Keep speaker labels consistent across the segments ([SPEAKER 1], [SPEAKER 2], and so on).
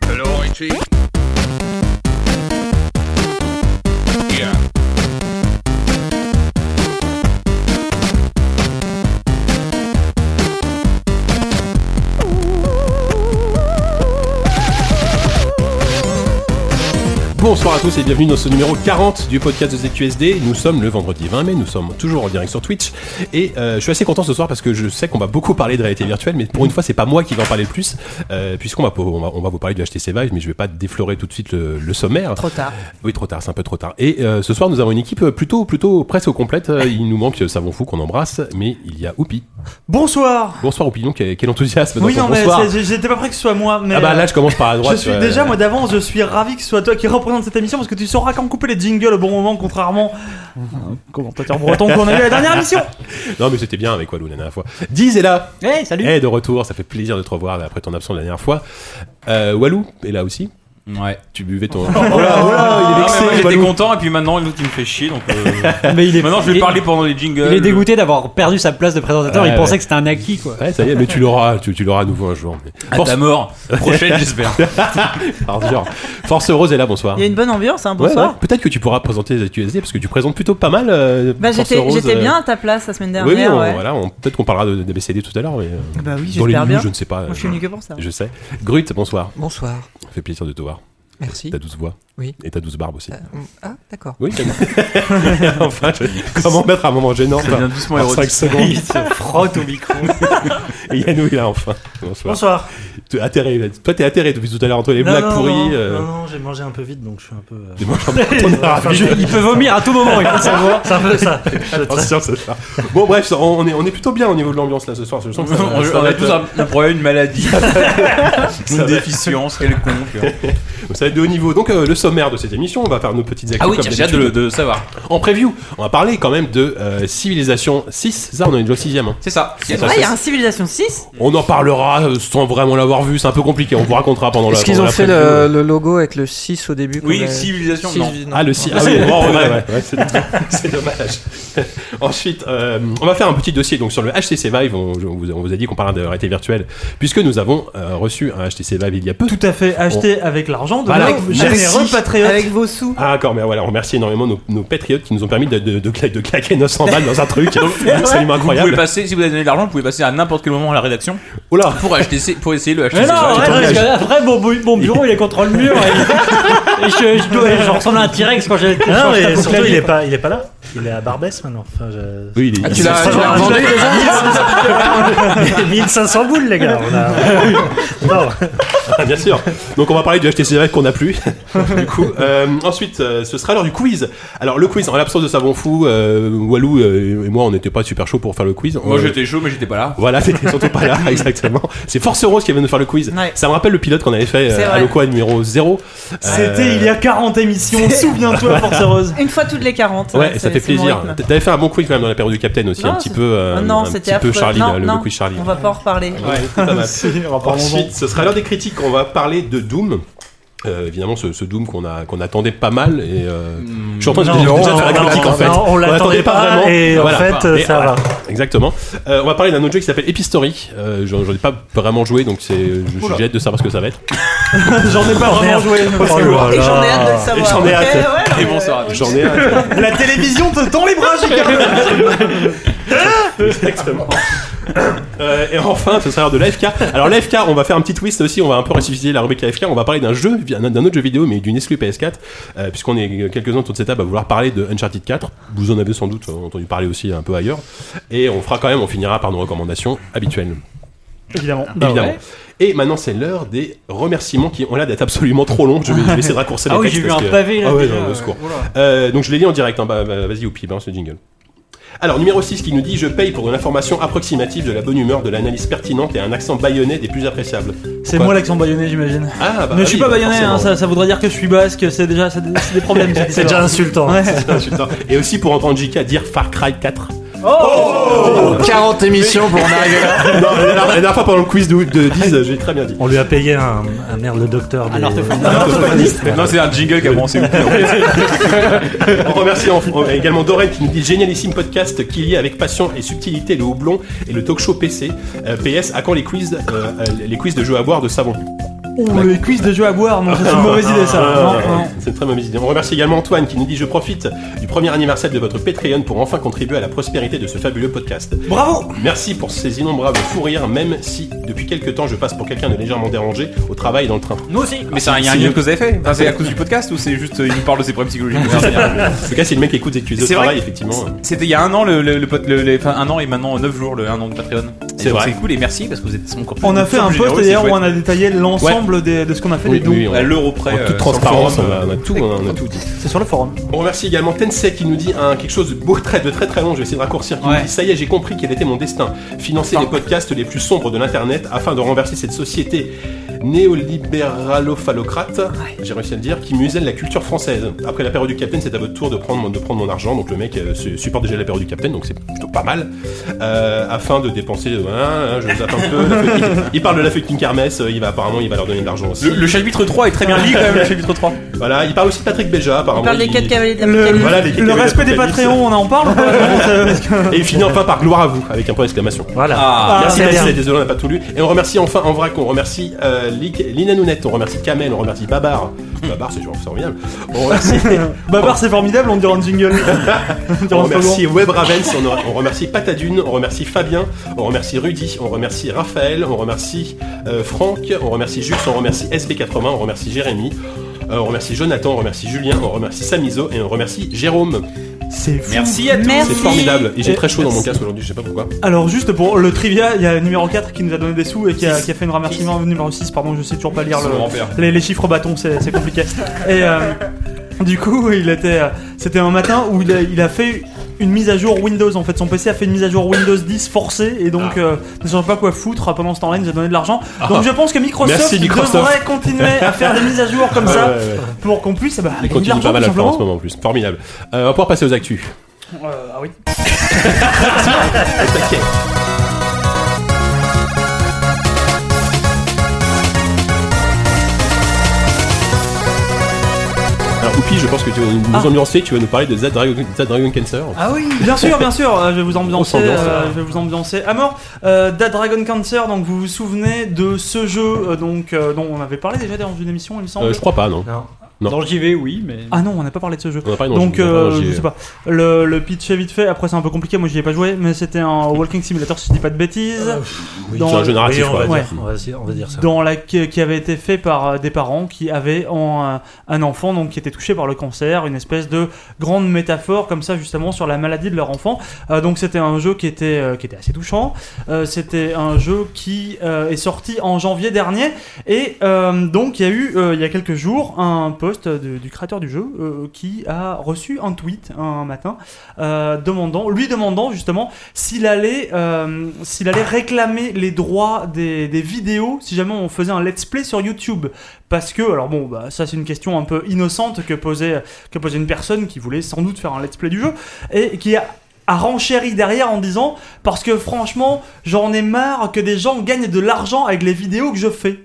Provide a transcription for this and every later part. [SPEAKER 1] Gucci. Yeah.
[SPEAKER 2] Bonsoir à tous et bienvenue dans ce numéro 40 du podcast de ZQSD. Nous sommes le vendredi 20 mai, nous sommes toujours en direct sur Twitch et euh, je suis assez content ce soir parce que je sais qu'on va beaucoup parler de réalité virtuelle, mais pour une fois c'est pas moi qui vais en parler le plus euh, puisqu'on va, on va on va vous parler du HTC Vive, mais je vais pas déflorer tout de suite le, le sommaire.
[SPEAKER 3] Trop tard.
[SPEAKER 2] Oui, trop tard, c'est un peu trop tard. Et euh, ce soir nous avons une équipe plutôt plutôt presque complète. Euh, Il nous manque euh, Savon Fou qu'on embrasse, mais il y a Oupi.
[SPEAKER 3] Bonsoir
[SPEAKER 2] Bonsoir Oupi, donc euh, quel enthousiasme dans
[SPEAKER 3] Oui,
[SPEAKER 2] ton
[SPEAKER 3] non, mais
[SPEAKER 2] bonsoir.
[SPEAKER 3] c'est- j'étais pas prêt que ce soit moi, mais.
[SPEAKER 2] Ah bah là
[SPEAKER 3] euh,
[SPEAKER 2] je commence par la droite.
[SPEAKER 3] je suis
[SPEAKER 2] ouais.
[SPEAKER 3] déjà, moi d'avance, je suis ravi que ce soit toi qui représente cette émission parce que tu sauras quand couper les jingles au bon moment, contrairement à un commentateur breton qu'on a eu à la dernière émission.
[SPEAKER 2] Non mais c'était bien avec Walou la dernière fois. Diz est là.
[SPEAKER 3] Hey, salut
[SPEAKER 2] Eh, de retour, ça fait plaisir de te revoir après ton absence la dernière fois. Euh, Walou est là aussi.
[SPEAKER 4] Ouais.
[SPEAKER 2] Tu buvais ton. Oh là, oh là, il est
[SPEAKER 4] Ah, mais
[SPEAKER 2] vexé.
[SPEAKER 4] moi, J'étais
[SPEAKER 2] Walou.
[SPEAKER 4] content et puis maintenant l'autre il me fait chier donc. euh,
[SPEAKER 5] Eh, Mais il est,
[SPEAKER 4] maintenant je
[SPEAKER 5] il
[SPEAKER 4] vais
[SPEAKER 5] est-
[SPEAKER 4] parler pendant les jingles.
[SPEAKER 5] Il est dégoûté d'avoir perdu sa place de présentateur.
[SPEAKER 2] Ouais,
[SPEAKER 5] il pensait
[SPEAKER 2] ouais.
[SPEAKER 5] que c'était un acquis, quoi.
[SPEAKER 2] Ouais, ça y est, mais tu l'auras, tu, tu l'auras à nouveau un jour. mais-
[SPEAKER 4] À
[SPEAKER 2] Force,
[SPEAKER 4] ta mort prochaine j'espère.
[SPEAKER 2] Alors, genre, Force Rose est là, bonsoir.
[SPEAKER 6] Il y a une bonne ambiance, hein,
[SPEAKER 2] Ouais,
[SPEAKER 6] bonsoir.
[SPEAKER 2] ouais, Peut-être que tu pourras présenter les QSD parce que tu présentes plutôt pas mal. euh,
[SPEAKER 6] Bah
[SPEAKER 2] Force
[SPEAKER 6] j'étais
[SPEAKER 2] Rose,
[SPEAKER 6] j'étais
[SPEAKER 2] euh,
[SPEAKER 6] bien à ta place la semaine
[SPEAKER 2] Oui, oui,
[SPEAKER 6] dernière.
[SPEAKER 2] on-
[SPEAKER 6] ouais.
[SPEAKER 2] voilà, on- peut-être qu'on parlera de, des BCD tout à l'heure, mais. euh,
[SPEAKER 6] Bah oui,
[SPEAKER 2] dans les
[SPEAKER 6] j'espère
[SPEAKER 2] news,
[SPEAKER 6] bien.
[SPEAKER 2] je ne sais pas. euh,
[SPEAKER 6] Moi je suis venu que pour ça.
[SPEAKER 2] je sais. Grut, bonsoir.
[SPEAKER 7] Bonsoir.
[SPEAKER 2] Ça fait plaisir de te voir.
[SPEAKER 7] Merci.
[SPEAKER 2] T'as 12 voix.
[SPEAKER 7] Oui.
[SPEAKER 2] Et t'as 12 barbes aussi.
[SPEAKER 7] Ah, d'accord.
[SPEAKER 2] Oui, t'as- enfin, je- comment mettre un moment gênant
[SPEAKER 4] Ça
[SPEAKER 2] enfin,
[SPEAKER 4] devient doucement
[SPEAKER 2] en 5
[SPEAKER 4] érotique.
[SPEAKER 2] secondes.
[SPEAKER 3] Il se frotte au micro.
[SPEAKER 2] Et Yannou est là enfin. Bonsoir.
[SPEAKER 3] Bonsoir.
[SPEAKER 2] T'es Atterré, là. toi t'es atterré depuis tout à l'heure entre les
[SPEAKER 8] Non,
[SPEAKER 2] blagues
[SPEAKER 8] non,
[SPEAKER 2] pourries.
[SPEAKER 8] Non,
[SPEAKER 2] euh,
[SPEAKER 8] non, non, j'ai mangé un peu vite donc je suis un peu. euh,
[SPEAKER 2] des manches un peu trop nerveuses.
[SPEAKER 5] Il peut vomir à tout moment, il faut le savoir.
[SPEAKER 8] C'est un peu ça.
[SPEAKER 2] Attention, ce soir. Bon bref, ça, on est, on est plutôt bien au niveau de l'ambiance là ce soir. Je sens que ça,
[SPEAKER 4] on,
[SPEAKER 2] ça
[SPEAKER 4] on
[SPEAKER 2] va
[SPEAKER 4] a
[SPEAKER 2] être-
[SPEAKER 4] tous un, un problème, une maladie,
[SPEAKER 2] va
[SPEAKER 4] une
[SPEAKER 2] être-
[SPEAKER 4] déficience quelconque.
[SPEAKER 2] ça va être de haut niveau. Donc euh, le sommaire de cette émission, on va faire nos petites actions
[SPEAKER 4] Ah oui,
[SPEAKER 2] comme
[SPEAKER 4] tiens, j'ai hâte de,
[SPEAKER 2] d'habitude.
[SPEAKER 4] le- de le savoir.
[SPEAKER 2] En preview, on va parler quand même de euh, Civilisation 6. Ça, on en est déjà au sixième. hein.
[SPEAKER 4] C'est ça.
[SPEAKER 2] C'est
[SPEAKER 6] Ah,
[SPEAKER 2] ça,
[SPEAKER 6] il y
[SPEAKER 2] c'est-
[SPEAKER 6] a un Civilization 6
[SPEAKER 2] On en parlera euh, sans vraiment l'avoir vu. C'est un peu compliqué. On vous racontera pendant la.
[SPEAKER 7] Est-ce qu'ils
[SPEAKER 2] pendant
[SPEAKER 7] ont
[SPEAKER 2] la
[SPEAKER 7] fait
[SPEAKER 2] preview.
[SPEAKER 7] le, le logo avec le 6 au début
[SPEAKER 4] Oui,
[SPEAKER 7] qu'on a-
[SPEAKER 4] civilisation.
[SPEAKER 7] Six-
[SPEAKER 4] non.
[SPEAKER 2] Ah le si, ah oui, bon, ouais, ouais, ouais, c'est c'est dommage. Ensuite, euh, on va faire un petit dossier donc sur le HTC Vive. On, je- on vous, on vous a dit qu'on parlait de réalité virtuelle puisque nous avons euh, reçu un HTC Vive il y a peu.
[SPEAKER 3] Tout à fait acheté avec l'argent de
[SPEAKER 2] Voilà.
[SPEAKER 3] nos
[SPEAKER 2] Merci.
[SPEAKER 3] généreux patriotes.
[SPEAKER 6] avec vos sous.
[SPEAKER 2] Ah d'accord, mais voilà, on remercie énormément nos, nos patriotes qui nous ont permis de, de, de cla- de claquer 900 balles dans un truc. Donc, c'est absolument
[SPEAKER 4] Vous pouvez
[SPEAKER 2] incroyable.
[SPEAKER 4] passer, si vous avez donné de l'argent, vous pouvez passer à n'importe quel moment à la rédaction
[SPEAKER 2] Oh là,
[SPEAKER 4] pour, HTC, pour essayer le HTC.
[SPEAKER 5] Mais non, arrête,
[SPEAKER 2] t'engages.
[SPEAKER 5] parce que après, mon, bu- mon bureau, il est contre le mur. Et, et je, je, dois- je ressemble à un T-Rex quand j'ai.
[SPEAKER 8] Ah, non, mais surtout, il est,
[SPEAKER 5] pas.
[SPEAKER 8] pas, il est pas là. Il est à Barbès maintenant. Enfin, je...
[SPEAKER 2] oui, il est-
[SPEAKER 4] Ah,
[SPEAKER 2] il
[SPEAKER 4] tu
[SPEAKER 2] est-
[SPEAKER 4] l'as tu l'as
[SPEAKER 8] Ah,
[SPEAKER 4] vendu déjà
[SPEAKER 8] 1500 boules, les gars. On a... Non.
[SPEAKER 2] Ah, bien sûr. Donc on va parler du HTC Vive qu'on n'a plus. du coup, Euh, ensuite, euh, ce sera l'heure du quiz. Alors le quiz, en l'absence de savon fou, euh, Walou euh, et moi, on n'était pas super chaud pour faire le quiz.
[SPEAKER 4] Moi
[SPEAKER 2] Euh,
[SPEAKER 4] j'étais chaud, mais j'étais pas là.
[SPEAKER 2] Voilà, t'étais surtout pas là, exactement. C'est Force Rose qui vient nous faire le quiz.
[SPEAKER 6] Ouais.
[SPEAKER 2] Ça me rappelle le pilote qu'on avait fait
[SPEAKER 6] C'est
[SPEAKER 2] euh, à
[SPEAKER 6] vrai.
[SPEAKER 2] l'Oqua numéro Euh, 0.
[SPEAKER 3] C'était il y a 40 émissions, souviens-toi, Force Heureuse.
[SPEAKER 6] Une fois toutes les 40.
[SPEAKER 2] Ouais, ça
[SPEAKER 6] c'est-
[SPEAKER 2] fait
[SPEAKER 6] c'est mon
[SPEAKER 2] plaisir.
[SPEAKER 6] rythme.
[SPEAKER 2] T'avais fait un bon quiz quand même dans la période du Capitaine aussi,
[SPEAKER 6] Non,
[SPEAKER 2] un petit
[SPEAKER 6] c'est-
[SPEAKER 2] peu. euh,
[SPEAKER 6] Ah
[SPEAKER 2] un
[SPEAKER 6] non,
[SPEAKER 2] petit
[SPEAKER 6] c'était
[SPEAKER 2] peu
[SPEAKER 6] affreux.
[SPEAKER 2] Charlie,
[SPEAKER 6] Non,
[SPEAKER 2] là, le,
[SPEAKER 6] non,
[SPEAKER 2] le quiz Charlie.
[SPEAKER 6] On va pas en reparler.
[SPEAKER 2] Ouais, pas mal.
[SPEAKER 8] Ensuite,
[SPEAKER 2] Ensuite, ce sera l'heure des critiques. On va parler de Doom. Euh, évidemment, ce, ce Doom qu'on a qu'on attendait pas mal et euh, je suis en train de
[SPEAKER 8] Hmm. Non,
[SPEAKER 2] déjà
[SPEAKER 8] non,
[SPEAKER 2] de faire la
[SPEAKER 8] non,
[SPEAKER 2] critique en
[SPEAKER 8] non,
[SPEAKER 2] fait.
[SPEAKER 8] non, on l'attendait pas, et en fait, euh,
[SPEAKER 2] Et
[SPEAKER 8] ça
[SPEAKER 2] voilà. ah.
[SPEAKER 8] va.
[SPEAKER 2] Exactement. Euh, on va parler d'un autre jeu qui s'appelle Epistory. Euh, J'en j'en ai pas vraiment joué, donc c'est je- j'ai hâte de savoir ce que ça va être.
[SPEAKER 3] J'en ai pas vraiment joué.
[SPEAKER 8] Oh là
[SPEAKER 6] Et
[SPEAKER 8] là.
[SPEAKER 6] j'en ai hâte de le savoir.
[SPEAKER 2] Et j'en ai
[SPEAKER 6] ok,
[SPEAKER 2] hâte.
[SPEAKER 6] ouais, non,
[SPEAKER 4] Et
[SPEAKER 6] mais-
[SPEAKER 4] bonsoir à tous.
[SPEAKER 2] J'en ai hâte.
[SPEAKER 3] La télévision te tend les bras, Gigard.
[SPEAKER 2] Exactement. Euh, et enfin, ce sera l'heure de l'AFK. Alors l'AFK, on va faire un petit twist aussi, on va un peu ressusciter la rubrique AFK, on va parler d'un jeu, d'un autre jeu vidéo, mais d'une exclu PS4, euh, puisqu'on est quelques-uns autour de cette table à vouloir parler de Uncharted 4, vous en avez sans doute entendu parler aussi un peu ailleurs, et on fera quand même, on finira par nos recommandations habituelles.
[SPEAKER 8] Évidemment.
[SPEAKER 5] Bah
[SPEAKER 2] évidemment. Et maintenant, c'est l'heure des remerciements qui ont l'air d'être absolument trop longs. Je vais, je vais essayer de raccourcir
[SPEAKER 5] Ah
[SPEAKER 2] les
[SPEAKER 5] oui,
[SPEAKER 2] textes
[SPEAKER 5] j'ai vu
[SPEAKER 2] parce
[SPEAKER 5] un
[SPEAKER 2] que-
[SPEAKER 5] pavé, là,
[SPEAKER 2] Ah ouais,
[SPEAKER 5] déjà,
[SPEAKER 2] non, au
[SPEAKER 5] ouais.
[SPEAKER 2] secours. Euh, donc je l'ai dit en direct. hein. Bah, bah, Vas-y, Oupi, balance le jingle. Alors, numéro 6 qui nous dit Je paye pour une information approximative de la bonne humeur, de l'analyse pertinente et un accent baïonné des plus appréciables.
[SPEAKER 3] C'est
[SPEAKER 2] Quoi
[SPEAKER 3] moi l'accent baïonné, j'imagine.
[SPEAKER 2] Ah, bah.
[SPEAKER 3] ne je suis
[SPEAKER 2] oui,
[SPEAKER 3] pas
[SPEAKER 2] bah,
[SPEAKER 3] baïonné, hein,
[SPEAKER 2] forcément.
[SPEAKER 3] ça, ça voudrait dire que je suis basque, c'est déjà c'est des, c'est des problèmes. cette
[SPEAKER 8] C'est déjà
[SPEAKER 3] histoire.
[SPEAKER 8] insultant.
[SPEAKER 3] Ouais.
[SPEAKER 2] Putain. Et aussi pour entendre JK dire Far Cry 4.
[SPEAKER 7] Oh, 40 émissions pour en arriver là.
[SPEAKER 2] non, la, dernière- la dernière fois pendant le quiz de, de 10, j'ai très bien dit.
[SPEAKER 8] On lui a payé un, un merde de docteur. des-
[SPEAKER 5] Un orthophoniste.
[SPEAKER 4] Non, c'est un jingle qui a commencé.
[SPEAKER 2] On remercie en- en- également Doreen qui nous dit génialissime podcast qui lie avec passion et subtilité le houblon et le talk show PC. Euh, PS, à quand les quiz, euh, euh, les quiz de jeux à boire de savon
[SPEAKER 3] Ouh, les cuisses de jeu à boire, non, c'est une mauvaise idée ça.
[SPEAKER 2] Ah,
[SPEAKER 3] Non, non.
[SPEAKER 2] C'est une très mauvaise idée. On remercie également Antoine qui nous dit Je profite du premier anniversaire de votre Patreon pour enfin contribuer à la prospérité de ce fabuleux podcast.
[SPEAKER 3] Bravo
[SPEAKER 2] Merci pour ces innombrables fous rires, même si depuis quelques temps je passe pour quelqu'un de légèrement dérangé au travail et dans le train.
[SPEAKER 5] Nous aussi.
[SPEAKER 4] Mais c'est un, il y a un lien que vous avez fait Enfin, C'est à cause du podcast ou c'est juste euh, il nous parle de ses problèmes psychologiques
[SPEAKER 2] En tout cas, si le mec écoute des cuisses de
[SPEAKER 4] C'est vrai
[SPEAKER 2] travail,
[SPEAKER 4] que-
[SPEAKER 2] effectivement.
[SPEAKER 4] C'était il y a un an, le, le, le pote- le- le- enfin, un an et maintenant 9 jours, le 1 an de Patreon. Et
[SPEAKER 2] C'est
[SPEAKER 4] donc,
[SPEAKER 2] vrai.
[SPEAKER 4] C'est cool et merci parce que vous êtes encore plus-
[SPEAKER 3] On a fait un
[SPEAKER 4] plus
[SPEAKER 3] post
[SPEAKER 4] généreux,
[SPEAKER 3] d'ailleurs
[SPEAKER 4] c'est
[SPEAKER 3] où on
[SPEAKER 4] chouette.
[SPEAKER 3] a détaillé l'ensemble des- de ce qu'on a fait des
[SPEAKER 2] Oui,
[SPEAKER 3] dons.
[SPEAKER 2] oui, on-
[SPEAKER 4] à l'euro près.
[SPEAKER 2] en
[SPEAKER 4] euh,
[SPEAKER 2] toute
[SPEAKER 4] sur le
[SPEAKER 2] transparence, on
[SPEAKER 4] forum, euh,
[SPEAKER 2] a, on a tout, on a- on a tout dit.
[SPEAKER 3] C'est sur le forum.
[SPEAKER 2] On remercie également Tensei qui nous dit un, quelque chose de beau, très, de très très long, je vais essayer de raccourcir, qui nous
[SPEAKER 4] Ouais.
[SPEAKER 2] dit Ça y est, j'ai compris quel était mon destin. Financer les podcasts les plus sombres de l'internet afin de renverser cette société néolibéralophallocrate, j'ai réussi à le dire, qui muselle la culture française. Après la période du Capitaine, c'est à votre tour de prendre, mon- de prendre mon argent, donc le mec euh, se- supporte déjà la période du Capitaine, donc c'est plutôt pas mal, Euh, afin de dépenser. euh, hein, hein, je vous attends un peu. la fucking- il parle de la fucking kermesse, euh, il va, apparemment, il va leur donner de l'argent aussi.
[SPEAKER 4] Le, le chapitre 3 est très bien lié quand même, le chapitre 3.
[SPEAKER 2] Voilà, il parle aussi de Patrick Béja, apparemment.
[SPEAKER 6] On parle des
[SPEAKER 2] il-
[SPEAKER 6] 4 cavaliers de
[SPEAKER 3] Le,
[SPEAKER 6] l'Apocalypse.
[SPEAKER 2] Voilà, les
[SPEAKER 3] le
[SPEAKER 2] quelques
[SPEAKER 3] respect des
[SPEAKER 2] capitalistes.
[SPEAKER 3] Patreons, on en parle ou pas Parce que-
[SPEAKER 2] Et il finit enfin par gloire à vous, avec un point d'exclamation.
[SPEAKER 8] Voilà.
[SPEAKER 4] Ah,
[SPEAKER 2] Merci,
[SPEAKER 8] très
[SPEAKER 2] merci,
[SPEAKER 8] bien.
[SPEAKER 2] désolé, on n'a pas tout lu. Et on remercie enfin en vrac, on remercie euh, Lick- Lina Nounette, on remercie Kamel, on remercie Babar. Babar, c'est genre formidable. On remercie,
[SPEAKER 3] Babar, c'est formidable, on dirait un jingle. on dirait
[SPEAKER 2] on
[SPEAKER 3] un slogan.
[SPEAKER 2] remercie Web Ravens, on, on remercie Patadune, on remercie Fabien, on remercie Rudy, on remercie Raphaël, on remercie euh, Franck, on remercie Jux, on remercie SB80, on remercie Jérémy. euh, on remercie Jonathan, on remercie Julien, on remercie Samizo et on remercie Jérôme.
[SPEAKER 3] C'est fou.
[SPEAKER 4] Merci à tous.
[SPEAKER 6] Merci.
[SPEAKER 2] C'est formidable. Et j'ai
[SPEAKER 3] Et
[SPEAKER 2] très chaud dans mon
[SPEAKER 3] merci.
[SPEAKER 2] casque aujourd'hui, je sais pas pourquoi.
[SPEAKER 3] Alors juste pour le trivia, il y a le numéro 4 qui nous a donné des sous et qui a, qui a fait une remerciement numéro 6, pardon, je sais toujours pas lire
[SPEAKER 4] Son
[SPEAKER 3] le-
[SPEAKER 4] grand-père.
[SPEAKER 3] les, les chiffres bâtons, c'est c'est compliqué. Et euh, du coup, il était euh, c'était un matin où il a, il a fait une mise à jour Windows en fait son PC a fait une mise à jour Windows 10 forcée et
[SPEAKER 2] Ah.
[SPEAKER 3] donc euh, ne savant pas quoi foutre Ah, pendant ce temps-là il nous a donné de l'argent donc je pense que Microsoft,
[SPEAKER 2] Merci, Microsoft.
[SPEAKER 3] devrait continuer à faire des mises à jour comme ça pour qu'on puisse bah, gagner
[SPEAKER 2] Il
[SPEAKER 3] de
[SPEAKER 2] continue
[SPEAKER 3] l'argent
[SPEAKER 2] pas mal
[SPEAKER 3] tout
[SPEAKER 2] à le faire en ce
[SPEAKER 3] simplement
[SPEAKER 2] moment en plus. Formidable. Euh, on va pouvoir passer aux actus.
[SPEAKER 3] Euh, ah oui
[SPEAKER 2] Taquet. Alors, Oupi, je pense que tu vas nous
[SPEAKER 3] Ah.
[SPEAKER 2] ambiancer, tu vas nous parler de The Dragon, The Dragon Cancer.
[SPEAKER 3] Ah oui, bien sûr, bien sûr. euh, je vais vous ambiancer.
[SPEAKER 2] s'ambiance,
[SPEAKER 3] euh,
[SPEAKER 2] ouais.
[SPEAKER 3] je vais vous ambiancer à mort. Euh, Dead Dragon Cancer. Donc vous vous souvenez de ce jeu euh, donc euh, dont on avait parlé déjà dans une émission, il me semble.
[SPEAKER 2] Euh, je crois pas, non. Non.
[SPEAKER 5] Dans le JV, oui, mais.
[SPEAKER 3] Ah non, on n'a pas parlé de ce jeu.
[SPEAKER 2] On a pas non,
[SPEAKER 3] Donc,
[SPEAKER 2] j'ai-
[SPEAKER 3] euh,
[SPEAKER 2] j'ai-
[SPEAKER 3] je sais pas. Le, le pitch est vite fait. Après, c'est un peu compliqué. Moi, j'y ai pas joué, mais c'était un walking simulator, si je dis pas de bêtises. dans-
[SPEAKER 2] C'est un jeu narratif,
[SPEAKER 8] Oui, on, va
[SPEAKER 2] quoi.
[SPEAKER 3] ouais.
[SPEAKER 8] dire, on, va, dire- on va dire ça.
[SPEAKER 3] dans la, qui qui avait été fait par euh, des parents qui avaient en, euh, un enfant donc qui était touché par le cancer, une espèce de grande métaphore comme ça justement sur la maladie de leur enfant. Euh, donc c'était un jeu qui était euh, qui était assez touchant. Euh, c'était un jeu qui euh, est sorti en janvier dernier et euh, donc il y a eu euh, il y a quelques jours un post de- du créateur du jeu euh, qui a reçu un tweet un matin euh, demandant lui demandant justement s'il allait, euh, s'il allait réclamer les droits des, des vidéos si jamais on faisait un let's play sur YouTube. Parce que, alors bon, bah, ça c'est une question un peu innocente que posait, que posait une personne qui voulait sans doute faire un let's play du jeu et qui a a renchéri derrière en disant parce que franchement j'en ai marre que des gens gagnent de l'argent avec les vidéos que je fais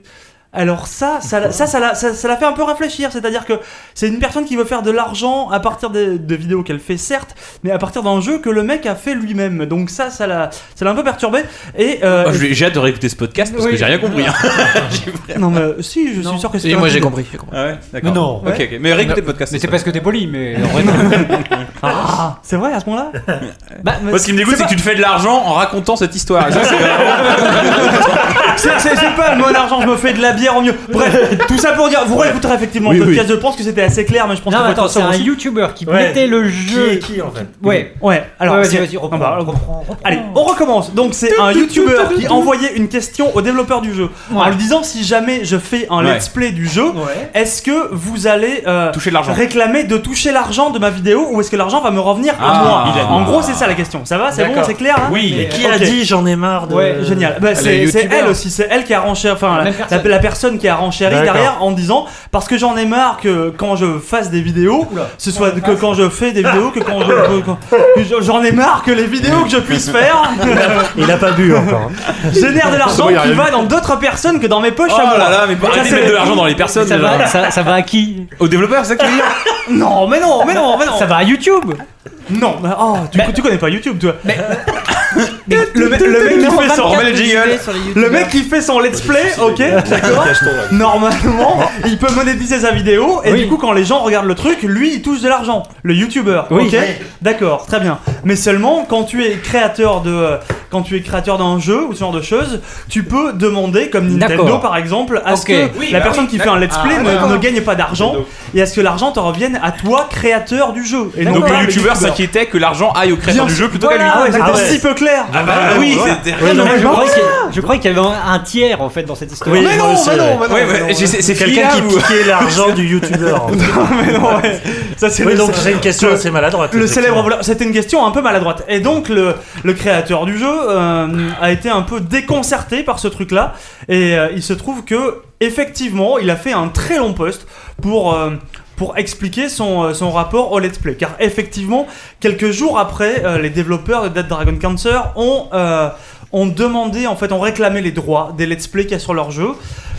[SPEAKER 3] alors ça ça l'a- ça ça l'a ça- ça l'a fait un peu réfléchir c'est à dire que c'est une personne qui veut faire de l'argent à partir des- de vidéos qu'elle fait certes mais à partir d'un jeu que le mec a fait lui-même. Donc ça, ça l'a, ça l'a un peu perturbé. Et euh,
[SPEAKER 7] Ah,
[SPEAKER 4] Oh, je vais- j'ai hâte de réécouter ce podcast parce que
[SPEAKER 5] Oui.
[SPEAKER 4] j'ai rien compris. hein.
[SPEAKER 3] non mais euh, si, je suis sûr que c'est.
[SPEAKER 7] Et
[SPEAKER 3] un
[SPEAKER 7] moi j'ai
[SPEAKER 3] truc-
[SPEAKER 7] compris.
[SPEAKER 4] Ah ouais, d'accord.
[SPEAKER 8] Mais non.
[SPEAKER 4] Ok, ok. Mais réécoutez le podcast.
[SPEAKER 5] Mais c'est
[SPEAKER 4] ça.
[SPEAKER 5] parce que t'es poli, mais.
[SPEAKER 3] Ah, c'est vrai à ce moment-là. bah, mais
[SPEAKER 4] Moi, ce qui me dégoûte, c'est que tu te fais de l'argent en racontant cette histoire. Et ça, c'est-
[SPEAKER 3] c'est, c'est- c'est pas moi l'argent, je me fais de la bière au mieux. Bref, tout ça pour dire, vous réécouterez effectivement
[SPEAKER 2] Oui,
[SPEAKER 3] le podcast. Je pense que c'était assez clair, mais je pense
[SPEAKER 5] Non,
[SPEAKER 3] qu'il
[SPEAKER 5] mais
[SPEAKER 3] faut
[SPEAKER 5] attends,
[SPEAKER 3] être
[SPEAKER 5] c'est
[SPEAKER 3] sobre
[SPEAKER 5] un
[SPEAKER 3] aussi.
[SPEAKER 5] youtubeur qui
[SPEAKER 8] Ouais.
[SPEAKER 5] mettait le
[SPEAKER 8] Qui
[SPEAKER 5] jeu.
[SPEAKER 8] est qui en fait
[SPEAKER 5] Ouais.
[SPEAKER 3] Ouais. Alors
[SPEAKER 5] Ouais, vas-y,
[SPEAKER 3] c'est-
[SPEAKER 5] vas-y, reprends,
[SPEAKER 3] Ah bah,
[SPEAKER 5] reprends, reprends, reprends.
[SPEAKER 3] Allez, on recommence. Donc c'est un YouTuber qui envoyait une question au développeur du jeu en lui disant si jamais je fais un
[SPEAKER 4] Ouais.
[SPEAKER 3] let's play du jeu,
[SPEAKER 5] Ouais.
[SPEAKER 3] est-ce que vous allez euh,
[SPEAKER 4] Toucher de l'argent.
[SPEAKER 3] réclamer de toucher l'argent de ma vidéo ou est-ce que l'argent va me revenir à
[SPEAKER 4] Ah,
[SPEAKER 3] moi
[SPEAKER 4] il a dit.
[SPEAKER 3] En gros, c'est ça la question. Ça va, c'est bon,
[SPEAKER 5] D'accord.
[SPEAKER 3] c'est clair. hein
[SPEAKER 4] Oui.
[SPEAKER 8] Qui a
[SPEAKER 3] Ok.
[SPEAKER 8] dit j'en ai marre de.
[SPEAKER 5] Ouais,
[SPEAKER 3] Génial. Bah, c'est c'est
[SPEAKER 5] youtubeur.
[SPEAKER 3] elle aussi, c'est elle qui a renchéri, enfin la,
[SPEAKER 5] La même
[SPEAKER 3] la-
[SPEAKER 5] personne.
[SPEAKER 3] la personne qui a renchéri
[SPEAKER 8] D'accord.
[SPEAKER 3] derrière en disant parce que j'en ai marre que quand je fasse des vidéos, ce soit que quand je fais des vidéos, que quand je que- quand- que je- j'en ai marre que les vidéos que je puisse faire
[SPEAKER 8] Il a pas bu encore. hein.
[SPEAKER 3] génèrent de l'argent
[SPEAKER 2] bon, il y a
[SPEAKER 3] qui
[SPEAKER 2] rien
[SPEAKER 3] va dans d'autres personnes que dans mes poches
[SPEAKER 4] Oh
[SPEAKER 3] à moi.
[SPEAKER 4] là là, mais
[SPEAKER 3] Ça,
[SPEAKER 4] arrêtez de
[SPEAKER 3] c'est-
[SPEAKER 4] mettre de l'argent dans les personnes.
[SPEAKER 5] Ça
[SPEAKER 4] déjà.
[SPEAKER 5] va, ça, ça va à qui
[SPEAKER 4] Au développeur, c'est ça que tu veux dire
[SPEAKER 3] Non, mais non, mais non, mais non.
[SPEAKER 5] Ça va à YouTube
[SPEAKER 3] Non, bah, oh, tu,
[SPEAKER 5] Mais-
[SPEAKER 3] tu connais pas YouTube, toi.
[SPEAKER 5] Mais-
[SPEAKER 3] le, me- le mec qui fait fait son.
[SPEAKER 4] on met le
[SPEAKER 6] 24
[SPEAKER 4] jingle.
[SPEAKER 6] vues sur les
[SPEAKER 3] Le
[SPEAKER 6] youtubeurs.
[SPEAKER 3] mec qui fait son let's play, ok, d'accord. Normalement, il peut monétiser sa vidéo et
[SPEAKER 5] Oui.
[SPEAKER 3] du coup, quand les gens regardent le truc, lui, il touche de l'argent. Le youtubeur,
[SPEAKER 5] Oui.
[SPEAKER 3] ok, d'accord, très bien. Mais seulement quand tu es créateur de, euh, quand tu es créateur d'un jeu ou ce genre de choses, tu peux demander, comme Nintendo
[SPEAKER 5] D'accord.
[SPEAKER 3] par exemple, à ce
[SPEAKER 5] Ok.
[SPEAKER 3] que
[SPEAKER 4] Oui,
[SPEAKER 3] la
[SPEAKER 4] bah
[SPEAKER 3] personne
[SPEAKER 4] oui,
[SPEAKER 3] qui fait un let's play
[SPEAKER 4] Ah,
[SPEAKER 3] ne,
[SPEAKER 4] d'accord.
[SPEAKER 3] ne gagne pas d'argent et à ce que l'argent te revienne à toi, créateur du jeu. Et non
[SPEAKER 4] Donc
[SPEAKER 3] pas
[SPEAKER 4] le youtubeur
[SPEAKER 3] youtubeur.
[SPEAKER 4] s'inquiétait que l'argent aille au créateur
[SPEAKER 3] Bien
[SPEAKER 4] du
[SPEAKER 3] sûr.
[SPEAKER 4] jeu plutôt
[SPEAKER 3] Voilà,
[SPEAKER 4] qu'à lui.
[SPEAKER 3] ouais, c'était
[SPEAKER 8] Ah ouais.
[SPEAKER 3] si peu clair.
[SPEAKER 4] Ah bah oui, c'était
[SPEAKER 5] Ouais, non,
[SPEAKER 3] mais
[SPEAKER 5] mais je
[SPEAKER 3] bon.
[SPEAKER 5] croyais qu'il y a- je croyais qu'il y avait un un tiers en fait dans cette histoire.
[SPEAKER 8] Oui,
[SPEAKER 5] Mais
[SPEAKER 8] je
[SPEAKER 5] non,
[SPEAKER 8] le sais,
[SPEAKER 5] mais non,
[SPEAKER 8] ouais.
[SPEAKER 4] Ouais, ouais, c'est- c'est c'est
[SPEAKER 8] Quelqu'un
[SPEAKER 4] fini,
[SPEAKER 8] qui
[SPEAKER 4] là, ou-
[SPEAKER 8] piquait l'argent du youtubeur.
[SPEAKER 3] Mais non, ouais. Ça, c'est
[SPEAKER 8] Oui,
[SPEAKER 3] le-
[SPEAKER 8] donc c'est une question assez maladroite.
[SPEAKER 3] Le
[SPEAKER 8] effectivement.
[SPEAKER 3] célèbre voleur, c'était une question un peu maladroite. Et donc le, le créateur du jeu euh, a été un peu déconcerté par ce truc-là. Et euh, il se trouve que effectivement, il a fait un très long post pour euh, pour expliquer son, euh, son rapport au let's play. Car effectivement, quelques jours après, euh, les développeurs de Dead Dragon Cancer ont euh, ont demandé en fait, ont réclamé les droits des let's play qu'il y a sur leur jeu.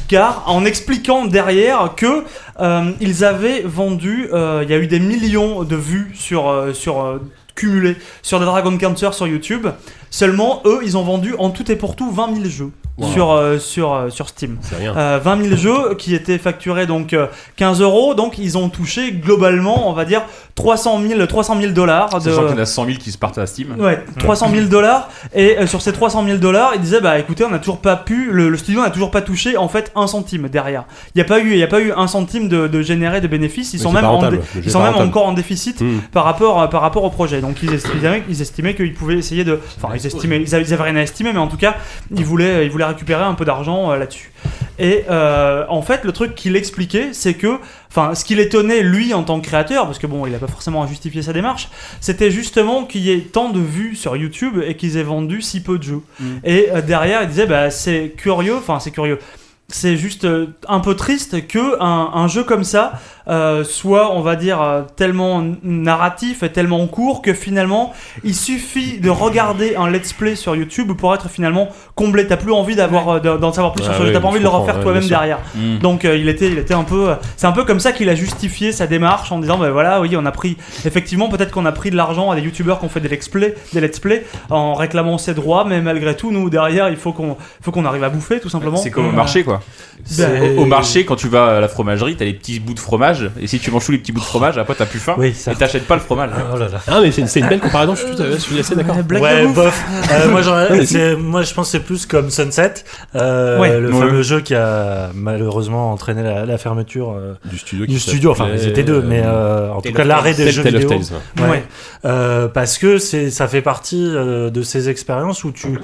[SPEAKER 3] Car en expliquant derrière que euh, ils avaient vendu, euh, il y a eu des millions de vues sur, euh, sur euh, cumulées sur des Dragon Cancer sur YouTube. Seulement, eux, ils ont vendu en tout et pour tout 20 000 jeux
[SPEAKER 2] Wow.
[SPEAKER 3] sur, euh, sur, euh, sur Steam.
[SPEAKER 2] C'est
[SPEAKER 4] Ah.
[SPEAKER 2] rien.
[SPEAKER 3] Euh, 20 000 jeux qui étaient facturés donc euh, 15 euros, donc ils ont touché globalement, on va dire, 300 000, 300 000 dollars de.
[SPEAKER 4] Sachant qu'il y en a 100 000 qui se partent à Steam.
[SPEAKER 3] Ouais, 300 000 dollars. Et euh, sur ces 300 000 dollars, il disait bah écoutez, on n'a toujours pas pu, le, le studio n'a toujours pas touché en fait un centime derrière. Il n'y a pas eu, il y a pas eu un centime de, de générer de bénéfices. Ils
[SPEAKER 2] Mais
[SPEAKER 3] sont
[SPEAKER 2] c'est
[SPEAKER 3] même,
[SPEAKER 2] pas
[SPEAKER 3] en
[SPEAKER 2] rentable,
[SPEAKER 3] dé-
[SPEAKER 2] le jeu
[SPEAKER 3] ils
[SPEAKER 2] est
[SPEAKER 3] sont
[SPEAKER 2] pas
[SPEAKER 3] même
[SPEAKER 2] rentable.
[SPEAKER 3] encore en déficit
[SPEAKER 2] Hmm.
[SPEAKER 3] par rapport euh, par rapport au projet. Donc ils estimaient, ils estimaient qu'ils pouvaient essayer de, enfin ils estimaient, ils avaient, ils avaient rien à estimer, mais en tout cas ils voulaient, ils voulaient récupérer un peu d'argent euh, là-dessus. Et euh, en fait, le truc qu'il expliquait, c'est que, enfin, ce qui l'étonnait lui en tant que créateur, parce que bon, il n'a pas forcément à justifier sa démarche, c'était justement qu'il y ait tant de vues sur YouTube et qu'ils aient vendu si peu de jeux. Et euh, derrière, il disait, bah, c'est curieux, enfin, c'est curieux. C'est juste euh, un peu triste que un, un jeu comme ça euh, soit, on va dire, euh, tellement n- narratif et tellement court que finalement, il suffit de regarder un let's play sur YouTube pour être finalement comblé. T'as plus envie d'avoir euh, d'en d'en savoir plus
[SPEAKER 2] Ah
[SPEAKER 3] sur ce jeu,
[SPEAKER 2] oui,
[SPEAKER 3] t'as pas
[SPEAKER 2] je
[SPEAKER 3] envie de le
[SPEAKER 2] comprends,
[SPEAKER 3] refaire
[SPEAKER 2] ouais,
[SPEAKER 3] toi-même
[SPEAKER 2] bien sûr.
[SPEAKER 3] derrière.
[SPEAKER 4] Mm.
[SPEAKER 3] Donc euh, il était, il était un peu. euh, c'est un peu comme ça qu'il a justifié sa démarche en disant, ben voilà, oui, on a pris. Effectivement, peut-être qu'on a pris de l'argent à des youtubeurs qui ont fait des let's play, des let's play, en réclamant ses droits, mais malgré tout, nous derrière, il faut qu'on, faut qu'on arrive à bouffer, tout simplement.
[SPEAKER 4] C'est comme au
[SPEAKER 3] Euh,
[SPEAKER 4] marché quoi. Bah,
[SPEAKER 3] C'est-
[SPEAKER 4] Au, au marché, quand tu vas à la fromagerie, t'as les petits bouts de fromage. Et si tu manges tous les petits bouts de fromage, après t'as plus faim.
[SPEAKER 8] Oui, ça.
[SPEAKER 4] Et t'achètes pas le fromage.
[SPEAKER 8] Oh là là.
[SPEAKER 2] Ah, mais c'est une, c'est une belle comparaison, je suis, tout à- je suis assez d'accord.
[SPEAKER 3] Ouais, blague de
[SPEAKER 8] ouais,
[SPEAKER 3] ouf.
[SPEAKER 8] bof. Euh, moi, j'en-
[SPEAKER 2] mais
[SPEAKER 8] c'est- moi, je pense que c'est plus comme Sunset, euh,
[SPEAKER 3] Ouais.
[SPEAKER 8] le
[SPEAKER 4] Ouais.
[SPEAKER 8] fameux jeu qui a malheureusement entraîné la, la fermeture euh,
[SPEAKER 2] Du studio. qui
[SPEAKER 8] du studio. Enfin,
[SPEAKER 2] s'appelait,
[SPEAKER 8] ils étaient deux, mais euh, en tout cas l'arrêt des jeux
[SPEAKER 2] Telltale of
[SPEAKER 8] vidéo.
[SPEAKER 2] Tales.
[SPEAKER 8] Ouais.
[SPEAKER 3] Ouais.
[SPEAKER 8] Euh, parce que c'est, ça fait partie euh, de ces expériences où tu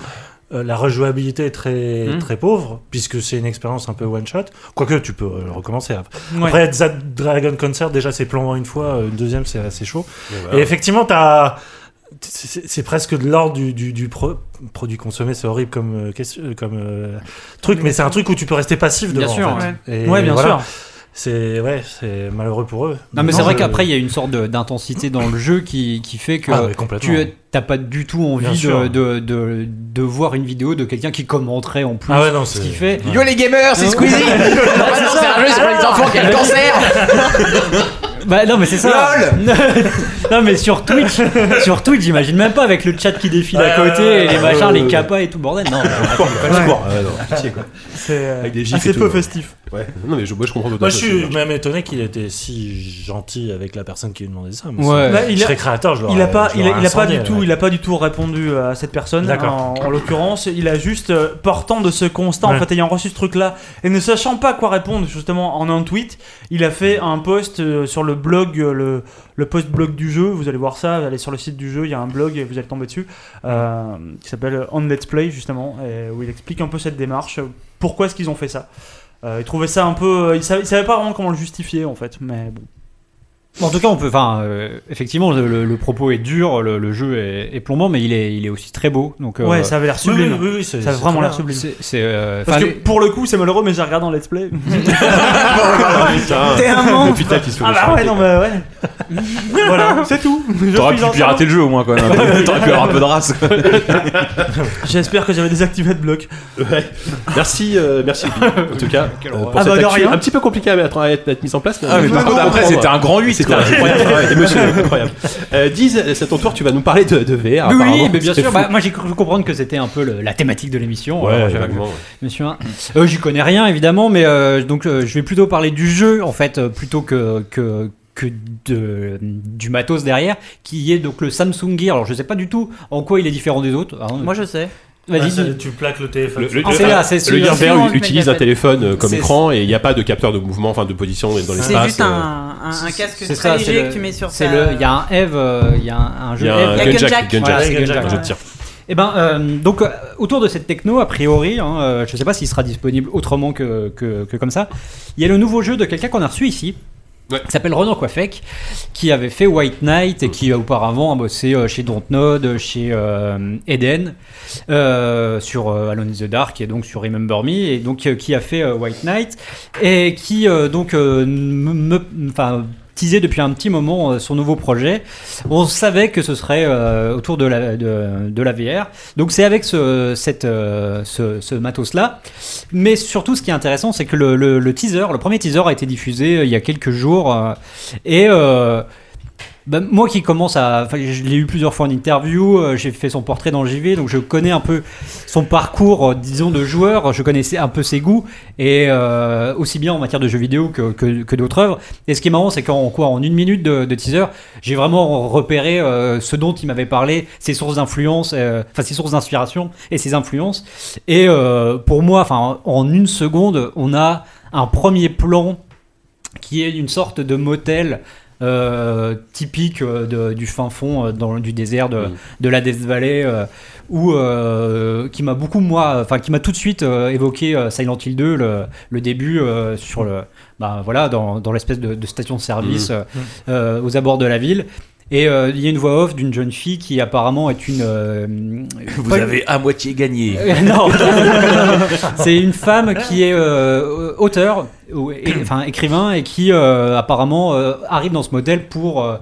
[SPEAKER 8] euh, la rejouabilité est très
[SPEAKER 3] Hmm.
[SPEAKER 4] Mhm.
[SPEAKER 8] très pauvre puisque c'est une expérience un peu one shot. Quoique tu peux euh, recommencer. Après,
[SPEAKER 3] Ouais.
[SPEAKER 8] Après, Za- Dragon Concert déjà c'est plombant une fois, euh, une deuxième c'est assez chaud.
[SPEAKER 2] Ouais,
[SPEAKER 8] Et
[SPEAKER 2] voilà.
[SPEAKER 8] effectivement t'as c'est- c'est c'est presque de l'ordre du, du, du pro- produit consommé, c'est horrible comme, euh, question- euh, comme euh, truc, mais c'est un truc où tu peux rester passif devant.
[SPEAKER 5] Bien sûr,
[SPEAKER 8] en fait. Et
[SPEAKER 3] Ouais, bien
[SPEAKER 8] voilà.
[SPEAKER 3] sûr.
[SPEAKER 8] C'est ouais, c'est malheureux pour eux.
[SPEAKER 5] Non, mais c'est vrai
[SPEAKER 8] je-
[SPEAKER 5] qu'après, il y a une sorte de- d'intensité dans le jeu qui, qui fait que
[SPEAKER 8] Ah, mais complètement.
[SPEAKER 5] tu n'as pas du tout
[SPEAKER 8] Bien
[SPEAKER 5] envie de,
[SPEAKER 8] sûr.
[SPEAKER 5] de, de, de voir une vidéo de quelqu'un qui commenterait en plus
[SPEAKER 8] Ah ouais, non,
[SPEAKER 5] ce
[SPEAKER 8] c'est-
[SPEAKER 5] qu'il fait.
[SPEAKER 7] Yo les gamers, c'est Squeezie C'est un jeu, c'est pour les enfants qui ont le cancer
[SPEAKER 5] Bah non, mais c'est ça. non, mais sur Twitch, sur Twitch, j'imagine même pas avec le chat qui défile à
[SPEAKER 8] Ouais,
[SPEAKER 5] côté
[SPEAKER 8] ouais,
[SPEAKER 5] et les
[SPEAKER 8] ouais,
[SPEAKER 5] machins,
[SPEAKER 8] ouais,
[SPEAKER 5] les
[SPEAKER 8] ouais.
[SPEAKER 5] capas et tout bordel. Non,
[SPEAKER 3] C'est euh,
[SPEAKER 8] Ah,
[SPEAKER 2] Avec des gifs et
[SPEAKER 3] assez
[SPEAKER 2] tout,
[SPEAKER 3] peu
[SPEAKER 2] ouais.
[SPEAKER 3] festif.
[SPEAKER 2] Ouais. Non, mais je, moi, je comprends tout
[SPEAKER 8] Moi,
[SPEAKER 2] à
[SPEAKER 8] je
[SPEAKER 2] fait.
[SPEAKER 8] suis même étonné qu'il était si gentil avec la personne qui lui demandait ça. Moi,
[SPEAKER 5] Ouais.
[SPEAKER 8] si
[SPEAKER 3] Bah, il
[SPEAKER 8] je
[SPEAKER 3] a-
[SPEAKER 8] serais créateur, je l'aurais.
[SPEAKER 3] Il a pas,
[SPEAKER 8] je
[SPEAKER 3] il a,
[SPEAKER 8] l'aurais
[SPEAKER 3] il a pas
[SPEAKER 8] euh, incendié,
[SPEAKER 3] du tout,
[SPEAKER 8] ouais.
[SPEAKER 3] il a pas du tout répondu euh, à cette personne. En,
[SPEAKER 8] D'accord.
[SPEAKER 3] en l'occurrence, il a juste euh, portant de ce constat, en
[SPEAKER 8] Ouais.
[SPEAKER 3] fait, ayant reçu ce truc-là et ne sachant pas quoi répondre, justement, en un tweet, il a fait un post euh, sur le blog, euh, le, le post blog du jeu. Vous allez voir ça. Allez sur le site du jeu, il y a un blog et vous allez tomber dessus euh, qui s'appelle On Let's Play justement, et où il explique un peu cette démarche, euh, pourquoi est-ce qu'ils ont fait ça. Euh, il trouvait ça un peu, il savait, il savait pas vraiment comment le justifier en fait, mais bon.
[SPEAKER 5] En tout cas, on peut. Enfin, euh, effectivement, le, le- le propos est dur, le, le jeu est, est plombant, mais il est, il est aussi très beau. Donc, euh,
[SPEAKER 3] Ouais, ça avait l'air
[SPEAKER 8] Oui,
[SPEAKER 3] sublime.
[SPEAKER 8] oui, oui, oui, c'est-
[SPEAKER 3] Ça a
[SPEAKER 8] c'est
[SPEAKER 3] vraiment
[SPEAKER 8] très
[SPEAKER 3] l'air
[SPEAKER 8] bien.
[SPEAKER 3] sublime.
[SPEAKER 5] c'est- c'est, euh,
[SPEAKER 3] Parce
[SPEAKER 5] enfin,
[SPEAKER 3] que
[SPEAKER 5] les-
[SPEAKER 3] pour le coup, c'est malheureux, mais j'ai regardé en let's play.
[SPEAKER 2] Putain.
[SPEAKER 3] T'es un monstre.
[SPEAKER 2] L'hôpital qui se fait
[SPEAKER 3] Ah bah
[SPEAKER 2] rechercher.
[SPEAKER 3] ouais, non, bah ouais. voilà, c'est tout. Je
[SPEAKER 4] T'aurais
[SPEAKER 3] suis
[SPEAKER 4] pu
[SPEAKER 3] entièrement-
[SPEAKER 4] pirater le jeu au moins quand même. T'aurais pu avoir un peu de race.
[SPEAKER 3] J'espère que j'avais désactivé de bloc.
[SPEAKER 2] Ouais. Merci, euh, merci Epi, en tout cas, euh, pour
[SPEAKER 3] Ah bah,
[SPEAKER 2] cette
[SPEAKER 3] de
[SPEAKER 2] actu
[SPEAKER 3] rien.
[SPEAKER 2] un petit peu compliqué à mettre à être, à être mise en place.
[SPEAKER 4] Ah, mais Ah, par contre, après, c'était un grand 8.
[SPEAKER 2] C'était Putain, c'est incroyable. Ouais, émotion, incroyable. Euh, Diz, c'est à ton tour, tu vas nous parler de, de VR. apparemment.
[SPEAKER 5] Oui, mais bien
[SPEAKER 2] C'est
[SPEAKER 5] sûr.
[SPEAKER 2] fou.
[SPEAKER 5] bah, moi, j'ai cru comprendre que c'était un peu le- la thématique de l'émission.
[SPEAKER 2] Ouais,
[SPEAKER 5] Alors, j'avais-
[SPEAKER 2] vaguement, ouais.
[SPEAKER 5] Monsieur un. Euh, J'y connais rien évidemment, mais euh, donc euh, je vais plutôt parler du jeu en fait euh, plutôt que que que de, du matos derrière, qui est donc le Samsung Gear. Alors je sais pas du tout en quoi il est différent des autres. hein.
[SPEAKER 6] Moi je sais.
[SPEAKER 3] Ah,
[SPEAKER 5] vas-y,
[SPEAKER 8] ça,
[SPEAKER 5] dis.
[SPEAKER 8] tu plaques le téléphone.
[SPEAKER 2] Le, le-
[SPEAKER 5] Ah,
[SPEAKER 2] le-
[SPEAKER 5] c'est là, c'est
[SPEAKER 2] le
[SPEAKER 5] celui-
[SPEAKER 2] Gear
[SPEAKER 7] celui-là, on
[SPEAKER 2] VR
[SPEAKER 7] le
[SPEAKER 2] utilise
[SPEAKER 7] met
[SPEAKER 2] un
[SPEAKER 7] pas.
[SPEAKER 2] téléphone euh, comme
[SPEAKER 5] C'est-
[SPEAKER 2] écran et il n'y a pas de capteur de mouvement, enfin de position dans l'espace.
[SPEAKER 6] C'est juste
[SPEAKER 2] euh,
[SPEAKER 6] un, un, un casque
[SPEAKER 5] C'est
[SPEAKER 6] très
[SPEAKER 5] ça, c'est
[SPEAKER 6] léger
[SPEAKER 5] le-
[SPEAKER 6] que tu mets sur
[SPEAKER 5] C'est
[SPEAKER 6] ta...
[SPEAKER 5] le. Il y a un Eve, euh, il y a un, un
[SPEAKER 2] Il
[SPEAKER 5] jeu
[SPEAKER 2] y a
[SPEAKER 5] Eve.
[SPEAKER 2] un
[SPEAKER 6] Il y a
[SPEAKER 2] Gunjack,
[SPEAKER 6] Gunjack.
[SPEAKER 5] Voilà, c'est
[SPEAKER 2] Gunjack,
[SPEAKER 5] Gunjack,
[SPEAKER 2] un
[SPEAKER 5] ouais.
[SPEAKER 2] jeu de tir.
[SPEAKER 5] Eh ben, euh, donc euh, autour de cette techno, a priori, hein, euh, je ne sais pas s'il sera disponible autrement que, que, que comme ça, il y a le nouveau jeu de quelqu'un qu'on a reçu ici.
[SPEAKER 2] Ouais.
[SPEAKER 5] qui s'appelle Ronan Coiffec, qui avait fait White Knight et qui euh, auparavant a bossé euh, chez Dontnod, chez euh, Eden, euh, sur euh, Alone in the Dark et donc sur Remember Me, et donc euh, qui a fait euh, White Knight et qui euh, donc euh, me- me- enfin, teasait depuis un petit moment euh, son nouveau projet. On savait que ce serait euh, autour de la, de, de la VR. Donc c'est avec ce, cette, euh, ce, ce matos-là. Mais surtout, ce qui est intéressant, c'est que le, le- le teaser, le premier teaser a été diffusé euh, il y a quelques jours. euh, et... euh, bah, moi qui commence à. enfin, Je l'ai eu plusieurs fois en interview, euh, j'ai fait son portrait dans le JV, donc je connais un peu son parcours, euh, disons, de joueur, je connaissais un peu ses goûts, et euh, aussi bien en matière de jeux vidéo que, que- que d'autres œuvres. Et ce qui est marrant, c'est qu'en quoi, en une minute de, de teaser, j'ai vraiment repéré euh, ce dont il m'avait parlé, ses sources d'influence, euh, enfin ses sources d'inspiration et ses influences. Et euh, pour moi, enfin, en une seconde, on a un premier plan qui est une sorte de motel euh, typique euh, de- du fin fond euh, dans, du désert de, de la Death Valley, euh, où, euh, qui m'a beaucoup, moi, enfin, qui m'a tout de suite euh, évoqué euh, Silent Hill 2, le, le début euh, sur le, bah, voilà, dans, dans l'espèce de, de station-service euh, euh, aux abords de la ville. Et euh, il y a une voix off d'une jeune fille qui apparemment est une. euh,
[SPEAKER 4] Vous
[SPEAKER 5] pas-
[SPEAKER 4] avez à moitié gagné.
[SPEAKER 5] euh, non, c'est une femme qui est euh, auteur, ou é- enfin écrivain, et qui euh, apparemment euh, arrive dans ce modèle pour euh,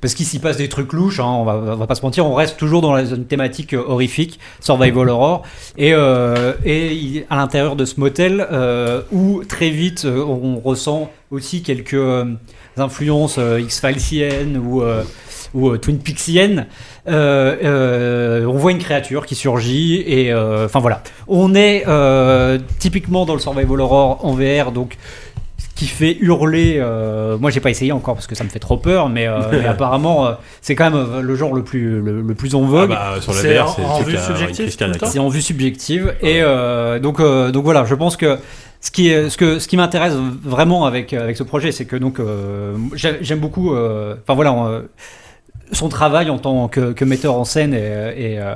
[SPEAKER 5] parce qu'il s'y passe des trucs louches. hein, on, va, on va pas se mentir, on reste toujours dans la zone thématique euh, horrifique, survival horror, et, euh, et il- à l'intérieur de ce motel euh, où très vite euh, on ressent aussi quelques euh, influences euh, X-Filesiennes ou euh, ou euh, Twin Peaksienne, euh, euh, on voit une créature qui surgit et euh, enfin voilà. On est euh, typiquement dans le survival horror en VR, donc ce qui fait hurler. euh, moi, j'ai pas essayé encore parce que ça me fait trop peur, mais, euh, mais apparemment, euh, c'est quand même euh, le genre le plus le, le plus en
[SPEAKER 2] Ah
[SPEAKER 5] vogue.
[SPEAKER 2] bah, sur la
[SPEAKER 8] C'est
[SPEAKER 2] VR,
[SPEAKER 8] en-
[SPEAKER 2] c'est
[SPEAKER 8] en
[SPEAKER 2] le truc
[SPEAKER 8] vue
[SPEAKER 2] à-
[SPEAKER 8] subjective,
[SPEAKER 2] une crise
[SPEAKER 8] tout le
[SPEAKER 2] cardiaque.
[SPEAKER 8] temps
[SPEAKER 5] C'est en vue subjective. Et euh, donc, euh, donc voilà, je pense que ce qui, est- ce que, ce qui m'intéresse vraiment avec, avec ce projet, c'est que donc euh, j'ai- j'aime beaucoup. euh, Enfin voilà. euh, son travail en tant que, que metteur en scène et, et, euh,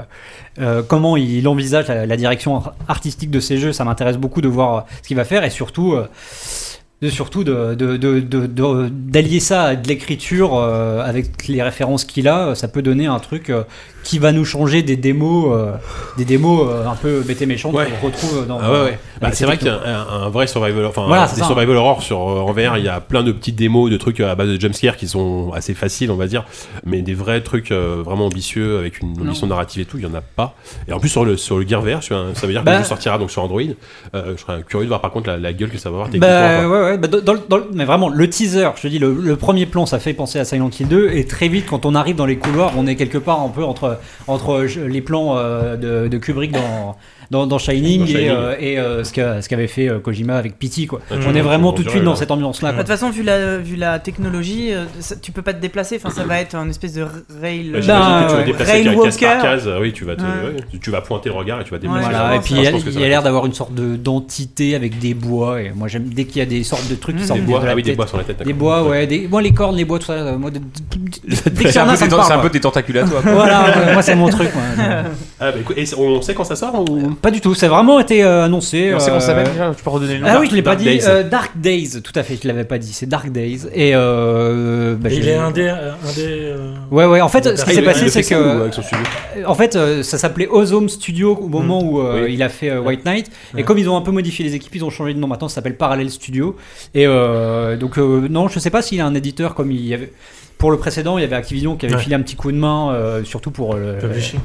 [SPEAKER 5] euh, comment il envisage la, la direction ar- artistique de ses jeux, ça m'intéresse beaucoup de voir euh, ce qu'il va faire et surtout, euh, de, surtout de, de- de- de- de- d'allier ça à de l'écriture euh, avec les références qu'il a, euh, ça peut donner un truc euh, qui va nous changer des démos, euh, des démos euh, un peu bêtes et méchantes
[SPEAKER 2] Ouais.
[SPEAKER 5] qu'on retrouve dans.
[SPEAKER 2] Ah ouais, ouais.
[SPEAKER 5] avec
[SPEAKER 2] Bah,
[SPEAKER 5] ces
[SPEAKER 2] c'est vrai qu'il y
[SPEAKER 5] technos.
[SPEAKER 2] a un, un vrai survival horror, enfin
[SPEAKER 5] Voilà,
[SPEAKER 2] un-
[SPEAKER 5] c'est
[SPEAKER 2] des
[SPEAKER 5] ça.
[SPEAKER 2] survival horror sur euh, en VR, il y a plein de petites démos, de trucs euh, à base de jumpscare qui sont assez faciles, on va dire, mais des vrais trucs euh, vraiment ambitieux avec une ambition narrative et tout, il y en a pas. Et en plus sur le sur le Gear VR, je suis un- ça veut dire que
[SPEAKER 5] Bah.
[SPEAKER 2] le jeu sortira donc sur Android. Euh, je serais curieux de voir par contre la, la gueule que ça va avoir techniquement.
[SPEAKER 5] Bah,
[SPEAKER 2] quoi.
[SPEAKER 5] ouais, ouais, bah, dans- dans le- dans le- mais vraiment, le teaser, je te dis, le, le premier plan, ça fait penser à Silent Hill 2, et très vite, quand on arrive dans les couloirs, on est quelque part un peu entre, entre je- les plans euh, de, de Kubrick dans, dans, dans Shining,
[SPEAKER 2] Dans Shining.
[SPEAKER 5] et, euh, et, euh, ce qu'a- ce qu'avait fait euh, Kojima avec Pity, quoi.
[SPEAKER 2] Ouais, tu
[SPEAKER 5] on est
[SPEAKER 2] vois,
[SPEAKER 5] vraiment
[SPEAKER 2] on
[SPEAKER 5] tout de
[SPEAKER 2] dirait,
[SPEAKER 5] suite dans
[SPEAKER 2] là.
[SPEAKER 5] cette ambiance-là,
[SPEAKER 6] De
[SPEAKER 5] quoi.
[SPEAKER 6] toute façon, vu la, vu la technologie, euh, ça- tu peux pas te déplacer. Enfin, ça va être un espèce de r- rail.
[SPEAKER 2] Bah, j'imagine
[SPEAKER 5] Bah,
[SPEAKER 2] que tu vas
[SPEAKER 5] ouais.
[SPEAKER 2] déplacer case par
[SPEAKER 6] Railwalker.
[SPEAKER 2] case, euh, oui, tu vas, te-
[SPEAKER 6] Ouais.
[SPEAKER 2] ouais, tu- tu vas pointer le regard et tu vas déplacer.
[SPEAKER 6] Ouais,
[SPEAKER 5] Voilà,
[SPEAKER 6] je
[SPEAKER 5] et
[SPEAKER 6] pense,
[SPEAKER 5] puis
[SPEAKER 2] hein.
[SPEAKER 5] il y a-
[SPEAKER 2] Je pense que ça
[SPEAKER 5] il y a
[SPEAKER 2] va
[SPEAKER 5] l'air d'avoir une sorte de- d'entité avec des bois, et moi j'aime dès qu'il y a des sortes de trucs qui
[SPEAKER 6] Des
[SPEAKER 5] sortent
[SPEAKER 2] des
[SPEAKER 5] de
[SPEAKER 2] bois,
[SPEAKER 5] la
[SPEAKER 2] ah oui, des
[SPEAKER 5] tête.
[SPEAKER 2] bois sur la tête.
[SPEAKER 5] Des
[SPEAKER 2] d'accord.
[SPEAKER 5] bois, ouais, des... moi les cornes, les bois, tout ça, euh, moi, de- dès qu'il y
[SPEAKER 4] C'est un,
[SPEAKER 5] en a,
[SPEAKER 4] peu
[SPEAKER 5] ça
[SPEAKER 4] tes ten-
[SPEAKER 5] me parle,
[SPEAKER 4] c'est un
[SPEAKER 5] quoi.
[SPEAKER 4] peu tes tentacules à toi. quoi.
[SPEAKER 5] Voilà, ouais, moi c'est mon truc, moi.
[SPEAKER 2] Ah, bah, écoute, et on sait quand ça sort ou
[SPEAKER 5] Pas du tout, ça a vraiment été euh, annoncé.
[SPEAKER 7] On sait
[SPEAKER 5] euh,
[SPEAKER 7] qu'on s'appelle déjà, tu peux redonner le nom.
[SPEAKER 5] Ah oui, je l'ai pas
[SPEAKER 2] Dark
[SPEAKER 5] dit.
[SPEAKER 2] Days.
[SPEAKER 5] euh, Dark Days, tout à fait, je l'avais pas dit. C'est Dark Days. Et euh, bah,
[SPEAKER 8] Il
[SPEAKER 5] j'ai-
[SPEAKER 8] est un des. Un des euh,
[SPEAKER 5] Ouais, ouais. En fait, ce qui
[SPEAKER 2] Ah,
[SPEAKER 5] s'est
[SPEAKER 2] il-
[SPEAKER 5] passé,
[SPEAKER 2] il
[SPEAKER 5] c'est
[SPEAKER 2] fait ça, ou
[SPEAKER 5] que,
[SPEAKER 2] avec son studio
[SPEAKER 5] en fait, euh, ça s'appelait Ozone Studio au moment où euh,
[SPEAKER 2] Mm. Oui.
[SPEAKER 5] il a fait euh, White Knight. Et comme ils ont un peu modifié les équipes, ils ont changé de nom. Maintenant, ça s'appelle Parallel Studio. Et euh, donc, euh, non, je sais pas s'il y a un éditeur comme il y avait. Pour le précédent, il y avait Activision qui avait
[SPEAKER 8] Ouais.
[SPEAKER 5] filé un petit coup de main, euh, surtout pour le,
[SPEAKER 8] publishing.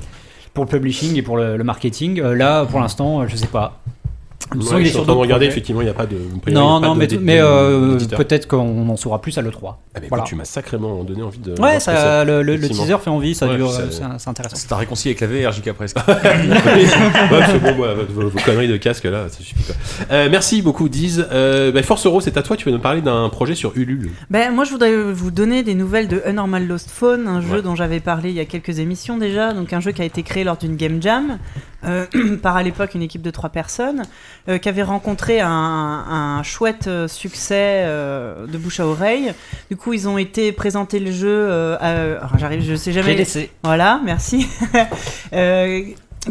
[SPEAKER 5] pour le publishing et pour le, le marketing. Euh, là, pour l'instant, euh, je sais pas. Il me semble
[SPEAKER 2] Ouais,
[SPEAKER 5] qu'il
[SPEAKER 2] je
[SPEAKER 5] est
[SPEAKER 2] suis
[SPEAKER 5] sur
[SPEAKER 2] en train de
[SPEAKER 5] d'autres
[SPEAKER 2] regarder,
[SPEAKER 5] projets.
[SPEAKER 2] effectivement, il n'y a pas de. a priori, il y a
[SPEAKER 5] Non,
[SPEAKER 2] pas
[SPEAKER 5] non,
[SPEAKER 2] de-
[SPEAKER 5] mais,
[SPEAKER 2] de-
[SPEAKER 5] mais
[SPEAKER 2] de-
[SPEAKER 5] euh,
[SPEAKER 2] d'éditeur.
[SPEAKER 5] peut-être qu'on en saura plus à l'E3.
[SPEAKER 2] Ah, mais
[SPEAKER 5] Voilà.
[SPEAKER 2] écoute, tu m'as sacrément donné envie de.
[SPEAKER 5] Ouais,
[SPEAKER 2] voir ce que
[SPEAKER 5] ça, le, le- le
[SPEAKER 2] effectivement.
[SPEAKER 5] teaser fait envie, ça
[SPEAKER 2] Ouais,
[SPEAKER 5] dure,
[SPEAKER 2] ça-
[SPEAKER 5] euh, c'est c'est intéressant.
[SPEAKER 4] C'est un réconcilié avec la VR, JK presque.
[SPEAKER 2] Oui, ouais, parce que bon, voilà, vos, vos conneries de casque là, ça suffit quoi. Euh, merci beaucoup, Diz. Euh, bah, Force Euro, c'est à toi, tu vas nous parler d'un projet sur Ulule.
[SPEAKER 6] Ben, moi, je voudrais vous donner des nouvelles de Unnormal Lost Phone, un jeu
[SPEAKER 2] Ouais.
[SPEAKER 6] dont j'avais parlé il y a quelques émissions déjà. Donc, un jeu qui a été créé lors d'une game jam euh, par à l'époque une équipe de trois personnes, euh, qui avait rencontré un, un chouette euh, succès euh, de bouche à oreille. Du coup, ils ont été présenter le jeu. euh, à- alors, j'arrive, je sais jamais.
[SPEAKER 7] laissé.
[SPEAKER 6] Voilà, merci. Euh,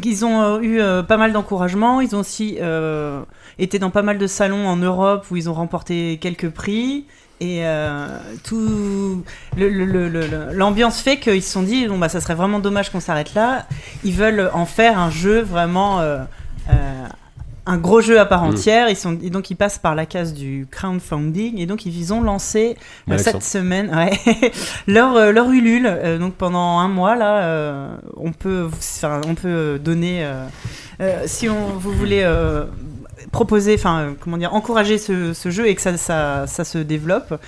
[SPEAKER 6] ils ont euh, eu euh, pas mal d'encouragement. Ils ont aussi euh, été dans pas mal de salons en Europe où ils ont remporté quelques prix. Et euh, tout le- le- le- le- le- l'ambiance fait qu'ils se sont dit bon bah ça serait vraiment dommage qu'on s'arrête là. Ils veulent en faire un jeu vraiment euh, euh, un gros jeu à part
[SPEAKER 2] Mm.
[SPEAKER 6] entière. Ils sont et donc ils passent par la case du crowdfunding et donc ils ont lancé euh,
[SPEAKER 2] Alexandre.
[SPEAKER 6] cette semaine ouais, leur, euh, leur Ulule. Euh, donc pendant un mois, là, euh, on, peut, vous- enfin, on peut donner. euh, euh, si on, vous voulez euh, proposer, enfin, euh, comment dire, encourager ce, ce jeu et que ça, ça, ça se développe.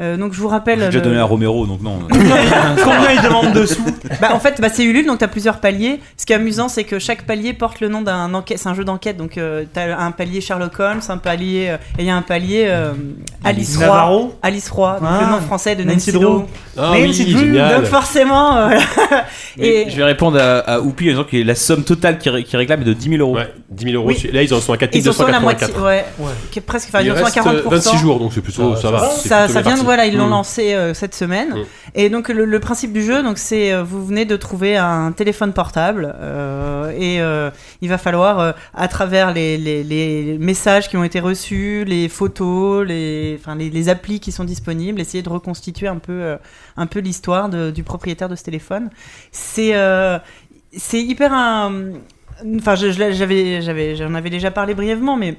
[SPEAKER 6] Euh, donc je vous rappelle. euh,
[SPEAKER 4] J'ai déjà
[SPEAKER 6] le-
[SPEAKER 4] donné à Romero, donc non.
[SPEAKER 3] Combien ils demandent de sous
[SPEAKER 6] bah, en fait, bah, c'est Ulule, donc tu as plusieurs paliers. Ce qui est amusant, c'est que chaque palier porte le nom d'un enquête. C'est un jeu d'enquête, donc tu as un palier Sherlock Holmes, un palier. euh, et il y a un palier euh, Alice Roy.
[SPEAKER 3] Navarro
[SPEAKER 6] Alice Roy, donc
[SPEAKER 3] Ah,
[SPEAKER 6] le nom français de
[SPEAKER 3] Nancy
[SPEAKER 6] Nancy
[SPEAKER 3] Drew.
[SPEAKER 6] Drew.
[SPEAKER 2] Ah
[SPEAKER 3] Mais
[SPEAKER 2] oui,
[SPEAKER 3] c'est plus-
[SPEAKER 2] génial.
[SPEAKER 6] Donc forcément. euh,
[SPEAKER 4] Mais
[SPEAKER 6] et-
[SPEAKER 4] Je vais répondre à, à Oupi en disant que la somme totale qu'il ré- qu'il réclame est de 10 000 euros.
[SPEAKER 2] Ouais, 10 000 euros.
[SPEAKER 6] Oui.
[SPEAKER 2] sur- Là, ils en sont à 4
[SPEAKER 6] Ils en sont à la
[SPEAKER 2] 284.
[SPEAKER 6] moitié, ouais,
[SPEAKER 3] Ouais.
[SPEAKER 6] qui est presque, enfin,
[SPEAKER 2] Il
[SPEAKER 6] ils en sont à
[SPEAKER 2] reste euh,
[SPEAKER 6] 40%.
[SPEAKER 2] 26 jours, donc c'est plutôt, ça,
[SPEAKER 8] Ça- ça
[SPEAKER 2] va. c'est
[SPEAKER 8] va.
[SPEAKER 6] Ah, Ça,
[SPEAKER 2] plutôt
[SPEAKER 6] ça
[SPEAKER 2] bien
[SPEAKER 6] vient de
[SPEAKER 2] parti.
[SPEAKER 6] voilà, ils l'ont
[SPEAKER 2] Mm.
[SPEAKER 6] lancé euh, cette semaine.
[SPEAKER 2] Mm.
[SPEAKER 6] Et donc le, le principe du jeu, donc c'est euh, vous venez de trouver un téléphone portable euh, et euh, il va falloir euh, à travers les, les- les messages qui ont été reçus, les photos, les, enfin, les, les applis qui sont disponibles, essayer de reconstituer un peu, euh, un peu l'histoire de- du propriétaire de ce téléphone. C'est euh, c'est hyper un. Enfin, je- je l'ai- j'avais, j'avais, j'en avais déjà parlé brièvement, mais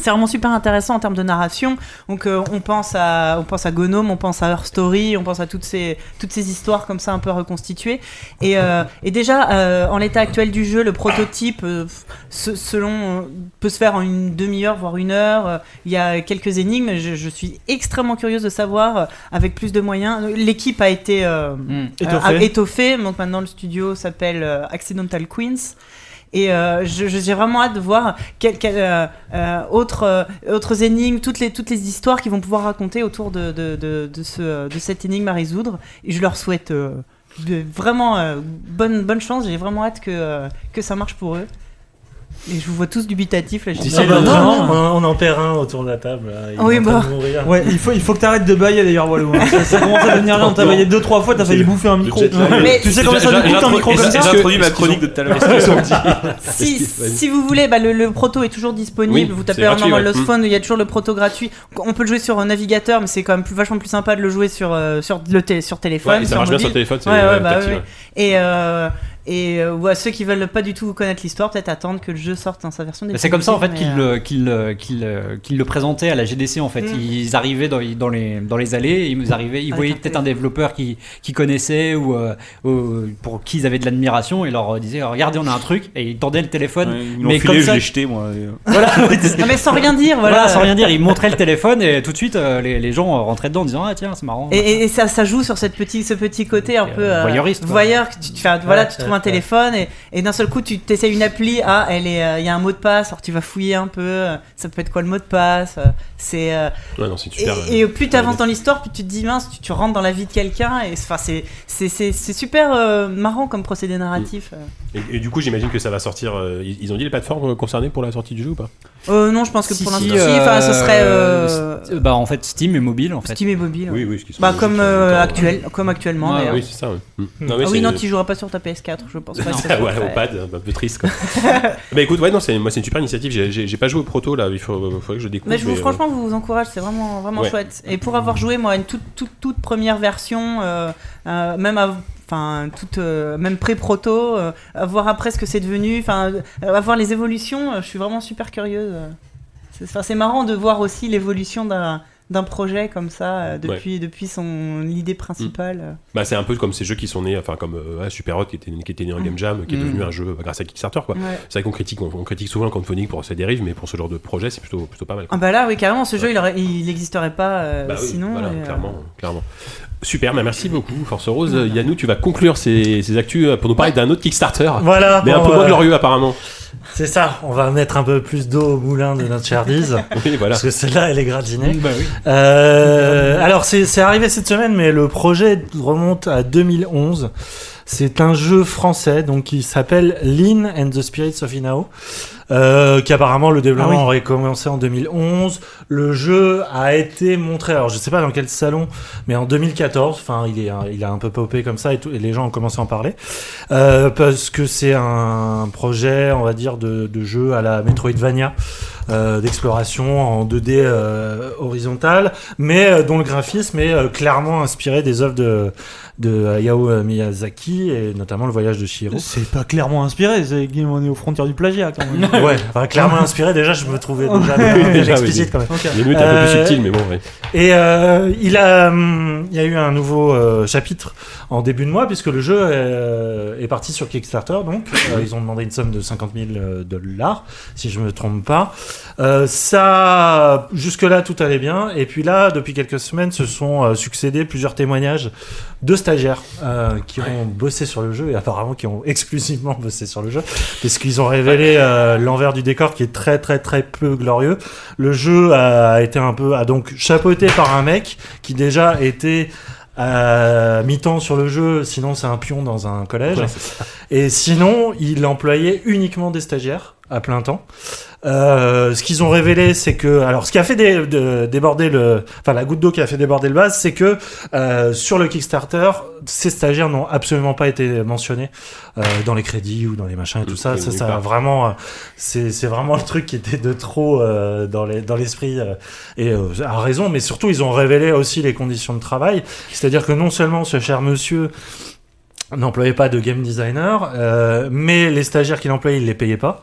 [SPEAKER 6] c'est vraiment super intéressant en termes de narration. Donc, euh, on pense à, on pense à Gnome, on pense à Her Story, on pense à toutes ces, toutes ces histoires comme ça un peu reconstituées. Et, euh, et déjà, euh, en l'état actuel du jeu, le prototype, euh, f- se- selon, euh, peut se faire en une demi-heure voire une heure. Euh, Il y a quelques énigmes. Je, je suis extrêmement curieuse de savoir, euh, avec plus de moyens. L'équipe a été euh,
[SPEAKER 5] Mm.
[SPEAKER 7] Ah,
[SPEAKER 3] Étoffée.
[SPEAKER 6] euh, étoffée. Donc maintenant, le studio s'appelle euh, Accidental Queens. Et euh, je- je- j'ai vraiment hâte de voir quel, quel, euh, euh, autre, euh, autres énigmes, toutes les, toutes les histoires qu'ils vont pouvoir raconter autour de, de, de, de ce, euh, de cette énigme à résoudre. Et je leur souhaite euh, de- vraiment euh, bonne, bonne chance. J'ai vraiment hâte que, euh, que ça marche pour eux. Et je vous vois tous dubitatifs là. je suis
[SPEAKER 8] Ah
[SPEAKER 6] sûre.
[SPEAKER 8] bah,
[SPEAKER 3] non,
[SPEAKER 8] vraiment,
[SPEAKER 3] non.
[SPEAKER 8] On, on en perd un autour de la table. là. Il est
[SPEAKER 6] Oui,
[SPEAKER 8] en train
[SPEAKER 6] bah.
[SPEAKER 8] de mourir.
[SPEAKER 3] Ouais, il faut, il faut que t'arrêtes de bailler d'ailleurs, Walou. hein. Ça, ça commence à devenir bien. T'as baillé deux, trois fois, t'as failli bouffer un micro.
[SPEAKER 2] jet lag.
[SPEAKER 6] Mais-
[SPEAKER 3] tu sais comment ça dégoûte un micro comme ça
[SPEAKER 4] J'introduis ma chronique de tout à l'heure.
[SPEAKER 6] si,
[SPEAKER 2] Est-ce qu'il-
[SPEAKER 6] si vous voulez, bah, le, le proto est toujours disponible.
[SPEAKER 2] Oui,
[SPEAKER 6] vous
[SPEAKER 2] c'est
[SPEAKER 6] tapez un
[SPEAKER 2] gratuit,
[SPEAKER 6] normal
[SPEAKER 2] ouais.
[SPEAKER 6] Lost
[SPEAKER 2] Mm.
[SPEAKER 6] Phone, il y a toujours le proto gratuit. On peut le jouer sur un navigateur, mais c'est quand même plus, vachement plus sympa de le jouer sur, euh, sur, le té- sur téléphone.
[SPEAKER 2] Ouais, et ça
[SPEAKER 6] sur
[SPEAKER 2] marche bien sur
[SPEAKER 6] mobile.
[SPEAKER 2] téléphone, c'est
[SPEAKER 6] Ouais, ouais,
[SPEAKER 2] euh,
[SPEAKER 6] bah,
[SPEAKER 2] tactile,
[SPEAKER 6] ouais.
[SPEAKER 2] ouais.
[SPEAKER 6] Et, euh, et euh, ou à ceux qui veulent pas du tout connaître l'histoire, peut-être attendre que le jeu sorte dans sa version
[SPEAKER 5] Mais
[SPEAKER 6] définitive.
[SPEAKER 5] Bah, C'est comme ça en fait qu'ils
[SPEAKER 6] mais, euh,
[SPEAKER 5] le- qu'ils le- qu'ils le- qu'ils le présentaient à la GDC en fait.
[SPEAKER 6] Mm.
[SPEAKER 5] Ils arrivaient dans, dans les, dans les allées, ils arrivaient, ils
[SPEAKER 6] Avec
[SPEAKER 5] voyaient
[SPEAKER 6] un
[SPEAKER 5] peut-être un développeur qui, qui connaissait ou euh, ou pour qui ils avaient de l'admiration et leur disaient regardez on a un truc et ils tendaient le téléphone.
[SPEAKER 4] Ils
[SPEAKER 5] Mais
[SPEAKER 4] l'ont
[SPEAKER 5] comme
[SPEAKER 4] filé, je
[SPEAKER 5] ça-
[SPEAKER 4] l'ai jeté moi. et, euh,
[SPEAKER 5] Voilà,
[SPEAKER 6] Non, mais sans rien dire,
[SPEAKER 5] voilà,
[SPEAKER 6] voilà.
[SPEAKER 5] sans rien dire, ils montraient le téléphone et tout de suite euh, les, les gens rentraient dedans en disant ah tiens c'est marrant.
[SPEAKER 6] Et, et- et ça, ça joue sur cette petit, ce petit côté un
[SPEAKER 5] Et,
[SPEAKER 6] peu
[SPEAKER 5] euh,
[SPEAKER 6] euh,
[SPEAKER 5] voyeuriste, quoi.
[SPEAKER 6] voyeur. Que tu, tu- enfin, voilà,
[SPEAKER 8] Ouais,
[SPEAKER 6] tu
[SPEAKER 8] ouais,
[SPEAKER 6] trouves un
[SPEAKER 8] ouais.
[SPEAKER 6] téléphone et, et d'un seul coup, tu t'essayes une appli. Ah, elle est, euh, il y a un mot de passe. Alors tu vas fouiller un peu. euh, Ça peut être quoi le mot de passe euh, C'est euh,
[SPEAKER 2] Ouais, non, c'est
[SPEAKER 6] et,
[SPEAKER 2] super.
[SPEAKER 6] et
[SPEAKER 2] euh,
[SPEAKER 6] plus tu avances dans l'histoire, plus tu te dis mince, tu, tu rentres dans la vie de quelqu'un. Et enfin, c'est c'est c'est c'est super euh, marrant comme procédé narratif.
[SPEAKER 2] Mm.
[SPEAKER 6] euh.
[SPEAKER 2] et- et du coup, j'imagine que ça va sortir. euh, Ils ils ont dit les plateformes euh, concernées pour la sortie du jeu ou pas
[SPEAKER 6] Euh, non, je pense que pour
[SPEAKER 5] Si,
[SPEAKER 6] l'instant,
[SPEAKER 5] si,
[SPEAKER 6] si, enfin, ce
[SPEAKER 5] euh,
[SPEAKER 6] serait euh,
[SPEAKER 5] St- bah en fait Steam est mobile en fait.
[SPEAKER 6] Steam et mobile. ouais.
[SPEAKER 2] oui, ce qui sont
[SPEAKER 6] Bah
[SPEAKER 2] logiques,
[SPEAKER 6] comme
[SPEAKER 2] en
[SPEAKER 6] euh,
[SPEAKER 2] même temps.
[SPEAKER 6] actuel, comme actuellement.
[SPEAKER 5] Ouais,
[SPEAKER 6] d'ailleurs.
[SPEAKER 2] Oui, c'est ça. ouais. Mm. Non, mais
[SPEAKER 6] Ah
[SPEAKER 2] c'est-
[SPEAKER 6] oui, non, tu joueras pas sur ta PS4, je pense pas. que ça
[SPEAKER 2] Ah ouais,
[SPEAKER 6] soit
[SPEAKER 2] au
[SPEAKER 6] fait.
[SPEAKER 2] pad, un peu triste quoi. bah écoute, ouais, non, c'est moi, c'est une super initiative. J'ai- J'ai j'ai pas joué au proto là, il faut, faudrait que je découvre.
[SPEAKER 6] Mais Bah, je vous,
[SPEAKER 2] euh,
[SPEAKER 6] franchement, vous vous encourage, c'est vraiment, vraiment
[SPEAKER 2] Ouais.
[SPEAKER 6] chouette. Et pour avoir joué, moi, une toute, toute, toute première version, euh, euh, même av- Enfin, toute, euh, même pré-proto, euh, à voir après ce que c'est devenu, enfin, euh, à voir les évolutions, euh, je suis vraiment super curieuse. C'est enfin, c'est marrant de voir aussi l'évolution d'un d'un projet comme ça euh,
[SPEAKER 2] Ouais.
[SPEAKER 6] depuis, depuis son idée principale. euh.
[SPEAKER 2] Bah, c'est un peu comme ces jeux qui sont nés, enfin comme euh, ouais, Super Hot qui était, qui était né en Game Jam, qui est
[SPEAKER 5] Mm.
[SPEAKER 2] devenu un jeu bah, grâce à Kickstarter. quoi.
[SPEAKER 6] Ouais.
[SPEAKER 2] C'est vrai qu'on critique, on, on critique souvent Conphonic pour ses dérives, mais pour ce genre de projet, c'est plutôt, plutôt pas mal. quoi.
[SPEAKER 6] Ah bah là, oui, carrément, ce jeu, il aurait- il n'existerait pas euh,
[SPEAKER 2] Bah oui,
[SPEAKER 6] sinon.
[SPEAKER 2] voilà,
[SPEAKER 6] et, euh,
[SPEAKER 2] clairement, clairement. Super, bah, merci beaucoup, Force Rose.
[SPEAKER 8] Ah,
[SPEAKER 2] Euh, Yannou, tu vas conclure ces, ces actus euh, pour nous parler d'un autre Kickstarter.
[SPEAKER 8] Voilà.
[SPEAKER 2] Mais un
[SPEAKER 8] bon,
[SPEAKER 2] peu moins
[SPEAKER 8] euh,
[SPEAKER 2] glorieux apparemment.
[SPEAKER 8] C'est ça. On va mettre un peu plus d'eau au moulin de notre chardise.
[SPEAKER 2] Oui, voilà.
[SPEAKER 8] Parce que celle-là, elle est gratinée.
[SPEAKER 5] Bah oui.
[SPEAKER 8] Euh, alors, c'est c'est arrivé cette semaine, mais le projet remonte à 2011. C'est un jeu français donc qui s'appelle Lean and the Spirits of Inao, euh, qui apparemment le développement
[SPEAKER 3] Ah oui.
[SPEAKER 8] aurait commencé en 2011. Le jeu a été montré, alors je sais pas dans quel salon, mais en 2014. Enfin, il est, un- il a un peu popé comme ça et, tout, et les gens ont commencé à en parler Euh, parce que c'est un projet, on va dire, de, de jeu à la Metroidvania euh, d'exploration en 2D euh, horizontale, mais euh, dont le graphisme est euh, clairement inspiré des œuvres de, de Hayao Miyazaki et notamment le voyage de Chihiro.
[SPEAKER 3] C'est pas clairement inspiré, c'est on est aux frontières du plagiat quand même.
[SPEAKER 8] Ouais, enfin, clairement inspiré. Déjà, je me trouvais déjà, bien,
[SPEAKER 2] Déjà,
[SPEAKER 8] explicite
[SPEAKER 2] oui.
[SPEAKER 8] quand même.
[SPEAKER 2] Yannou est un peu plus
[SPEAKER 8] Euh,
[SPEAKER 2] subtil, mais bon, ouais.
[SPEAKER 8] Et euh, il a, hum, il y a eu un nouveau euh, chapitre en début de mois puisque le jeu euh, est parti sur Kickstarter. Donc, Euh, ils ont demandé une somme de 50 000 euh, dollars, si je me trompe pas. Euh, ça, jusque là, tout allait bien. Et puis là, depuis quelques semaines, se sont euh, succédés plusieurs témoignages de stagiaires euh, qui ont bossé sur le jeu et apparemment qui ont exclusivement bossé sur le jeu, puisqu'ils ont révélé euh, l'envers du décor qui est très très très peu glorieux. Le jeu a été un peu, a donc chapeauté par un mec qui déjà était à mi-temps sur le jeu, sinon c'est un pion dans un collège. et sinon, il employait uniquement des stagiaires à plein temps. Euh, ce qu'ils ont révélé, c'est que, alors, ce qui a fait dé- de- déborder le, enfin, la goutte d'eau qui a fait déborder le vase, c'est que euh, sur le Kickstarter, ces stagiaires n'ont absolument pas été mentionnés euh, dans les crédits ou dans les machins et tout ça.
[SPEAKER 2] Euh,
[SPEAKER 8] Ça,
[SPEAKER 2] nulle
[SPEAKER 8] ça a
[SPEAKER 2] part.
[SPEAKER 8] vraiment, euh, c'est c'est vraiment le truc qui était de trop euh, dans les- dans l'esprit euh, et euh, à raison. Mais surtout, ils ont révélé aussi les conditions de travail, c'est-à-dire que non seulement ce cher monsieur n'employait pas de game designer, euh, mais les stagiaires qu'il employait, il les payait pas.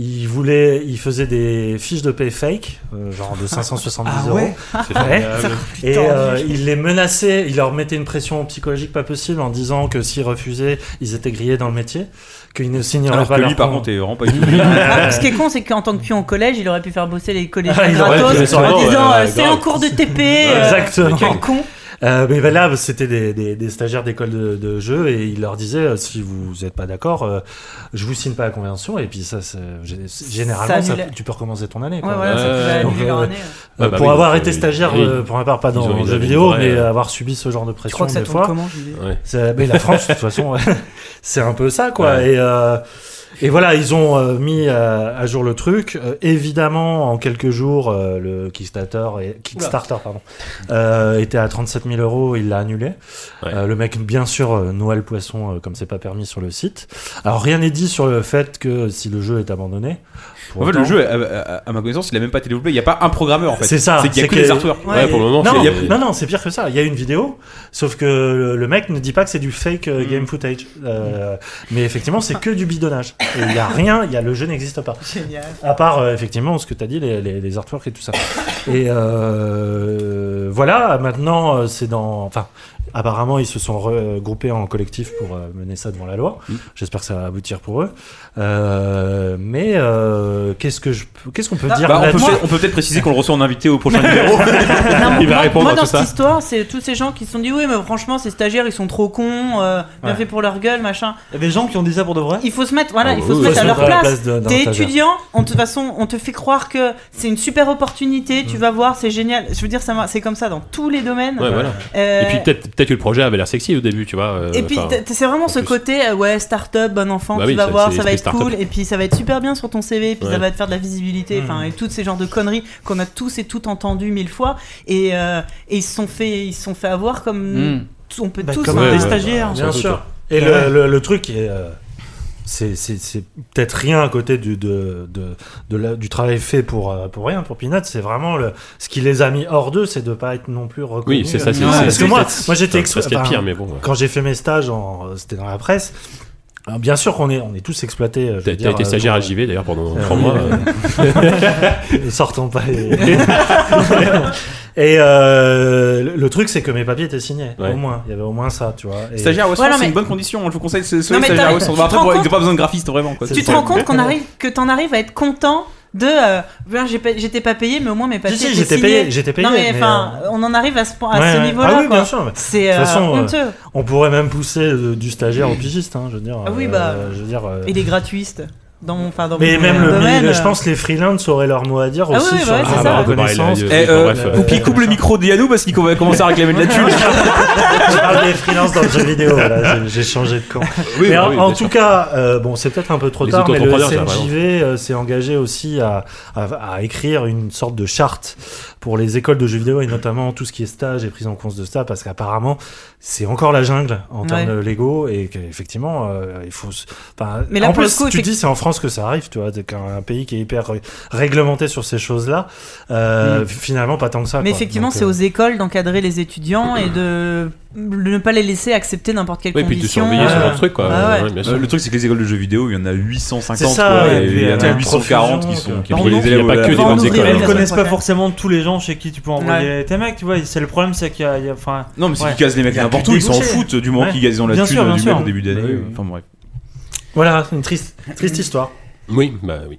[SPEAKER 8] Il voulait, il faisait des fiches de paie fake, euh, genre de 570
[SPEAKER 4] Ah
[SPEAKER 8] euros.
[SPEAKER 2] C'est
[SPEAKER 8] Ouais.
[SPEAKER 2] formidable.
[SPEAKER 8] Et euh, il les menaçait, il leur mettait une pression psychologique pas possible en disant que s'ils refusaient, ils étaient grillés dans le métier, qu'ils ne signeraient
[SPEAKER 4] Alors que
[SPEAKER 8] pas
[SPEAKER 4] lui,
[SPEAKER 8] leur
[SPEAKER 4] par
[SPEAKER 8] con-
[SPEAKER 4] contre, est vraiment pas du tout.
[SPEAKER 2] Euh,
[SPEAKER 6] Ah, ce qui est con, c'est qu'en tant que pion au collège, il aurait pu faire bosser les collégiens
[SPEAKER 8] Ah, il aurait
[SPEAKER 6] gratos
[SPEAKER 8] pu,
[SPEAKER 6] en
[SPEAKER 2] exactement,
[SPEAKER 6] disant
[SPEAKER 2] ouais,
[SPEAKER 6] euh,
[SPEAKER 2] ouais,
[SPEAKER 6] c'est
[SPEAKER 2] grave.
[SPEAKER 6] un cours de TP. euh,
[SPEAKER 8] Exactement.
[SPEAKER 6] quel con.
[SPEAKER 8] Euh, mais ben là, c'était des, des, des stagiaires d'école de, de jeu et il leur disait euh, si vous n'êtes pas d'accord, euh, je vous signe pas la convention. Et puis ça, c'est- gé- généralement, ça-
[SPEAKER 6] annule.
[SPEAKER 8] tu peux recommencer ton année.
[SPEAKER 6] Ouais,
[SPEAKER 8] quoi.
[SPEAKER 6] voilà, ça
[SPEAKER 2] Ouais,
[SPEAKER 6] pouvait
[SPEAKER 8] donc,
[SPEAKER 6] annuler leur
[SPEAKER 8] euh,
[SPEAKER 6] année.
[SPEAKER 2] Ah,
[SPEAKER 8] Euh,
[SPEAKER 2] bah
[SPEAKER 8] pour
[SPEAKER 2] oui,
[SPEAKER 8] avoir
[SPEAKER 2] donc,
[SPEAKER 8] été
[SPEAKER 2] euh,
[SPEAKER 8] stagiaire,
[SPEAKER 2] oui.
[SPEAKER 8] euh, pour ma part, pas dans
[SPEAKER 2] Ils ont-
[SPEAKER 8] le
[SPEAKER 2] ils
[SPEAKER 8] jeu
[SPEAKER 2] avaient
[SPEAKER 8] vidéo,
[SPEAKER 2] une vraie,
[SPEAKER 8] mais
[SPEAKER 2] euh,
[SPEAKER 8] avoir subi ce genre de pression
[SPEAKER 6] Je crois que ça
[SPEAKER 8] des
[SPEAKER 6] tourne
[SPEAKER 8] fois.
[SPEAKER 6] comment je disais.
[SPEAKER 8] C'est- Mais la France, de toute façon, c'est un peu ça, quoi. Et, euh, et voilà, ils ont euh, mis euh, à jour le truc. Euh, évidemment, en quelques jours, euh, le Kickstarter, est- Kickstarter pardon, euh, était à 37 000 euros, il l'a annulé.
[SPEAKER 2] Ouais.
[SPEAKER 8] Euh, le mec, bien sûr, euh, noie le poisson, euh, comme c'est pas permis sur le site. Alors, rien n'est dit sur le fait que si le jeu est abandonné. pour
[SPEAKER 4] En fait,
[SPEAKER 8] autant-
[SPEAKER 4] le jeu, à, à- à ma connaissance, il a même pas été développé. Il n'y a pas un programmeur en fait.
[SPEAKER 8] C'est ça,
[SPEAKER 4] C'est qu'il y a
[SPEAKER 8] c'est
[SPEAKER 4] que
[SPEAKER 8] que-
[SPEAKER 4] les artworks.
[SPEAKER 2] Ouais, pour le moment,
[SPEAKER 8] Non,
[SPEAKER 2] c'est-
[SPEAKER 8] non, non, non, c'est pire que ça. Il y a une vidéo, sauf que le- le mec ne dit pas que c'est du fake
[SPEAKER 4] Mm.
[SPEAKER 8] euh, game footage. Euh, Mais effectivement, c'est que du bidonnage. Et Il n'y a rien, il y a, le jeu n'existe pas.
[SPEAKER 6] Génial.
[SPEAKER 8] À part, euh, effectivement, ce que tu as dit, les, les- les artworks et tout ça. Et euh, voilà, maintenant, euh, c'est dans. Enfin, apparemment, ils se sont regroupés en collectif pour euh, mener ça devant la loi.
[SPEAKER 2] Mm.
[SPEAKER 8] J'espère que ça va aboutir pour eux. Euh, mais euh, qu'est-ce que je peux- qu'est-ce qu'on peut dire
[SPEAKER 4] Bah, on peut
[SPEAKER 8] là-dessus
[SPEAKER 4] peut-être- on peut peut-être préciser qu'on le reçoit en invité au prochain numéro.
[SPEAKER 6] Non,
[SPEAKER 2] Il va
[SPEAKER 6] moi,
[SPEAKER 2] répondre
[SPEAKER 6] moi,
[SPEAKER 2] à
[SPEAKER 6] dans
[SPEAKER 2] tout
[SPEAKER 6] cette
[SPEAKER 2] ça.
[SPEAKER 6] histoire, c'est tous ces gens qui se sont dit oui, mais franchement, ces stagiaires, ils sont trop cons, euh, bien
[SPEAKER 8] Ouais.
[SPEAKER 6] fait pour leur gueule, machin.
[SPEAKER 3] Il y a des gens qui ont dit ça pour de vrai
[SPEAKER 6] Il faut se mettre, voilà,
[SPEAKER 2] Ah,
[SPEAKER 6] il faut
[SPEAKER 2] oui,
[SPEAKER 6] se
[SPEAKER 2] oui,
[SPEAKER 6] mettre
[SPEAKER 2] faut
[SPEAKER 6] à
[SPEAKER 2] se
[SPEAKER 6] leur
[SPEAKER 8] mettre à la
[SPEAKER 6] place.
[SPEAKER 8] place de- d'un
[SPEAKER 6] T'es
[SPEAKER 8] stagiaire.
[SPEAKER 6] étudiant, on- de toute façon, on te fait croire que c'est une super opportunité. Tu vas voir, c'est génial. Je veux dire, ça, va- c'est comme ça dans tous les domaines.
[SPEAKER 2] Mm. Ouais, voilà.
[SPEAKER 6] Euh,
[SPEAKER 2] Et puis peut-être peut-être que le projet avait l'air sexy au début, tu vois. euh,
[SPEAKER 6] Et puis,
[SPEAKER 2] enfin,
[SPEAKER 6] t- c'est vraiment
[SPEAKER 2] en
[SPEAKER 6] ce
[SPEAKER 2] plus.
[SPEAKER 6] côté, euh, ouais, start-up, bon enfant,
[SPEAKER 2] Bah
[SPEAKER 6] tu
[SPEAKER 2] oui,
[SPEAKER 6] vas
[SPEAKER 2] ça,
[SPEAKER 6] voir,
[SPEAKER 2] c'est
[SPEAKER 6] ça va être
[SPEAKER 2] l'esprit
[SPEAKER 6] cool,
[SPEAKER 2] start-up.
[SPEAKER 6] et puis ça va être super bien sur ton CV, et puis
[SPEAKER 2] Ouais.
[SPEAKER 6] ça va te faire de la
[SPEAKER 8] Mm.
[SPEAKER 6] visibilité, enfin, et toutes ces genres de conneries qu'on a tous et toutes entendues mille fois, et, euh, et ils se sont fait, ils se sont fait avoir comme
[SPEAKER 5] Mm.
[SPEAKER 6] t- on peut
[SPEAKER 3] Bah,
[SPEAKER 6] tous.
[SPEAKER 3] comme
[SPEAKER 6] hein.
[SPEAKER 2] Ouais,
[SPEAKER 3] des
[SPEAKER 2] ouais,
[SPEAKER 3] stagiaires.
[SPEAKER 2] ouais.
[SPEAKER 8] Bien
[SPEAKER 2] Sans doute,
[SPEAKER 8] sûr.
[SPEAKER 2] ouais.
[SPEAKER 8] Et le,
[SPEAKER 3] Ouais.
[SPEAKER 8] le- le truc est. euh, c'est- c'est c'est peut-être rien à côté du, de, de, de la- du travail fait pour, euh, pour rien, pour Peanuts. C'est vraiment le, ce qui les a mis hors d'eux, c'est de pas être non plus reconnus.
[SPEAKER 2] Oui, c'est ça. c'est-
[SPEAKER 5] Non,
[SPEAKER 2] c'est-
[SPEAKER 8] parce
[SPEAKER 2] c'est
[SPEAKER 8] que moi,
[SPEAKER 2] peut-être-
[SPEAKER 8] moi j'étais
[SPEAKER 2] enfin, c'est
[SPEAKER 8] extra-
[SPEAKER 2] ce qu'il y a de
[SPEAKER 8] enfin,
[SPEAKER 2] pire, mais bon. ouais.
[SPEAKER 8] Quand j'ai fait mes stages, en- euh, c'était dans la presse. Alors, bien sûr qu'on est, on est tous exploités. euh, je
[SPEAKER 2] T'as
[SPEAKER 8] veux
[SPEAKER 2] t'as
[SPEAKER 8] dire,
[SPEAKER 2] été
[SPEAKER 8] euh,
[SPEAKER 2] stagiaire à
[SPEAKER 8] pour-
[SPEAKER 2] JV d'ailleurs pendant
[SPEAKER 8] euh,
[SPEAKER 2] 3 mois. euh.
[SPEAKER 8] Ne sortons pas les. Et euh, le- le truc, c'est que mes papiers étaient signés.
[SPEAKER 2] Ouais.
[SPEAKER 8] Au moins, il y avait au moins ça, tu vois. Et-
[SPEAKER 4] Stagiaire à Westford,
[SPEAKER 6] Ouais, non,
[SPEAKER 4] c'est
[SPEAKER 6] mais-
[SPEAKER 4] une bonne condition. Je vous conseille, c'est
[SPEAKER 6] Non,
[SPEAKER 4] celui
[SPEAKER 6] mais
[SPEAKER 4] stagiaire à
[SPEAKER 6] t'as-
[SPEAKER 4] Westford.
[SPEAKER 6] tu te
[SPEAKER 4] Après,
[SPEAKER 6] rends
[SPEAKER 4] pour-
[SPEAKER 6] compte
[SPEAKER 4] t'as pas besoin de graphiste vraiment. Quoi.
[SPEAKER 6] Tu te rends compte qu'on arrive, que t'en arrives à être content de. euh, ben, j'ai pas- j'étais pas payé, mais au moins mes papiers.
[SPEAKER 8] Si, si,
[SPEAKER 6] étaient
[SPEAKER 8] j'étais
[SPEAKER 6] signés.
[SPEAKER 8] payé, j'étais payé.
[SPEAKER 6] non, mais
[SPEAKER 8] mais,
[SPEAKER 6] enfin,
[SPEAKER 8] euh,
[SPEAKER 6] on en arrive à ce, point- à
[SPEAKER 8] ouais,
[SPEAKER 6] ce
[SPEAKER 8] ouais.
[SPEAKER 6] niveau-là.
[SPEAKER 8] Ah oui,
[SPEAKER 6] quoi.
[SPEAKER 8] bien sûr. mais
[SPEAKER 6] C'est
[SPEAKER 8] De toute
[SPEAKER 6] euh,
[SPEAKER 8] façon, euh,
[SPEAKER 6] honteux.
[SPEAKER 8] On pourrait même pousser euh, du stagiaire au pigiste, hein, je veux dire.
[SPEAKER 6] Ah oui,
[SPEAKER 8] euh,
[SPEAKER 6] bah.
[SPEAKER 8] je veux dire. euh,
[SPEAKER 6] Et les gratuistes. Dans mon, enfin, dans
[SPEAKER 8] Mais
[SPEAKER 6] mon
[SPEAKER 8] même le,
[SPEAKER 6] domaine, euh.
[SPEAKER 8] je pense que les freelances auraient leur mot à dire
[SPEAKER 6] Ah
[SPEAKER 8] aussi
[SPEAKER 6] oui, oui,
[SPEAKER 8] sur
[SPEAKER 6] ouais,
[SPEAKER 8] la
[SPEAKER 6] c'est ça.
[SPEAKER 8] reconnaissance.
[SPEAKER 2] Bah,
[SPEAKER 4] Eh,
[SPEAKER 2] pareil, là, il y a-
[SPEAKER 4] euh,
[SPEAKER 2] enfin, bref,
[SPEAKER 8] euh,
[SPEAKER 4] Oupi, coupe le micro de Yannou parce qu'il va commencer à réclamer de la thune.
[SPEAKER 8] Je parle des freelances dans le jeu vidéo, là, j'ai- j'ai changé de camp.
[SPEAKER 2] oui,
[SPEAKER 8] Mais
[SPEAKER 2] bah
[SPEAKER 8] en,
[SPEAKER 2] oui,
[SPEAKER 8] en
[SPEAKER 2] bien
[SPEAKER 8] tout cas, euh, bon, c'est peut-être un peu trop
[SPEAKER 2] Les
[SPEAKER 8] tard, mais le
[SPEAKER 2] auto-entrepreneurs, ça, par
[SPEAKER 8] SNJV euh, s'est engagé aussi à, à- à écrire une sorte de charte pour les écoles de jeux vidéo et notamment tout ce qui est stage et prise en compte de ça, parce qu'apparemment, c'est encore la jungle en termes
[SPEAKER 6] Ouais.
[SPEAKER 8] de légaux et qu'effectivement, euh, il faut. se- enfin,
[SPEAKER 6] Mais là,
[SPEAKER 8] en
[SPEAKER 6] pour le
[SPEAKER 8] plus,
[SPEAKER 6] coup,
[SPEAKER 8] tu te
[SPEAKER 6] effect-
[SPEAKER 8] dis, c'est en France que ça arrive, tu vois, t'es qu'un un pays qui est hyper ré- réglementé sur ces choses-là, euh, finalement, pas tant que ça.
[SPEAKER 6] Mm. Mais
[SPEAKER 8] quoi.
[SPEAKER 6] effectivement,
[SPEAKER 8] Donc,
[SPEAKER 6] c'est
[SPEAKER 8] euh,
[SPEAKER 6] aux écoles d'encadrer les étudiants et de ne pas les laisser accepter n'importe quelle
[SPEAKER 2] Oui, puis de
[SPEAKER 6] condition.
[SPEAKER 2] surveiller ce
[SPEAKER 6] euh,
[SPEAKER 2] genre de truc, quoi.
[SPEAKER 6] Ah ouais.
[SPEAKER 2] Ouais, bien sûr.
[SPEAKER 4] Euh, le truc, c'est que les écoles de jeux vidéo, il y en a 850.
[SPEAKER 8] C'est ça,
[SPEAKER 4] quoi,
[SPEAKER 8] ouais,
[SPEAKER 4] et
[SPEAKER 8] puis,
[SPEAKER 4] il y en
[SPEAKER 8] euh,
[SPEAKER 4] a 840 qui
[SPEAKER 8] profusion,
[SPEAKER 4] sont qui
[SPEAKER 3] quoi.
[SPEAKER 4] sont les
[SPEAKER 3] Non,
[SPEAKER 4] élèves
[SPEAKER 2] il y a pas
[SPEAKER 4] à la-
[SPEAKER 2] que des
[SPEAKER 4] à la-
[SPEAKER 2] grandes
[SPEAKER 4] écoles,
[SPEAKER 2] écoles,
[SPEAKER 3] Ils
[SPEAKER 2] la
[SPEAKER 3] ne
[SPEAKER 4] hein.
[SPEAKER 3] connaissent pas
[SPEAKER 6] prochaine.
[SPEAKER 3] forcément tous les gens chez qui tu peux envoyer tes mecs, tu vois. et C'est le problème, c'est qu'il y a- il y a. Enfin,
[SPEAKER 4] Non, mais c'est
[SPEAKER 3] Ouais.
[SPEAKER 4] qu'ils cassent les mecs
[SPEAKER 8] Il y a
[SPEAKER 4] n'importe
[SPEAKER 8] plus
[SPEAKER 4] où,
[SPEAKER 8] de
[SPEAKER 4] ils s'en
[SPEAKER 8] débouchés.
[SPEAKER 4] foutent du moment
[SPEAKER 8] Ouais.
[SPEAKER 4] qu'ils gazent la
[SPEAKER 3] Bien sûr,
[SPEAKER 4] thune
[SPEAKER 3] bien
[SPEAKER 4] du
[SPEAKER 3] sûr.
[SPEAKER 4] mec au début d'année. euh,
[SPEAKER 2] Ouais, ouais.
[SPEAKER 4] Enfin bref.
[SPEAKER 8] Voilà, une triste, triste histoire.
[SPEAKER 2] Oui, bah oui.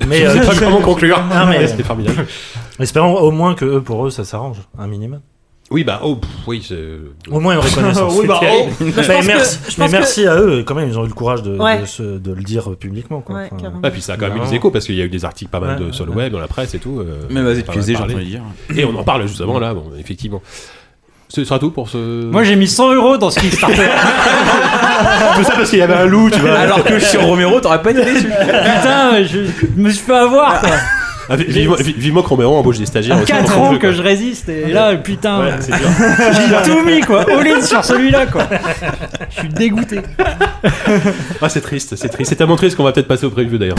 [SPEAKER 8] Mais
[SPEAKER 2] Je
[SPEAKER 8] euh,
[SPEAKER 2] sais pas comment conclure.
[SPEAKER 8] Ah, mais-
[SPEAKER 2] C'était formidable.
[SPEAKER 8] espérons au moins que eux, pour eux, ça s'arrange, un minimum.
[SPEAKER 2] Oui, bah, oh, pff, oui, c'est.
[SPEAKER 8] Au moins une reconnaissance.
[SPEAKER 3] Oui, bah, oh.
[SPEAKER 6] je
[SPEAKER 8] Mais
[SPEAKER 6] pense que-
[SPEAKER 8] merci,
[SPEAKER 6] je
[SPEAKER 8] mais
[SPEAKER 6] pense que-
[SPEAKER 8] merci à eux, quand même, ils ont eu le courage de,
[SPEAKER 6] Ouais.
[SPEAKER 8] de, se- de le dire publiquement. Quoi.
[SPEAKER 6] Ouais,
[SPEAKER 8] Enfin,
[SPEAKER 6] carrément.
[SPEAKER 2] Et Ah, puis ça a quand même eu des échos parce qu'il y a eu des articles pas mal
[SPEAKER 8] Ouais,
[SPEAKER 2] de,
[SPEAKER 8] ouais,
[SPEAKER 2] sur le
[SPEAKER 8] ouais.
[SPEAKER 2] web, dans la presse et tout. euh,
[SPEAKER 4] Même à
[SPEAKER 2] pas mal
[SPEAKER 4] ZQSD, j'ai
[SPEAKER 2] parlé.
[SPEAKER 4] envie de dire.
[SPEAKER 2] Et on en parle justement là, bon, effectivement. Ce sera tout pour ce.
[SPEAKER 5] Moi j'ai mis 100 euros dans ce Kickstarter.
[SPEAKER 2] tout ça parce qu'il y avait un loup, tu vois.
[SPEAKER 4] Alors que sur Romero, t'aurais pas été déçu.
[SPEAKER 5] Putain, je me suis fait avoir quoi.
[SPEAKER 2] Ah, vi- vivement, vi- vivement que Romero embauche des stagiaires. aussi
[SPEAKER 5] 4
[SPEAKER 2] pour son
[SPEAKER 5] Ah, ans
[SPEAKER 2] jeu,
[SPEAKER 5] que
[SPEAKER 2] quoi.
[SPEAKER 5] je résiste et là putain,
[SPEAKER 2] Ouais, c'est dur.
[SPEAKER 5] j'ai tout mis quoi. All in sur celui-là quoi. Je suis dégoûté.
[SPEAKER 2] Ah, c'est triste, c'est triste. C'est tellement triste qu'on va peut-être passer au preview d'ailleurs.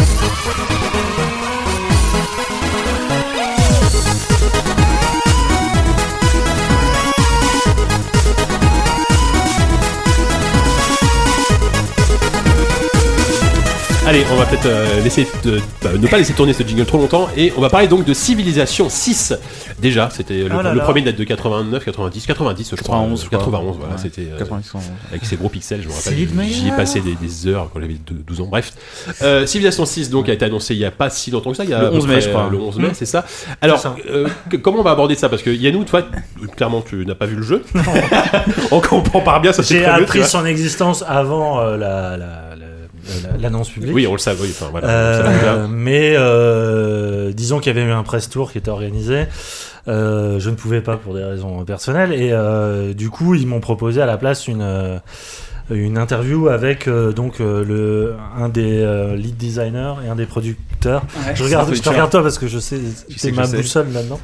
[SPEAKER 2] Allez, on va peut-être euh, laisser de- bah, ne pas laisser tourner ce jingle trop longtemps et on va parler donc de Civilisation 6. Déjà, c'était le,
[SPEAKER 8] Ah là
[SPEAKER 2] le
[SPEAKER 8] là.
[SPEAKER 2] premier date de 89, 90, 90 je crois.
[SPEAKER 4] 91, je crois.
[SPEAKER 2] 91, voilà,
[SPEAKER 4] Ouais.
[SPEAKER 2] c'était euh,
[SPEAKER 4] 90
[SPEAKER 2] avec ces gros pixels, je me rappelle.
[SPEAKER 5] Céline Maillard.
[SPEAKER 2] J'y ai passé des, des heures quand j'avais deux- 12 ans. Bref, euh, Civilization 6 donc a été annoncé il y a pas si longtemps que ça. Il y a
[SPEAKER 4] Le
[SPEAKER 2] à peu
[SPEAKER 4] 11 mai,
[SPEAKER 2] près,
[SPEAKER 4] je crois.
[SPEAKER 2] euh, Le 11 mai, c'est ça. Alors,
[SPEAKER 8] Hmm. ça.
[SPEAKER 2] euh, que- comment on va aborder ça Parce que Yannou, toi, clairement, tu n'as pas vu le jeu. on comprend pas bien, ça c'est
[SPEAKER 8] J'ai
[SPEAKER 2] très mieux, tu
[SPEAKER 8] appris
[SPEAKER 2] vois.
[SPEAKER 8] son existence avant euh, la- la- la- la- l'annonce publique.
[SPEAKER 2] Oui, on le sait. Oui, enfin, voilà,
[SPEAKER 8] Euh,
[SPEAKER 2] on le savait déjà.
[SPEAKER 8] mais euh, disons qu'il y avait eu un press tour qui était organisé. Euh, je ne pouvais pas pour des raisons personnelles et euh, du coup ils m'ont proposé à la place une euh, une interview avec euh, donc euh, le un des euh, lead designers et un des producteurs. je regarde, je te regarde toi parce que je sais
[SPEAKER 4] sais
[SPEAKER 8] c'est
[SPEAKER 4] que
[SPEAKER 8] ma
[SPEAKER 4] je sais.
[SPEAKER 8] boussole maintenant.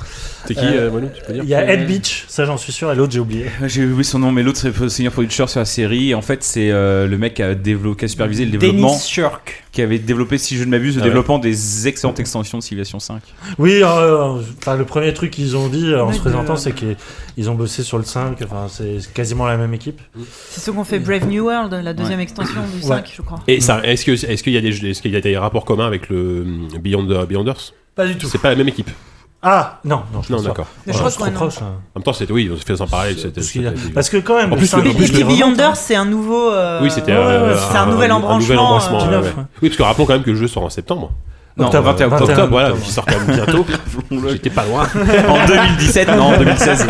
[SPEAKER 2] C'est qui,
[SPEAKER 8] euh,
[SPEAKER 2] euh, Walou, tu peux dire
[SPEAKER 8] Il y a Ed Beach, ça j'en suis sûr et l'autre j'ai oublié.
[SPEAKER 4] J'ai oublié son nom, mais l'autre c'est le senior producer sur la série. Et En fait, c'est euh, le mec qui a, développé, qui a supervisé le développement,
[SPEAKER 5] Dennis Shirk.
[SPEAKER 4] qui avait développé, si je ne m'abuse, le
[SPEAKER 2] Ah ouais.
[SPEAKER 4] développement des excellentes extensions de Civilization 5.
[SPEAKER 8] Oui, euh, enfin, le premier truc qu'ils ont dit euh, en
[SPEAKER 6] Mais
[SPEAKER 8] se présentant
[SPEAKER 6] de-
[SPEAKER 8] c'est qu'ils ils ont bossé sur le 5, enfin c'est quasiment la même équipe.
[SPEAKER 6] C'est ce qu'on fait Brave New World, la deuxième extension du 5, je crois.
[SPEAKER 2] Et ça, est-ce que, est-ce qu'il y a des, est-ce qu'il y a des rapports communs avec le hum, Beyond, Beyonders
[SPEAKER 8] Pas du tout.
[SPEAKER 2] C'est pas la même équipe.
[SPEAKER 8] Ah non, non, je
[SPEAKER 2] Non,
[SPEAKER 8] pense pas.
[SPEAKER 2] d'accord.
[SPEAKER 6] Je
[SPEAKER 8] Ouais,
[SPEAKER 6] crois
[SPEAKER 8] c'est
[SPEAKER 6] qu'on
[SPEAKER 8] trop
[SPEAKER 6] a-
[SPEAKER 8] proche. hein.
[SPEAKER 2] En même temps, c'était oui, on se fait sans parler. c'était-
[SPEAKER 8] Parce, qu'il y a-
[SPEAKER 2] c'était-
[SPEAKER 8] parce que quand même,
[SPEAKER 2] En plus,
[SPEAKER 8] syndic,
[SPEAKER 2] le-
[SPEAKER 6] Et
[SPEAKER 2] en
[SPEAKER 8] il
[SPEAKER 2] plus,
[SPEAKER 6] puis
[SPEAKER 8] remonte,
[SPEAKER 6] Beyonders,
[SPEAKER 8] hein.
[SPEAKER 6] c'est un nouveau. euh,
[SPEAKER 2] Oui, c'était
[SPEAKER 8] ouais,
[SPEAKER 2] euh,
[SPEAKER 8] ouais,
[SPEAKER 6] c'est un nouvel embranchement,
[SPEAKER 2] embranchement,
[SPEAKER 8] euh,
[SPEAKER 2] ouais, ouais.
[SPEAKER 8] ouais.
[SPEAKER 2] Oui, parce que rappelons quand même que le jeu sort en septembre.
[SPEAKER 4] Non,
[SPEAKER 8] Octobre,
[SPEAKER 4] 21 octobre.
[SPEAKER 2] Octobre, voilà,
[SPEAKER 8] octobre.
[SPEAKER 2] qui sort quand même bientôt. J'étais pas loin.
[SPEAKER 4] en 2017, non, en 2016.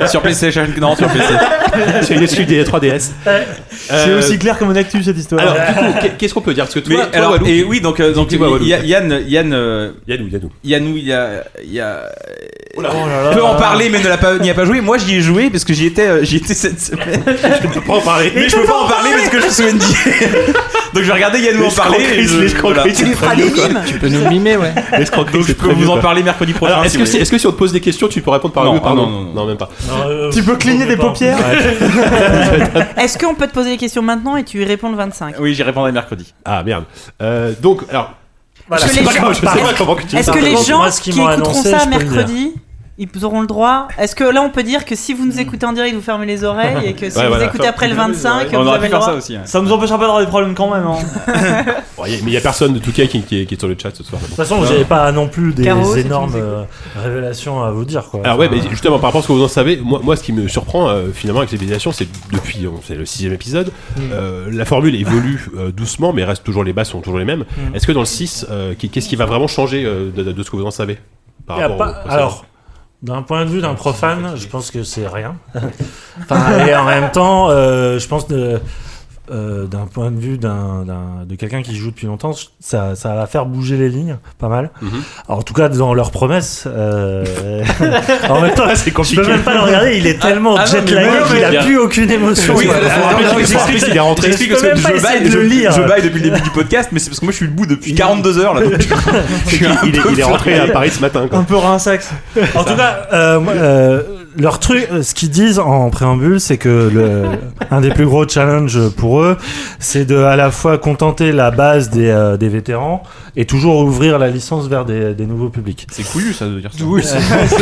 [SPEAKER 4] sur PlayStation, non, sur Euh, PlayStation.
[SPEAKER 2] C'est une exclu des 3DS.
[SPEAKER 3] C'est aussi clair que mon actu cette histoire.
[SPEAKER 2] Euh, Alors, du coup, qu'est- qu'est-ce qu'on peut dire Parce que toi,
[SPEAKER 4] Mais
[SPEAKER 2] toi,
[SPEAKER 4] alors,
[SPEAKER 2] Walou,
[SPEAKER 4] et oui, donc, euh, donc
[SPEAKER 2] Dis-moi, Walou.
[SPEAKER 4] y- Yann, Yann, euh,
[SPEAKER 2] Yannou, Yannou.
[SPEAKER 4] Yannou, il y a, il y a,
[SPEAKER 8] Oh là là.
[SPEAKER 2] Ah.
[SPEAKER 4] peut en parler, mais ne l'a pas, n'y a pas joué. Moi, j'y ai joué parce que j'y étais, euh, j'y étais cette semaine.
[SPEAKER 2] Je ne peux pas en parler.
[SPEAKER 4] Mais je peux pas en parler parce que je suis ND. donc, je vais regarder Yannou en parler. et je- voilà.
[SPEAKER 2] tu les feras les mimes.
[SPEAKER 5] Tu peux nous mimer ouais.
[SPEAKER 4] Donc, je peux vous en parler mercredi prochain.
[SPEAKER 2] Alors, est-ce
[SPEAKER 4] si
[SPEAKER 2] que,
[SPEAKER 4] vous
[SPEAKER 2] si,
[SPEAKER 4] voulez.
[SPEAKER 2] est-ce que si on te pose des questions, tu peux répondre par
[SPEAKER 4] Non,
[SPEAKER 2] le oui ou par
[SPEAKER 4] non,
[SPEAKER 2] non
[SPEAKER 4] non, non.
[SPEAKER 2] même pas.
[SPEAKER 8] Non, euh,
[SPEAKER 3] Tu peux cligner des
[SPEAKER 8] pas.
[SPEAKER 3] paupières
[SPEAKER 8] Ouais.
[SPEAKER 6] Est-ce qu'on peut te poser des questions maintenant et tu y réponds le 25
[SPEAKER 4] Oui, j'y répondrai mercredi.
[SPEAKER 2] Ah merde. Euh, donc, alors,
[SPEAKER 8] Voilà.
[SPEAKER 6] Est-ce que
[SPEAKER 2] c'est
[SPEAKER 6] les
[SPEAKER 2] pas
[SPEAKER 6] gens-
[SPEAKER 2] grave, je sais
[SPEAKER 6] Est-ce-
[SPEAKER 2] pas comment que tu
[SPEAKER 6] Est-ce que les
[SPEAKER 8] Simplement,
[SPEAKER 6] gens
[SPEAKER 8] Euh, moi, ce
[SPEAKER 6] qui
[SPEAKER 8] qu'ils m'ont
[SPEAKER 6] écouteront
[SPEAKER 8] annoncé,
[SPEAKER 6] ça
[SPEAKER 8] je peux le
[SPEAKER 6] mercredi Ils auront le droit. Est-ce que là, on peut dire que si vous
[SPEAKER 8] Hmm.
[SPEAKER 6] nous écoutez en direct, vous fermez les oreilles et que si
[SPEAKER 2] Ouais,
[SPEAKER 6] vous
[SPEAKER 2] voilà.
[SPEAKER 6] écoutez après le 25,
[SPEAKER 4] On
[SPEAKER 6] vous
[SPEAKER 4] aurait
[SPEAKER 6] avez
[SPEAKER 4] pu
[SPEAKER 6] le
[SPEAKER 4] faire
[SPEAKER 6] droit
[SPEAKER 4] ça aussi. hein.
[SPEAKER 3] Ça nous empêchera pas d'avoir des problèmes quand même. hein.
[SPEAKER 2] Bon, y a- mais il y a personne de tout cas qui, qui est, qui est sur le chat ce soir.
[SPEAKER 8] De toute façon, j'avais pas non plus des
[SPEAKER 6] Caro, si tu nous
[SPEAKER 8] énormes
[SPEAKER 6] écoutes.
[SPEAKER 8] euh, révélations à vous dire. Quoi.
[SPEAKER 2] Alors Ah ouais,
[SPEAKER 8] Enfin,
[SPEAKER 2] mais justement par rapport à ce que vous en savez, moi, moi ce qui me surprend euh, finalement avec civilisation, c'est depuis on- c'est le sixième épisode, euh, la formule évolue euh, doucement, mais reste toujours les bases sont toujours les mêmes. Est-ce que dans le 6, euh, qui- qu'est-ce qui va vraiment changer euh, de, de- de ce que vous en savez par
[SPEAKER 8] y a
[SPEAKER 2] rapport
[SPEAKER 8] pas-
[SPEAKER 2] au précédent
[SPEAKER 8] Alors, d'un point de vue d'un profane, je pense que c'est rien. Enfin, et en même temps, euh, je pense de- euh, d'un point de vue d'un, d'un- de quelqu'un qui joue depuis longtemps, je- ça, ça va faire bouger les lignes, pas mal.
[SPEAKER 2] Mhm.
[SPEAKER 8] Alors, en tout cas, dans leurs promesses. euh, en même temps, c'est compliqué. Je peux même pas le regarder. Il est tellement
[SPEAKER 4] ah non,
[SPEAKER 8] jet
[SPEAKER 4] mais
[SPEAKER 8] lagué
[SPEAKER 4] non, mais
[SPEAKER 8] qu'il a
[SPEAKER 4] bien.
[SPEAKER 8] plus aucune émotion.
[SPEAKER 4] Oui,
[SPEAKER 8] quoi.
[SPEAKER 4] alors,
[SPEAKER 8] Faut rappeler
[SPEAKER 4] alors,
[SPEAKER 8] qu'il
[SPEAKER 4] je
[SPEAKER 8] faut-
[SPEAKER 4] t'explique,
[SPEAKER 2] Ah, il est rentré.
[SPEAKER 8] Je
[SPEAKER 4] J'explique parce
[SPEAKER 8] peux
[SPEAKER 4] que
[SPEAKER 8] même pas
[SPEAKER 4] je
[SPEAKER 8] essayer
[SPEAKER 4] baille,
[SPEAKER 8] de
[SPEAKER 4] je,
[SPEAKER 8] le lire.
[SPEAKER 4] je baille depuis le début du podcast, mais c'est parce que moi je suis debout depuis 42 heures là. donc je suis un
[SPEAKER 2] il est,
[SPEAKER 4] peu
[SPEAKER 2] il est rentré à Paris ce matin. Quoi.
[SPEAKER 3] Un peu rinsax.
[SPEAKER 8] En tout cas, euh, moi, euh, leur truc, euh, ce qu'ils disent en préambule, c'est que le, un des plus gros challenges pour eux, c'est de à la fois contenter la base des, euh, des vétérans et toujours ouvrir la licence vers des, des nouveaux publics.
[SPEAKER 4] C'est couillu ça de dire ça.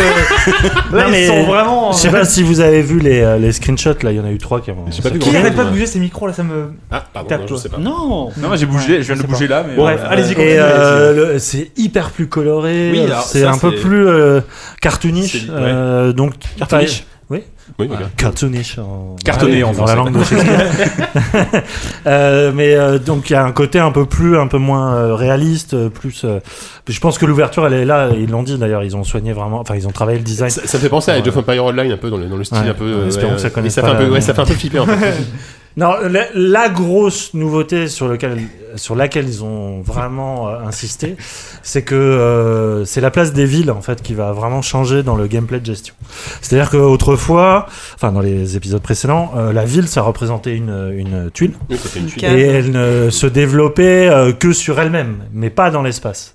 [SPEAKER 8] Non,
[SPEAKER 3] Là,
[SPEAKER 8] mais-
[SPEAKER 3] ils sont vraiment.
[SPEAKER 2] Oh,
[SPEAKER 8] Je sais pas si vous avez vu les, euh, les screenshots, là, il y en a eu trois qui ont.
[SPEAKER 2] J'ai pas vu
[SPEAKER 3] Qui
[SPEAKER 2] grand
[SPEAKER 3] arrête
[SPEAKER 2] chose,
[SPEAKER 3] pas de
[SPEAKER 2] moi.
[SPEAKER 3] bouger ces micros là, ça me.
[SPEAKER 2] Ah, pardon,
[SPEAKER 3] Tape,
[SPEAKER 2] non, je
[SPEAKER 3] toi.
[SPEAKER 2] sais pas.
[SPEAKER 5] Non
[SPEAKER 4] Non, mais j'ai bougé, je viens de
[SPEAKER 3] sais
[SPEAKER 4] bouger là, mais.
[SPEAKER 2] Bref,
[SPEAKER 4] euh,
[SPEAKER 3] allez-y,
[SPEAKER 8] Et
[SPEAKER 3] continuez,
[SPEAKER 8] euh, le- c'est hyper plus coloré,
[SPEAKER 2] Oui,
[SPEAKER 8] euh,
[SPEAKER 2] alors,
[SPEAKER 8] c'est
[SPEAKER 2] ça,
[SPEAKER 8] un peu
[SPEAKER 2] c'est-
[SPEAKER 8] plus euh, cartoonish.
[SPEAKER 2] C'est- ouais.
[SPEAKER 8] euh, donc,
[SPEAKER 2] Cartoonish.
[SPEAKER 8] Oui.
[SPEAKER 2] Oui, ok.
[SPEAKER 8] Cartoonish en...
[SPEAKER 4] Cartonné, en
[SPEAKER 8] dans
[SPEAKER 4] français.
[SPEAKER 8] la langue de Shakespeare. Euh, mais euh, donc il y a un côté un peu plus, un peu moins euh, réaliste, euh, plus. euh, je pense que l'ouverture elle est là. Ils l'ont dit d'ailleurs. Ils ont soigné vraiment. Enfin, ils ont travaillé le design.
[SPEAKER 2] Ça, ça me fait penser à Age of Empire Online un peu dans le, dans le style
[SPEAKER 8] Ouais.
[SPEAKER 2] un peu. euh,
[SPEAKER 8] Espérons que ça
[SPEAKER 2] et
[SPEAKER 8] connaisse
[SPEAKER 2] ça
[SPEAKER 8] pas
[SPEAKER 2] fait un peu,
[SPEAKER 8] la-
[SPEAKER 2] ouais, ça fait un peu flipper en fait.
[SPEAKER 8] Non, la, la grosse nouveauté sur lequel, sur laquelle ils ont vraiment euh, insisté, c'est que euh, c'est la place des villes en fait qui va vraiment changer dans le gameplay de gestion. C'est-à-dire qu'autrefois, enfin dans les épisodes précédents, euh, la ville ça représentait une, une tuile.
[SPEAKER 2] Oui, ça fait une suite.
[SPEAKER 6] Cave.
[SPEAKER 8] Et elle ne se développait euh, que sur elle-même, mais pas dans l'espace.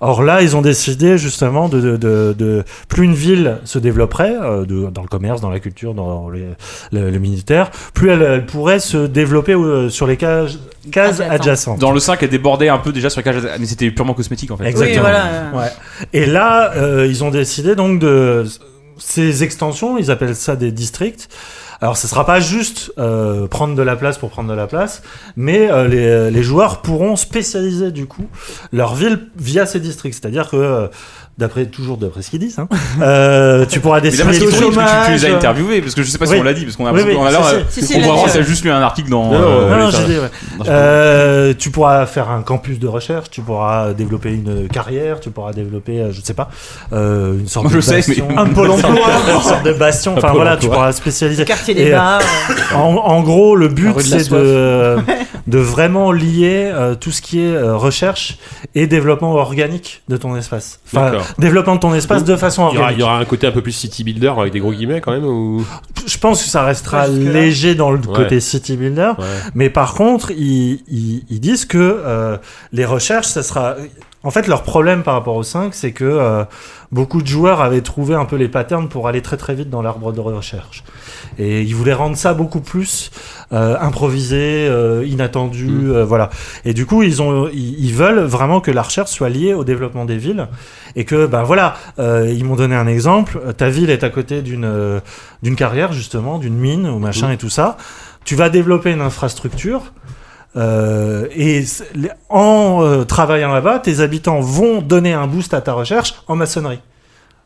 [SPEAKER 8] Or là, ils ont décidé justement de, de, de- de- plus une ville se développerait euh, de- dans le commerce, dans la culture, dans les- le, le militaire, plus elle, elle pourrait se développer euh, sur les cases, cases
[SPEAKER 6] Adjacentes.
[SPEAKER 8] adjacentes.
[SPEAKER 4] Dans le 5, elle débordait un peu déjà sur la cage, mais c'était purement cosmétique en fait.
[SPEAKER 8] Exactement.
[SPEAKER 6] Oui, voilà.
[SPEAKER 8] Ouais. Et là, euh, ils ont décidé donc de ces extensions, ils appellent ça des districts. Alors, ce sera pas juste euh, prendre de la place pour prendre de la place, mais euh, les, les joueurs pourront spécialiser du coup leur ville via ces districts. C'est-à-dire que, euh, d'après toujours d'après ce qu'ils disent, hein, euh, tu pourras
[SPEAKER 4] Mais
[SPEAKER 8] décider
[SPEAKER 4] parce que tu,
[SPEAKER 8] au
[SPEAKER 4] parce que tu- tu
[SPEAKER 8] chômage.
[SPEAKER 4] les as interviewés, parce que je sais pas si
[SPEAKER 8] Oui.
[SPEAKER 4] on l'a dit, parce qu'on a
[SPEAKER 8] Oui,
[SPEAKER 4] l'impression
[SPEAKER 8] oui,
[SPEAKER 4] qu'on a l'air,
[SPEAKER 8] si,
[SPEAKER 4] euh,
[SPEAKER 6] si. Si, si,
[SPEAKER 4] on
[SPEAKER 6] il l'a
[SPEAKER 4] voit
[SPEAKER 6] dit,
[SPEAKER 4] vraiment,
[SPEAKER 6] ouais.
[SPEAKER 4] c'est juste lu un article dans.
[SPEAKER 2] Non,
[SPEAKER 4] euh,
[SPEAKER 8] Non, non,
[SPEAKER 4] les-
[SPEAKER 8] j'ai dit, ouais.
[SPEAKER 4] Non, je-
[SPEAKER 8] Euh, tu pourras faire un campus de recherche, tu pourras développer une carrière, tu pourras développer, euh, je ne sais pas, euh, une sorte
[SPEAKER 4] Moi, je
[SPEAKER 8] de
[SPEAKER 4] sais,
[SPEAKER 8] bastion,
[SPEAKER 4] mais-
[SPEAKER 8] un pôle emploi, une sorte de bastion. Enfin
[SPEAKER 2] pôle
[SPEAKER 8] voilà,
[SPEAKER 2] emploi.
[SPEAKER 8] tu pourras spécialiser.
[SPEAKER 6] Quartier des
[SPEAKER 8] Et, euh,
[SPEAKER 6] bars.
[SPEAKER 8] En, en gros, le
[SPEAKER 5] La
[SPEAKER 8] but
[SPEAKER 5] rue de la
[SPEAKER 8] c'est de, de vraiment lier euh, tout ce qui est euh, recherche et développement organique de ton espace. Enfin,
[SPEAKER 2] D'accord.
[SPEAKER 8] développement de ton espace de façon
[SPEAKER 2] Il y, aura,
[SPEAKER 8] organique.
[SPEAKER 2] il y aura un côté un peu plus city builder avec des gros guillemets quand même ou
[SPEAKER 8] Je pense que ça restera
[SPEAKER 6] Ouais, jusque-là.
[SPEAKER 8] léger dans le
[SPEAKER 2] Ouais.
[SPEAKER 8] côté city builder.
[SPEAKER 2] ouais.
[SPEAKER 8] Mais par contre, ils, ils- ils disent que euh, les recherches, ça sera. En fait, leur problème par rapport au 5, c'est que euh, beaucoup de joueurs avaient trouvé un peu les patterns pour aller très très vite dans l'arbre de recherche. Et ils voulaient rendre ça beaucoup plus euh, improvisé, euh, inattendu,
[SPEAKER 2] Mm.
[SPEAKER 8] euh, voilà. Et du coup, ils, ont, ils, ils veulent vraiment que la recherche soit liée au développement des villes. Et que, ben voilà, euh, ils m'ont donné un exemple. Euh, Ta ville est à côté d'une euh, d'une carrière, justement, d'une mine ou
[SPEAKER 2] Mmh.
[SPEAKER 8] machin et tout ça tu vas développer une infrastructure. euh, et c- les- en euh, travaillant là-bas, tes habitants vont donner un boost à ta recherche en maçonnerie.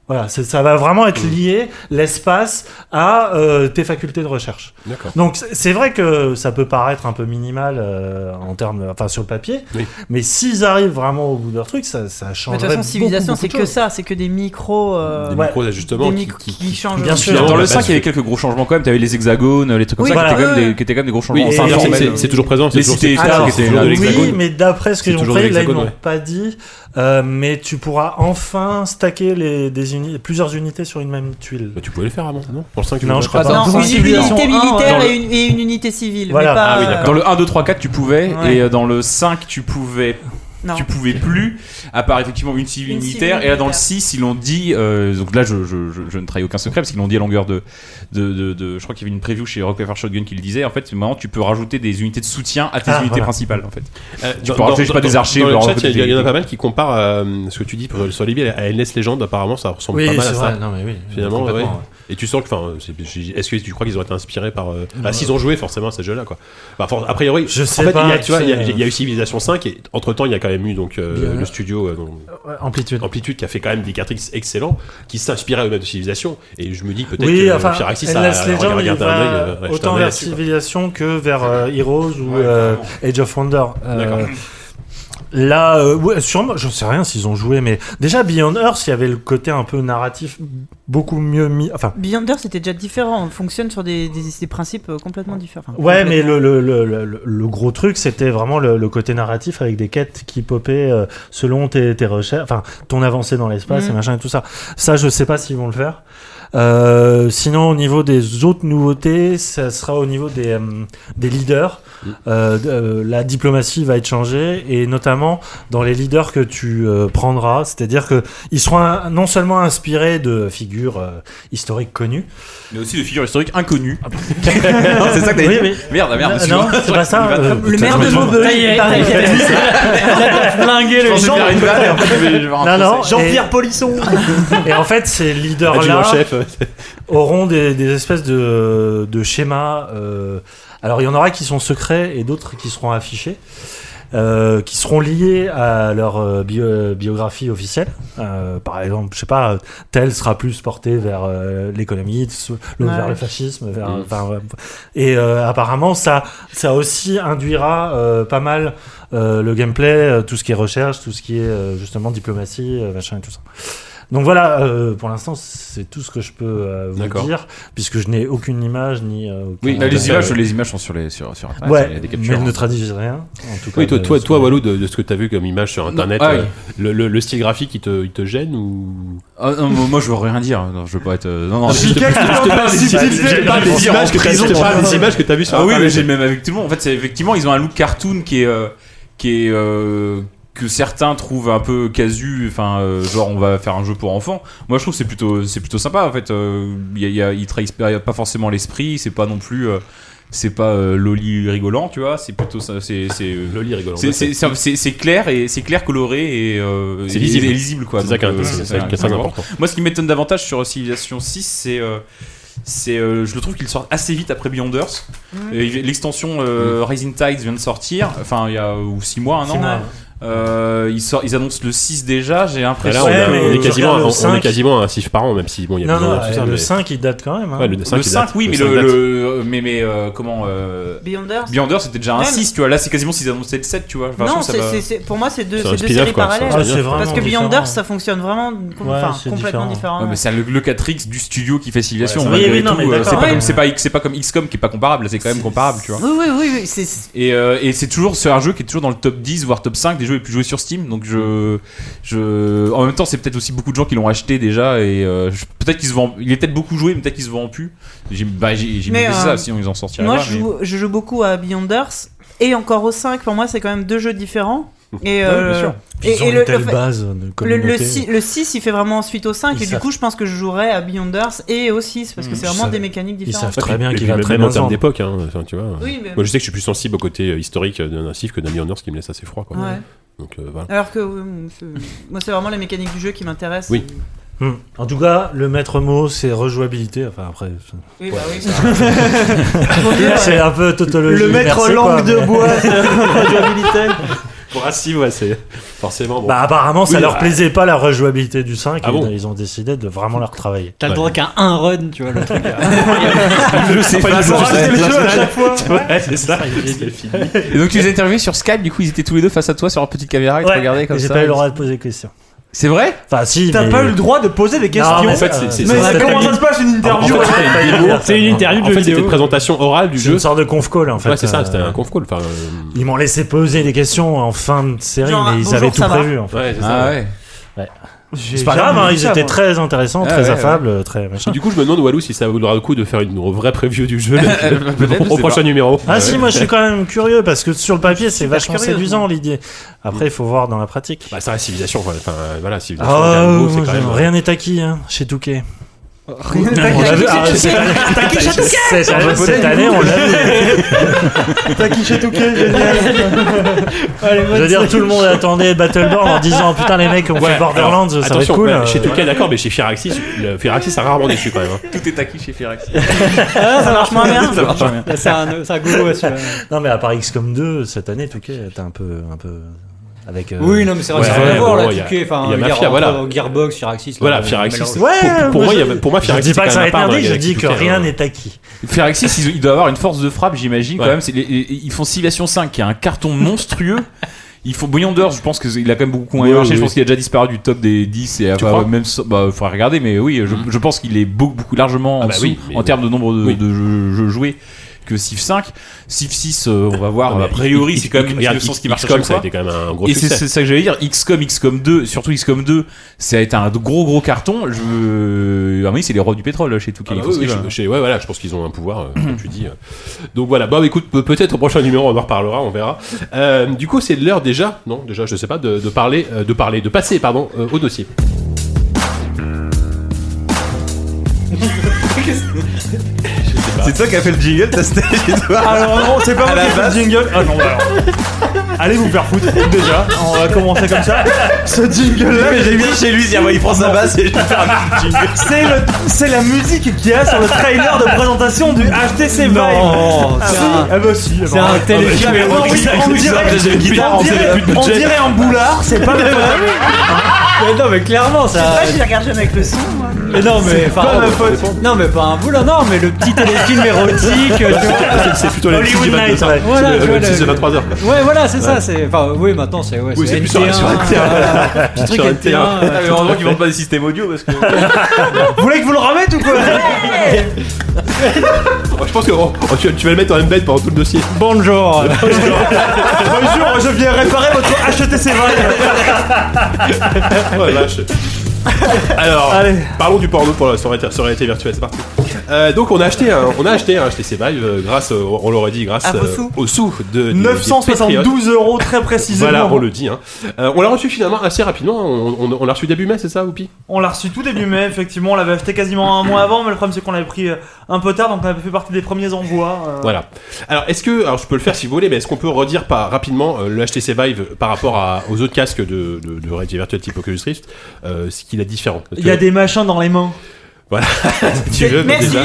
[SPEAKER 8] Voilà, c'est- ça va vraiment
[SPEAKER 2] Mmh.
[SPEAKER 8] être lié l'espace à euh, tes facultés de recherche.
[SPEAKER 2] D'accord.
[SPEAKER 8] Donc c'est- c'est vrai que ça peut paraître un peu minimal euh, en termes, enfin sur le papier,
[SPEAKER 2] Oui.
[SPEAKER 8] mais s'ils arrivent vraiment au bout de leur truc, ça, ça
[SPEAKER 6] Mais
[SPEAKER 8] changerait.
[SPEAKER 6] De toute façon, civilisation, c'est que
[SPEAKER 8] ça.
[SPEAKER 6] ça, c'est que des micros. euh,
[SPEAKER 2] des
[SPEAKER 8] ouais.
[SPEAKER 2] micros
[SPEAKER 6] Des
[SPEAKER 2] ajustements qui-
[SPEAKER 6] micros
[SPEAKER 2] qui,
[SPEAKER 6] qui changent.
[SPEAKER 8] Bien
[SPEAKER 6] de-
[SPEAKER 8] sûr.
[SPEAKER 4] Dans
[SPEAKER 2] la
[SPEAKER 4] le
[SPEAKER 2] base
[SPEAKER 4] 5, il y avait
[SPEAKER 2] fait-
[SPEAKER 4] quelques gros changements quand même. T'avais les hexagones, les trucs comme
[SPEAKER 6] Oui,
[SPEAKER 4] ça, qui,
[SPEAKER 8] voilà.
[SPEAKER 4] étaient quand même
[SPEAKER 6] Euh,
[SPEAKER 4] des, qui étaient quand même des gros changements.
[SPEAKER 8] Oui,
[SPEAKER 4] Enfin,
[SPEAKER 8] et-
[SPEAKER 2] C'est-à-dire que
[SPEAKER 4] formels.
[SPEAKER 2] c'est- c'est toujours présent, c'est
[SPEAKER 4] Les
[SPEAKER 2] toujours,
[SPEAKER 4] cités
[SPEAKER 2] c'est toujours-
[SPEAKER 8] Alors,
[SPEAKER 2] c'est toujours de
[SPEAKER 4] oui,
[SPEAKER 2] l'hexagone.
[SPEAKER 8] Oui, mais d'après ce
[SPEAKER 2] C'est
[SPEAKER 8] que j'ai
[SPEAKER 2] toujours
[SPEAKER 8] compris,
[SPEAKER 2] de
[SPEAKER 8] là ils
[SPEAKER 2] l'hexagone,
[SPEAKER 8] n'ont
[SPEAKER 2] ouais.
[SPEAKER 8] pas dit. euh, mais tu pourras enfin stacker les, des uni- plusieurs unités sur une même tuile.
[SPEAKER 2] Bah, tu pouvais le faire avant, non Pour le 5, tu
[SPEAKER 8] Non,
[SPEAKER 2] le
[SPEAKER 8] je
[SPEAKER 2] fais pas.
[SPEAKER 8] crois pas.
[SPEAKER 6] Non,
[SPEAKER 8] Dans
[SPEAKER 6] une
[SPEAKER 8] civilisation
[SPEAKER 6] unité
[SPEAKER 8] un, ouais.
[SPEAKER 6] militaire
[SPEAKER 8] Dans
[SPEAKER 6] et, une, et une unité civile.
[SPEAKER 8] Voilà.
[SPEAKER 6] Mais pas,
[SPEAKER 2] Ah oui,
[SPEAKER 6] euh,
[SPEAKER 2] d'accord.
[SPEAKER 4] Dans le 1, 2, 3, 4, tu pouvais,
[SPEAKER 6] Ouais.
[SPEAKER 4] et euh, dans le 5, tu pouvais
[SPEAKER 6] Non.
[SPEAKER 4] tu pouvais plus, à part effectivement une civile
[SPEAKER 6] Une
[SPEAKER 4] militaire.
[SPEAKER 6] civile
[SPEAKER 4] et là, dans le
[SPEAKER 6] militaire.
[SPEAKER 4] 6, ils l'ont dit. euh, donc là, je, je- je- je ne trahis aucun secret parce qu'ils l'ont dit à longueur de, de, de- de- Je crois qu'il y avait une preview chez Rockefeller Shotgun qui le disait. En fait, maintenant, tu peux rajouter des unités de soutien à tes
[SPEAKER 8] Ah,
[SPEAKER 4] unités
[SPEAKER 8] voilà.
[SPEAKER 4] principales. En fait.
[SPEAKER 2] Euh,
[SPEAKER 4] Tu peux rajouter, je sais pas, des archives,
[SPEAKER 2] Dans le
[SPEAKER 4] leur
[SPEAKER 2] chat,
[SPEAKER 4] rajouter
[SPEAKER 2] il y, a- il y en a
[SPEAKER 4] des-
[SPEAKER 2] pas mal qui comparent euh, ce que tu dis pour- sur Libye à LS Legend. Apparemment, ça ressemble
[SPEAKER 8] Oui,
[SPEAKER 2] pas mal à
[SPEAKER 8] c'est vrai.
[SPEAKER 2] Ah bah ça.
[SPEAKER 8] Non, mais oui,
[SPEAKER 2] Finalement, ouais.
[SPEAKER 8] complètement,
[SPEAKER 2] Et tu sens que, enfin, c'est- j'ai- est-ce que tu crois qu'ils ont été inspirés par. euh, Ah, s'ils ont joué forcément à ces jeux-là, quoi. Enfin, for- a priori,
[SPEAKER 8] Je
[SPEAKER 2] en
[SPEAKER 8] sais
[SPEAKER 2] fait,
[SPEAKER 8] pas,
[SPEAKER 2] il y a, tu vois, il y a-
[SPEAKER 8] c'est-
[SPEAKER 2] il y, a eu Civilization 5 et entre temps, il y a quand même eu donc euh,
[SPEAKER 8] Bien.
[SPEAKER 2] le studio euh, dont-
[SPEAKER 8] ouais. Amplitude.
[SPEAKER 2] Amplitude qui a fait quand même des cartridges excellents qui s'inspiraient eux-mêmes de Civilization. Et je me dis peut-être
[SPEAKER 8] Oui,
[SPEAKER 2] que
[SPEAKER 8] enfin,
[SPEAKER 2] Firaxis a
[SPEAKER 8] Endless
[SPEAKER 2] regardé
[SPEAKER 8] Legend, il
[SPEAKER 2] un
[SPEAKER 8] va
[SPEAKER 2] œil, euh, ouais, jeté un
[SPEAKER 8] hein. autant
[SPEAKER 2] œil
[SPEAKER 8] vers
[SPEAKER 2] là-dessus, quoi.
[SPEAKER 8] Civilization que vers euh, Heroes ou euh, Age of Wonder. Euh,
[SPEAKER 2] D'accord.
[SPEAKER 8] là, euh, ouais, sûrement, je sais rien s'ils ont joué, mais déjà Beyond Earth, il y avait le côté un peu narratif beaucoup mieux mis. Enfin,
[SPEAKER 6] Beyonder, c'était déjà différent. On fonctionne sur des, des- des principes euh, complètement différents. Enfin,
[SPEAKER 8] ouais, mais
[SPEAKER 6] complètement.
[SPEAKER 8] le, le, le, le- le gros truc, c'était vraiment le, le côté narratif avec des quêtes qui popaient euh, selon tes, tes recherches, enfin, ton avancée dans l'espace
[SPEAKER 6] Mhm.
[SPEAKER 8] et machin et tout ça. Ça, je sais pas s'ils vont le faire. Euh, sinon, au niveau des autres nouveautés, ça sera au niveau des, euh, des leaders. Euh, d- euh, la diplomatie va être changée et notamment dans les leaders que tu euh, prendras, c'est-à-dire que ils seront un- non seulement inspirés de figures euh, historiques connues.
[SPEAKER 4] Mais aussi de figures historiques inconnues. Non, c'est ça que t'as
[SPEAKER 8] Oui,
[SPEAKER 4] dit.
[SPEAKER 8] Ah, bah. oui.
[SPEAKER 4] Merde, ah, merde,
[SPEAKER 8] Non,
[SPEAKER 4] excuse-moi.
[SPEAKER 8] non, c'est pas ça,
[SPEAKER 4] Il va-
[SPEAKER 8] euh,
[SPEAKER 6] Le maire de
[SPEAKER 8] Putain,
[SPEAKER 6] Maubeuge,
[SPEAKER 5] ça y est.
[SPEAKER 6] pareil.
[SPEAKER 5] Flinguer
[SPEAKER 4] Je
[SPEAKER 5] les
[SPEAKER 4] pensais
[SPEAKER 5] gens.
[SPEAKER 4] faire une vanne et en fait, je vais- je vais rentrer
[SPEAKER 8] Non, non,
[SPEAKER 4] sec.
[SPEAKER 8] Jean-Pierre
[SPEAKER 5] Polisson.
[SPEAKER 8] Et en fait, ces leaders-là
[SPEAKER 2] Adjudant chef. euh,
[SPEAKER 8] auront des, des espèces de, de schémas. euh, alors, il y en aura qui sont secrets et d'autres qui seront affichés, euh, qui seront liés à leur euh, bio- euh, biographie officielle. Euh, par exemple, je sais pas, euh, tel sera plus porté vers euh, l'économie, ce- l'autre
[SPEAKER 6] Ouais.
[SPEAKER 8] vers le fascisme. vers-
[SPEAKER 4] Mm.
[SPEAKER 8] enfin, ouais. Et euh, apparemment, ça, ça aussi induira euh, pas mal euh, le gameplay, euh, tout ce qui est recherche, tout ce qui est euh, justement diplomatie, euh, machin et tout ça. Donc voilà, euh, pour l'instant, c'est tout ce que je peux euh, vous
[SPEAKER 2] D'accord.
[SPEAKER 8] dire, puisque je n'ai aucune image ni. euh, aucun-
[SPEAKER 4] Oui,
[SPEAKER 2] là,
[SPEAKER 4] les,
[SPEAKER 2] tout à
[SPEAKER 4] images,
[SPEAKER 2] fait.
[SPEAKER 4] les images sont sur, les, sur, sur Internet. il y
[SPEAKER 8] ouais,
[SPEAKER 4] a des
[SPEAKER 8] mais
[SPEAKER 4] captures.
[SPEAKER 8] ne traduisent rien. En
[SPEAKER 2] hein.
[SPEAKER 8] tout cas,
[SPEAKER 2] Oui, toi,
[SPEAKER 8] de
[SPEAKER 2] toi,
[SPEAKER 8] ce
[SPEAKER 2] toi,
[SPEAKER 8] que-
[SPEAKER 2] Walou, de, de ce que tu as vu comme image sur internet,
[SPEAKER 4] ah oui.
[SPEAKER 2] euh, le, le- le style graphique, il te, il te gêne ou.
[SPEAKER 4] Ah, non, moi, je veux rien dire. Non, je veux pas être. euh, Non, non,
[SPEAKER 2] Ah, mais je te- je te parle des-
[SPEAKER 4] s'il te
[SPEAKER 2] je
[SPEAKER 4] plaît,
[SPEAKER 2] te parle
[SPEAKER 4] en
[SPEAKER 2] des images que t'as- je te
[SPEAKER 4] prison.
[SPEAKER 2] parle des images que tu as vues sur
[SPEAKER 4] Ah oui, mais
[SPEAKER 2] internet.
[SPEAKER 4] j'ai le même avec tout le monde. En fait, c'est effectivement, ils ont un look cartoon qui est euh, qui est euh, que certains trouvent un peu casu, enfin euh, genre on va faire un jeu pour enfants. Moi, je trouve que c'est plutôt c'est plutôt sympa en fait. Euh, il y a- il y a- ils trahissent pas pas forcément l'esprit, c'est pas non plus euh, c'est pas euh, loli rigolant, tu vois. C'est plutôt ça, c'est c'est euh,
[SPEAKER 2] Loli rigolo.
[SPEAKER 4] c'est- c'est- c'est- c'est- c'est clair et c'est clair coloré et euh,
[SPEAKER 2] C'est
[SPEAKER 4] et-
[SPEAKER 2] lisible.
[SPEAKER 4] et lisible quoi.
[SPEAKER 2] C'est
[SPEAKER 4] Donc,
[SPEAKER 2] ça qui est
[SPEAKER 4] euh,
[SPEAKER 2] intéressant,
[SPEAKER 4] c'est
[SPEAKER 2] c'est ça qui est très
[SPEAKER 4] important.
[SPEAKER 2] important.
[SPEAKER 4] Moi, ce qui m'étonne davantage sur Civilization 6, c'est. euh, c'est, euh, je le trouve qu'il sort assez vite après Beyond Earth. Et L'extension euh, Rising Tides vient de sortir, enfin il y a 6 mois, un
[SPEAKER 8] Mm. Six mois.
[SPEAKER 4] an. Euh, ils, sortent- ils annoncent le 6 déjà, j'ai
[SPEAKER 2] Et
[SPEAKER 4] l'impression.
[SPEAKER 2] là, on,
[SPEAKER 8] Ouais,
[SPEAKER 2] a-
[SPEAKER 8] mais
[SPEAKER 2] on est
[SPEAKER 8] tu
[SPEAKER 2] quasiment,
[SPEAKER 8] regardes le
[SPEAKER 2] on- on est
[SPEAKER 8] cinq.
[SPEAKER 2] quasiment à 6 par an, même si bon, il y a
[SPEAKER 8] Non,
[SPEAKER 2] besoin
[SPEAKER 8] non,
[SPEAKER 2] de tout ça.
[SPEAKER 8] euh, le
[SPEAKER 2] mais-
[SPEAKER 8] 5 il date quand même. hein.
[SPEAKER 2] Ouais, le
[SPEAKER 4] le
[SPEAKER 2] 5,
[SPEAKER 4] 5, oui, mais, le, le- mais, mais euh, comment euh,
[SPEAKER 6] Beyonder,
[SPEAKER 4] Beyond Earth c'était déjà un
[SPEAKER 6] Ouais, mais-
[SPEAKER 4] 6, tu vois. Là, c'est quasiment s'ils annonçaient le 7, tu vois. Enfin, je
[SPEAKER 6] Non,
[SPEAKER 4] trouve que ça
[SPEAKER 6] c'est-
[SPEAKER 4] va-
[SPEAKER 6] c'est- c'est- pour moi, c'est deux,
[SPEAKER 2] C'est un
[SPEAKER 6] c'est deux
[SPEAKER 2] spin-off,
[SPEAKER 6] séries
[SPEAKER 2] quoi, c'est un
[SPEAKER 6] parallèles.
[SPEAKER 8] Ah, c'est
[SPEAKER 2] Parce
[SPEAKER 8] vraiment
[SPEAKER 6] Parce que
[SPEAKER 8] différent.
[SPEAKER 6] Beyonder, ça fonctionne vraiment com-
[SPEAKER 8] Ouais,
[SPEAKER 6] enfin,
[SPEAKER 8] c'est
[SPEAKER 6] complètement
[SPEAKER 8] différent.
[SPEAKER 6] différent.
[SPEAKER 4] Ouais, mais c'est le, le 4X du studio qui fait Civilization.
[SPEAKER 8] Ouais,
[SPEAKER 4] malgré
[SPEAKER 8] oui, oui, non,
[SPEAKER 4] tout,
[SPEAKER 8] mais
[SPEAKER 4] euh,
[SPEAKER 8] d'accord.
[SPEAKER 4] c'est pas,
[SPEAKER 6] Ouais.
[SPEAKER 4] comme- c'est pas, c'est pas comme XCOM qui est pas comparable, c'est quand même comparable, tu vois.
[SPEAKER 6] Oui, oui, oui, oui, c'est- c'est-
[SPEAKER 4] Et, euh, et c'est toujours c'est un jeu qui est toujours dans le top 10 voire top 5 des jeux les plus joués sur Steam. Donc je je en même temps c'est peut-être aussi beaucoup de gens qui l'ont acheté déjà et euh, je- peut-être qu'ils se vendent il est peut-être beaucoup joué mais peut-être qu'ils se vendent plus. J'ai bah j'ai j'ai
[SPEAKER 6] Mais,
[SPEAKER 4] mis
[SPEAKER 6] euh,
[SPEAKER 4] ça sinon ils en sortiraient
[SPEAKER 6] Moi,
[SPEAKER 4] pas.
[SPEAKER 6] je
[SPEAKER 4] mais-
[SPEAKER 6] joue, je joue beaucoup à Beyonders et encore au 5. Pour moi, c'est quand même deux jeux différents.
[SPEAKER 4] Ouais,
[SPEAKER 6] Et, euh,
[SPEAKER 4] bien sûr.
[SPEAKER 8] Puis
[SPEAKER 6] et,
[SPEAKER 8] Ils ont
[SPEAKER 6] et
[SPEAKER 8] une
[SPEAKER 6] le,
[SPEAKER 8] telle
[SPEAKER 6] le fa-
[SPEAKER 8] base de
[SPEAKER 6] le, le,
[SPEAKER 8] communauté.
[SPEAKER 6] six- le 6, il fait vraiment suite au 5.
[SPEAKER 8] Ils
[SPEAKER 6] et du
[SPEAKER 8] savent-
[SPEAKER 6] coup, je pense que je jouerais à Beyonders et au 6 parce que
[SPEAKER 2] Hmm.
[SPEAKER 4] Mhm.
[SPEAKER 6] c'est vraiment
[SPEAKER 8] Ils
[SPEAKER 6] des
[SPEAKER 8] savent-
[SPEAKER 6] mécaniques
[SPEAKER 8] Ils
[SPEAKER 6] différentes.
[SPEAKER 8] savent très bien
[SPEAKER 2] Et
[SPEAKER 8] qu'il
[SPEAKER 2] puis,
[SPEAKER 8] va
[SPEAKER 2] même-
[SPEAKER 8] très
[SPEAKER 2] Même en
[SPEAKER 8] bien
[SPEAKER 2] termes
[SPEAKER 8] vendre.
[SPEAKER 2] d'époque, hein, enfin, tu vois.
[SPEAKER 6] Oui, mais.
[SPEAKER 2] Moi, je sais que je suis plus sensible au côté euh, historique d'un natif que d'un Beyonders qui me laisse assez froid, quoi.
[SPEAKER 6] Ouais.
[SPEAKER 2] Donc euh, voilà.
[SPEAKER 6] Alors que oui, c'est- moi, c'est vraiment les mécaniques du jeu qui m'intéressent.
[SPEAKER 2] Oui.
[SPEAKER 8] Hmm. En tout cas, le maître mot, c'est rejouabilité. Enfin, après, c'est-
[SPEAKER 6] Oui, bah oui. euh, Mon Dieu,
[SPEAKER 8] c'est un peu tautologique.
[SPEAKER 5] Le maître
[SPEAKER 8] inversée, quoi,
[SPEAKER 5] langue de
[SPEAKER 8] mais-
[SPEAKER 5] bois. Rejouabilité.
[SPEAKER 2] Pour Assis, ah, ouais, c'est forcément bon.
[SPEAKER 8] Bah, apparemment, ça
[SPEAKER 2] Oui,
[SPEAKER 8] leur
[SPEAKER 2] bah.
[SPEAKER 8] plaisait pas la rejouabilité du 5.
[SPEAKER 2] Ah
[SPEAKER 8] et
[SPEAKER 2] bon
[SPEAKER 8] Ils ont décidé de vraiment la retravailler.
[SPEAKER 5] T'as le
[SPEAKER 2] Ouais.
[SPEAKER 5] droit qu'à un run, tu vois, le truc.
[SPEAKER 3] Ah,
[SPEAKER 2] Ouais, c'est ça. C'est fini.
[SPEAKER 4] Et donc tu les as interviewés sur Skype du coup ils étaient tous les deux face à toi sur leur petite caméra ils te
[SPEAKER 8] Ouais,
[SPEAKER 4] regardaient comme
[SPEAKER 8] J'ai
[SPEAKER 4] ça. Ah
[SPEAKER 8] pas eu le droit de poser de questions.
[SPEAKER 4] C'est vrai
[SPEAKER 8] Enfin, si.
[SPEAKER 3] T'as
[SPEAKER 8] mais-
[SPEAKER 3] pas eu le droit de poser des questions.
[SPEAKER 8] mais euh,
[SPEAKER 2] En fait, c'est- c'est-
[SPEAKER 3] mais
[SPEAKER 8] c'est-
[SPEAKER 3] comment Ah, ça se passe une interview
[SPEAKER 2] En fait, c'était une démo.
[SPEAKER 5] C'est une interview
[SPEAKER 2] En
[SPEAKER 5] de
[SPEAKER 2] fait,
[SPEAKER 5] vidéo.
[SPEAKER 2] c'était une présentation orale du
[SPEAKER 8] C'est
[SPEAKER 2] jeu.
[SPEAKER 8] une sorte de conf call en fait.
[SPEAKER 2] Ouais, c'est ça,
[SPEAKER 8] Euh,
[SPEAKER 2] c'était un conf call. Enfin, euh,
[SPEAKER 8] Ils m'ont laissé poser des questions en fin de série,
[SPEAKER 6] Genre,
[SPEAKER 8] mais ils
[SPEAKER 6] bonjour,
[SPEAKER 8] avaient tout
[SPEAKER 6] ça va
[SPEAKER 8] prévu en fait.
[SPEAKER 2] ouais, c'est ça.
[SPEAKER 4] Ah
[SPEAKER 2] ouais.
[SPEAKER 4] ouais.
[SPEAKER 3] J'ai
[SPEAKER 8] C'est pas
[SPEAKER 3] jamais
[SPEAKER 8] grave, hein,
[SPEAKER 3] vu
[SPEAKER 8] ils
[SPEAKER 3] ça,
[SPEAKER 8] étaient
[SPEAKER 3] moi.
[SPEAKER 8] très intéressants,
[SPEAKER 4] Ah
[SPEAKER 8] très
[SPEAKER 4] ouais,
[SPEAKER 8] affables, très machin.
[SPEAKER 2] Du coup, je me demande, Walou, si ça vaudra le coup de faire une vraie preview du jeu
[SPEAKER 4] Peut-être, je
[SPEAKER 2] au
[SPEAKER 4] sais
[SPEAKER 2] prochain
[SPEAKER 4] pas.
[SPEAKER 2] numéro.
[SPEAKER 8] Ah si, moi je suis quand même curieux parce que sur le papier c'est
[SPEAKER 6] Super
[SPEAKER 8] vachement
[SPEAKER 6] curieux,
[SPEAKER 8] séduisant l'idée. Après il faut voir dans la pratique.
[SPEAKER 2] Bah, ça reste civilisation. quoi. Enfin, euh, voilà, civilisation. le
[SPEAKER 8] Ah,
[SPEAKER 2] dernier mot, c'est quand même. euh,
[SPEAKER 8] rien n'est acquis hein, chez Touquet.
[SPEAKER 6] T'as
[SPEAKER 8] On l'a vu,
[SPEAKER 6] kiffé,
[SPEAKER 8] ah,
[SPEAKER 6] t'as
[SPEAKER 8] c'est-
[SPEAKER 6] kiffé. T'as kiffé, t'as kiffé.
[SPEAKER 8] Cette année, cette année, on l'a vu.
[SPEAKER 9] T'as kiffé tout génial.
[SPEAKER 8] Je veux dire, tout le monde attendait Battleborn en disant putain les mecs, on
[SPEAKER 2] Ouais,
[SPEAKER 8] fait Borderlands,
[SPEAKER 2] alors,
[SPEAKER 8] ça va être
[SPEAKER 2] attention,
[SPEAKER 8] cool.
[SPEAKER 2] bah,
[SPEAKER 8] euh.
[SPEAKER 2] chez Touquet, d'accord, mais chez Firaxis, le Firaxis a rarement déçu quand même. hein.
[SPEAKER 4] Tout est acquis chez Firaxis.
[SPEAKER 6] Ah, Ça marche moins bien.
[SPEAKER 2] Ça marche pas.
[SPEAKER 5] C'est un, c'est un goulot, ouais, celui-là.
[SPEAKER 8] Non mais à part XCOM 2, cette année, Touquet était un peu, un peu avec. euh,
[SPEAKER 5] Oui, non, mais c'est vrai,
[SPEAKER 2] Ouais,
[SPEAKER 5] ça n'a rien à voir,
[SPEAKER 2] bon,
[SPEAKER 5] là,
[SPEAKER 2] il y a-
[SPEAKER 5] Touquet, enfin,
[SPEAKER 2] il y a
[SPEAKER 5] il y a
[SPEAKER 2] Mafia,
[SPEAKER 5] entre
[SPEAKER 2] voilà.
[SPEAKER 5] Gearbox, Firaxis.
[SPEAKER 2] Voilà,
[SPEAKER 5] là,
[SPEAKER 2] Firaxis.
[SPEAKER 5] malheureusement.
[SPEAKER 8] Ouais,
[SPEAKER 2] Pour- pour moi,
[SPEAKER 8] je-
[SPEAKER 2] il y avait- pour moi,
[SPEAKER 8] je
[SPEAKER 2] Firaxis,
[SPEAKER 8] dis pas
[SPEAKER 2] c'est
[SPEAKER 8] que ça
[SPEAKER 2] quand
[SPEAKER 8] va
[SPEAKER 2] même
[SPEAKER 8] être
[SPEAKER 2] à part dans
[SPEAKER 8] merdique, je
[SPEAKER 2] la
[SPEAKER 8] dis que
[SPEAKER 2] Touquet,
[SPEAKER 8] rien
[SPEAKER 2] hein.
[SPEAKER 8] n'est acquis.
[SPEAKER 4] Firaxis, ils, ils doivent avoir une force de frappe, j'imagine,
[SPEAKER 2] Ouais.
[SPEAKER 4] quand même. C'est les- les- ils font Civilization 5, qui est un carton monstrueux. Ils font Beyonders, je pense qu'il a quand même beaucoup moins
[SPEAKER 2] Ouais,
[SPEAKER 4] marché.
[SPEAKER 2] ouais,
[SPEAKER 4] je pense
[SPEAKER 2] ouais.
[SPEAKER 4] qu'il a déjà disparu du top des 10. Et
[SPEAKER 2] Tu
[SPEAKER 4] bah,
[SPEAKER 2] crois Mm.
[SPEAKER 4] même, so- bah, faudrait regarder, mais oui, je, je pense qu'il est beaucoup, beaucoup largement
[SPEAKER 2] Ah
[SPEAKER 4] en,
[SPEAKER 2] bah
[SPEAKER 4] dessous
[SPEAKER 2] oui, mais
[SPEAKER 4] en
[SPEAKER 2] oui.
[SPEAKER 4] termes de nombre de,
[SPEAKER 2] Oui.
[SPEAKER 4] de jeux, jeux joués que Civ 5. Civ 6, euh, on va voir.
[SPEAKER 2] Non, mais
[SPEAKER 4] a priori,
[SPEAKER 2] il-
[SPEAKER 4] c'est quand
[SPEAKER 2] il-
[SPEAKER 4] même
[SPEAKER 2] regarde,
[SPEAKER 4] une sens qui
[SPEAKER 2] il-
[SPEAKER 4] marche à
[SPEAKER 2] XCOM,
[SPEAKER 4] chaque
[SPEAKER 2] ça a
[SPEAKER 4] fois.
[SPEAKER 2] été quand même un gros
[SPEAKER 4] Et c'est
[SPEAKER 2] succès.
[SPEAKER 4] c'est ça que j'allais dire, XCOM, XCOM 2, surtout XCOM 2, ça a été un gros gros carton. Je... Ah oui, c'est les rois du pétrole chez Touquet.
[SPEAKER 2] Ah
[SPEAKER 4] ils
[SPEAKER 2] bah
[SPEAKER 4] font
[SPEAKER 2] oui,
[SPEAKER 4] ce
[SPEAKER 2] oui,
[SPEAKER 4] qu'ils veulent.
[SPEAKER 2] je- je- ouais, voilà, je pense qu'ils ont un pouvoir, euh, comme tu dis. euh. Donc voilà, bah écoute, pe- peut-être au prochain numéro, on en reparlera, on verra. Euh, du coup, c'est l'heure déjà, non, déjà, je sais pas, de, de parler, euh, de parler, de passer, pardon, euh, au dossier.
[SPEAKER 4] C'est ça qui a fait le jingle, t'as Ah,
[SPEAKER 9] Alors non, c'est pas moi qui ai fait le jingle. Ah non, bah alors.
[SPEAKER 8] Allez vous faire foutre déjà.
[SPEAKER 3] On va commencer comme ça.
[SPEAKER 9] Ce jingle là,
[SPEAKER 4] J'ai vu chez lui, il prend sa base et je vais faire un petit jingle.
[SPEAKER 9] c'est le, c'est la musique qu'il y a sur le trailer de présentation du HTC Vive.
[SPEAKER 5] Non,
[SPEAKER 9] Ah,
[SPEAKER 5] c'est
[SPEAKER 9] si.
[SPEAKER 5] un-
[SPEAKER 9] Ah bah si.
[SPEAKER 5] C'est un téléfilm
[SPEAKER 9] mais non, oui, on dirait, on dirait, on dirait un boulard, c'est pas ma faute.
[SPEAKER 5] Mais non, mais clairement, ça.
[SPEAKER 6] Ah, Je les regarde jamais avec le son. moi.
[SPEAKER 5] Mais non, mais. enfin,
[SPEAKER 9] pas ma
[SPEAKER 5] on-
[SPEAKER 9] faute.
[SPEAKER 5] Non, mais pas un boulot, non, mais le petit téléfilm érotique. tu vois.
[SPEAKER 2] C'est- C'est plutôt les 6
[SPEAKER 8] Hollywood Night, ouais.
[SPEAKER 5] Voilà,
[SPEAKER 2] le,
[SPEAKER 5] tu vois,
[SPEAKER 2] le 6 de
[SPEAKER 5] le-
[SPEAKER 2] 23 heures. quoi.
[SPEAKER 5] Ouais, voilà, c'est ça. c'est Enfin, oui, maintenant, c'est ouais,
[SPEAKER 2] Oui, c'est
[SPEAKER 5] c'est
[SPEAKER 2] plus sur-
[SPEAKER 5] NT1,
[SPEAKER 2] sur NT1,
[SPEAKER 5] voilà. Petit truc
[SPEAKER 2] Sur NT1.
[SPEAKER 5] NT1. ouais.
[SPEAKER 4] Ah, Heureusement qu'ils vendent pas des systèmes audio parce que.
[SPEAKER 9] Vous voulez que vous le ramette ou quoi
[SPEAKER 2] Oh, je pense que oh, oh, tu, tu vas le mettre en embed pendant tout le dossier.
[SPEAKER 5] Bonjour.
[SPEAKER 9] Bonjour, je viens réparer votre HTC Vive.
[SPEAKER 2] Oh, la vache. Alors,
[SPEAKER 9] Allez.
[SPEAKER 2] parlons du porno pour la soirée, réalité virtuelle, c'est parti. Euh, donc on a acheté un, on a acheté un HTC Vive euh, grâce, euh, on l'aurait dit, grâce
[SPEAKER 6] À vos
[SPEAKER 2] euh,
[SPEAKER 6] sous.
[SPEAKER 2] au sou de, des- des Patriotes.
[SPEAKER 9] 972 euros très précisément.
[SPEAKER 2] Voilà, on le dit. Hein. Euh, on l'a reçu finalement assez rapidement. On, on- on l'a reçu début mai, c'est ça, Oupi
[SPEAKER 3] On l'a reçu tout début mai, effectivement, on l'avait acheté quasiment un mois avant, mais le problème c'est qu'on l'avait pris euh, un peu tard, donc on avait fait partie des premiers envois. euh.
[SPEAKER 2] Voilà. Alors, est-ce que, alors je peux le faire si vous voulez, mais est-ce qu'on peut redire pas rapidement euh, le HTC Vive par rapport à- aux autres casques de, de, de réalité virtuelle type Oculus Rift, euh, ce qu'il a de différent Parce
[SPEAKER 3] Il y a
[SPEAKER 2] que-
[SPEAKER 3] des machins dans les mains.
[SPEAKER 2] tu veux,
[SPEAKER 6] Merci.
[SPEAKER 2] déjà.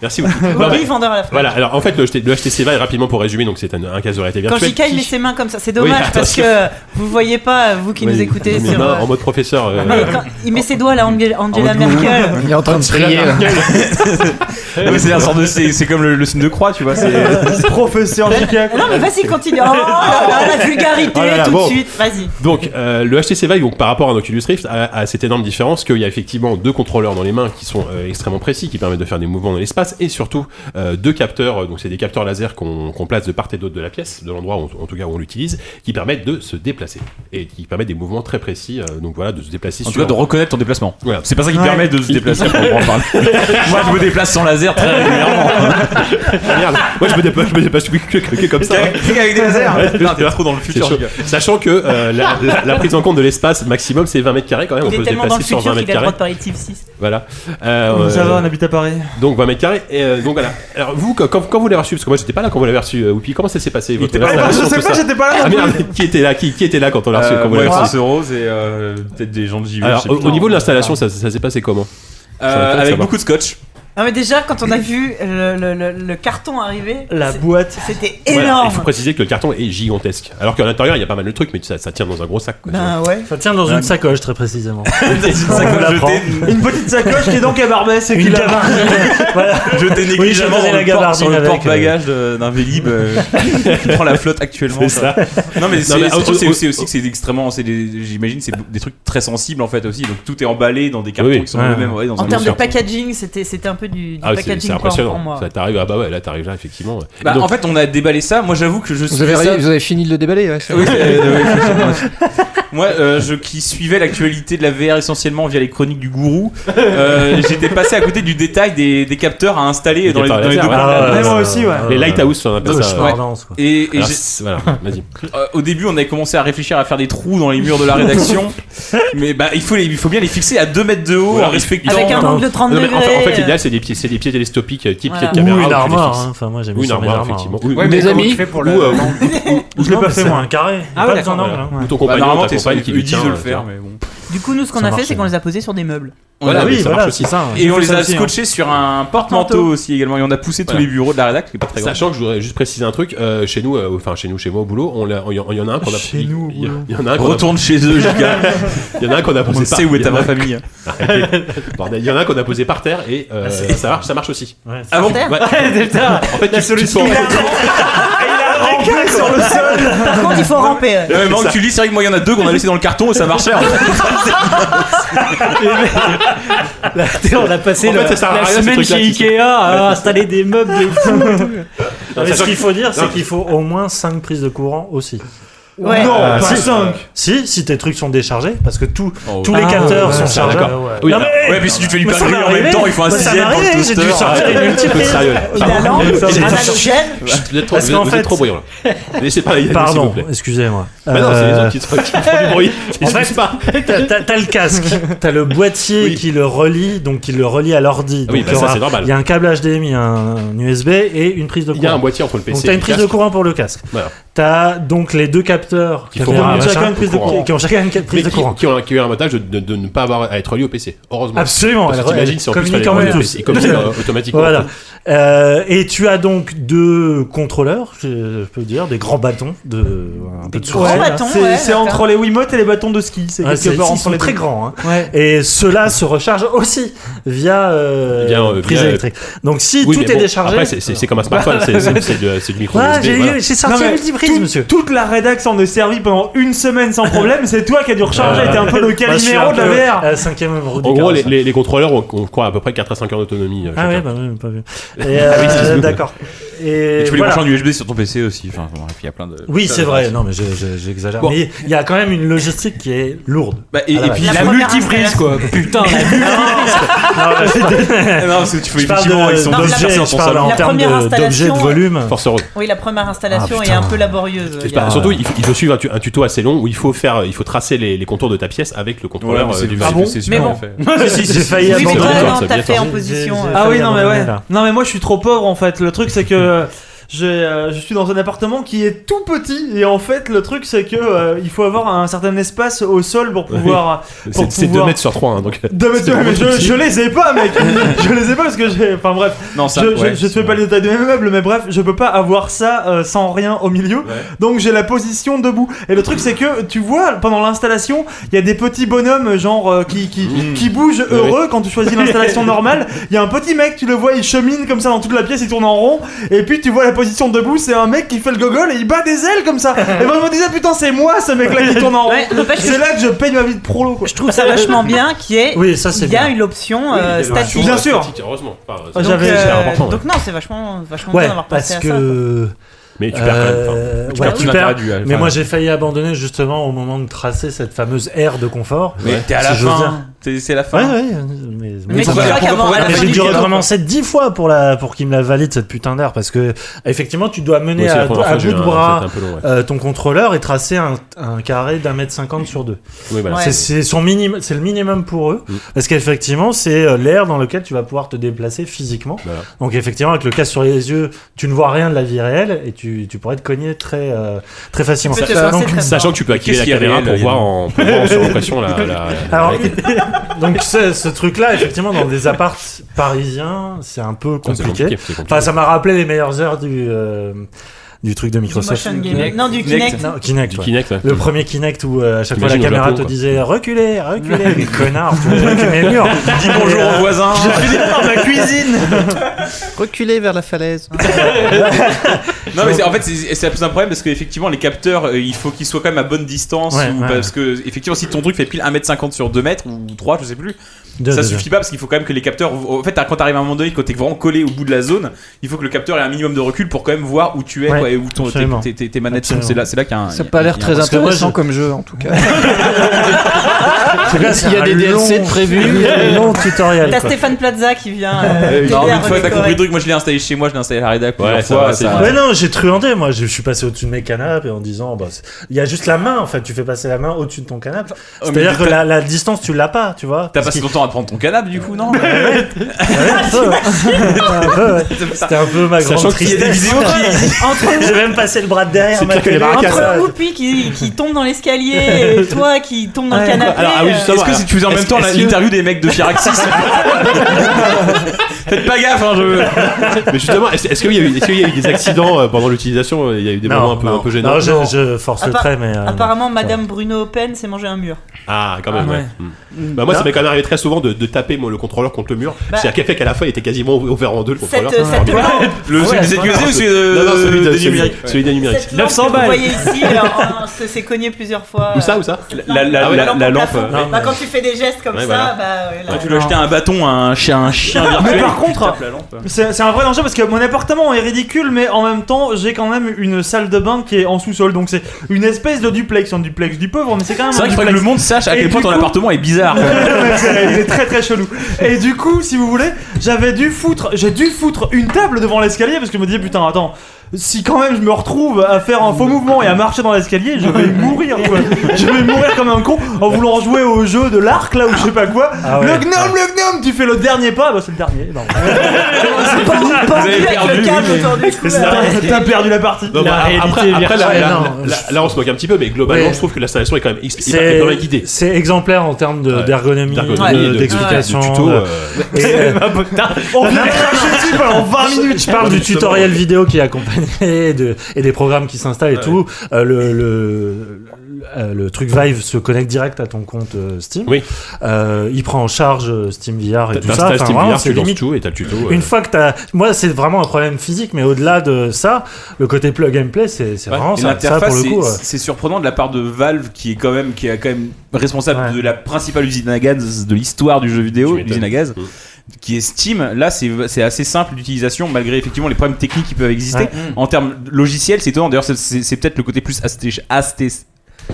[SPEAKER 2] Merci. Oupi. Non,
[SPEAKER 6] Bobby,
[SPEAKER 2] mais-
[SPEAKER 6] vendeur à la
[SPEAKER 2] Voilà, alors en fait, le, HT- le HTC Vive, rapidement pour résumer, donc c'est un, un casque de réalité
[SPEAKER 6] Quand
[SPEAKER 2] virtuelle.
[SPEAKER 6] Jika il
[SPEAKER 2] qui-
[SPEAKER 6] met ses mains comme ça, c'est dommage parce
[SPEAKER 2] attention.
[SPEAKER 6] que vous voyez pas, vous qui
[SPEAKER 2] Oui,
[SPEAKER 6] nous écoutez
[SPEAKER 2] mais
[SPEAKER 6] sur.
[SPEAKER 2] non,
[SPEAKER 6] euh, Ah.
[SPEAKER 2] en mode professeur. euh,
[SPEAKER 6] mais quand il met ses doigts là, Angela, Angela Merkel.
[SPEAKER 7] Il est en train de trier.
[SPEAKER 4] c'est un sort de. C'est c'est comme le, le signe de croix, tu vois. c'est-
[SPEAKER 9] Professeur Jika.
[SPEAKER 6] Non mais vas-y continue. Oh là là, la vulgarité
[SPEAKER 2] Oh là là,
[SPEAKER 6] tout
[SPEAKER 2] bon.
[SPEAKER 6] de suite. Vas-y.
[SPEAKER 2] Donc euh, le HTC Vive donc, par rapport à un Oculus Rift a, a cette énorme différence qu'il y a effectivement deux contrôleurs dans les mains qui sont euh, extrêmement précis, qui permettent de faire des mouvements dans l'espace et surtout euh, deux capteurs, euh, donc c'est des capteurs laser qu'on qu'on place de part et d'autre de la pièce, de l'endroit où- en tout cas où on l'utilise, qui permettent de se déplacer et qui permettent des mouvements très précis, euh, donc voilà, de se déplacer
[SPEAKER 4] En tout
[SPEAKER 2] sur...
[SPEAKER 4] cas, de reconnaître ton déplacement.
[SPEAKER 2] Voilà.
[SPEAKER 4] C'est pas ça qui te permet de se déplacer pour en parler. Moi, je me déplace sans laser très régulièrement.
[SPEAKER 2] Merde. Moi je me déplace, je me déplace que, que- que comme ça. hein.
[SPEAKER 4] Avec des lasers
[SPEAKER 2] Putain, t'es
[SPEAKER 4] trop dans le
[SPEAKER 2] C'est chaud. Sachant que euh, la, la- la prise en compte de l'espace maximum c'est 20 mètres carrés quand même,
[SPEAKER 6] Il
[SPEAKER 2] on
[SPEAKER 6] est
[SPEAKER 2] peut se
[SPEAKER 6] tellement dans
[SPEAKER 2] déplacer sur
[SPEAKER 6] le
[SPEAKER 2] 20
[SPEAKER 6] futur
[SPEAKER 2] mètres
[SPEAKER 6] qu'il a le droit
[SPEAKER 2] carrés.
[SPEAKER 6] de parler de Type 6.
[SPEAKER 2] Voilà. Euh,
[SPEAKER 3] Ça
[SPEAKER 2] euh,
[SPEAKER 3] va, on habite à Paris. Eh
[SPEAKER 2] Donc 20 mètres carrés. Et euh, donc voilà. Alors vous, quand, quand vous l'avez reçu, parce que moi j'étais pas là quand vous l'avez reçu, euh, Whoopi, comment ça s'est passé votre
[SPEAKER 9] Eh ben, je sais pas, j'étais pas là.
[SPEAKER 2] Ah merde, qui était là qui, qui était là quand on l'a reçu
[SPEAKER 4] Euh,
[SPEAKER 2] quand vous l'avez reçu
[SPEAKER 4] euros et euh, peut-être des gens de JV. je
[SPEAKER 2] Alors
[SPEAKER 4] sais
[SPEAKER 2] au,
[SPEAKER 4] plus.
[SPEAKER 2] au niveau de l'installation, ça, ça s'est passé comment
[SPEAKER 4] Euh,
[SPEAKER 2] Ça va
[SPEAKER 4] avec
[SPEAKER 2] savoir.
[SPEAKER 4] beaucoup de scotch.
[SPEAKER 6] Non mais déjà quand on a vu le, le- le- le carton arriver,
[SPEAKER 3] La
[SPEAKER 6] c'est-
[SPEAKER 3] boîte.
[SPEAKER 6] c'était
[SPEAKER 2] Voilà.
[SPEAKER 6] énorme.
[SPEAKER 2] Il faut préciser que le carton est gigantesque. Alors qu'à l'intérieur, il y a pas mal de trucs, mais ça, ça tient dans un gros sac. quoi.
[SPEAKER 6] Ben ouais.
[SPEAKER 8] Ça tient dans une sacoche très précisément.
[SPEAKER 4] sacoche jetée,
[SPEAKER 3] Une petite sacoche qui est donc à Barbès et qui
[SPEAKER 8] Une
[SPEAKER 3] l'a-
[SPEAKER 8] gabardine. voilà.
[SPEAKER 4] jetée négligemment
[SPEAKER 8] faisais
[SPEAKER 4] sur
[SPEAKER 8] la
[SPEAKER 4] le porte-
[SPEAKER 8] gabardine
[SPEAKER 4] euh, sur le
[SPEAKER 8] avec, euh,
[SPEAKER 4] porte-bagages de- d'un Vélib euh, qui prend la flotte actuellement.
[SPEAKER 2] C'est
[SPEAKER 4] quoi.
[SPEAKER 2] ça. Ah
[SPEAKER 4] Non mais
[SPEAKER 2] mais
[SPEAKER 4] c'est
[SPEAKER 2] au-
[SPEAKER 4] surtout, c'est
[SPEAKER 2] au-
[SPEAKER 4] aussi, aussi que c'est extrêmement, c'est des- j'imagine c'est des trucs très sensibles en fait aussi. Donc tout est emballé dans des cartons
[SPEAKER 2] Oui, oui.
[SPEAKER 4] qui sont
[SPEAKER 8] Ouais.
[SPEAKER 4] eux-mêmes ouais, dans
[SPEAKER 6] En
[SPEAKER 4] un
[SPEAKER 6] termes de
[SPEAKER 4] mouchoir.
[SPEAKER 6] packaging, c'était c'était un peu du, du
[SPEAKER 2] Ah, c'est- c'est
[SPEAKER 6] packaging porn pour
[SPEAKER 2] impressionnant.
[SPEAKER 6] moi.
[SPEAKER 2] Ça t'arrive, ah bah ouais, là t'arrives là effectivement. Et
[SPEAKER 4] Bah,
[SPEAKER 2] donc,
[SPEAKER 4] en fait, on a déballé ça. Moi, j'avoue que je suis.
[SPEAKER 7] Vous avez, vous avez fini de le déballer, ouais. c'est-
[SPEAKER 4] Oui, euh, oui, effectivement. Moi, euh, je qui suivais l'actualité de la VR essentiellement via les chroniques du gourou, euh, j'étais passé à côté du détail des, des capteurs à installer dans les, dans les deux
[SPEAKER 2] Ah,
[SPEAKER 4] parties.
[SPEAKER 2] ouais, ouais,
[SPEAKER 3] aussi, ouais.
[SPEAKER 8] euh,
[SPEAKER 2] Les lighthouse, on appelle ça.
[SPEAKER 4] Ouais.
[SPEAKER 2] Alors,
[SPEAKER 4] Et, et j'ai-
[SPEAKER 2] c'est- voilà, vas-y.
[SPEAKER 4] euh, au début, on avait commencé à réfléchir à faire des trous dans les murs de la rédaction, mais bah, il, faut les- il faut bien les fixer à 2 mètres de haut
[SPEAKER 2] Voilà,
[SPEAKER 4] en respectant. Bah,
[SPEAKER 6] Avec un angle de 30
[SPEAKER 2] hein. Non,
[SPEAKER 6] degrés.
[SPEAKER 2] mais en, fait- en fait, l'idéal, c'est des pieds, c'est des pieds télescopiques, euh, type
[SPEAKER 6] Voilà.
[SPEAKER 2] pied de
[SPEAKER 8] Ou
[SPEAKER 2] caméra. où
[SPEAKER 8] une
[SPEAKER 2] tu les
[SPEAKER 8] armoire,
[SPEAKER 2] fixes.
[SPEAKER 8] hein. enfin moi j'aime
[SPEAKER 2] Ou une
[SPEAKER 8] bien mes
[SPEAKER 2] armoire,
[SPEAKER 8] armours.
[SPEAKER 2] effectivement. Ou-
[SPEAKER 7] Ouais,
[SPEAKER 2] ou-
[SPEAKER 7] mes
[SPEAKER 5] Comment
[SPEAKER 7] amis.
[SPEAKER 5] tu fais pour
[SPEAKER 2] ou, euh,
[SPEAKER 5] le.
[SPEAKER 8] Je l'ai
[SPEAKER 5] Non,
[SPEAKER 8] pas
[SPEAKER 5] mais
[SPEAKER 8] fait
[SPEAKER 5] ça-
[SPEAKER 8] moi, un carré.
[SPEAKER 5] Ah ouais,
[SPEAKER 8] pas besoin
[SPEAKER 5] d'accord,
[SPEAKER 8] d'angle, hein.
[SPEAKER 2] ou ton
[SPEAKER 4] Bah,
[SPEAKER 2] compagnon,
[SPEAKER 4] normalement, t'es
[SPEAKER 2] ta compagne qui
[SPEAKER 4] qui
[SPEAKER 2] lui
[SPEAKER 4] disent
[SPEAKER 2] tient.
[SPEAKER 4] de le
[SPEAKER 2] euh,
[SPEAKER 4] faire, mais bon.
[SPEAKER 6] Du coup, nous, ce qu'on
[SPEAKER 8] Ça
[SPEAKER 6] a fait,
[SPEAKER 8] marche,
[SPEAKER 6] c'est qu'on les a posés sur des meubles.
[SPEAKER 2] Voilà,
[SPEAKER 8] Ah
[SPEAKER 2] mais
[SPEAKER 8] oui,
[SPEAKER 2] ça
[SPEAKER 8] voilà,
[SPEAKER 2] marche aussi.
[SPEAKER 8] c'est ça.
[SPEAKER 4] Et on
[SPEAKER 8] Faut
[SPEAKER 4] les
[SPEAKER 8] ça
[SPEAKER 4] a
[SPEAKER 8] aussi, hein.
[SPEAKER 4] scotchés sur un porte-manteau aussi également, et on a poussé tous
[SPEAKER 2] Voilà.
[SPEAKER 4] les bureaux de la rédac, ce qui est pas très grave.
[SPEAKER 2] Sachant que je voudrais juste préciser un truc, euh, chez nous, euh, enfin chez nous, chez moi au boulot, on l'a- il y, en- il y en a un qu'on a
[SPEAKER 8] Chez nous, au
[SPEAKER 2] il y,
[SPEAKER 8] boulot.
[SPEAKER 2] il y en a un qu'on a,
[SPEAKER 4] Retourne chez eux, Giga.
[SPEAKER 2] il y en a un qu'on a posé
[SPEAKER 4] On
[SPEAKER 2] par
[SPEAKER 4] sait où est
[SPEAKER 2] il y
[SPEAKER 4] ta
[SPEAKER 2] en a-
[SPEAKER 4] vraie famille.
[SPEAKER 2] Bordel, Il y en a un qu'on a posé par terre et euh, ça marche, ça marche aussi.
[SPEAKER 8] Ouais,
[SPEAKER 4] Ah bon
[SPEAKER 6] Terre.
[SPEAKER 2] Ouais. en fait, la solution.
[SPEAKER 8] Ah, sur le sol.
[SPEAKER 6] Par contre, il faut ramper. ouais.
[SPEAKER 4] Le même angle que tu lis, c'est vrai que moi il y en a deux qu'on a laissé dans le carton et ça marchait. en fait.
[SPEAKER 5] On a passé
[SPEAKER 2] En fait, ça Ah,
[SPEAKER 5] le-
[SPEAKER 2] sert à
[SPEAKER 5] la
[SPEAKER 2] rien, ces
[SPEAKER 5] semaine
[SPEAKER 2] trucs-là,
[SPEAKER 5] chez
[SPEAKER 2] tu sais.
[SPEAKER 5] Ikea
[SPEAKER 3] Ah,
[SPEAKER 5] à installer des meubles de fou.
[SPEAKER 8] Mais
[SPEAKER 2] sachant
[SPEAKER 8] ce qu'il
[SPEAKER 2] que-
[SPEAKER 8] faut dire,
[SPEAKER 2] Non.
[SPEAKER 8] c'est qu'il faut au moins 5 prises de courant aussi.
[SPEAKER 6] Ouais.
[SPEAKER 9] Non,
[SPEAKER 8] Euh,
[SPEAKER 9] pas
[SPEAKER 8] si.
[SPEAKER 9] 5.
[SPEAKER 8] Si, si tes trucs sont déchargés, parce que tout-
[SPEAKER 4] Oh,
[SPEAKER 8] tous
[SPEAKER 4] ouais.
[SPEAKER 8] les capteurs
[SPEAKER 9] ouais,
[SPEAKER 8] sont
[SPEAKER 9] ça,
[SPEAKER 8] chargés.
[SPEAKER 2] Ah, d'accord.
[SPEAKER 8] Ouais.
[SPEAKER 2] Oui,
[SPEAKER 8] Non,
[SPEAKER 2] bah,
[SPEAKER 8] mais-
[SPEAKER 4] Ouais, mais si tu te fais du
[SPEAKER 8] Mais ça
[SPEAKER 4] permis
[SPEAKER 8] m'est
[SPEAKER 4] en même
[SPEAKER 8] arrivé.
[SPEAKER 4] temps, il faut un
[SPEAKER 8] Moi, ça m'est
[SPEAKER 4] sixième pour le
[SPEAKER 8] arrivé, j'ai dû
[SPEAKER 4] toaster.
[SPEAKER 8] sortir
[SPEAKER 2] arrêtez,
[SPEAKER 8] une
[SPEAKER 2] un petit peu de sérieux. là.
[SPEAKER 6] Il a
[SPEAKER 2] Pardon.
[SPEAKER 6] l'angle,
[SPEAKER 2] Vous êtes-
[SPEAKER 6] un halogène.
[SPEAKER 2] Vous êtes trop-
[SPEAKER 8] Parce
[SPEAKER 2] vous êtes-
[SPEAKER 8] qu'en
[SPEAKER 2] vous êtes
[SPEAKER 8] fait-
[SPEAKER 2] trop bruyant là. Laissez pas les s'il vous
[SPEAKER 8] Pardon,
[SPEAKER 2] plaît.
[SPEAKER 8] excusez-moi.
[SPEAKER 2] Bah non, c'est les
[SPEAKER 8] Euh,
[SPEAKER 2] autres qui, se- qui font du bruit.
[SPEAKER 8] En
[SPEAKER 2] Excuse
[SPEAKER 8] fait-
[SPEAKER 2] pas.
[SPEAKER 8] T'as- T'as t'as le casque, t'as le boîtier
[SPEAKER 2] Oui.
[SPEAKER 8] qui le relie, donc qui le relie à l'ordi.
[SPEAKER 2] Ah oui,
[SPEAKER 8] Donc,
[SPEAKER 2] bah
[SPEAKER 8] il y
[SPEAKER 2] ça,
[SPEAKER 8] aura-
[SPEAKER 2] c'est normal.
[SPEAKER 8] Il y a un câble HDMI, un USB et une prise de
[SPEAKER 2] Il y a un
[SPEAKER 8] courant.
[SPEAKER 2] boîtier entre le PC
[SPEAKER 8] Donc t'as
[SPEAKER 2] et
[SPEAKER 8] une
[SPEAKER 2] le
[SPEAKER 8] prise de
[SPEAKER 2] casque.
[SPEAKER 8] courant pour le casque.
[SPEAKER 2] Voilà.
[SPEAKER 8] T'as donc les deux capteurs
[SPEAKER 2] Qui font
[SPEAKER 8] avaient
[SPEAKER 2] un
[SPEAKER 8] chacun
[SPEAKER 2] machin
[SPEAKER 8] une prise
[SPEAKER 2] pour
[SPEAKER 8] de
[SPEAKER 2] courant.
[SPEAKER 8] courant- qui ont chacun une ca-
[SPEAKER 2] Mais
[SPEAKER 8] prise de
[SPEAKER 2] qui,
[SPEAKER 8] courant.
[SPEAKER 2] qui ont, qui ont eu l'avantage de, de- de ne pas avoir à être lié au PC. Heureusement.
[SPEAKER 8] Absolument.
[SPEAKER 2] Parce que
[SPEAKER 8] elle-
[SPEAKER 2] t'imagines
[SPEAKER 8] elle
[SPEAKER 2] si en plus
[SPEAKER 8] communique
[SPEAKER 2] fallait
[SPEAKER 8] en
[SPEAKER 2] lier
[SPEAKER 8] même
[SPEAKER 2] au
[SPEAKER 8] temps.
[SPEAKER 2] PC, il communique euh, automatiquement.
[SPEAKER 8] Voilà. Euh, et tu as donc deux contrôleurs, je je peux dire, des grands bâtons de un peu de
[SPEAKER 6] grands
[SPEAKER 8] sourcil,
[SPEAKER 6] bâtons.
[SPEAKER 8] hein.
[SPEAKER 6] Attends,
[SPEAKER 3] C'est
[SPEAKER 6] ouais,
[SPEAKER 3] c'est
[SPEAKER 6] d'accord.
[SPEAKER 3] entre les Wiimotes et les bâtons de ski. C'est
[SPEAKER 8] Ouais,
[SPEAKER 3] quelque
[SPEAKER 8] Ah, c'est-
[SPEAKER 3] part
[SPEAKER 8] ils
[SPEAKER 3] entre
[SPEAKER 8] sont
[SPEAKER 3] les
[SPEAKER 8] très
[SPEAKER 3] deux.
[SPEAKER 8] grands. hein.
[SPEAKER 3] Ouais.
[SPEAKER 8] Et ceux-là se rechargent aussi via, euh,
[SPEAKER 2] Via, euh,
[SPEAKER 8] prise
[SPEAKER 2] via-
[SPEAKER 8] électrique. Donc si
[SPEAKER 2] Oui,
[SPEAKER 8] tout
[SPEAKER 2] mais
[SPEAKER 8] est
[SPEAKER 2] bon,
[SPEAKER 8] déchargé.
[SPEAKER 2] Après, c'est- c'est c'est comme un smartphone, c'est- c'est c'est du, c'est du micro.
[SPEAKER 8] Ouais,
[SPEAKER 2] USB,
[SPEAKER 8] j'ai
[SPEAKER 2] voilà.
[SPEAKER 8] eu- j'ai
[SPEAKER 3] Non,
[SPEAKER 8] sorti
[SPEAKER 3] mais
[SPEAKER 8] une multiprise,
[SPEAKER 3] tout-
[SPEAKER 8] Ah, monsieur.
[SPEAKER 3] Toute la rédax en est servie pendant une semaine sans problème. C'est toi qui as dû recharger. T'es un peu le
[SPEAKER 8] Ah, Moi, je suis
[SPEAKER 3] Calimero
[SPEAKER 8] un
[SPEAKER 3] de la
[SPEAKER 8] peu
[SPEAKER 3] VR.
[SPEAKER 8] à la cinquième roue du
[SPEAKER 2] En gros, les,
[SPEAKER 8] carrosse.
[SPEAKER 2] les, les contrôleurs ont, ont, je crois, à peu près 4 à 5 heures d'autonomie. euh,
[SPEAKER 8] Ah
[SPEAKER 2] chacun.
[SPEAKER 8] ouais, bah, oui, pas vu.
[SPEAKER 2] Ah
[SPEAKER 8] Et, euh, D'accord. Et
[SPEAKER 4] Et tu peux les
[SPEAKER 8] voilà.
[SPEAKER 4] brancher en USB sur ton PC aussi. Enfin, bon, bref, il y a plein de.
[SPEAKER 8] Oui, c'est vrai. Non, mais je- je- j'exagère.
[SPEAKER 4] Bon.
[SPEAKER 8] Mais il y a quand même une logistique qui est lourde.
[SPEAKER 4] Bah, et,
[SPEAKER 8] Ah, là,
[SPEAKER 4] et puis,
[SPEAKER 6] La
[SPEAKER 5] La
[SPEAKER 6] première
[SPEAKER 5] multiprise, quoi. Putain, la
[SPEAKER 4] Ah, non, parce que tu peux
[SPEAKER 8] Je parle
[SPEAKER 4] effectivement,
[SPEAKER 8] de-
[SPEAKER 4] ils sont
[SPEAKER 6] Non,
[SPEAKER 4] obligés
[SPEAKER 6] la-
[SPEAKER 8] d'objets,
[SPEAKER 4] dans
[SPEAKER 8] je
[SPEAKER 4] ton
[SPEAKER 8] parle
[SPEAKER 4] salon.
[SPEAKER 8] en
[SPEAKER 6] La
[SPEAKER 8] termes
[SPEAKER 6] première
[SPEAKER 8] de- d'objets, de
[SPEAKER 6] installation- euh,
[SPEAKER 8] volume.
[SPEAKER 2] Force heureuse.
[SPEAKER 6] Oui, la première installation
[SPEAKER 8] Ah,
[SPEAKER 6] est un
[SPEAKER 8] putain.
[SPEAKER 6] peu laborieuse. Il y a-
[SPEAKER 2] Bah, surtout, il faut, il faut suivre un, tu- un tuto assez long où il faut faire, il faut tracer les, les contours de ta pièce avec le
[SPEAKER 4] Voilà,
[SPEAKER 2] contrôleur
[SPEAKER 4] mais
[SPEAKER 2] euh,
[SPEAKER 4] c'est
[SPEAKER 2] du
[SPEAKER 4] c'est-
[SPEAKER 8] Ah
[SPEAKER 2] vélo.
[SPEAKER 4] c'est
[SPEAKER 6] Mais
[SPEAKER 4] super
[SPEAKER 6] bon.
[SPEAKER 4] bien fait.
[SPEAKER 8] Si, si, J'ai failli
[SPEAKER 6] Oui,
[SPEAKER 2] abandonné,
[SPEAKER 6] mais
[SPEAKER 2] toi,
[SPEAKER 8] abandonner.
[SPEAKER 6] toi,
[SPEAKER 2] ça,
[SPEAKER 6] non, t'as
[SPEAKER 2] bien
[SPEAKER 6] fait
[SPEAKER 2] sûr.
[SPEAKER 6] en position.
[SPEAKER 8] J'ai-
[SPEAKER 6] euh,
[SPEAKER 8] j'ai-
[SPEAKER 3] Ah oui, non, mais ouais.
[SPEAKER 8] Voilà.
[SPEAKER 3] Non, mais moi, je suis trop pauvre en fait. Le truc, c'est que. J'ai, euh, je suis dans un appartement qui est tout petit et en fait le truc c'est que euh, il faut avoir un certain espace au sol pour pouvoir pour
[SPEAKER 2] C'est- C'est 2
[SPEAKER 3] pouvoir-
[SPEAKER 2] mètres sur 3, donc.
[SPEAKER 3] Deux mètres,
[SPEAKER 2] C'est
[SPEAKER 3] mais je,
[SPEAKER 2] vraiment petit.
[SPEAKER 3] je les ai pas mec je les ai pas parce que j'ai enfin bref
[SPEAKER 4] Non, ça,
[SPEAKER 3] je, je-
[SPEAKER 4] ouais,
[SPEAKER 3] je te fais pas les détails de mes meubles, mais bref, je peux pas avoir ça euh, sans rien au milieu. Donc j'ai la position debout. Et le truc, c'est que tu vois, pendant l'installation, il y a des petits bonhommes, genre euh, qui, qui,
[SPEAKER 4] Mm.
[SPEAKER 3] qui bougent heureux quand tu choisis l'installation normale. Il y a un petit mec, tu le vois, il chemine comme ça dans toute la pièce, il tourne en rond. Et puis tu vois la position debout, c'est un mec qui fait le gogol et il bat des ailes comme ça. Et moi je me disais, putain, c'est moi ce mec là qui tourne en rond.
[SPEAKER 6] Ouais, n'empêche que
[SPEAKER 3] c'est là que je paye ma vie de prolo quoi.
[SPEAKER 6] Je trouve ça vachement bien qui est.
[SPEAKER 8] Oui, ça c'est
[SPEAKER 6] Il y a
[SPEAKER 8] bien.
[SPEAKER 6] une option euh, statique.
[SPEAKER 3] Bien sûr.
[SPEAKER 2] Statique, Heureusement. Enfin,
[SPEAKER 3] Ah,
[SPEAKER 2] c'est-
[SPEAKER 6] Donc,
[SPEAKER 3] J'avais-
[SPEAKER 2] c'est
[SPEAKER 6] euh,
[SPEAKER 2] important, ouais.
[SPEAKER 6] donc non, c'est vachement, vachement bien
[SPEAKER 8] Ouais,
[SPEAKER 6] d'avoir
[SPEAKER 8] parce
[SPEAKER 6] passé à ça.
[SPEAKER 8] que.
[SPEAKER 2] Mais tu perds quand même. enfin.
[SPEAKER 8] Euh,
[SPEAKER 4] Tu
[SPEAKER 8] ouais,
[SPEAKER 4] perds tout
[SPEAKER 8] tu
[SPEAKER 4] l'intérêt
[SPEAKER 8] perds.
[SPEAKER 4] du- enfin,
[SPEAKER 8] Mais moi j'ai failli abandonner justement au moment de tracer cette fameuse aire de confort.
[SPEAKER 4] Mais t'es à
[SPEAKER 8] Si
[SPEAKER 4] la
[SPEAKER 8] j'ose dire.
[SPEAKER 4] fin. T'es- C'est la
[SPEAKER 8] Ouais,
[SPEAKER 4] fin.
[SPEAKER 8] ouais. Mais,
[SPEAKER 6] Le mec,
[SPEAKER 8] ça
[SPEAKER 6] il
[SPEAKER 8] va.
[SPEAKER 6] croit qu'avant- à la
[SPEAKER 8] Mais
[SPEAKER 6] fin
[SPEAKER 8] j'ai
[SPEAKER 6] du
[SPEAKER 8] dû
[SPEAKER 6] tuto-
[SPEAKER 8] recommencer dix fois pour la pour qu'il me la valide cette putain d'air parce que effectivement tu dois
[SPEAKER 2] Moi
[SPEAKER 8] mener
[SPEAKER 2] aussi, la
[SPEAKER 8] à,
[SPEAKER 2] première
[SPEAKER 8] à
[SPEAKER 2] fois, j'ai
[SPEAKER 8] bout
[SPEAKER 2] eu
[SPEAKER 8] de
[SPEAKER 2] un-
[SPEAKER 8] bras
[SPEAKER 2] c'était un peu long, ouais.
[SPEAKER 8] euh, ton contrôleur et tracer un, un carré d'un mètre cinquante sur deux.
[SPEAKER 2] Oui, voilà.
[SPEAKER 6] Ouais.
[SPEAKER 8] C'est- C'est son minimum, c'est le minimum pour eux, parce qu'effectivement c'est euh, l'air dans lequel tu vas pouvoir te déplacer physiquement.
[SPEAKER 2] Voilà.
[SPEAKER 8] Donc effectivement avec le casque sur les yeux, tu ne vois rien de la vie réelle et tu, tu pourrais te cogner très euh, très facilement.
[SPEAKER 6] Tu peux te
[SPEAKER 8] Ça-
[SPEAKER 6] lancer
[SPEAKER 8] donc-
[SPEAKER 6] très
[SPEAKER 2] Sachant que tu peux activer
[SPEAKER 4] qu'est-ce
[SPEAKER 2] la
[SPEAKER 4] qu'il y a
[SPEAKER 2] caméra
[SPEAKER 4] réel,
[SPEAKER 2] pour
[SPEAKER 4] il y a
[SPEAKER 2] voir
[SPEAKER 4] des-
[SPEAKER 2] en pour voir en surcompression la- la. la-
[SPEAKER 8] Alors,
[SPEAKER 2] la-
[SPEAKER 8] donc ce, ce truc-là, effectivement, dans des appartes parisiens, c'est un peu
[SPEAKER 2] Enfin, c'est
[SPEAKER 8] compliqué.
[SPEAKER 2] c'est compliqué.
[SPEAKER 8] Enfin, ça m'a rappelé les meilleures heures du, euh, du truc de
[SPEAKER 6] Du
[SPEAKER 8] Microsoft.
[SPEAKER 6] motion gaming.
[SPEAKER 4] Kinect.
[SPEAKER 6] Non, du
[SPEAKER 4] Kinect.
[SPEAKER 6] Kinect.
[SPEAKER 8] Non, Kinect,
[SPEAKER 2] Du
[SPEAKER 8] ouais.
[SPEAKER 2] Kinect, ouais.
[SPEAKER 8] Le premier Kinect où euh, à chaque fois la
[SPEAKER 2] T'imagines au
[SPEAKER 8] caméra
[SPEAKER 2] Japon,
[SPEAKER 8] te
[SPEAKER 2] quoi.
[SPEAKER 8] disait reculez, reculez, connard, tu veux reculer le mur.
[SPEAKER 4] Dis bonjour aux voisins.
[SPEAKER 7] Reculer vers la falaise.
[SPEAKER 4] Non mais c'est- en fait c'est c'est plus un problème parce qu'effectivement les capteurs euh, il faut qu'ils soient quand même à bonne distance
[SPEAKER 8] Ouais,
[SPEAKER 4] ou
[SPEAKER 8] ouais.
[SPEAKER 4] parce que effectivement si ton truc fait pile 1m50 sur 2m ou 3 je sais plus
[SPEAKER 8] Deux,
[SPEAKER 4] ça
[SPEAKER 8] deux,
[SPEAKER 4] suffit pas parce qu'il faut quand même que les capteurs en fait quand t'arrives à un moment donné quand t'es vraiment collé au bout de la zone il faut que le capteur ait un minimum de recul pour quand même voir où tu es
[SPEAKER 8] Ouais.
[SPEAKER 4] quoi, et où ton, tes,
[SPEAKER 8] Absolument.
[SPEAKER 4] tes- tes- tes manettes sont. C'est
[SPEAKER 8] Absolument.
[SPEAKER 4] là, c'est là qu'il y a un.
[SPEAKER 7] Ça n'a pas l'air
[SPEAKER 4] il y a un-
[SPEAKER 7] très
[SPEAKER 8] parce que moi,
[SPEAKER 7] intéressant
[SPEAKER 8] je-
[SPEAKER 7] comme jeu en tout cas.
[SPEAKER 8] C'est là, c'est
[SPEAKER 7] Il y a
[SPEAKER 8] un
[SPEAKER 7] des DLC de
[SPEAKER 8] long-
[SPEAKER 7] prévus.
[SPEAKER 8] un long tutoriel.
[SPEAKER 6] T'as
[SPEAKER 8] quoi.
[SPEAKER 6] Stéphane Plaza qui vient. euh,
[SPEAKER 4] Euh,
[SPEAKER 6] t'aider
[SPEAKER 4] non, mais
[SPEAKER 6] à
[SPEAKER 4] une fois que t'as
[SPEAKER 6] redécorer.
[SPEAKER 4] compris le truc, moi je l'ai installé chez moi, je l'ai installé à la rédac plusieurs
[SPEAKER 2] Ouais, ça
[SPEAKER 4] fois.
[SPEAKER 2] va, c'est
[SPEAKER 4] ça-
[SPEAKER 8] Mais non, j'ai truandé, moi. Je je suis passé au-dessus de mes canapes et en disant, bah, c'est- il y a juste la main, en fait. Tu fais passer la main au-dessus de ton canapé.
[SPEAKER 4] Oh, mais
[SPEAKER 8] C'est-à-dire que
[SPEAKER 4] t'as-
[SPEAKER 8] la, la distance, tu l'as pas, tu vois.
[SPEAKER 4] T'as
[SPEAKER 8] Parce
[SPEAKER 4] passé
[SPEAKER 8] qu'il-
[SPEAKER 4] ton temps à te prendre ton canapé du coup, non
[SPEAKER 8] Ouais, un peu, ouais. Un peu, ouais. C'était un peu ma grande
[SPEAKER 2] Sachant qu'il y a des
[SPEAKER 8] tristesse. J'ai même passé le bras de derrière
[SPEAKER 2] C'est
[SPEAKER 8] ma
[SPEAKER 2] pire que les
[SPEAKER 8] télé.
[SPEAKER 2] barricades.
[SPEAKER 8] Ouais.
[SPEAKER 6] Entre Whoopi qui, qui tombe dans l'escalier et toi qui tombe dans le canapé.
[SPEAKER 2] Alors, ah oui,
[SPEAKER 6] euh,
[SPEAKER 2] justement.
[SPEAKER 4] Est-ce que si tu faisais en même temps la-
[SPEAKER 2] est-ce que-
[SPEAKER 4] l'interview des mecs de Firaxis Faites pas gaffe, hein, je.
[SPEAKER 2] Mais justement, est-ce est-ce qu'il y, a eu- est-ce qu'il y a eu des accidents euh, pendant l'utilisation Il y a eu des moments un peu, un peu gênants.
[SPEAKER 8] Non, je, je force le
[SPEAKER 6] Appa-
[SPEAKER 8] trait, mais. euh,
[SPEAKER 6] Apparemment, Madame Bruno Open s'est mangé un mur.
[SPEAKER 2] Ah, quand même,
[SPEAKER 4] Ah,
[SPEAKER 2] ouais.
[SPEAKER 4] ouais.
[SPEAKER 2] Hmm. Bah, moi, ça m'est quand même arrivé très souvent de, de taper moi, le contrôleur contre le mur.
[SPEAKER 6] Bah-
[SPEAKER 2] C'est-à-dire qu'à fait qu'à la fin, il était quasiment ouvert en deux, le
[SPEAKER 6] Cette,
[SPEAKER 2] contrôleur.
[SPEAKER 6] cette lampe,
[SPEAKER 4] Le celui de ZQSD ou celui de.
[SPEAKER 2] non, non, celui, de,
[SPEAKER 4] des
[SPEAKER 2] celui,
[SPEAKER 4] numériques
[SPEAKER 2] celui des numériques.
[SPEAKER 6] cette lampe que vous voyez ici, euh, en- se- s'est cognée plusieurs fois.
[SPEAKER 2] Où ça, où ça
[SPEAKER 4] La, la,
[SPEAKER 2] Ah ouais,
[SPEAKER 4] la-
[SPEAKER 2] la
[SPEAKER 4] la
[SPEAKER 6] au
[SPEAKER 4] lampe.
[SPEAKER 6] plafond.
[SPEAKER 4] euh,
[SPEAKER 6] Bah, quand tu fais des gestes comme
[SPEAKER 2] Ouais,
[SPEAKER 6] ça,
[SPEAKER 2] voilà.
[SPEAKER 6] bah, ouais, là.
[SPEAKER 4] ouais, tu dois jeter un bâton à un chien, un chien virtuel.
[SPEAKER 3] par contre-
[SPEAKER 4] Tape la lampe.
[SPEAKER 3] C'est c'est un vrai danger parce que mon appartement est ridicule, mais en même temps, j'ai quand même une salle de bain qui est en sous-sol, donc c'est une espèce de duplex, un duplex du pauvre, mais c'est quand même
[SPEAKER 4] C'est vrai
[SPEAKER 3] un
[SPEAKER 4] qu'il faudrait que le
[SPEAKER 3] duplex.
[SPEAKER 4] monde sache à
[SPEAKER 3] Et
[SPEAKER 4] quel point
[SPEAKER 3] du
[SPEAKER 4] ton
[SPEAKER 3] coup-
[SPEAKER 4] appartement est bizarre. quoi.
[SPEAKER 3] il est très très chelou. Et du coup, si vous voulez, j'avais dû foutre, j'ai dû foutre une table devant l'escalier parce que je me disais putain, attends, si quand même je me retrouve à faire un faux mouvement et à marcher dans l'escalier, je vais mourir. quoi. Je vais mourir comme un con en voulant jouer au jeu de l'arc là ou je sais pas quoi.
[SPEAKER 8] Ah ouais.
[SPEAKER 3] Le gnome, le gnome, tu fais le dernier pas, bah c'est le dernier. Non.
[SPEAKER 4] Vous avez perdu.
[SPEAKER 6] le câble autour du cou, là.
[SPEAKER 3] T'as t'as perdu la partie.
[SPEAKER 2] Non, bah,
[SPEAKER 8] réalité
[SPEAKER 2] après, après, là,
[SPEAKER 8] virtuelle,
[SPEAKER 2] là-
[SPEAKER 8] non.
[SPEAKER 2] là- là, on se moque un petit peu, mais globalement,
[SPEAKER 8] Ouais.
[SPEAKER 2] je trouve que l'installation est quand même exp- hyper- hyper bien guidée.
[SPEAKER 8] C'est c'est exemplaire en termes de-
[SPEAKER 2] Ouais.
[SPEAKER 8] d'ergonomie,
[SPEAKER 2] D'ergonomie,
[SPEAKER 8] de-
[SPEAKER 2] de-
[SPEAKER 8] d'explication.
[SPEAKER 2] de tuto,
[SPEAKER 8] de-
[SPEAKER 2] euh,
[SPEAKER 8] et, euh,
[SPEAKER 3] On vient de cracher dessus pendant 20 minutes.
[SPEAKER 8] je parle du
[SPEAKER 2] Justement.
[SPEAKER 8] tutoriel vidéo qui est accompagné et de, et des programmes qui s'installent et tout. Euh, le, le, euh, le truc Vive se connecte direct à ton compte euh, Steam.
[SPEAKER 2] Oui.
[SPEAKER 8] Euh, il prend en charge euh, Steam VR et tout ça.
[SPEAKER 2] T'installes
[SPEAKER 8] Enfin,
[SPEAKER 2] Steam
[SPEAKER 8] vraiment,
[SPEAKER 2] VR,
[SPEAKER 8] c'est
[SPEAKER 2] tu lances
[SPEAKER 8] limite.
[SPEAKER 2] tout et t'as le tuto.
[SPEAKER 8] Une
[SPEAKER 2] euh,
[SPEAKER 8] fois que t'as, moi c'est vraiment un problème physique, mais au-delà de ça, le côté plug and play, c'est c'est
[SPEAKER 4] Ouais.
[SPEAKER 8] vraiment
[SPEAKER 4] Et
[SPEAKER 8] ça, ça pour
[SPEAKER 4] l'interface,
[SPEAKER 8] le
[SPEAKER 4] c'est-
[SPEAKER 8] coup. ouais.
[SPEAKER 4] c'est surprenant de la part de Valve qui est quand même, qui est quand même responsable
[SPEAKER 8] Ouais.
[SPEAKER 4] de la principale usine à gaz de l'histoire du jeu vidéo,
[SPEAKER 2] Tu m'étonnes. Mmh.
[SPEAKER 4] l'usine à gaz, qui est Steam. Là, c'est c'est assez simple d'utilisation malgré effectivement les problèmes techniques qui peuvent exister.
[SPEAKER 8] Ouais. Mmh.
[SPEAKER 4] En termes logiciels, c'est étonnant. D'ailleurs, c'est- c'est c'est peut-être le côté plus AST- AST-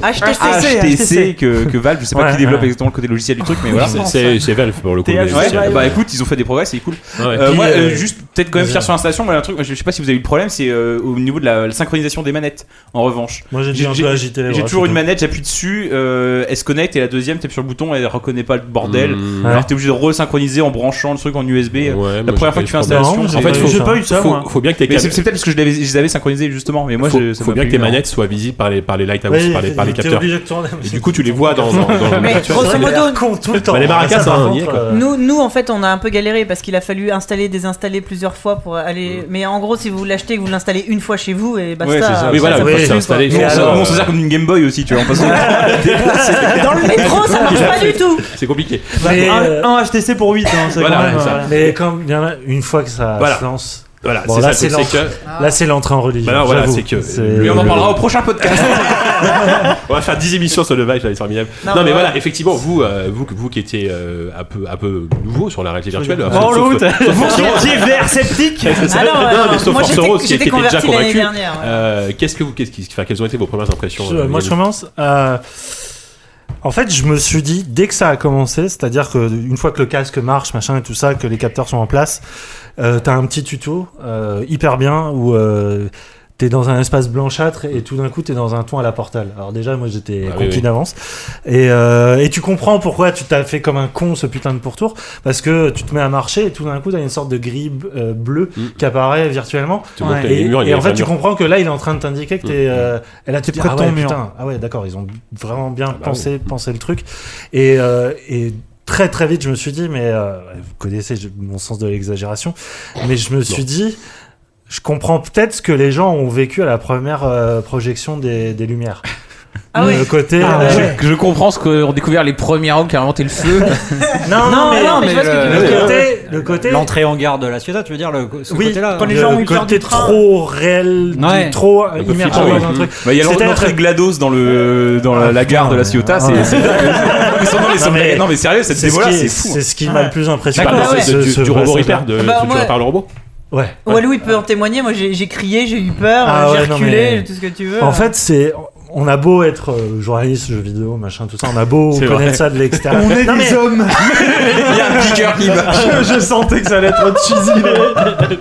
[SPEAKER 4] Ah,
[SPEAKER 6] HTC.
[SPEAKER 4] HTC que, que Valve. Je sais pas
[SPEAKER 8] Ouais,
[SPEAKER 4] qui développe
[SPEAKER 8] ouais.
[SPEAKER 4] exactement le côté logiciel du truc, mais voilà.
[SPEAKER 2] c'est- C'est c'est Valve pour le coup.
[SPEAKER 3] T'es
[SPEAKER 4] Ouais,
[SPEAKER 2] mais-
[SPEAKER 3] Ouais, ouais,
[SPEAKER 4] bah
[SPEAKER 3] ouais.
[SPEAKER 4] écoute, ils ont fait des progrès, c'est cool.
[SPEAKER 2] Ouais.
[SPEAKER 4] Euh,
[SPEAKER 8] Puis,
[SPEAKER 4] moi, euh,
[SPEAKER 8] euh,
[SPEAKER 4] juste peut-être quand même
[SPEAKER 8] vas-y.
[SPEAKER 4] fier sur l'installation. Voilà un truc, je sais pas si vous avez eu le problème, c'est euh, au niveau de la- la synchronisation des manettes. En revanche,
[SPEAKER 8] Moi j'ai
[SPEAKER 4] j'ai-
[SPEAKER 8] déjà un peu agité les
[SPEAKER 4] J'ai
[SPEAKER 8] bras,
[SPEAKER 4] toujours
[SPEAKER 8] c'est
[SPEAKER 4] une
[SPEAKER 8] tout.
[SPEAKER 4] manette, j'appuie dessus, euh, elle se connecte et la deuxième, t'appuies sur le bouton, elle reconnaît pas le bordel.
[SPEAKER 2] Mmh.
[SPEAKER 8] Ouais.
[SPEAKER 4] Alors t'es obligé de resynchroniser en branchant le truc en USB.
[SPEAKER 2] Ouais,
[SPEAKER 4] la
[SPEAKER 2] moi,
[SPEAKER 4] première fois que tu fais
[SPEAKER 2] j'ai pas eu ce problème.
[SPEAKER 4] l'installation,
[SPEAKER 8] Non,
[SPEAKER 4] c'est-
[SPEAKER 8] j'ai
[SPEAKER 4] en fait,
[SPEAKER 8] pas
[SPEAKER 4] faut-
[SPEAKER 8] eu
[SPEAKER 3] J'ai
[SPEAKER 8] ça.
[SPEAKER 3] pas eu ça moi.
[SPEAKER 2] Faut, faut bien que tes
[SPEAKER 4] mais c'est
[SPEAKER 2] câbles-
[SPEAKER 4] c'est peut-être parce que je les avais- je les avais synchronisés justement, mais moi
[SPEAKER 2] faut,
[SPEAKER 4] je- ça m'a
[SPEAKER 2] faut
[SPEAKER 4] hein.
[SPEAKER 2] bien
[SPEAKER 4] pas
[SPEAKER 2] que tes
[SPEAKER 4] eu,
[SPEAKER 2] manettes soient visibles par les par les light house,
[SPEAKER 8] Oui,
[SPEAKER 2] Ah par les par les
[SPEAKER 8] t'es
[SPEAKER 2] capteurs.
[SPEAKER 8] obligé de tourner, mais
[SPEAKER 2] Et du coup, tu les vois dans dans, dans
[SPEAKER 6] Mais
[SPEAKER 2] l'ouverture.
[SPEAKER 6] grosso
[SPEAKER 8] Il a
[SPEAKER 6] modo,
[SPEAKER 8] l'air con tout le temps.
[SPEAKER 2] Bah, les maracas,
[SPEAKER 8] Ça, par
[SPEAKER 2] hein,
[SPEAKER 8] contre,
[SPEAKER 2] y est, quoi.
[SPEAKER 8] euh,
[SPEAKER 6] Nous, nous, en fait, on a un peu galéré parce qu'il a fallu installer, désinstaller plusieurs fois pour aller. Mais en gros, si vous l'achetez et que vous l'installez une fois chez vous, et basta.
[SPEAKER 4] Ouais, c'est ça.
[SPEAKER 2] Oui, voilà,
[SPEAKER 8] ça,
[SPEAKER 2] une fois
[SPEAKER 8] oui.
[SPEAKER 2] que c'est installé.
[SPEAKER 8] Mais
[SPEAKER 2] c'est-
[SPEAKER 4] hein.
[SPEAKER 8] alors,
[SPEAKER 4] Nous, on se sert comme une Game Boy aussi, tu vois, en passant.
[SPEAKER 6] Dans le métro, ça marche pas du tout.
[SPEAKER 2] C'est compliqué.
[SPEAKER 8] mais, euh,
[SPEAKER 3] Un, un HTC pour 8, hein, c'est
[SPEAKER 2] Voilà,
[SPEAKER 3] quand même.
[SPEAKER 2] c'est ça.
[SPEAKER 3] voilà.
[SPEAKER 8] Mais quand il y en a une fois que ça
[SPEAKER 2] Voilà.
[SPEAKER 8] se lance,
[SPEAKER 2] Voilà,
[SPEAKER 8] Bon,
[SPEAKER 2] c'est
[SPEAKER 8] là,
[SPEAKER 2] ça, c'est
[SPEAKER 8] c'est
[SPEAKER 2] c'est que.
[SPEAKER 6] Ah.
[SPEAKER 8] là c'est l'entrée en religion.
[SPEAKER 2] Bah là, voilà,
[SPEAKER 8] j'avoue.
[SPEAKER 2] c'est que-
[SPEAKER 8] C'est-
[SPEAKER 4] Mais on en parlera au prochain podcast.
[SPEAKER 2] On va faire 10 émissions sur le Vive, ça va être formidable.
[SPEAKER 6] Non,
[SPEAKER 2] Non, mais
[SPEAKER 6] mais
[SPEAKER 2] voilà, effectivement, vous, euh, vous, vous qui étiez euh, un peu, un peu nouveau sur la réalité virtuelle.
[SPEAKER 8] Oh,
[SPEAKER 2] sauf- sauf-
[SPEAKER 3] Vous qui étiez vert sceptique
[SPEAKER 2] C'est ça.
[SPEAKER 6] Alors, euh,
[SPEAKER 2] non, mais sauf
[SPEAKER 6] moi,
[SPEAKER 2] Force
[SPEAKER 6] j'étais-
[SPEAKER 2] Rose qui
[SPEAKER 6] j'étais
[SPEAKER 2] était déjà
[SPEAKER 6] converti l'année
[SPEAKER 2] convaincu.
[SPEAKER 6] dernière. ouais.
[SPEAKER 2] Euh, Qu'est-ce que vous, qu'est-ce qui, enfin, quelles ont été vos premières impressions
[SPEAKER 8] Je-
[SPEAKER 2] euh,
[SPEAKER 8] moi je commence. euh, en fait, je me suis dit dès que ça a commencé, c'est-à-dire que une fois que le casque marche, machin et tout ça, que les capteurs sont en place, euh, t'as un petit tuto euh, hyper bien où euh, t'es dans un espace blanchâtre et tout d'un coup t'es dans un ton à la portale. Alors déjà, moi j'étais
[SPEAKER 2] Ah oui,
[SPEAKER 8] conquis
[SPEAKER 2] oui.
[SPEAKER 8] d'avance et, euh, et tu comprends pourquoi tu t'as fait comme un con ce putain de pourtour parce que tu te mets à marcher et tout d'un coup t'as une sorte de grille euh, bleue
[SPEAKER 2] Mm.
[SPEAKER 8] qui apparaît virtuellement
[SPEAKER 2] Tout le monde,
[SPEAKER 3] Ouais.
[SPEAKER 2] il y a des
[SPEAKER 8] et,
[SPEAKER 2] murs, il y
[SPEAKER 8] et
[SPEAKER 2] a Mm.
[SPEAKER 8] en fait,
[SPEAKER 2] des
[SPEAKER 8] tu
[SPEAKER 2] murs.
[SPEAKER 8] comprends que là, il est en train de t'indiquer que t'es. Euh, elle a tout
[SPEAKER 3] T'es près de ton mur.
[SPEAKER 8] Putain, ah ouais, d'accord, ils ont vraiment bien
[SPEAKER 2] bah
[SPEAKER 8] pensé, pensé le truc. Et, euh, et très très vite, je me suis dit, mais euh, vous connaissez je- mon sens de l'exagération, mais je me suis dit. Je comprends peut-être ce que les gens ont vécu à la première euh, projection des, des lumières.
[SPEAKER 6] Ah oui.
[SPEAKER 8] Le côté.
[SPEAKER 7] Ah
[SPEAKER 8] euh,
[SPEAKER 7] ouais. je, je comprends ce qu'ont découvert les premiers hommes qui ont inventé le feu.
[SPEAKER 8] Non, non, mais,
[SPEAKER 6] non, mais euh, je vois ce que tu
[SPEAKER 8] le
[SPEAKER 6] veux dire.
[SPEAKER 8] côté, le côté,
[SPEAKER 5] L'entrée en gare de la Ciota, tu veux dire le, ce
[SPEAKER 8] oui,
[SPEAKER 5] côté-là
[SPEAKER 8] le
[SPEAKER 6] les gens ont eu peur
[SPEAKER 8] côté
[SPEAKER 6] du train.
[SPEAKER 8] trop réel, du-
[SPEAKER 5] Ouais.
[SPEAKER 8] trop
[SPEAKER 2] Un peu
[SPEAKER 8] immergé
[SPEAKER 2] flippant,
[SPEAKER 8] dans
[SPEAKER 2] ouais.
[SPEAKER 8] un truc.
[SPEAKER 4] Bah, il y a
[SPEAKER 8] C'est-à-dire
[SPEAKER 4] l'entrée
[SPEAKER 8] que-
[SPEAKER 4] de GLaDOS dans, le, dans la, la gare de la Ciotat. c'est-
[SPEAKER 8] Ah.
[SPEAKER 4] c'est- Ils sont dans les
[SPEAKER 8] Non,
[SPEAKER 4] sommets.
[SPEAKER 8] mais-
[SPEAKER 4] Non, mais sérieux, cette
[SPEAKER 8] C'est ce
[SPEAKER 4] démo-là,
[SPEAKER 8] qui,
[SPEAKER 4] c'est fou. hein.
[SPEAKER 8] c'est ce qui m'a le plus impressionné.
[SPEAKER 2] Tu parles
[SPEAKER 6] D'accord,
[SPEAKER 2] de-
[SPEAKER 6] ouais.
[SPEAKER 2] de- du, du robot repair, de,
[SPEAKER 6] Bah,
[SPEAKER 2] tu
[SPEAKER 6] moi-
[SPEAKER 2] vas par le robot
[SPEAKER 8] Ouais.
[SPEAKER 6] Walou, il peut en témoigner. Moi, j'ai j'ai crié, j'ai eu peur,
[SPEAKER 8] Ah
[SPEAKER 6] j'ai
[SPEAKER 8] ouais, non,
[SPEAKER 6] reculé,
[SPEAKER 8] mais-
[SPEAKER 6] tout ce que tu veux.
[SPEAKER 8] En fait, c'est. On a beau être euh, journaliste, jeux vidéo, machin, tout ça, on a beau
[SPEAKER 9] C'est
[SPEAKER 8] connaître
[SPEAKER 9] vrai.
[SPEAKER 8] ça de l'extérieur.
[SPEAKER 9] On est
[SPEAKER 8] Non,
[SPEAKER 9] des
[SPEAKER 8] mais-
[SPEAKER 9] hommes. Il y a un piqueur qui bat. Je- je sentais que ça allait être cheesy,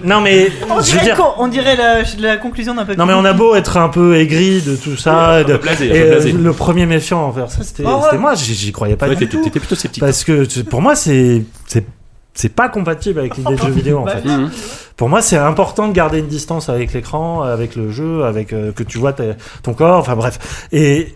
[SPEAKER 8] Non, mais.
[SPEAKER 6] on
[SPEAKER 8] je veux
[SPEAKER 6] dirait,
[SPEAKER 8] dire-
[SPEAKER 6] qu'on- on dirait la, la conclusion d'un peu.
[SPEAKER 8] Non mais on a beau être un peu aigri de tout ça, de-
[SPEAKER 2] blasé, un peu
[SPEAKER 8] et euh,
[SPEAKER 2] blasé.
[SPEAKER 8] le premier méfiant envers ça, c'était
[SPEAKER 6] Ah ouais.
[SPEAKER 8] c'était moi, j'y j'y croyais pas
[SPEAKER 2] Ouais,
[SPEAKER 8] du
[SPEAKER 2] t'étais-
[SPEAKER 8] tout.
[SPEAKER 2] t'étais plutôt sceptique.
[SPEAKER 8] Parce que tu- pour moi, c'est c'est c'est pas compatible avec l'idée de jeu vidéo en fait.
[SPEAKER 2] Mhm.
[SPEAKER 8] Pour moi, c'est important de garder une distance avec l'écran, avec le jeu, avec euh, que tu vois ta- ton corps, enfin bref. Et,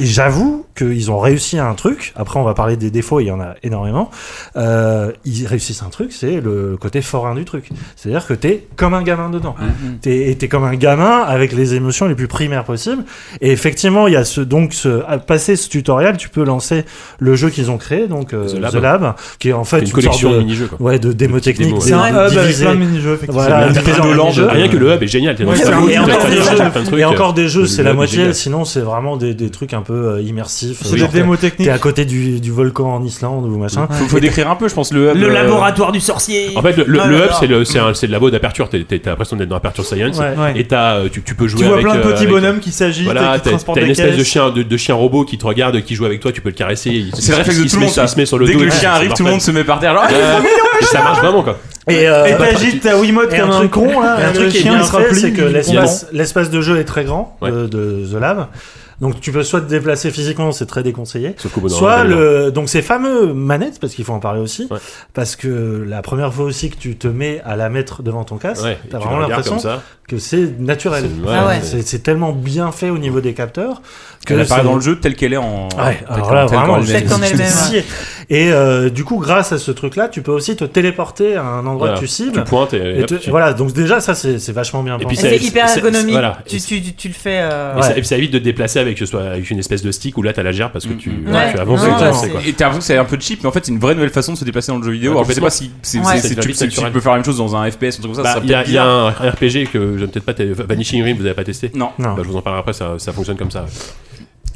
[SPEAKER 8] et j'avoue qu'ils ont réussi un truc. Après, on va parler des défauts, il y en a énormément. Euh, ils réussissent un truc, c'est le côté forain du truc. C'est-à-dire que t'es comme un gamin dedans.
[SPEAKER 2] Mm,
[SPEAKER 8] T'es et t'es comme un gamin avec les émotions les plus primaires possibles. Et effectivement, il y a ce donc ce à passer ce tutoriel, tu peux lancer le jeu qu'ils ont créé, donc euh,
[SPEAKER 2] The
[SPEAKER 8] The,
[SPEAKER 2] Lab.
[SPEAKER 8] Lab. qui est en fait
[SPEAKER 2] C'est une
[SPEAKER 8] sorte
[SPEAKER 2] collection de
[SPEAKER 8] de-
[SPEAKER 2] mini-jeux, quoi.
[SPEAKER 8] Ouais, de démotechniques.
[SPEAKER 2] démos, ouais.
[SPEAKER 3] C'est un
[SPEAKER 8] des-
[SPEAKER 3] hub euh, bah, avec
[SPEAKER 8] divisées.
[SPEAKER 3] plein de mini-jeux, effectivement.
[SPEAKER 8] Voilà,
[SPEAKER 2] C'est
[SPEAKER 8] divisées en
[SPEAKER 2] indolent,
[SPEAKER 8] mini-jeux.
[SPEAKER 2] Rien que le hub est génial. tellement
[SPEAKER 8] Ouais,
[SPEAKER 2] c'est
[SPEAKER 8] oui,
[SPEAKER 2] plein de
[SPEAKER 8] et encore
[SPEAKER 2] trucs, plein
[SPEAKER 8] des
[SPEAKER 2] de
[SPEAKER 8] jeux.
[SPEAKER 2] trucs. euh,
[SPEAKER 8] Et encore des jeux,
[SPEAKER 2] Le
[SPEAKER 8] c'est
[SPEAKER 2] hub
[SPEAKER 8] la
[SPEAKER 2] est
[SPEAKER 8] moitié.
[SPEAKER 2] génial.
[SPEAKER 8] Sinon, c'est vraiment des, des trucs un peu euh, immersifs.
[SPEAKER 3] C'est des
[SPEAKER 8] Genre,
[SPEAKER 3] démos techniques.
[SPEAKER 8] T'es à côté du, du volcan en Islande ou machin.
[SPEAKER 4] Faut, faut décrire un peu, je pense, le hub.
[SPEAKER 9] Le
[SPEAKER 4] euh,
[SPEAKER 9] laboratoire du sorcier.
[SPEAKER 2] En fait, le, le-
[SPEAKER 6] Ah,
[SPEAKER 2] le hub,
[SPEAKER 6] d'accord.
[SPEAKER 2] c'est le, c'est un- c'est le labo d'aperture. T'es- t'es- T'as l'impression d'être dans Aperture Science.
[SPEAKER 8] Ouais.
[SPEAKER 3] Ouais.
[SPEAKER 2] Et t'as, euh, tu, tu peux jouer
[SPEAKER 3] Tu vois
[SPEAKER 2] avec,
[SPEAKER 3] plein de
[SPEAKER 2] euh,
[SPEAKER 3] petits
[SPEAKER 2] avec-
[SPEAKER 3] bonhommes qui s'agissent et
[SPEAKER 2] Voilà,
[SPEAKER 3] qui
[SPEAKER 2] t'as
[SPEAKER 3] transportent
[SPEAKER 2] t'as une
[SPEAKER 3] des
[SPEAKER 2] espèce de
[SPEAKER 3] caisses.
[SPEAKER 2] chien, de, de chien robot qui te regarde, qui joue avec toi, tu peux le caresser. il-
[SPEAKER 4] C'est le
[SPEAKER 2] il-
[SPEAKER 4] réflexe de
[SPEAKER 2] il se
[SPEAKER 4] tout le
[SPEAKER 2] met-
[SPEAKER 4] monde. ça.
[SPEAKER 2] Il se met sur le
[SPEAKER 4] Dès
[SPEAKER 2] dos.
[SPEAKER 4] que le
[SPEAKER 2] et-
[SPEAKER 4] chien arrive, tout le monde se met par terre. genre,
[SPEAKER 2] Euh, et ça marche vraiment quoi.
[SPEAKER 8] Et, euh,
[SPEAKER 3] Et t'agites ta Wiimote
[SPEAKER 8] Et
[SPEAKER 3] comme un con, là.
[SPEAKER 8] et un
[SPEAKER 3] le
[SPEAKER 8] truc qui est
[SPEAKER 3] chien
[SPEAKER 8] bien
[SPEAKER 3] il se
[SPEAKER 8] fait,
[SPEAKER 3] replie,
[SPEAKER 8] c'est que
[SPEAKER 3] il combat.
[SPEAKER 8] l'espace l'espace de jeu est très grand
[SPEAKER 2] Ouais.
[SPEAKER 8] de, de The Lab. Donc tu peux soit te déplacer physiquement, c'est très déconseillé.
[SPEAKER 2] Sauf qu'au bout d'un
[SPEAKER 8] Soit
[SPEAKER 2] moment,
[SPEAKER 8] le donc ces fameux manettes parce qu'il faut en parler aussi
[SPEAKER 2] hein. Ouais.
[SPEAKER 8] parce que la première fois aussi que tu te mets à la mettre devant ton casque,
[SPEAKER 2] Ouais, et tu
[SPEAKER 8] t'as
[SPEAKER 2] le
[SPEAKER 8] vraiment
[SPEAKER 2] regardes
[SPEAKER 8] l'impression
[SPEAKER 2] comme ça.
[SPEAKER 8] que c'est naturel.
[SPEAKER 2] C'est- ouais,
[SPEAKER 6] Ah ouais.
[SPEAKER 8] C'est c'est tellement bien fait au niveau des capteurs que
[SPEAKER 4] Elle apparaît
[SPEAKER 8] c'est-
[SPEAKER 4] dans le jeu telle qu'elle est en.
[SPEAKER 8] Ouais,
[SPEAKER 4] telle
[SPEAKER 8] alors
[SPEAKER 4] qu'en-
[SPEAKER 8] là,
[SPEAKER 4] telle qu'en
[SPEAKER 8] vraiment,
[SPEAKER 4] elle-même.
[SPEAKER 6] Telle qu'en elle-même,
[SPEAKER 8] Si. Et euh, du coup, grâce à ce truc-là, tu peux aussi te téléporter à un endroit
[SPEAKER 2] Voilà.
[SPEAKER 8] que tu
[SPEAKER 2] Tu
[SPEAKER 8] cibles.
[SPEAKER 2] pointes et,
[SPEAKER 8] Et
[SPEAKER 2] hop,
[SPEAKER 8] te-
[SPEAKER 2] tu-
[SPEAKER 8] Voilà, donc déjà, ça, c'est c'est vachement bien
[SPEAKER 2] Et
[SPEAKER 8] pensé.
[SPEAKER 2] puis
[SPEAKER 6] c'est
[SPEAKER 2] ça-
[SPEAKER 6] hyper
[SPEAKER 2] ça-
[SPEAKER 6] ergonomique.
[SPEAKER 2] voilà.
[SPEAKER 6] Tu, tu, tu, tu le fais. euh,
[SPEAKER 2] et
[SPEAKER 8] Ouais.
[SPEAKER 2] ça- et puis ça évite de te déplacer avec, que ce soit avec une espèce de stick où là t'as la gère parce que tu,
[SPEAKER 4] Mhm.
[SPEAKER 2] voilà,
[SPEAKER 6] Ouais.
[SPEAKER 2] tu avances
[SPEAKER 6] Non,
[SPEAKER 2] et t'avances,
[SPEAKER 8] non.
[SPEAKER 2] quoi.
[SPEAKER 4] Et t'as l'impression que c'est un peu cheap, mais en fait, c'est une vraie nouvelle façon de se déplacer dans le jeu vidéo.
[SPEAKER 2] Ouais,
[SPEAKER 4] Alors, je sais
[SPEAKER 2] complètement.
[SPEAKER 4] pas si c'est-
[SPEAKER 6] Ouais.
[SPEAKER 4] c'est- c'est-
[SPEAKER 2] C'est
[SPEAKER 4] tu
[SPEAKER 2] vite
[SPEAKER 4] si tu
[SPEAKER 2] naturel.
[SPEAKER 4] peux faire la même chose dans un FPS, un truc comme ça.
[SPEAKER 2] Bah,
[SPEAKER 4] ça
[SPEAKER 2] Il y, a-
[SPEAKER 4] peut-être
[SPEAKER 2] il y a
[SPEAKER 4] bizarre.
[SPEAKER 2] un RPG que j'aime peut-être pas, t'es- Vanishing Rim, vous avez pas testé
[SPEAKER 4] Non.
[SPEAKER 8] Non.
[SPEAKER 2] Bah, je vous en parlerai après, ça, ça fonctionne comme ça.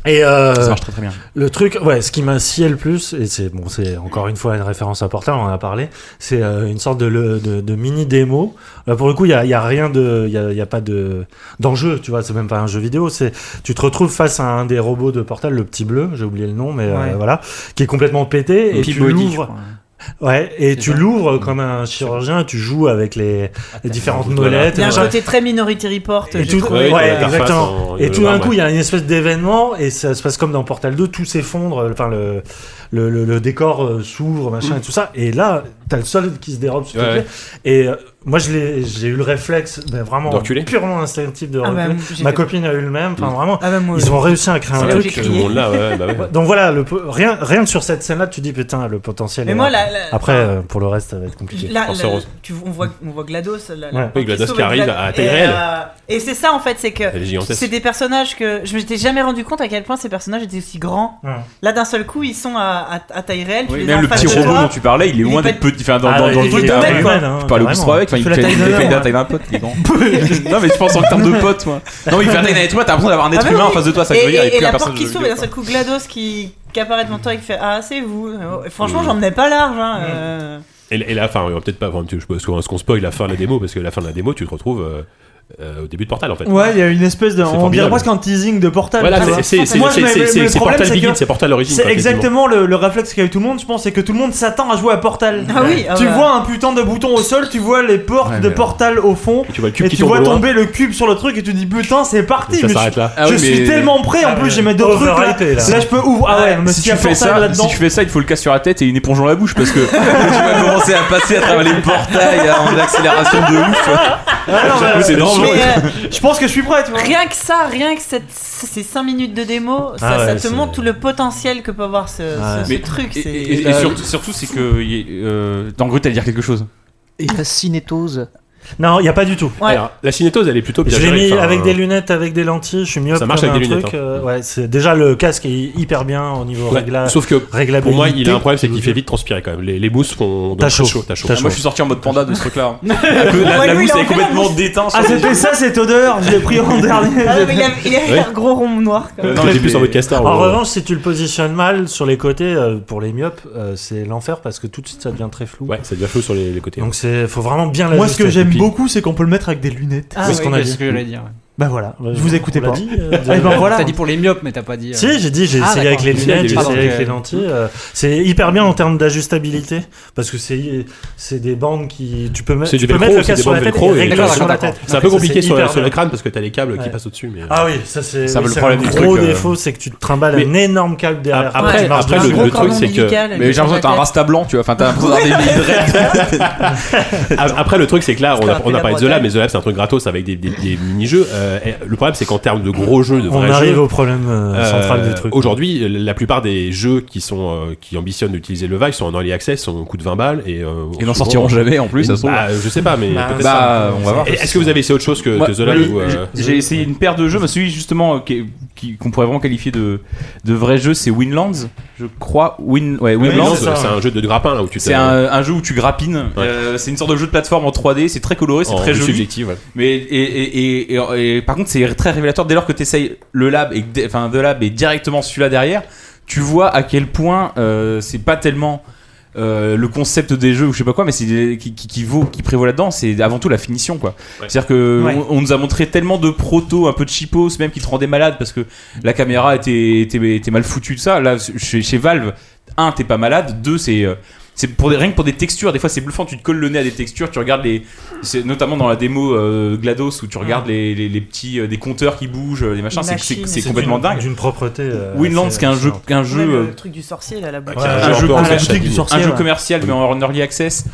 [SPEAKER 8] Et euh,
[SPEAKER 4] Ça marche très très bien.
[SPEAKER 8] le truc, ouais, ce qui m'a scié le plus, et c'est bon, c'est encore une fois une référence à Portal, on en a parlé, c'est euh, une sorte de, le- de, de mini démo. Là, pour le coup, il y a, il y a rien de, il y a, il y a pas de d'enjeu, tu vois, c'est même pas un jeu vidéo. C'est, tu te retrouves face à un des robots de Portal, le petit bleu, j'ai oublié le nom, mais euh,
[SPEAKER 3] Ouais.
[SPEAKER 8] voilà, qui est complètement pété et tu
[SPEAKER 4] Peabody, je
[SPEAKER 8] l'ouvres.
[SPEAKER 4] crois.
[SPEAKER 8] Ouais, et
[SPEAKER 4] ça.
[SPEAKER 8] tu l'ouvres comme un chirurgien, tu joues avec les, les différentes molettes.
[SPEAKER 6] Il y a un
[SPEAKER 8] machin.
[SPEAKER 6] côté très Minority Report.
[SPEAKER 8] Et
[SPEAKER 6] j'ai
[SPEAKER 8] tout,
[SPEAKER 6] trouvé.
[SPEAKER 2] Ouais,
[SPEAKER 8] ouais,
[SPEAKER 2] t'as l'interface
[SPEAKER 8] exactement.
[SPEAKER 2] en-
[SPEAKER 8] Et tout d'un
[SPEAKER 2] ouais.
[SPEAKER 8] coup, il y a une espèce d'événement et ça se passe comme dans Portal 2, tout s'effondre, enfin le le, le, le décor euh, s'ouvre,
[SPEAKER 6] Mm.
[SPEAKER 8] machin et tout ça. Et là, t'as le sol qui se dérobe, s'il te
[SPEAKER 2] Ouais,
[SPEAKER 8] plaît. Et euh, moi, je l'ai, j'ai eu le réflexe, ben, vraiment
[SPEAKER 2] De reculer.
[SPEAKER 8] purement instinctif de
[SPEAKER 6] Ah, bah,
[SPEAKER 8] reculer.
[SPEAKER 6] j'ai
[SPEAKER 8] Ma
[SPEAKER 6] fait-
[SPEAKER 8] copine a eu le même, enfin
[SPEAKER 2] Mm.
[SPEAKER 8] vraiment.
[SPEAKER 6] Ah bah, moi,
[SPEAKER 8] Ils ont réussi à créer un
[SPEAKER 6] C'est
[SPEAKER 8] truc.
[SPEAKER 6] logique.
[SPEAKER 2] Tout le monde là, ouais, bah ouais.
[SPEAKER 8] Donc voilà, le, po- rien, rien que sur cette scène-là, tu dis putain, le potentiel.
[SPEAKER 6] Mais
[SPEAKER 8] est
[SPEAKER 6] moi,
[SPEAKER 8] là.
[SPEAKER 6] la- la-
[SPEAKER 8] Après, euh, pour le reste, ça va être compliqué.
[SPEAKER 6] Là,
[SPEAKER 2] Force
[SPEAKER 6] là,
[SPEAKER 2] Rose.
[SPEAKER 6] tu- on, voit, on voit GLaDOS. la- la-
[SPEAKER 8] Ouais.
[SPEAKER 6] la-
[SPEAKER 2] Oui, GLaDOS
[SPEAKER 6] sauve
[SPEAKER 2] qui arrive
[SPEAKER 6] Glad-
[SPEAKER 2] à taille
[SPEAKER 6] et,
[SPEAKER 2] réelle.
[SPEAKER 6] euh, et c'est ça en fait, c'est
[SPEAKER 2] Elle est
[SPEAKER 6] que
[SPEAKER 2] gigantesque.
[SPEAKER 6] c'est des personnages que je m'étais jamais rendu compte à quel point ces personnages étaient aussi grands.
[SPEAKER 8] Ouais.
[SPEAKER 6] Là d'un seul coup ils sont à, à- à taille réelle. tu
[SPEAKER 4] Oui,
[SPEAKER 6] les as
[SPEAKER 4] Même
[SPEAKER 6] en
[SPEAKER 4] le
[SPEAKER 6] face
[SPEAKER 4] petit
[SPEAKER 6] de
[SPEAKER 4] robot
[SPEAKER 6] toi.
[SPEAKER 4] dont tu parlais, il est
[SPEAKER 6] Il
[SPEAKER 4] loin
[SPEAKER 6] est pas-
[SPEAKER 4] d'être petit. Enfin, dans
[SPEAKER 8] Ah,
[SPEAKER 4] dans- dans le
[SPEAKER 8] il est
[SPEAKER 4] jeu,
[SPEAKER 8] humaine,
[SPEAKER 4] t'as-
[SPEAKER 8] hein,
[SPEAKER 4] tu parles au
[SPEAKER 8] carrément.
[SPEAKER 4] bistrot avec, enfin, il
[SPEAKER 9] fait la
[SPEAKER 4] fait
[SPEAKER 9] taille d'un
[SPEAKER 4] il fait
[SPEAKER 9] homme.
[SPEAKER 4] la taille d'un pote, il est grand. Non, mais je pense en termes de pote, moi. Non, mais il fait la taille d'un être humain, t'as l'impression d'avoir un
[SPEAKER 6] Ah,
[SPEAKER 4] être
[SPEAKER 6] mais
[SPEAKER 4] humain
[SPEAKER 6] oui.
[SPEAKER 4] en face de toi, ça
[SPEAKER 6] et,
[SPEAKER 4] veut dire,
[SPEAKER 6] et-
[SPEAKER 4] et
[SPEAKER 6] et
[SPEAKER 4] plus
[SPEAKER 6] la
[SPEAKER 4] un
[SPEAKER 6] porte
[SPEAKER 4] personnage.
[SPEAKER 6] qui
[SPEAKER 4] de
[SPEAKER 6] s'ouvre et
[SPEAKER 4] vidéo,
[SPEAKER 6] d'un seul coup GLaDOS qui, qui apparaît devant toi et qui fait Ah c'est vous. Et franchement j'en menais pas large.
[SPEAKER 4] Mm.
[SPEAKER 6] hein, euh.
[SPEAKER 2] Et, et la fin, ouais, peut-être pas, enfin, tu- je pense qu'on- ce qu'on spoil la fin de la démo, parce que la fin de la démo, tu te retrouves euh, euh, au début de Portal en fait.
[SPEAKER 3] Ouais, il y a une espèce de. On dirait
[SPEAKER 2] formidable.
[SPEAKER 3] presque un teasing de portal.
[SPEAKER 2] Voilà,
[SPEAKER 3] tu vois.
[SPEAKER 2] c'est- c'est c'est-
[SPEAKER 3] Moi,
[SPEAKER 2] c'est-
[SPEAKER 3] mais- mais
[SPEAKER 2] c'est- c'est-
[SPEAKER 3] le
[SPEAKER 2] c'est
[SPEAKER 3] problème,
[SPEAKER 2] Portal
[SPEAKER 3] c'est
[SPEAKER 2] Begin,
[SPEAKER 3] que-
[SPEAKER 2] c'est Portal Origin.
[SPEAKER 3] C'est
[SPEAKER 2] quoi, quasiment.
[SPEAKER 3] exactement le, le réflexe qu'a eu tout le monde, je pense, c'est que tout le monde s'attend à jouer à Portal.
[SPEAKER 6] Ah oui, ah
[SPEAKER 3] tu
[SPEAKER 6] bah.
[SPEAKER 3] vois un putain de bouton au sol, tu vois les portes
[SPEAKER 4] Ouais, mais
[SPEAKER 3] de
[SPEAKER 4] là-
[SPEAKER 3] Portal au fond,
[SPEAKER 2] Et tu vois le cube
[SPEAKER 3] et
[SPEAKER 2] qui
[SPEAKER 3] tu
[SPEAKER 2] tombe
[SPEAKER 3] vois
[SPEAKER 2] au loin,
[SPEAKER 3] tomber le cube sur le truc, et tu dis putain, c'est
[SPEAKER 2] et
[SPEAKER 3] parti.
[SPEAKER 2] ça
[SPEAKER 3] mais
[SPEAKER 2] s'arrête là.
[SPEAKER 4] Ah
[SPEAKER 3] je
[SPEAKER 4] oui,
[SPEAKER 3] suis
[SPEAKER 4] mais-
[SPEAKER 3] tellement prêt, en
[SPEAKER 8] Ah,
[SPEAKER 3] plus
[SPEAKER 8] mais
[SPEAKER 3] j'ai mes deux trucs là.
[SPEAKER 8] overrated, là.
[SPEAKER 3] Là, je peux ouvre. Ah ouais, mais
[SPEAKER 4] Si
[SPEAKER 3] s'il y
[SPEAKER 4] tu
[SPEAKER 3] a
[SPEAKER 4] fais
[SPEAKER 3] Portal
[SPEAKER 4] ça, si
[SPEAKER 3] là-dedans.
[SPEAKER 4] tu fais ça, il faut le casser sur la tête et une éponge dans la bouche parce que tu vas commencer à passer à travers les portails hein, en accélération de ouf.
[SPEAKER 3] Ah non, mais-
[SPEAKER 4] C'est
[SPEAKER 6] Mais,
[SPEAKER 4] dangereux.
[SPEAKER 6] euh,
[SPEAKER 3] Je pense que je suis prêt, tu vois.
[SPEAKER 6] Rien que ça, rien que cette- ces 5 minutes de démo, ça,
[SPEAKER 8] Ah ouais,
[SPEAKER 6] ça te
[SPEAKER 8] c'est-
[SPEAKER 6] montre tout le potentiel que peut avoir ce, ce-
[SPEAKER 8] Ah ouais.
[SPEAKER 6] ce
[SPEAKER 4] Mais-
[SPEAKER 6] truc.
[SPEAKER 4] Et,
[SPEAKER 6] c'est-
[SPEAKER 4] et- et surtout, surtout, c'est que. y est, Euh, T'as à dire quelque chose.
[SPEAKER 7] Et la cinétose.
[SPEAKER 8] Non, il n'y a pas du tout.
[SPEAKER 6] Ouais.
[SPEAKER 2] Alors, la cinétose, elle est plutôt bien
[SPEAKER 8] Je l'ai
[SPEAKER 2] gérée,
[SPEAKER 8] mis
[SPEAKER 2] enfin,
[SPEAKER 8] avec
[SPEAKER 2] euh,
[SPEAKER 8] des lunettes, avec des lentilles. Je suis mieux.
[SPEAKER 2] Ça marche avec des lunettes, hein.
[SPEAKER 8] euh, ouais, c'est déjà le casque est hyper bien au niveau
[SPEAKER 2] ouais.
[SPEAKER 8] régla-
[SPEAKER 2] Sauf que
[SPEAKER 8] réglabilité.
[SPEAKER 2] pour moi, il a un problème, c'est qu'il fait vite transpirer quand même. Les, les mousses font.
[SPEAKER 8] T'as
[SPEAKER 2] donc,
[SPEAKER 8] chaud.
[SPEAKER 2] T'as chaud.
[SPEAKER 8] T'as
[SPEAKER 4] Ah, moi, je suis sorti en mode panda de ce truc-là. hein. La, la-
[SPEAKER 6] Ouais,
[SPEAKER 4] la
[SPEAKER 6] lui, il
[SPEAKER 4] mousse
[SPEAKER 6] a
[SPEAKER 4] est
[SPEAKER 6] encore la
[SPEAKER 4] complètement
[SPEAKER 6] mousse.
[SPEAKER 4] déteinte.
[SPEAKER 3] Ah, c'était ça cette odeur, je l'ai pris en dernier.
[SPEAKER 6] Ah, mais il avait, il avait
[SPEAKER 2] Ouais.
[SPEAKER 6] un gros rond noir. Quand même.
[SPEAKER 4] Non,
[SPEAKER 2] Non,
[SPEAKER 4] mais-
[SPEAKER 2] plus en mode castor.
[SPEAKER 8] En
[SPEAKER 2] ouais.
[SPEAKER 8] revanche, si tu le positionnes mal sur les côtés, euh, pour les myopes, euh, c'est l'enfer parce que tout de suite ça devient très flou.
[SPEAKER 2] Ouais, ça devient flou sur les, les côtés.
[SPEAKER 8] Donc c'est, faut vraiment bien
[SPEAKER 3] Moi, ce
[SPEAKER 8] l'ajuster.
[SPEAKER 3] que j'aime j'aime
[SPEAKER 4] Papy.
[SPEAKER 3] beaucoup, c'est qu'on peut le mettre avec des lunettes.
[SPEAKER 5] Ah
[SPEAKER 8] C'est ce
[SPEAKER 5] oui,
[SPEAKER 8] qu'on a
[SPEAKER 5] c'est
[SPEAKER 8] dit.
[SPEAKER 5] ce que j'allais dire.
[SPEAKER 3] Bah voilà,
[SPEAKER 8] Bah,
[SPEAKER 3] je vous
[SPEAKER 8] on-
[SPEAKER 3] écoutais
[SPEAKER 8] on l'a
[SPEAKER 3] pas.
[SPEAKER 8] dit, euh, de-
[SPEAKER 3] Eh ben voilà.
[SPEAKER 5] T'as dit pour les myopes, mais t'as pas dit. euh,
[SPEAKER 8] Si, j'ai dit, j'ai
[SPEAKER 5] Ah,
[SPEAKER 8] essayé avec
[SPEAKER 5] d'accord.
[SPEAKER 8] les
[SPEAKER 5] Si,
[SPEAKER 8] lunettes, j'ai
[SPEAKER 5] pardon,
[SPEAKER 8] essayé avec
[SPEAKER 5] ok.
[SPEAKER 8] les lentilles. euh, c'est hyper bien en termes d'ajustabilité parce que c'est c'est des bandes qui tu peux mettre
[SPEAKER 2] C'est du
[SPEAKER 8] tu peux
[SPEAKER 2] velcro,
[SPEAKER 8] mettre le
[SPEAKER 2] c'est
[SPEAKER 8] casque
[SPEAKER 2] des
[SPEAKER 8] sur la
[SPEAKER 2] bandes
[SPEAKER 8] tête
[SPEAKER 2] velcro
[SPEAKER 8] et
[SPEAKER 2] et-
[SPEAKER 8] régler
[SPEAKER 5] D'accord,
[SPEAKER 8] sur la
[SPEAKER 5] d'accord.
[SPEAKER 8] tête.
[SPEAKER 2] C'est un peu
[SPEAKER 8] Donc ça,
[SPEAKER 2] compliqué sur,
[SPEAKER 8] hyper
[SPEAKER 2] la- sur
[SPEAKER 8] bien.
[SPEAKER 2] le crâne parce que t'as les câbles qui
[SPEAKER 8] Ouais.
[SPEAKER 2] passent au-dessus. Mais... euh,
[SPEAKER 8] Ah oui, ça c'est
[SPEAKER 4] Ça
[SPEAKER 8] oui,
[SPEAKER 4] veut le
[SPEAKER 8] c'est
[SPEAKER 4] problème
[SPEAKER 8] un
[SPEAKER 4] du
[SPEAKER 8] gros
[SPEAKER 4] truc, euh.
[SPEAKER 8] défaut, c'est que tu te trimbales un énorme câble derrière. toi,
[SPEAKER 2] après-
[SPEAKER 8] tu marches
[SPEAKER 2] après,
[SPEAKER 6] Un
[SPEAKER 2] le-
[SPEAKER 8] dessus.
[SPEAKER 6] gros
[SPEAKER 2] le truc,
[SPEAKER 6] cordon
[SPEAKER 2] c'est que-
[SPEAKER 6] ombilical
[SPEAKER 4] Mais j'ai l'impression que t'as un rasta blanc, tu vois. Enfin, t'as l'impression d'avoir des vieilles dreads.
[SPEAKER 2] A- Après, le truc, c'est que là, on a,
[SPEAKER 6] rappelle
[SPEAKER 2] on a
[SPEAKER 6] la
[SPEAKER 2] parlé de The Lab,
[SPEAKER 6] Bretagne.
[SPEAKER 2] mais The Lab, c'est un truc gratos avec des, des- des mini-jeux. Euh, et le problème, c'est qu'en termes de gros jeux, de
[SPEAKER 8] On
[SPEAKER 2] vrais
[SPEAKER 8] arrive
[SPEAKER 2] jeux.
[SPEAKER 8] au problème euh,
[SPEAKER 2] euh,
[SPEAKER 8] central du truc.
[SPEAKER 2] Aujourd'hui, la plupart des jeux qui sont euh, qui ambitionnent d'utiliser le Vive sont en early access, sont au coût de 20 balles et euh,
[SPEAKER 4] Ils
[SPEAKER 2] souvent-
[SPEAKER 4] n'en sortiront jamais en plus, ça se trouve.
[SPEAKER 2] Bah, je sais pas, mais peut-être ça.
[SPEAKER 4] Bah, on va voir.
[SPEAKER 2] Et Est-ce que vous avez essayé autre chose que,
[SPEAKER 4] Moi,
[SPEAKER 2] que The Lab
[SPEAKER 4] le-
[SPEAKER 2] ou, euh,
[SPEAKER 4] J'ai j'ai essayé une paire de jeux, mais celui justement euh, qui est- qui- qu'on pourrait vraiment qualifier de, de vrai jeu, c'est Winlands, je crois. Win, ouais, Winlands.
[SPEAKER 2] Winlands,
[SPEAKER 8] c'est ça.
[SPEAKER 2] c'est un jeu de grappin là où tu
[SPEAKER 4] C'est
[SPEAKER 2] te-
[SPEAKER 4] un, un jeu où tu grappines.
[SPEAKER 2] Ouais.
[SPEAKER 4] Euh, c'est une sorte de jeu de plateforme en 3D. C'est très coloré, c'est
[SPEAKER 2] en
[SPEAKER 4] très
[SPEAKER 2] vue
[SPEAKER 4] joli.
[SPEAKER 2] subjective, ouais.
[SPEAKER 4] Mais et, et- et- et- et par contre, c'est très révélateur dès lors que tu essayes le lab et que dé- enfin The Lab et directement celui-là derrière, tu vois à quel point euh, c'est pas tellement euh, le concept des jeux ou je sais pas quoi, mais c'est des- qui, qui, qui vaut, qui prévaut là-dedans, c'est avant tout la finition quoi. C'est-à-dire que
[SPEAKER 3] Ouais.
[SPEAKER 4] on, on nous a montré tellement de protos un peu cheapos, même qui te rendaient malade parce que la caméra était, était, était mal foutue de ça. Là, chez, chez Valve, un, t'es pas malade. Deux, c'est euh, c'est pour des, rien que pour des textures. Des fois, c'est bluffant. Tu te colles le nez à des textures. Tu regardes les, c'est notamment dans la démo euh, Glados où tu regardes les, les, les petits, euh, des compteurs qui bougent, euh, les machins.
[SPEAKER 6] Les
[SPEAKER 4] C'est- C'est
[SPEAKER 6] machines.
[SPEAKER 4] c'est
[SPEAKER 6] C'est
[SPEAKER 4] complètement
[SPEAKER 8] d'une-
[SPEAKER 4] dingue.
[SPEAKER 8] D'une propreté. euh,
[SPEAKER 4] Winlands,
[SPEAKER 8] assez
[SPEAKER 4] qui est un jeu,
[SPEAKER 8] hallucinante.
[SPEAKER 4] qu'un jeu, euh,
[SPEAKER 6] le truc du sorcier là, la boutique.
[SPEAKER 2] Ouais,
[SPEAKER 8] un
[SPEAKER 2] peu
[SPEAKER 4] jeu
[SPEAKER 2] en
[SPEAKER 4] Ah, la
[SPEAKER 2] fait,
[SPEAKER 3] boutique du
[SPEAKER 2] qui-
[SPEAKER 3] sorcier.
[SPEAKER 4] un jeu
[SPEAKER 3] ouais.
[SPEAKER 4] commercial mais en early access.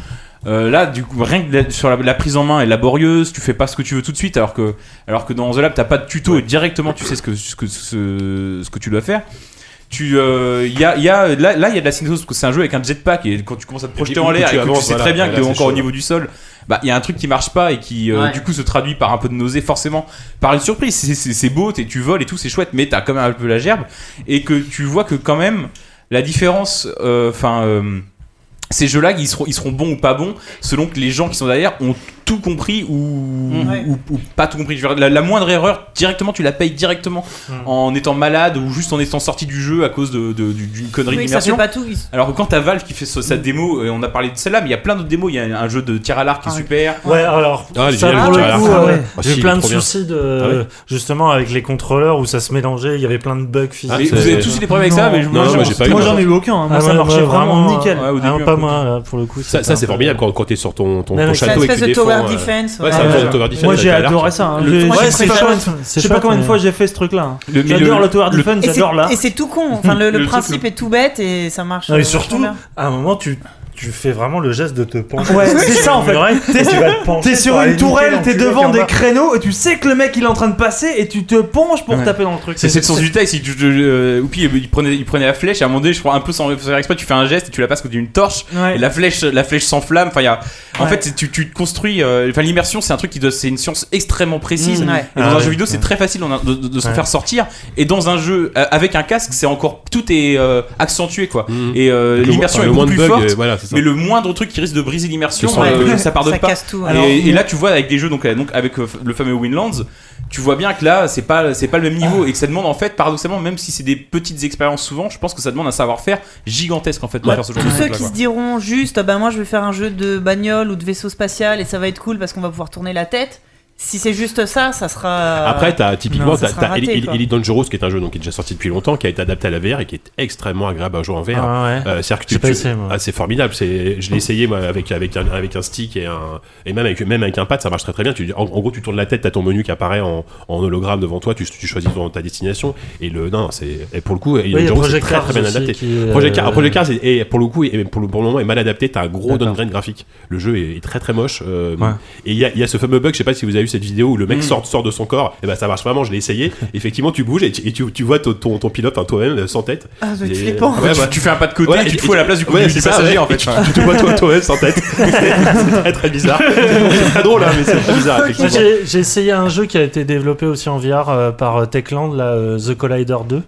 [SPEAKER 4] Euh, là, du coup, rien que la- sur la, la prise en main est laborieuse, tu fais pas ce que tu veux tout de suite, alors que, alors que dans The Lab, t'as pas de tuto et directement tu sais ce que, ce que, ce, ce que tu dois faire. Tu, euh, y a, y a, là, là, il y a de la cinétose parce que c'est un jeu avec un jetpack et quand tu commences à te projeter
[SPEAKER 2] puis,
[SPEAKER 4] en
[SPEAKER 2] du coup,
[SPEAKER 4] l'air
[SPEAKER 2] tu
[SPEAKER 4] et que tu
[SPEAKER 2] avances,
[SPEAKER 4] sais
[SPEAKER 2] voilà,
[SPEAKER 4] très bien
[SPEAKER 2] ouais,
[SPEAKER 4] que
[SPEAKER 2] là,
[SPEAKER 4] t'es
[SPEAKER 2] c'est
[SPEAKER 4] encore au
[SPEAKER 2] chaud.
[SPEAKER 4] niveau du sol, bah, il y a un truc qui marche pas et qui, euh,
[SPEAKER 7] Ouais.
[SPEAKER 4] du coup, se traduit par un peu de nausée, forcément, par une surprise. C'est- C'est c'est beau, t'es- tu voles et tout, c'est chouette, mais t'as quand même un peu la gerbe et que tu vois que quand même, la différence, euh, enfin, euh, ces jeux-là, ils seront, ils seront bons ou pas bons selon que les gens qui sont derrière ont tout compris ou,
[SPEAKER 6] Ouais.
[SPEAKER 4] ou, ou pas tout compris. Je veux dire, La, la moindre erreur, directement, tu la payes directement
[SPEAKER 8] Mm.
[SPEAKER 4] en étant malade ou juste en étant sorti du jeu à cause de- de- du- d'une connerie
[SPEAKER 6] Oui, ça fait
[SPEAKER 4] d'immersion.
[SPEAKER 6] pas Mm. tout. ils-
[SPEAKER 4] Alors que quand t'as Valve qui fait sa, sa démo, et on a parlé de celle-là, mais il y a plein d'autres démos. Il y a un jeu de tir à l'arc qui est
[SPEAKER 6] Ah oui.
[SPEAKER 4] super.
[SPEAKER 8] Ouais, alors
[SPEAKER 2] Ah, les
[SPEAKER 8] ça
[SPEAKER 2] génial,
[SPEAKER 8] pour
[SPEAKER 2] tu as
[SPEAKER 8] le coup,
[SPEAKER 2] l'air-
[SPEAKER 8] euh,
[SPEAKER 2] Ah,
[SPEAKER 8] j'ai
[SPEAKER 2] si,
[SPEAKER 8] eu
[SPEAKER 2] il
[SPEAKER 8] plein
[SPEAKER 2] est
[SPEAKER 8] de
[SPEAKER 2] trop bien. Ah
[SPEAKER 8] soucis de justement avec les contrôleurs où ça se mélangeait, il y avait plein de bugs physiques.
[SPEAKER 4] Mais
[SPEAKER 2] Ah, c'est-
[SPEAKER 4] vous avez tous eu des problèmes avec ça, mais je
[SPEAKER 2] Non,
[SPEAKER 4] moi,
[SPEAKER 2] non, moi,
[SPEAKER 4] j'en-
[SPEAKER 2] j'ai pas eu
[SPEAKER 3] Moi
[SPEAKER 2] mal.
[SPEAKER 3] j'en ai eu aucun, hein. moi
[SPEAKER 8] Ah
[SPEAKER 3] ça
[SPEAKER 8] ouais,
[SPEAKER 3] marchait
[SPEAKER 8] moi,
[SPEAKER 3] vraiment,
[SPEAKER 8] vraiment,
[SPEAKER 3] nickel.
[SPEAKER 4] ouais, au
[SPEAKER 8] Ah,
[SPEAKER 4] début,
[SPEAKER 8] pas
[SPEAKER 4] un peu.
[SPEAKER 8] moi là, pour le coup.
[SPEAKER 2] Ça, ça, c'est formidable quand, quand t'es sur ton, ton, ton
[SPEAKER 8] Ouais, ouais,
[SPEAKER 6] C'est une
[SPEAKER 2] château et que
[SPEAKER 6] espèce
[SPEAKER 2] tu
[SPEAKER 6] de
[SPEAKER 2] défends.
[SPEAKER 6] tower
[SPEAKER 2] euh,
[SPEAKER 6] defense.
[SPEAKER 2] Ouais, c'est un
[SPEAKER 3] Ouais,
[SPEAKER 2] tour de
[SPEAKER 3] ouais.
[SPEAKER 2] tower defense.
[SPEAKER 3] Moi j'ai
[SPEAKER 2] avec la larme.
[SPEAKER 3] adoré ça. hein.
[SPEAKER 8] Le-
[SPEAKER 3] J'ai-
[SPEAKER 8] Ouais,
[SPEAKER 3] j'ai
[SPEAKER 8] c'est
[SPEAKER 3] fait
[SPEAKER 8] chouette,
[SPEAKER 3] combien-
[SPEAKER 8] c'est
[SPEAKER 3] Je sais pas
[SPEAKER 8] chouette,
[SPEAKER 3] combien de
[SPEAKER 8] mais-
[SPEAKER 3] fois j'ai fait ce truc là.
[SPEAKER 4] le- mais
[SPEAKER 3] J'adore
[SPEAKER 4] le-
[SPEAKER 3] le Tower Defense,
[SPEAKER 6] Et c'est-
[SPEAKER 3] j'adore là.
[SPEAKER 6] Et c'est tout con. Enfin, le, le
[SPEAKER 4] Le truc,
[SPEAKER 6] principe est tout bête et ça marche.
[SPEAKER 8] Non,
[SPEAKER 6] euh,
[SPEAKER 8] et surtout,
[SPEAKER 6] bien.
[SPEAKER 8] à un moment, tu, tu fais vraiment le geste de te pencher.
[SPEAKER 3] Ouais,
[SPEAKER 8] sur
[SPEAKER 3] c'est
[SPEAKER 8] une
[SPEAKER 3] ça, en fait.
[SPEAKER 8] muraille,
[SPEAKER 3] T'es-
[SPEAKER 8] tu vas te pencher
[SPEAKER 3] T'es sur
[SPEAKER 8] pour aller
[SPEAKER 3] une
[SPEAKER 8] niquer dans
[SPEAKER 3] tourelle,
[SPEAKER 8] le
[SPEAKER 3] t'es
[SPEAKER 8] cul d'un
[SPEAKER 3] devant des
[SPEAKER 8] gamin.
[SPEAKER 3] créneaux et tu sais que le mec il est en train de passer et tu te penches pour
[SPEAKER 4] Ouais.
[SPEAKER 3] taper dans le truc.
[SPEAKER 4] C'est c'est le sens du détail. Si tu, tu- euh, Oupi, il prenait, il prenait la flèche, et à un moment donné, je crois un peu sans sans faire exprès, tu fais un geste et tu la passes comme d'une torche.
[SPEAKER 3] Ouais.
[SPEAKER 4] Et la flèche, la flèche s'enflamme. Enfin, il y a- en
[SPEAKER 3] Ouais.
[SPEAKER 4] fait, c'est- tu, tu te construis. euh, Enfin, l'immersion, c'est un truc qui doit, c'est une science extrêmement précise.
[SPEAKER 6] Mmh, ouais.
[SPEAKER 4] Et dans
[SPEAKER 8] Ah
[SPEAKER 4] un
[SPEAKER 8] ouais.
[SPEAKER 4] jeu vidéo, c'est très facile d'en- de, de- de s'en
[SPEAKER 8] Ouais.
[SPEAKER 4] faire sortir. Et dans un jeu euh, avec un casque, c'est encore tout est euh, accentué, quoi.
[SPEAKER 2] Mmh.
[SPEAKER 4] Et euh,
[SPEAKER 2] Le-
[SPEAKER 4] l'immersion
[SPEAKER 2] enfin,
[SPEAKER 4] est
[SPEAKER 2] le
[SPEAKER 4] beaucoup
[SPEAKER 2] moins de
[SPEAKER 4] plus
[SPEAKER 2] bugs,
[SPEAKER 4] forte.
[SPEAKER 2] euh, voilà, c'est ça.
[SPEAKER 4] Mais le moindre truc qui risque de briser l'immersion,
[SPEAKER 2] Ça,
[SPEAKER 4] euh,
[SPEAKER 6] ouais.
[SPEAKER 4] ça pardonne
[SPEAKER 6] ça
[SPEAKER 4] pas.
[SPEAKER 6] casse tout. ouais.
[SPEAKER 3] Alors,
[SPEAKER 4] et, et là, tu vois avec des jeux donc, euh, donc avec euh, le fameux Winlands, tu vois bien que là, c'est pas c'est pas le même niveau et que ça demande en fait paradoxalement, même si c'est des petites expériences souvent, je pense que ça demande un savoir-faire gigantesque en fait pour faire ce genre de
[SPEAKER 6] Tous ceux
[SPEAKER 4] truc-là,
[SPEAKER 6] qui
[SPEAKER 4] quoi.
[SPEAKER 6] se diront juste, bah moi je vais faire un jeu de bagnole ou de vaisseau spatial et ça va être cool parce qu'on va pouvoir tourner la tête. Si c'est juste ça, ça sera. euh,
[SPEAKER 2] Après, t'as typiquement
[SPEAKER 6] non, ça
[SPEAKER 2] t'as,
[SPEAKER 6] sera
[SPEAKER 2] t'as
[SPEAKER 6] raté,
[SPEAKER 2] Elite,
[SPEAKER 6] quoi.
[SPEAKER 2] Elite Dangerous, qui est un jeu donc, qui est déjà sorti depuis longtemps, qui a été adapté à la VR et qui est extrêmement agréable à jouer en VR.
[SPEAKER 8] Ah ouais.
[SPEAKER 2] Euh, c'est-à-dire que tu-
[SPEAKER 8] J'ai pas
[SPEAKER 2] tu-
[SPEAKER 8] essayé, moi.
[SPEAKER 2] Ah, c'est formidable. C'est, je l'ai essayé moi, avec avec un, avec un stick et un et même avec même avec un pad, ça marche très très bien. Tu, en, en gros, tu tournes la tête, t'as ton menu qui apparaît en, en hologramme devant toi. Tu, tu choisis ton- ta destination et le non, non, c'est et pour le coup, Elite
[SPEAKER 8] Oui, il y a
[SPEAKER 2] Dangerous,
[SPEAKER 8] Project
[SPEAKER 2] c'est très très bien
[SPEAKER 8] Cars aussi
[SPEAKER 2] adapté.
[SPEAKER 8] qui est,
[SPEAKER 2] Project Cars,
[SPEAKER 8] euh,
[SPEAKER 2] Project Cars est- est, pour le coup est- pour le, pour le moment est mal adapté. T'as un gros
[SPEAKER 5] D'accord.
[SPEAKER 2] downgrade graphique. Le jeu est, est très très moche. euh,
[SPEAKER 4] Ouais.
[SPEAKER 2] Et il y a, il y a ce fameux bug. Je sais pas si vous avez vu cette vidéo où le mec
[SPEAKER 4] Mm.
[SPEAKER 2] sort sort de son corps. Et ben ça marche vraiment. Je l'ai essayé. Effectivement, tu bouges et tu, et tu, tu vois ton ton, ton pilote, enfin, toi-même euh, sans tête.
[SPEAKER 6] Ah, ça doit être
[SPEAKER 2] Et-
[SPEAKER 6] flippant.
[SPEAKER 2] Ouais,
[SPEAKER 4] tu,
[SPEAKER 2] bah,
[SPEAKER 4] tu fais un pas de côté
[SPEAKER 2] Ouais,
[SPEAKER 4] et tu
[SPEAKER 2] et-
[SPEAKER 4] te fous à la place du,
[SPEAKER 2] Ouais,
[SPEAKER 4] du
[SPEAKER 2] c'est ça,
[SPEAKER 4] passager
[SPEAKER 2] ouais.
[SPEAKER 4] en fait.
[SPEAKER 2] Et tu, tu te vois toi toi-même sans tête. c'est très très bizarre. C'est très drôle hein, mais c'est très bizarre
[SPEAKER 8] Moi,
[SPEAKER 2] effectivement.
[SPEAKER 8] J'ai j'ai essayé un jeu qui a été développé aussi en VR euh, par euh, Techland, là, euh, The Collider 2.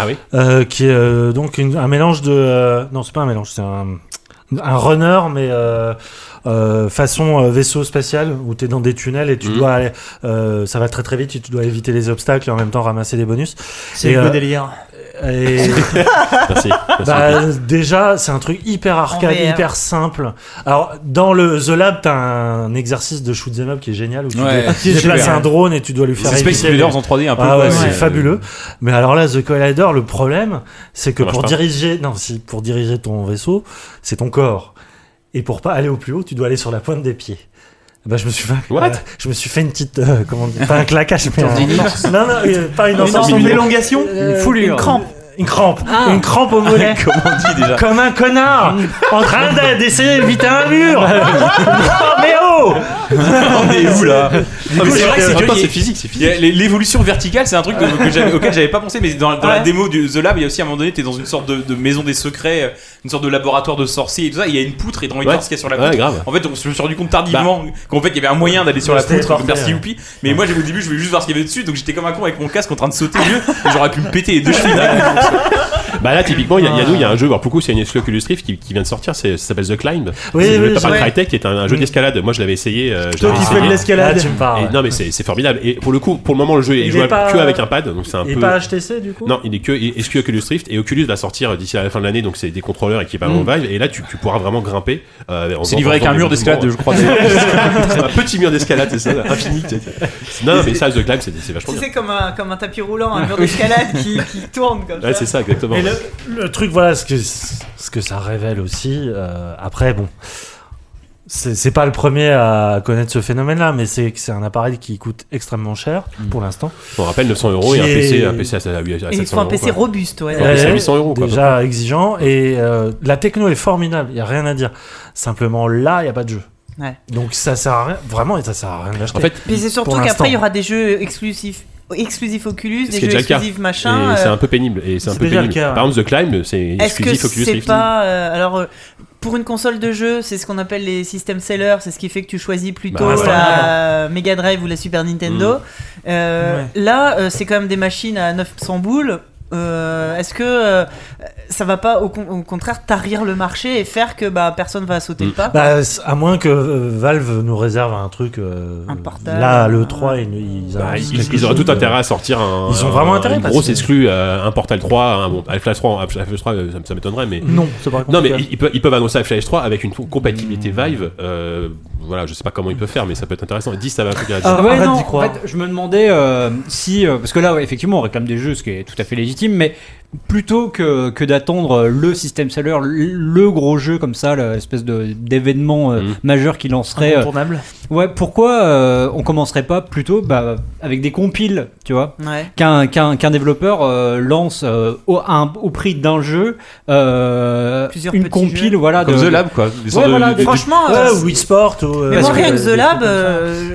[SPEAKER 2] Ah oui.
[SPEAKER 8] Euh, qui est euh, donc une- un mélange de. euh, non, c'est pas un mélange, c'est un, un runner, mais euh, euh, façon euh, vaisseau spatial où t'es dans des tunnels et tu
[SPEAKER 2] Mhm.
[SPEAKER 8] dois aller, euh, ça va très très vite, et tu dois éviter les obstacles et en même temps ramasser des bonus.
[SPEAKER 3] C'est
[SPEAKER 8] Et,
[SPEAKER 3] le
[SPEAKER 8] euh,
[SPEAKER 3] délire.
[SPEAKER 8] et-
[SPEAKER 2] Merci. merci.
[SPEAKER 4] Ah,
[SPEAKER 8] bah, déjà, c'est un truc hyper arcade,
[SPEAKER 6] En VR.
[SPEAKER 8] hyper simple. Alors, dans le The Lab, t'as un exercice de shoot 'em up qui est génial où tu
[SPEAKER 4] Ouais,
[SPEAKER 8] dois
[SPEAKER 4] c'est
[SPEAKER 8] déplacer
[SPEAKER 4] super.
[SPEAKER 8] un drone et tu dois lui faire
[SPEAKER 4] C'est Space
[SPEAKER 8] éviter les-
[SPEAKER 4] Invaders en 3D un peu.
[SPEAKER 8] ah ouais,
[SPEAKER 4] quoi,
[SPEAKER 8] c'est
[SPEAKER 4] euh,
[SPEAKER 8] fabuleux. Mais alors là, The Collider, le problème, c'est que
[SPEAKER 2] marche
[SPEAKER 8] pour
[SPEAKER 2] pas.
[SPEAKER 8] diriger, non, si pour diriger ton vaisseau, c'est ton corps. Et pour pas aller au plus haut, tu dois aller sur la pointe des pieds. Bah, je me suis fait,
[SPEAKER 2] What
[SPEAKER 8] euh, je me suis fait une petite, euh, comment dire, pas un claquage, mais un- non, non, euh, pas une
[SPEAKER 3] Une
[SPEAKER 8] entorse,
[SPEAKER 3] sorte
[SPEAKER 8] mais-
[SPEAKER 3] d'élongation
[SPEAKER 8] euh,
[SPEAKER 5] foulure.
[SPEAKER 8] une crampe, une crampe, une crampe au mollet.
[SPEAKER 4] Comment on dit déjà
[SPEAKER 8] Comme un connard en train d'a- d'essayer d'éviter un mur. Oh, mais oh
[SPEAKER 4] On est où là
[SPEAKER 2] Ah, mais
[SPEAKER 4] c'est vrai que c'est
[SPEAKER 2] en même temps,
[SPEAKER 4] que-
[SPEAKER 2] c'est physique, c'est
[SPEAKER 4] Il y
[SPEAKER 2] physique.
[SPEAKER 4] a l'é- L'évolution verticale, c'est un truc de- que j'avais- auquel j'avais pas pensé, mais dans, dans la
[SPEAKER 3] Ouais.
[SPEAKER 4] démo du The Lab, il y a aussi à un moment donné, t'es dans une sorte de, de maison des secrets, euh, une sorte de laboratoire de sorciers et tout ça, et il y a une poutre et dans les
[SPEAKER 2] Ouais.
[SPEAKER 4] voir ce qu'il y a sur la poutre.
[SPEAKER 2] Ouais, grave.
[SPEAKER 4] en fait, on se suis rendu compte tardivement qu'en fait, il y avait un moyen d'aller sur
[SPEAKER 8] Ouais,
[SPEAKER 4] la
[SPEAKER 8] c'était
[SPEAKER 4] poutre,
[SPEAKER 8] parfait,
[SPEAKER 4] merci
[SPEAKER 8] ouais.
[SPEAKER 4] youpi. Mais moi, j'ai- au début, je voulais juste voir ce qu'il y avait dessus, donc j'étais comme un con avec mon casque en train de sauter au lieu, et j'aurais pu me péter les deux chevilles.
[SPEAKER 2] Bah là, typiquement, il y a, il y a nous, il y a un jeu, alors pour le coup, c'est une exclu Oculus Rift qui, qui vient de sortir, c'est- ça s'appelle The Climb.
[SPEAKER 8] Oui,
[SPEAKER 2] c'est
[SPEAKER 8] oui,
[SPEAKER 2] le Papa
[SPEAKER 6] ouais.
[SPEAKER 2] Crytek qui est un, un jeu d'escalade. Moi, je l'avais essayé. euh, je
[SPEAKER 9] Toi
[SPEAKER 2] l'avais
[SPEAKER 9] qui
[SPEAKER 2] essayé.
[SPEAKER 9] fais de
[SPEAKER 8] Ah, Là,
[SPEAKER 9] l'escalade.
[SPEAKER 8] tu me parles.
[SPEAKER 2] Et
[SPEAKER 8] ouais.
[SPEAKER 2] non mais c'est c'est formidable et pour le coup pour le moment le jeu est
[SPEAKER 8] Il est
[SPEAKER 2] jouable
[SPEAKER 8] pas-
[SPEAKER 2] que avec un pad donc c'est un
[SPEAKER 8] Et
[SPEAKER 2] peu
[SPEAKER 8] pas HTC du coup
[SPEAKER 2] non il est que et- est-ce que Oculus Rift et Oculus va sortir d'ici à la fin de l'année donc c'est des contrôleurs équipés en Vive et là tu, tu pourras vraiment grimper euh, en-
[SPEAKER 4] C'est
[SPEAKER 2] en-
[SPEAKER 4] livré
[SPEAKER 2] en-
[SPEAKER 4] avec
[SPEAKER 2] en-
[SPEAKER 4] un mur
[SPEAKER 2] en-
[SPEAKER 4] d'escalade, je crois.
[SPEAKER 2] un petit mur d'escalade c'est ça euh, infini tu sais. non non, mais ça The Climb c'est c'est vachement
[SPEAKER 6] Tu
[SPEAKER 2] bien
[SPEAKER 6] sais, comme un, comme un tapis roulant, un mur d'escalade qui, qui tourne comme
[SPEAKER 2] ouais
[SPEAKER 6] ça.
[SPEAKER 2] c'est ça exactement
[SPEAKER 8] Mais le, le truc, voilà, ce que, ce que ça révèle aussi, euh, après, bon, c'est c'est pas le premier à connaître ce phénomène-là, mais c'est que c'est un appareil qui coûte extrêmement cher pour l'instant.
[SPEAKER 2] on rappelle 900 euros et
[SPEAKER 8] Qui
[SPEAKER 2] un PC
[SPEAKER 8] est-
[SPEAKER 2] un PC à, sa- à 700
[SPEAKER 6] Et il faut un PC
[SPEAKER 2] euros, quoi.
[SPEAKER 6] robuste, ouais.
[SPEAKER 2] Faut un PC à 800 euros quoi.
[SPEAKER 8] Euh, Déjà exigeant, et euh, la techno est formidable, il y a rien à dire. Simplement, là, il n'y a pas de jeu.
[SPEAKER 6] Ouais.
[SPEAKER 8] Donc ça sert à rien, vraiment, et ça sert à rien d'acheter.
[SPEAKER 2] en fait
[SPEAKER 6] Puis c'est surtout
[SPEAKER 8] Pour
[SPEAKER 6] qu'après,
[SPEAKER 8] l'instant.
[SPEAKER 6] il y aura des jeux exclusifs, exclusifs Oculus,
[SPEAKER 2] Ce qui
[SPEAKER 6] des
[SPEAKER 2] est
[SPEAKER 6] jeux
[SPEAKER 2] déjà le cas.
[SPEAKER 6] exclusifs
[SPEAKER 2] et
[SPEAKER 6] machin.
[SPEAKER 2] c'est
[SPEAKER 6] euh,
[SPEAKER 2] un peu pénible et c'est un
[SPEAKER 3] c'est
[SPEAKER 2] peu
[SPEAKER 3] déjà le
[SPEAKER 2] pénible
[SPEAKER 3] cas,
[SPEAKER 2] par exemple The Climb c'est
[SPEAKER 6] Est-ce que
[SPEAKER 2] exclusif Oculus
[SPEAKER 6] c'est
[SPEAKER 2] Rift
[SPEAKER 6] pas euh, alors euh, pour une console de jeu, c'est ce qu'on appelle les system sellers, c'est ce qui fait que tu choisis plutôt
[SPEAKER 2] Bah,
[SPEAKER 6] la Mega Drive ou la Super Nintendo.
[SPEAKER 2] Mm.
[SPEAKER 6] Euh, Là, euh, c'est quand même des machines à 900 boules. Euh, Est-ce que euh, ça va pas au, con- au contraire tarir le marché et faire que bah personne va sauter le
[SPEAKER 2] Mm.
[SPEAKER 6] pas
[SPEAKER 8] Bah, c- à moins que euh, Valve nous réserve un truc. euh,
[SPEAKER 6] Un portable,
[SPEAKER 8] Là,
[SPEAKER 6] un-
[SPEAKER 8] le 3, ils, ils,
[SPEAKER 2] Bah,
[SPEAKER 8] annoncent
[SPEAKER 2] ils,
[SPEAKER 8] quelque
[SPEAKER 2] ils auraient
[SPEAKER 8] chose,
[SPEAKER 2] tout
[SPEAKER 8] euh,
[SPEAKER 2] intérêt à sortir un,
[SPEAKER 8] Ils ont vraiment
[SPEAKER 2] un-
[SPEAKER 8] intérêt,
[SPEAKER 2] une
[SPEAKER 8] parce
[SPEAKER 2] grosse
[SPEAKER 8] que-
[SPEAKER 2] exclue, euh, un Portal 3, un, bon, Half-Life 3, Half-Life 3 euh, ça, me- ça m'étonnerait, mais.
[SPEAKER 3] Non, c'est pas
[SPEAKER 2] Non mais
[SPEAKER 3] compliqué.
[SPEAKER 2] ils, ils peuvent, ils peuvent annoncer Half-Life 3 avec une compatibilité Vive. euh, voilà, je sais pas comment ils peuvent faire, mais ça peut être intéressant. Et 10 ça va un truc à-
[SPEAKER 5] Ah ouais,
[SPEAKER 3] Arrête
[SPEAKER 5] non,
[SPEAKER 3] d'y croire.
[SPEAKER 5] en fait, je me demandais euh, si, euh, parce que là, ouais, effectivement, on réclame des jeux, ce qui est tout à fait légitime, mais plutôt que, que d'attendre euh, le système seller, le- le gros jeu comme ça, l'espèce de- d'événement euh,
[SPEAKER 4] Mm.
[SPEAKER 2] Mhm.
[SPEAKER 5] majeur qui lancerait. euh,
[SPEAKER 3] Incontournable.
[SPEAKER 5] ouais, pourquoi euh, on commencerait pas plutôt bah, avec des compiles, tu vois
[SPEAKER 2] euh,
[SPEAKER 6] Ouais.
[SPEAKER 5] qu'un qu'un- qu'un développeur euh, lance euh, au, un- au prix d'un jeu euh,
[SPEAKER 6] Plusieurs
[SPEAKER 5] une
[SPEAKER 6] petits
[SPEAKER 5] compile
[SPEAKER 6] jeux.
[SPEAKER 5] voilà
[SPEAKER 4] Comme
[SPEAKER 5] de-
[SPEAKER 4] The Lab, quoi. Des sortes de-
[SPEAKER 5] voilà,
[SPEAKER 4] de-
[SPEAKER 5] des-
[SPEAKER 4] de-
[SPEAKER 6] Franchement,
[SPEAKER 8] Ouais,
[SPEAKER 2] ah
[SPEAKER 6] euh,
[SPEAKER 8] ou eSport. Ou, euh,
[SPEAKER 6] mais moi
[SPEAKER 5] parce
[SPEAKER 6] rien
[SPEAKER 5] que
[SPEAKER 6] que
[SPEAKER 5] des
[SPEAKER 6] The Lab,
[SPEAKER 5] trucs comme ça.
[SPEAKER 6] euh,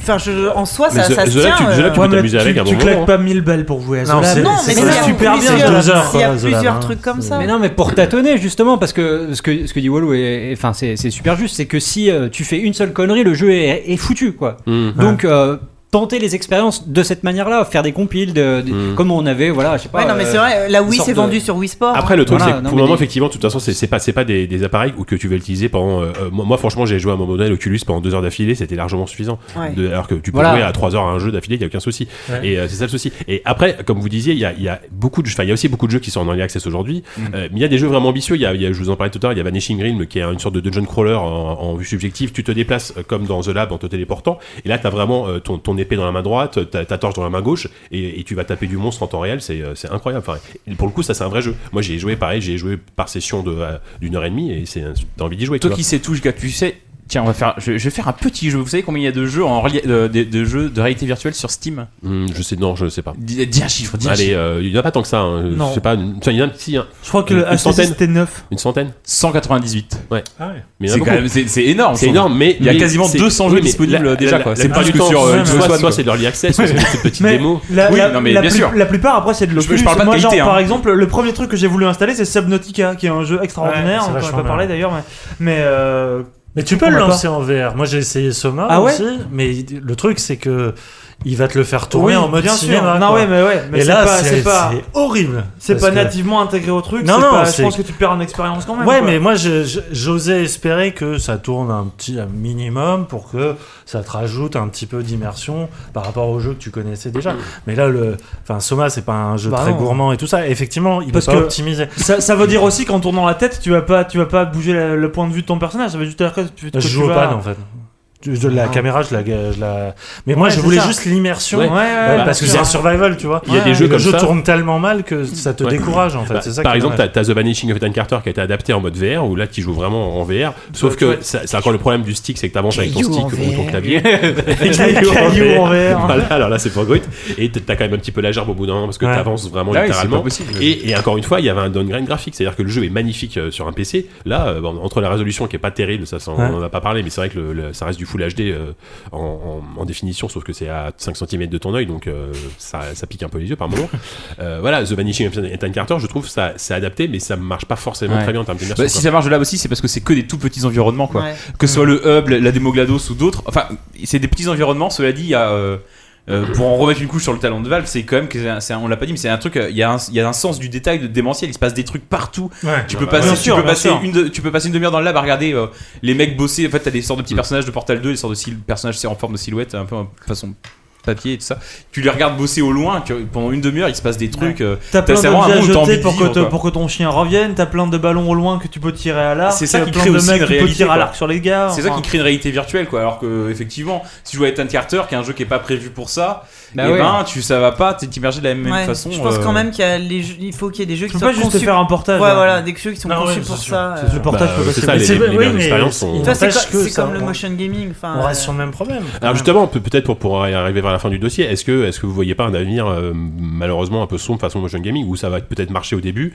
[SPEAKER 6] enfin je- en soi
[SPEAKER 2] Mais
[SPEAKER 6] ça,
[SPEAKER 2] The-
[SPEAKER 6] ça se
[SPEAKER 2] The Lab,
[SPEAKER 6] tient.
[SPEAKER 2] tu- The Lab,
[SPEAKER 6] euh,
[SPEAKER 2] tu peux t'amuser
[SPEAKER 3] tu,
[SPEAKER 2] avec à un
[SPEAKER 3] tu
[SPEAKER 2] moment.
[SPEAKER 3] claques
[SPEAKER 2] hein.
[SPEAKER 3] pas 1000 balles pour jouer à
[SPEAKER 8] Non,
[SPEAKER 3] ça.
[SPEAKER 8] c'est-
[SPEAKER 6] Non, mais
[SPEAKER 8] c'est
[SPEAKER 6] il y a
[SPEAKER 8] super
[SPEAKER 6] plusieurs-
[SPEAKER 8] bien, deux heures,
[SPEAKER 6] Il y a
[SPEAKER 8] quoi, The Lab,
[SPEAKER 6] plusieurs
[SPEAKER 8] hein.
[SPEAKER 6] trucs comme
[SPEAKER 8] C'est-
[SPEAKER 6] ça.
[SPEAKER 5] Mais non, mais pour tâtonner justement, parce que ce que, ce que dit Walou, est, est- enfin, c'est c'est super juste, c'est que si euh, tu fais une seule connerie, le jeu est, est foutu, quoi.
[SPEAKER 2] Mm.
[SPEAKER 5] Donc euh, tenter les expériences de cette manière-là, faire des compiles, de, de-
[SPEAKER 7] Hmm.
[SPEAKER 2] Mm.
[SPEAKER 5] comme on avait, voilà, je sais pas.
[SPEAKER 6] Ouais, non, mais
[SPEAKER 5] euh,
[SPEAKER 6] c'est vrai, la Wii
[SPEAKER 5] sorte
[SPEAKER 6] s'est
[SPEAKER 5] de-
[SPEAKER 6] vendue sur Wii Sport.
[SPEAKER 2] Après, le truc,
[SPEAKER 5] Voilà,
[SPEAKER 2] c'est que
[SPEAKER 5] non,
[SPEAKER 2] pour
[SPEAKER 5] mais
[SPEAKER 2] le moment,
[SPEAKER 5] des-
[SPEAKER 2] effectivement, de toute façon, c'est c'est pas, c'est pas des, des appareils ou que tu vas utiliser pendant. euh, euh, moi, moi, franchement, j'ai joué à un moment donné à l'Oculus pendant deux heures d'affilée, c'était largement suffisant.
[SPEAKER 6] Ouais.
[SPEAKER 2] De- alors que tu peux
[SPEAKER 5] Voilà.
[SPEAKER 2] jouer à 3 heures à un jeu d'affilée, il n'y a aucun souci. Et euh, c'est ça le souci. Et après, comme vous disiez, il y a, il y a beaucoup de, enfin, il y a aussi beaucoup de jeux qui sont en early access aujourd'hui.
[SPEAKER 5] Mm.
[SPEAKER 2] Euh, mais il y a des jeux vraiment ambitieux. Il y a, il y a- je vous en parlais tout à l'heure, il y a Vanishing Realm qui est une sorte de dungeon crawler en, en vue subjective. Tu te déplaces euh, comme dans The Lab en te téléportant. Et là, t'as vraiment euh, ton, ton épée dans la main droite, ta, ta torche dans la main gauche, et, et tu vas taper du monstre en temps réel. C'est euh, c'est incroyable. Enfin, et pour le coup, ça c'est un vrai jeu. Moi, j'ai joué pareil, j'ai joué par session de, euh, d'une heure et demie, et c'est t'as envie d'y jouer. tu
[SPEAKER 4] Toi
[SPEAKER 2] vois.
[SPEAKER 4] qui sais tout, Jika, tu sais. Tiens, on va faire. Je, je vais faire un petit jeu. Vous savez combien il y a de jeux en reli- de, de- de jeux de réalité virtuelle sur Steam
[SPEAKER 2] Hum, je sais, non, je sais pas.
[SPEAKER 4] Dis dis un chiffre. Dis un
[SPEAKER 2] Allez,
[SPEAKER 4] chiffre.
[SPEAKER 2] euh, il n'y en a pas tant que ça. hein.
[SPEAKER 3] Non.
[SPEAKER 2] Je sais pas. une- enfin, Il y en a si, hein,
[SPEAKER 3] Je crois que
[SPEAKER 2] Une
[SPEAKER 3] le HTC
[SPEAKER 2] centaine.
[SPEAKER 3] c'était 9.
[SPEAKER 2] une centaine.
[SPEAKER 4] 198.
[SPEAKER 2] Mais il y en a
[SPEAKER 4] C'est quand
[SPEAKER 2] beaucoup.
[SPEAKER 4] même c'est c'est énorme.
[SPEAKER 2] C'est
[SPEAKER 4] sans-
[SPEAKER 2] énorme, mais
[SPEAKER 4] Il y a
[SPEAKER 2] mais
[SPEAKER 4] quasiment
[SPEAKER 2] c'est-
[SPEAKER 4] 200 jeux
[SPEAKER 2] oui, mais
[SPEAKER 4] disponibles, euh,
[SPEAKER 2] la-
[SPEAKER 4] déjà,
[SPEAKER 2] la-
[SPEAKER 4] quoi.
[SPEAKER 2] la
[SPEAKER 4] C'est pas
[SPEAKER 2] plupart
[SPEAKER 4] que
[SPEAKER 2] du temps,
[SPEAKER 4] sur, euh,
[SPEAKER 2] soit-
[SPEAKER 4] Xbox One,
[SPEAKER 2] soit
[SPEAKER 4] quoi.
[SPEAKER 2] c'est de l'early access, soit c'est des petites
[SPEAKER 3] Mais
[SPEAKER 2] démos.
[SPEAKER 3] la,
[SPEAKER 4] Oui,
[SPEAKER 3] la-
[SPEAKER 4] non, mais
[SPEAKER 3] la
[SPEAKER 4] bien
[SPEAKER 3] plus-
[SPEAKER 4] sûr.
[SPEAKER 3] la plupart après c'est de l'Oculus.
[SPEAKER 4] je parle pas de
[SPEAKER 3] Moi, genre,
[SPEAKER 4] qualité, hein.
[SPEAKER 3] par exemple, le premier truc que j'ai voulu installer c'est Subnautica, qui est un jeu extraordinaire,
[SPEAKER 8] Ouais, c'est
[SPEAKER 3] on en a
[SPEAKER 8] vachement
[SPEAKER 3] pas parlé
[SPEAKER 8] bien.
[SPEAKER 3] d'ailleurs, mais, mais euh,
[SPEAKER 8] Mais tu peux
[SPEAKER 3] On
[SPEAKER 8] le
[SPEAKER 3] l'a
[SPEAKER 8] lancer en VR. Moi, j'ai essayé Soma
[SPEAKER 3] Ah ouais
[SPEAKER 8] aussi, mais le truc, c'est que il va te le faire
[SPEAKER 3] Oui,
[SPEAKER 8] tourner en mode
[SPEAKER 3] bien sûr.
[SPEAKER 8] cinéma.
[SPEAKER 3] Non,
[SPEAKER 8] quoi.
[SPEAKER 3] ouais, mais ouais, mais
[SPEAKER 8] Et
[SPEAKER 3] c'est
[SPEAKER 8] là,
[SPEAKER 3] pas-
[SPEAKER 8] c'est
[SPEAKER 3] c'est pas-
[SPEAKER 8] c'est horrible.
[SPEAKER 3] C'est
[SPEAKER 8] Parce
[SPEAKER 3] pas
[SPEAKER 8] que-
[SPEAKER 3] nativement intégré au truc.
[SPEAKER 8] Non,
[SPEAKER 3] c'est
[SPEAKER 8] non,
[SPEAKER 3] pas-
[SPEAKER 8] c'est-
[SPEAKER 3] je pense que tu perds en expérience quand même.
[SPEAKER 8] Ouais,
[SPEAKER 3] quoi.
[SPEAKER 8] mais moi, je- je- j'osais espérer que ça tourne un petit un minimum pour que ça te rajoute un petit peu d'immersion par rapport au jeu que tu connaissais déjà. Mais là, le, enfin, Soma, c'est pas un jeu
[SPEAKER 3] Bah
[SPEAKER 8] très
[SPEAKER 3] non.
[SPEAKER 8] gourmand et tout ça. Effectivement, il
[SPEAKER 3] Parce
[SPEAKER 8] est pas
[SPEAKER 3] que-
[SPEAKER 8] optimisé.
[SPEAKER 3] Ça, ça veut dire aussi qu'en tournant la tête, tu vas pas, tu vas pas bouger la- le point de vue de ton personnage. Ça veut juste dire que tu, que
[SPEAKER 8] Je
[SPEAKER 3] tu
[SPEAKER 8] joue au
[SPEAKER 3] vas-
[SPEAKER 8] pad en fait. Je- je- la
[SPEAKER 3] Ah.
[SPEAKER 8] caméra, je la, je la- Mais moi,
[SPEAKER 3] Ouais,
[SPEAKER 8] je
[SPEAKER 3] c'est
[SPEAKER 8] voulais
[SPEAKER 3] ça.
[SPEAKER 8] juste l'immersion.
[SPEAKER 3] Ouais, ouais,
[SPEAKER 8] euh,
[SPEAKER 3] ouais,
[SPEAKER 8] parce que
[SPEAKER 3] bien
[SPEAKER 8] c'est un
[SPEAKER 3] sûr.
[SPEAKER 8] survival, tu vois.
[SPEAKER 2] Il y a des
[SPEAKER 8] Et
[SPEAKER 2] jeux
[SPEAKER 8] le
[SPEAKER 2] comme
[SPEAKER 8] jeu
[SPEAKER 2] ça.
[SPEAKER 8] tourne tellement mal que ça te
[SPEAKER 2] Ouais.
[SPEAKER 8] décourage en fait.
[SPEAKER 2] Bah,
[SPEAKER 8] c'est ça
[SPEAKER 2] par
[SPEAKER 8] qui est
[SPEAKER 2] exemple,
[SPEAKER 8] dommage.
[SPEAKER 2] t'as t'as The Vanishing of Dan Carter qui a été adapté en mode VR, où là tu joues vraiment en VR. Sauf que ça, ça a encore le problème du stick, c'est que t'avances avec ton
[SPEAKER 7] Caillou en
[SPEAKER 2] stick ou ton
[SPEAKER 7] VR.
[SPEAKER 2] clavier.
[SPEAKER 3] Caillou en VR.
[SPEAKER 2] Voilà, alors là c'est pour Grut. Et t- t'as quand même un petit peu la gerbe au bout d'un moment parce que
[SPEAKER 8] Ouais.
[SPEAKER 2] t'avances vraiment
[SPEAKER 4] Ah oui, c'est pas
[SPEAKER 2] littéralement.
[SPEAKER 4] possible.
[SPEAKER 2] Et, et encore une fois, il y avait un downgrade graphique, c'est-à-dire que le jeu est magnifique euh, sur un PC. Là, euh, bon, entre la résolution qui est pas terrible, ça, ça, on
[SPEAKER 8] Ouais.
[SPEAKER 2] en a pas parlé, mais c'est vrai que le- le- ça reste du Full HD euh, en, en- en définition, sauf que c'est à 5 cm de ton œil, donc euh, ça, ça pique un peu les yeux par moment. Euh, voilà, The Vanishing of Ethan Carter, je trouve ça c'est adapté, mais ça marche pas forcément
[SPEAKER 4] Ouais.
[SPEAKER 2] très bien en termes
[SPEAKER 4] Bah,
[SPEAKER 2] d'immersion.
[SPEAKER 4] si
[SPEAKER 2] quoi.
[SPEAKER 4] ça marche là aussi, c'est parce que c'est que des tout petits environnements, quoi.
[SPEAKER 6] Ouais.
[SPEAKER 4] Que ce soit le Hub, la démo GLaDOS ou d'autres. Enfin, c'est des petits environnements, cela dit, il y a. euh, euh, pour en remettre une couche sur le talent de Valve, c'est quand même que c'est un- c'est un- on l'a pas dit, mais c'est un truc. euh, Il y, a un- il y a un sens du détail de démentiel. Il se passe des trucs partout.
[SPEAKER 8] Ouais.
[SPEAKER 4] Tu peux
[SPEAKER 2] bah,
[SPEAKER 4] passer,
[SPEAKER 3] bien
[SPEAKER 4] tu
[SPEAKER 3] sûr,
[SPEAKER 4] peux
[SPEAKER 3] bien
[SPEAKER 4] passer
[SPEAKER 3] sûr.
[SPEAKER 4] une, de- tu peux passer une demi-heure dans le lab à regarder euh, les mecs bosser. En fait, t'as des sortes de petits personnages de Portal 2, des sortes de sil- personnages c'est en forme de silhouette, un peu en façon papier et tout ça. Tu les regardes bosser au loin. tu- pendant une demi-heure, il se passe des trucs. euh,
[SPEAKER 3] T'as plein
[SPEAKER 4] c'est vraiment un
[SPEAKER 3] d'objets à
[SPEAKER 4] monde où t'as
[SPEAKER 3] jeter
[SPEAKER 4] envie de
[SPEAKER 3] pour que,
[SPEAKER 4] vivre,
[SPEAKER 3] te-
[SPEAKER 4] quoi.
[SPEAKER 3] pour que ton chien revienne, t'as plein de ballons au loin que tu peux tirer à l'arc,
[SPEAKER 4] C'est ça
[SPEAKER 3] t'as
[SPEAKER 4] qui
[SPEAKER 3] plein
[SPEAKER 4] crée
[SPEAKER 3] de
[SPEAKER 4] aussi
[SPEAKER 3] mecs
[SPEAKER 4] une
[SPEAKER 3] que tu peux
[SPEAKER 4] réalité,
[SPEAKER 3] tirer à
[SPEAKER 4] quoi.
[SPEAKER 3] l'arc sur les gars.
[SPEAKER 4] C'est ça
[SPEAKER 3] enfin.
[SPEAKER 4] qui crée une réalité virtuelle, quoi. Alors que, effectivement, si je jouais à Ethan Carter, qui est un jeu qui est pas prévu pour ça,
[SPEAKER 5] Bah
[SPEAKER 4] eh
[SPEAKER 5] ouais.
[SPEAKER 4] ben, tu, ça va pas, t'es t'immergé de la même,
[SPEAKER 6] Ouais,
[SPEAKER 4] façon.
[SPEAKER 6] je pense
[SPEAKER 4] euh,
[SPEAKER 6] quand même qu'il y a les jeux- il faut qu'il y ait des jeux
[SPEAKER 3] Tu
[SPEAKER 6] qui
[SPEAKER 3] peux
[SPEAKER 6] sont
[SPEAKER 3] pas juste
[SPEAKER 6] conçus.
[SPEAKER 3] faire un portage.
[SPEAKER 6] Ouais,
[SPEAKER 3] hein.
[SPEAKER 6] voilà, des jeux qui sont
[SPEAKER 8] Ah ouais,
[SPEAKER 6] conçus
[SPEAKER 8] c'est
[SPEAKER 6] pour
[SPEAKER 8] sûr,
[SPEAKER 6] ça.
[SPEAKER 8] c'est
[SPEAKER 6] euh,
[SPEAKER 8] sûr.
[SPEAKER 3] Le portage
[SPEAKER 2] Bah,
[SPEAKER 3] peut passer.
[SPEAKER 2] c'est ça,
[SPEAKER 8] Mais
[SPEAKER 2] les-
[SPEAKER 8] c'est-
[SPEAKER 2] les
[SPEAKER 8] oui,
[SPEAKER 2] meilleures
[SPEAKER 8] mais
[SPEAKER 2] expériences
[SPEAKER 8] c'est-
[SPEAKER 2] sont-
[SPEAKER 8] il
[SPEAKER 6] Toi, c'est
[SPEAKER 8] N'empêche
[SPEAKER 6] co-
[SPEAKER 8] que
[SPEAKER 6] c'est
[SPEAKER 8] ça-
[SPEAKER 6] comme le
[SPEAKER 8] on-
[SPEAKER 6] motion gaming. enfin,
[SPEAKER 8] On reste
[SPEAKER 6] euh,
[SPEAKER 8] sur le même problème.
[SPEAKER 2] Alors Ah, justement, peut- peut-être pour, pour arriver vers la fin du dossier, est-ce que, est que vous voyez pas un avenir euh, malheureusement un peu sombre façon motion gaming où ça va peut-être marcher au début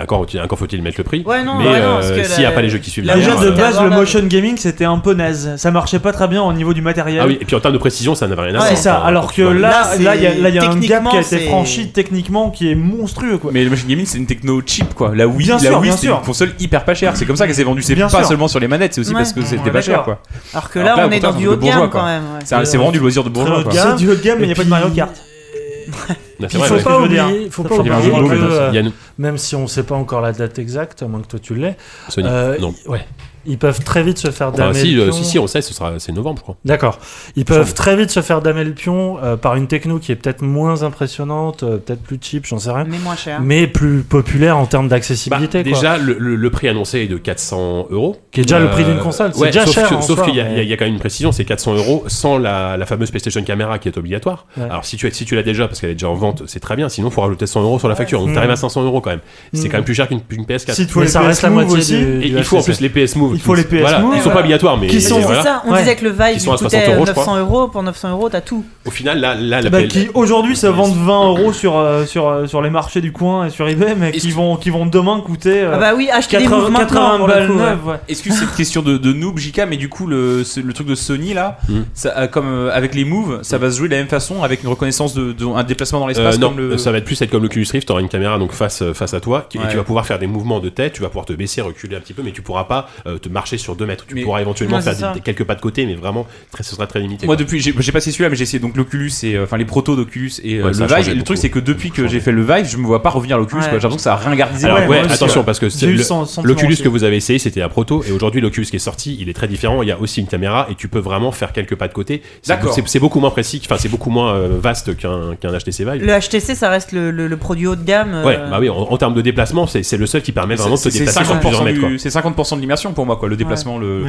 [SPEAKER 2] Encore, encore faut-il mettre le prix.
[SPEAKER 6] Ouais, non,
[SPEAKER 2] mais
[SPEAKER 6] ouais, non,
[SPEAKER 2] euh,
[SPEAKER 6] parce que
[SPEAKER 2] s'il n'y a
[SPEAKER 6] la-
[SPEAKER 2] pas les jeux qui suivent
[SPEAKER 6] la
[SPEAKER 2] derrière,
[SPEAKER 3] Déjà
[SPEAKER 6] D'ailleurs,
[SPEAKER 3] de
[SPEAKER 2] euh,
[SPEAKER 6] euh,
[SPEAKER 3] base, le
[SPEAKER 6] voilà.
[SPEAKER 3] motion gaming c'était un peu naze. Ça marchait pas très bien au niveau du matériel.
[SPEAKER 2] Ah oui, et puis en termes de précision, ça n'a rien à
[SPEAKER 6] Ouais,
[SPEAKER 2] voir.
[SPEAKER 3] C'est ça,
[SPEAKER 2] Enfin,
[SPEAKER 3] alors que
[SPEAKER 2] ouais.
[SPEAKER 3] là,
[SPEAKER 6] Là,
[SPEAKER 3] là, il y a, là, il y a un gap
[SPEAKER 6] techniquement,
[SPEAKER 3] qui a été
[SPEAKER 6] c'est-
[SPEAKER 3] franchi techniquement qui est monstrueux quoi.
[SPEAKER 4] Mais le machine gaming, c'est une techno cheap, quoi. La Wii,
[SPEAKER 3] Bien
[SPEAKER 4] la
[SPEAKER 3] sûr,
[SPEAKER 4] Wii,
[SPEAKER 3] bien
[SPEAKER 4] c'était
[SPEAKER 3] sûr.
[SPEAKER 4] une console hyper pas chère. C'est comme ça qu'elle s'est vendue. C'est
[SPEAKER 3] Bien
[SPEAKER 4] pas
[SPEAKER 3] sûr.
[SPEAKER 4] seulement sur les manettes, c'est aussi
[SPEAKER 6] Ouais.
[SPEAKER 4] parce que c'était
[SPEAKER 3] Ouais,
[SPEAKER 4] pas cher,
[SPEAKER 3] d'accord.
[SPEAKER 4] quoi.
[SPEAKER 6] Alors que
[SPEAKER 4] Alors
[SPEAKER 6] là,
[SPEAKER 4] que là,
[SPEAKER 6] on est
[SPEAKER 4] au contraire,
[SPEAKER 6] dans
[SPEAKER 4] c'est
[SPEAKER 6] du
[SPEAKER 4] de
[SPEAKER 6] haut de
[SPEAKER 4] bourgeois,
[SPEAKER 6] gamme
[SPEAKER 4] quoi.
[SPEAKER 6] quand même. ouais.
[SPEAKER 4] C'est un- c'est vraiment du loisir de bourgeois,
[SPEAKER 8] haut de
[SPEAKER 4] quoi.
[SPEAKER 8] gamme.
[SPEAKER 3] C'est du haut de gamme, mais il
[SPEAKER 8] Et
[SPEAKER 3] n'y a pas de
[SPEAKER 8] puis-
[SPEAKER 3] Mario Kart.
[SPEAKER 2] Ouais, c'est
[SPEAKER 8] Il
[SPEAKER 2] vrai,
[SPEAKER 8] faut
[SPEAKER 2] ouais.
[SPEAKER 8] pas
[SPEAKER 3] je veux dire.
[SPEAKER 8] oublier, faut
[SPEAKER 3] Ça
[SPEAKER 8] pas
[SPEAKER 3] fait
[SPEAKER 2] Il y a un jeu
[SPEAKER 8] oublier
[SPEAKER 2] de
[SPEAKER 8] que,
[SPEAKER 2] rôle, mais
[SPEAKER 8] euh,
[SPEAKER 2] ça, Yann,
[SPEAKER 8] même si on ne sait pas encore la date exacte, à moins que toi tu l'aies,
[SPEAKER 2] Sony.
[SPEAKER 8] euh,
[SPEAKER 2] non.
[SPEAKER 8] ouais. ils peuvent très vite se faire damer
[SPEAKER 2] Enfin, si,
[SPEAKER 8] le
[SPEAKER 2] euh,
[SPEAKER 8] pion.
[SPEAKER 2] si, si, on sait, ce sera, c'est novembre, je crois.
[SPEAKER 8] D'accord. Ils peuvent très vite se faire damer le pion euh, par une techno qui est peut-être moins impressionnante, euh, peut-être plus cheap, j'en sais rien,
[SPEAKER 6] Mais moins cher.
[SPEAKER 8] mais plus populaire en termes
[SPEAKER 2] Bah,
[SPEAKER 8] d'accessibilité. quoi.
[SPEAKER 2] déjà, le, le- le prix annoncé est de 400 euros.
[SPEAKER 8] Qui est déjà le prix
[SPEAKER 2] Euh,
[SPEAKER 8] d'une console, c'est
[SPEAKER 2] ouais,
[SPEAKER 8] déjà
[SPEAKER 2] sauf
[SPEAKER 8] cher
[SPEAKER 2] que-
[SPEAKER 8] en
[SPEAKER 2] sauf
[SPEAKER 8] soi,
[SPEAKER 2] qu'il y, a-
[SPEAKER 8] mais-
[SPEAKER 2] il y a quand même une précision, c'est 400 euros sans la, la fameuse PlayStation Camera qui est obligatoire.
[SPEAKER 8] Ouais.
[SPEAKER 2] Alors si tu, si tu l'as déjà parce qu'elle est déjà en vente, c'est très bien. Sinon, il faut rajouter 100 euros sur la facture. Donc
[SPEAKER 8] Mm.
[SPEAKER 2] t'arrives à 500 euros quand même. C'est
[SPEAKER 8] Mm.
[SPEAKER 2] quand même plus cher qu'une qu'une PS4.
[SPEAKER 3] Si tu
[SPEAKER 8] Mais
[SPEAKER 3] vois les
[SPEAKER 8] ça
[SPEAKER 3] PS
[SPEAKER 8] reste la
[SPEAKER 3] Move
[SPEAKER 8] moitié
[SPEAKER 3] aussi,
[SPEAKER 8] du,
[SPEAKER 2] Et
[SPEAKER 8] du
[SPEAKER 2] il faut en
[SPEAKER 8] HTC.
[SPEAKER 2] plus les PS Move.
[SPEAKER 3] Il faut les PS
[SPEAKER 2] Voilà,
[SPEAKER 3] Move,
[SPEAKER 2] ils sont
[SPEAKER 6] voilà.
[SPEAKER 2] pas obligatoires, mais
[SPEAKER 6] Qui sont,
[SPEAKER 2] voilà.
[SPEAKER 6] c'est ça, on
[SPEAKER 3] Ouais.
[SPEAKER 6] disait que le Vive
[SPEAKER 2] Qui sont à
[SPEAKER 6] il
[SPEAKER 2] 60
[SPEAKER 6] coûtait
[SPEAKER 2] euros, je
[SPEAKER 6] 900 euros, pour 900 euros t'as tout.
[SPEAKER 2] Au final, là, là la
[SPEAKER 3] Bah,
[SPEAKER 2] PL
[SPEAKER 3] qui aujourd'hui se vendent 20 euros sur, euh, sur, euh, sur les marchés du coin et sur eBay, mais
[SPEAKER 4] Est-ce
[SPEAKER 3] qui
[SPEAKER 4] que-
[SPEAKER 3] vont, qui vont demain coûter euh,
[SPEAKER 6] Ah bah oui, acheter des
[SPEAKER 3] 80,
[SPEAKER 6] moves maintenant
[SPEAKER 3] 80
[SPEAKER 6] pour le
[SPEAKER 3] balles
[SPEAKER 6] coup. ouais.
[SPEAKER 3] neuves. ouais.
[SPEAKER 4] Excuse cette question de, de noob, JK, mais du coup, le, ce- le truc de Sony, là,
[SPEAKER 2] Hmm.
[SPEAKER 4] ça, euh, comme euh, avec les moves, ça va se jouer de la même façon, avec une reconnaissance de, de- un déplacement dans
[SPEAKER 2] Euh,
[SPEAKER 4] l'espace
[SPEAKER 2] non,
[SPEAKER 4] comme le.
[SPEAKER 2] ça va être plus être comme l'Oculus Rift, tu auras une caméra donc face, euh, face à toi qui- et
[SPEAKER 4] Ouais.
[SPEAKER 2] tu vas pouvoir faire des mouvements de tête, tu vas pouvoir te baisser, reculer un petit peu, mais tu pourras pas euh, te marcher sur 2 mètres. Tu
[SPEAKER 4] Mais-
[SPEAKER 2] pourras éventuellement
[SPEAKER 6] Ouais,
[SPEAKER 2] faire
[SPEAKER 6] c'est
[SPEAKER 2] des-
[SPEAKER 6] ça.
[SPEAKER 2] des- quelques pas de côté, mais vraiment très, ce sera très limité.
[SPEAKER 4] Moi
[SPEAKER 2] quoi.
[SPEAKER 4] depuis j'ai j'ai passé celui-là mais j'ai essayé donc l'Oculus et euh, enfin les protos d'Oculus et euh,
[SPEAKER 2] Ouais, ça a
[SPEAKER 4] le Vive
[SPEAKER 2] changé
[SPEAKER 4] et le truc
[SPEAKER 2] beaucoup.
[SPEAKER 4] c'est que depuis
[SPEAKER 2] Ça
[SPEAKER 4] que
[SPEAKER 2] a
[SPEAKER 4] j'ai
[SPEAKER 2] changé.
[SPEAKER 4] fait le Vive je me vois pas revenir à l'Oculus
[SPEAKER 6] Ouais.
[SPEAKER 4] quoi. j'ai l'impression que ça a ringardisé
[SPEAKER 2] Alors
[SPEAKER 3] Ouais,
[SPEAKER 2] Ah ouais,
[SPEAKER 3] moi aussi,
[SPEAKER 2] attention
[SPEAKER 3] ouais.
[SPEAKER 2] parce que
[SPEAKER 3] J'ai
[SPEAKER 2] c'est
[SPEAKER 3] eu
[SPEAKER 2] le-
[SPEAKER 3] ce sentiment
[SPEAKER 2] l'Oculus
[SPEAKER 3] aussi.
[SPEAKER 2] que vous avez essayé c'était un proto et aujourd'hui l'Oculus qui est sorti il est très différent. Il y a aussi une caméra et tu peux vraiment faire quelques pas de côté. C'est-
[SPEAKER 4] D'accord.
[SPEAKER 2] C'est c'est beaucoup moins précis, enfin c'est beaucoup moins euh, vaste qu'un qu'un HTC Vive.
[SPEAKER 6] Le HTC, ça reste le, le- le produit haut de gamme. euh,
[SPEAKER 2] Ouais, bah oui, en, en termes de déplacement, c'est c'est le seul qui permet vraiment de se
[SPEAKER 4] C'est c'est
[SPEAKER 2] déplacer sur plusieurs
[SPEAKER 4] 50%
[SPEAKER 2] mètres. quoi.
[SPEAKER 4] du- c'est 50% de l'immersion pour moi quoi le déplacement le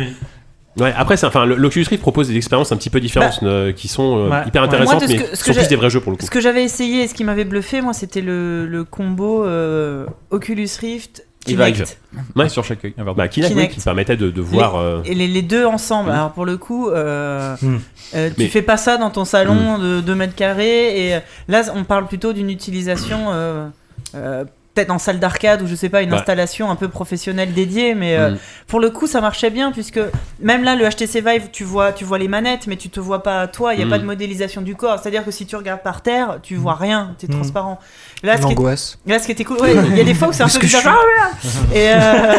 [SPEAKER 2] Ouais, après, c'est- enfin, le- l'Oculus Rift propose des expériences un petit peu différentes euh, qui sont euh,
[SPEAKER 3] Bah, ouais.
[SPEAKER 2] hyper
[SPEAKER 3] Moi, de
[SPEAKER 2] intéressantes,
[SPEAKER 6] ce
[SPEAKER 2] mais
[SPEAKER 6] que- ce
[SPEAKER 2] qui
[SPEAKER 6] que
[SPEAKER 2] sont
[SPEAKER 6] j'ai-
[SPEAKER 2] plus des vrais jeux pour le coup.
[SPEAKER 6] Ce que j'avais essayé et ce qui m'avait bluffé, moi, c'était le, le combo euh, Oculus Rift
[SPEAKER 4] Et
[SPEAKER 6] Kinect.
[SPEAKER 4] Vive.
[SPEAKER 2] Ouais.
[SPEAKER 4] sur chaque œil. un verre d'eau.
[SPEAKER 2] Bah, Kinect,
[SPEAKER 6] Kinect.
[SPEAKER 2] oui, qui permettait de, de voir. euh, Hmm.
[SPEAKER 6] Et les, les deux ensemble. Alors pour le coup, euh,
[SPEAKER 8] Hmm.
[SPEAKER 6] euh, tu
[SPEAKER 2] Mais- Hmm.
[SPEAKER 6] fais pas ça dans ton salon de 2 mètres carrés. Et euh, là, on parle plutôt d'une utilisation. euh, euh, Peut-être en salle d'arcade ou je sais pas, une
[SPEAKER 2] Bah.
[SPEAKER 6] installation un peu professionnelle dédiée, mais euh,
[SPEAKER 2] Mm.
[SPEAKER 6] pour le coup ça marchait bien puisque même là le HTC Vive tu vois tu vois les manettes mais tu te vois pas toi, il y a
[SPEAKER 2] Mm.
[SPEAKER 6] pas de modélisation du corps, c'est à dire que si tu regardes par terre tu
[SPEAKER 2] Hmm.
[SPEAKER 6] vois rien, tu es
[SPEAKER 8] Mm.
[SPEAKER 6] transparent. Là ce qui est-
[SPEAKER 7] L'angoisse.
[SPEAKER 6] Là, ce qui était cool, ouais, il y a des fois où c'est un
[SPEAKER 7] Parce
[SPEAKER 6] peu
[SPEAKER 7] que je
[SPEAKER 6] bizarre. Ah, voilà. Et, euh,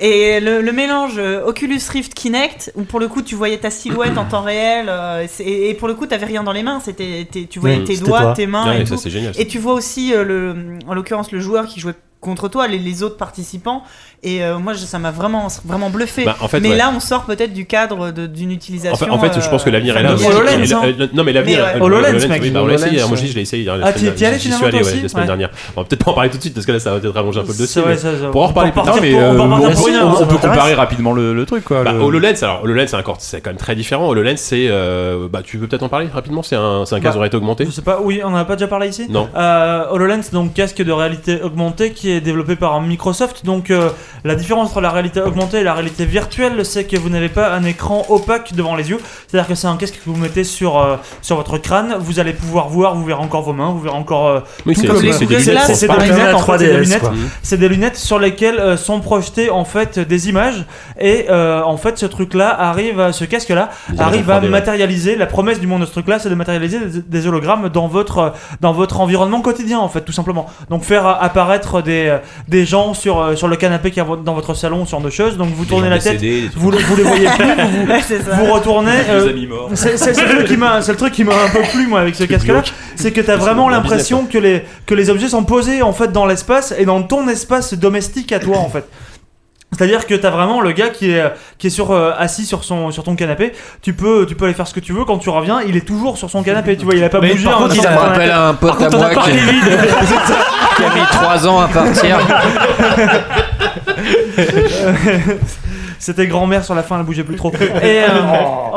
[SPEAKER 6] Et le, le mélange euh, Oculus Rift Kinect, où pour le coup tu voyais ta silhouette en temps réel, euh, et c'est- et, et pour le coup t'avais rien dans les mains, c'était t'es- tu voyais
[SPEAKER 2] Oui,
[SPEAKER 6] tes
[SPEAKER 2] c'était
[SPEAKER 6] doigts,
[SPEAKER 2] toi.
[SPEAKER 6] tes mains.
[SPEAKER 2] Ah
[SPEAKER 6] et,
[SPEAKER 2] oui, ça,
[SPEAKER 6] tout.
[SPEAKER 2] c'est génial, ça.
[SPEAKER 6] Et tu vois aussi, euh, le, en l'occurrence, le joueur qui jouait contre toi, les, les autres participants. Et euh, moi, je- ça m'a vraiment, vraiment bluffé.
[SPEAKER 2] Bah, en fait,
[SPEAKER 6] mais
[SPEAKER 2] ouais.
[SPEAKER 6] là, on sort peut-être du cadre de- d'une
[SPEAKER 2] En
[SPEAKER 6] utilisation. euh,
[SPEAKER 2] fait, en fait, je pense que l'avenir est là.
[SPEAKER 6] familiale.
[SPEAKER 2] mais- mais- euh, Non, mais l'avenir.
[SPEAKER 6] hein. Mais ouais.
[SPEAKER 2] euh, oui, bah, on l'a essayé. Moi, je dis, je l'ai essayé. la
[SPEAKER 6] Ah,
[SPEAKER 2] semaine
[SPEAKER 6] t'y-
[SPEAKER 2] dernière.
[SPEAKER 6] t'y allais
[SPEAKER 2] J'y suis
[SPEAKER 6] finalement,
[SPEAKER 2] allé,
[SPEAKER 6] toi
[SPEAKER 2] ouais,
[SPEAKER 6] aussi
[SPEAKER 2] La semaine
[SPEAKER 6] Ouais.
[SPEAKER 2] dernière. On va peut-être pas en parler tout de suite parce que là, ça va peut-être rallonger un peu le dossier.
[SPEAKER 4] vrai,
[SPEAKER 2] mais
[SPEAKER 4] ça, ça-
[SPEAKER 2] Pour en
[SPEAKER 4] on peut
[SPEAKER 2] reparler
[SPEAKER 4] en
[SPEAKER 2] plus tard,
[SPEAKER 4] partir
[SPEAKER 2] mais
[SPEAKER 4] pour-
[SPEAKER 2] euh,
[SPEAKER 4] on peut en partir
[SPEAKER 2] on-
[SPEAKER 3] hein.
[SPEAKER 4] pour une heure, ça
[SPEAKER 2] on- on peut
[SPEAKER 4] m'intéresse.
[SPEAKER 2] comparer rapidement le le truc, quoi.
[SPEAKER 4] le-
[SPEAKER 2] bah, HoloLens, alors HoloLens, c'est encore- c'est quand même très différent. HoloLens, c'est. euh, Bah, tu veux peut-être en parler rapidement C'est un c'est un casque
[SPEAKER 3] Bah,
[SPEAKER 2] d'oreillette augmentée.
[SPEAKER 3] Je sais pas, oui, on en a pas déjà parlé ici
[SPEAKER 2] Non.
[SPEAKER 3] Euh, HoloLens, donc casque de réalité augmentée qui est développé par Microsoft. Donc euh, la différence entre la réalité augmentée et la réalité virtuelle, c'est que vous n'avez pas un écran opaque devant les yeux. C'est-à-dire que c'est un casque que vous mettez sur, euh, sur votre crâne. Vous allez pouvoir voir, vous verrez encore vos mains, vous verrez encore. euh,
[SPEAKER 2] Oui,
[SPEAKER 3] tout
[SPEAKER 2] c'est-
[SPEAKER 3] comme-
[SPEAKER 2] c'est- c'est des
[SPEAKER 3] C'est-
[SPEAKER 2] lunettes
[SPEAKER 3] c'est- c'est des
[SPEAKER 2] transparentes.
[SPEAKER 3] lunettes, en fait, c'est des
[SPEAKER 2] 3DS,
[SPEAKER 3] lunettes.
[SPEAKER 2] quoi.
[SPEAKER 3] C'est des lunettes sur lesquelles euh, sont projetées en fait des images. Et euh, en fait, ce truc-là arrive, à- ce casque-là
[SPEAKER 2] Des images
[SPEAKER 3] arrive
[SPEAKER 2] en
[SPEAKER 3] à
[SPEAKER 2] 3D, ouais.
[SPEAKER 3] matérialiser la promesse du monde de ce truc là c'est de matérialiser des, des hologrammes dans votre euh, dans votre environnement quotidien en fait tout simplement donc faire euh, apparaître des, euh, des gens sur euh, sur le canapé qui est dans votre salon ce genre de choses donc vous tournez
[SPEAKER 4] gens
[SPEAKER 3] la tête
[SPEAKER 4] décédés, des trucs
[SPEAKER 3] vous le- vous les voyez plus vous,
[SPEAKER 6] Ouais, c'est ça.
[SPEAKER 3] vous retournez
[SPEAKER 4] Des
[SPEAKER 3] euh,
[SPEAKER 4] amis morts.
[SPEAKER 3] c'est c'est- c'est le truc qui m'a c'est le truc qui m'a un peu plu moi avec ce casque là c'est que t'as
[SPEAKER 2] C'est
[SPEAKER 3] vraiment
[SPEAKER 2] bon, bon
[SPEAKER 3] l'impression que les que les objets sont posés en fait dans l'espace et dans ton espace domestique à toi en fait c'est-à-dire que t'as vraiment le gars qui est qui est sur euh, assis sur son sur ton canapé. Tu peux tu peux aller faire ce que tu veux. Quand tu reviens, il est toujours sur son canapé. Tu vois, il a pas
[SPEAKER 7] Mais
[SPEAKER 3] bougé.
[SPEAKER 7] par
[SPEAKER 3] en
[SPEAKER 7] contre,
[SPEAKER 3] même
[SPEAKER 7] ça
[SPEAKER 3] temps.
[SPEAKER 7] me rappelle un pote
[SPEAKER 3] Par contre,
[SPEAKER 7] à
[SPEAKER 3] on a
[SPEAKER 7] moi
[SPEAKER 3] parlé
[SPEAKER 7] qui-
[SPEAKER 3] vide.
[SPEAKER 7] qui a mis 3 ans à partir.
[SPEAKER 3] C'était grand-mère sur la fin, elle bougeait plus trop. Et euh,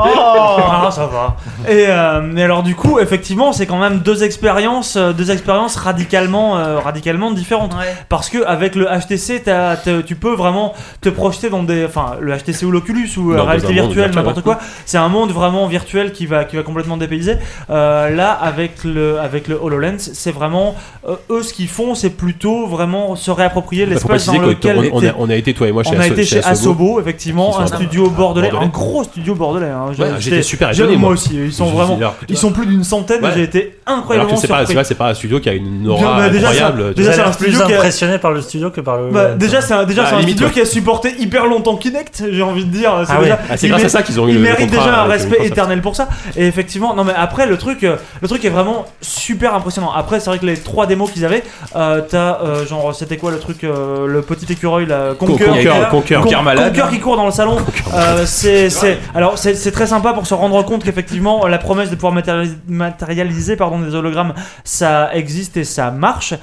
[SPEAKER 2] Oh.
[SPEAKER 3] ah, ça va. Et, euh, et alors du coup, effectivement, c'est quand même deux expériences, euh, deux expériences radicalement, euh, radicalement différentes. Parce que avec le HTC, t'as- t'as- tu peux vraiment te projeter dans des, enfin, le HTC ou l'Oculus ou euh,
[SPEAKER 2] Dans- dans un
[SPEAKER 3] réalité
[SPEAKER 2] monde
[SPEAKER 3] virtuelle,
[SPEAKER 2] virtuel,
[SPEAKER 3] n'importe
[SPEAKER 2] ouais.
[SPEAKER 3] quoi. C'est un monde vraiment virtuel qui va, qui va complètement dépayser. Euh, là, avec le, avec le Hololens, c'est vraiment euh, eux ce qu'ils font, c'est plutôt vraiment se réapproprier
[SPEAKER 2] Il faut
[SPEAKER 3] l'espace
[SPEAKER 2] préciser
[SPEAKER 3] dans lequel
[SPEAKER 2] qu'on on
[SPEAKER 3] t'es-
[SPEAKER 2] a- on a été, toi et moi, chez
[SPEAKER 3] on a été chez Asobo,
[SPEAKER 2] Qui
[SPEAKER 3] effectivement,
[SPEAKER 2] sont
[SPEAKER 3] un
[SPEAKER 2] à-
[SPEAKER 3] studio bordelais,
[SPEAKER 2] Bordelais.
[SPEAKER 3] un gros studio bordelais. hein. J'ai-
[SPEAKER 2] Ouais, j'étais super
[SPEAKER 3] j'ai-
[SPEAKER 2] étonné,
[SPEAKER 3] Moi
[SPEAKER 2] moi.
[SPEAKER 3] aussi, ils sont
[SPEAKER 2] Je me suis
[SPEAKER 3] vraiment,
[SPEAKER 2] dit, alors, putain.
[SPEAKER 3] ils sont plus d'une centaine.
[SPEAKER 2] Ouais.
[SPEAKER 3] J'ai été
[SPEAKER 2] Alors
[SPEAKER 3] incroyablement
[SPEAKER 2] que c'est pas,
[SPEAKER 3] surpris.
[SPEAKER 2] tu vois, c'est pas un studio qui a une aura
[SPEAKER 3] Bien, mais déjà,
[SPEAKER 2] incroyable.
[SPEAKER 3] ça-
[SPEAKER 2] tu
[SPEAKER 3] déjà,
[SPEAKER 2] vois.
[SPEAKER 3] c'est un
[SPEAKER 8] plus
[SPEAKER 3] studio qui a-
[SPEAKER 8] impressionné par le studio que par le.
[SPEAKER 3] Bah, déjà, c'est un, déjà,
[SPEAKER 2] Bah,
[SPEAKER 3] c'est un
[SPEAKER 2] limite,
[SPEAKER 3] studio
[SPEAKER 2] ouais.
[SPEAKER 3] qui a supporté hyper longtemps Kinect, j'ai envie de dire.
[SPEAKER 8] Ah ouais.
[SPEAKER 3] déjà-
[SPEAKER 2] Ah, c'est
[SPEAKER 3] il
[SPEAKER 2] grâce
[SPEAKER 3] mé-
[SPEAKER 2] à ça qu'ils ont eu
[SPEAKER 3] il
[SPEAKER 2] le- le
[SPEAKER 3] mérite
[SPEAKER 2] contrat euh,
[SPEAKER 3] déjà un
[SPEAKER 2] avec
[SPEAKER 3] respect
[SPEAKER 2] Microsoft.
[SPEAKER 3] éternel pour ça. Et effectivement, non mais après le truc, euh, le truc est vraiment super impressionnant. Après, c'est vrai que les trois démos qu'ils avaient, euh, t'as euh, genre c'était quoi le truc, euh, le petit écureuil là, Conker,
[SPEAKER 2] Conker,
[SPEAKER 3] Con-
[SPEAKER 2] Conker.
[SPEAKER 4] Conker malade.
[SPEAKER 2] hein.
[SPEAKER 3] Conker qui court dans le salon. Euh, c'est, c'est, alors c'est, c'est très sympa pour se rendre compte qu'effectivement la promesse de pouvoir matérialis- matérialiser pardon des hologrammes, ça existe et ça marche.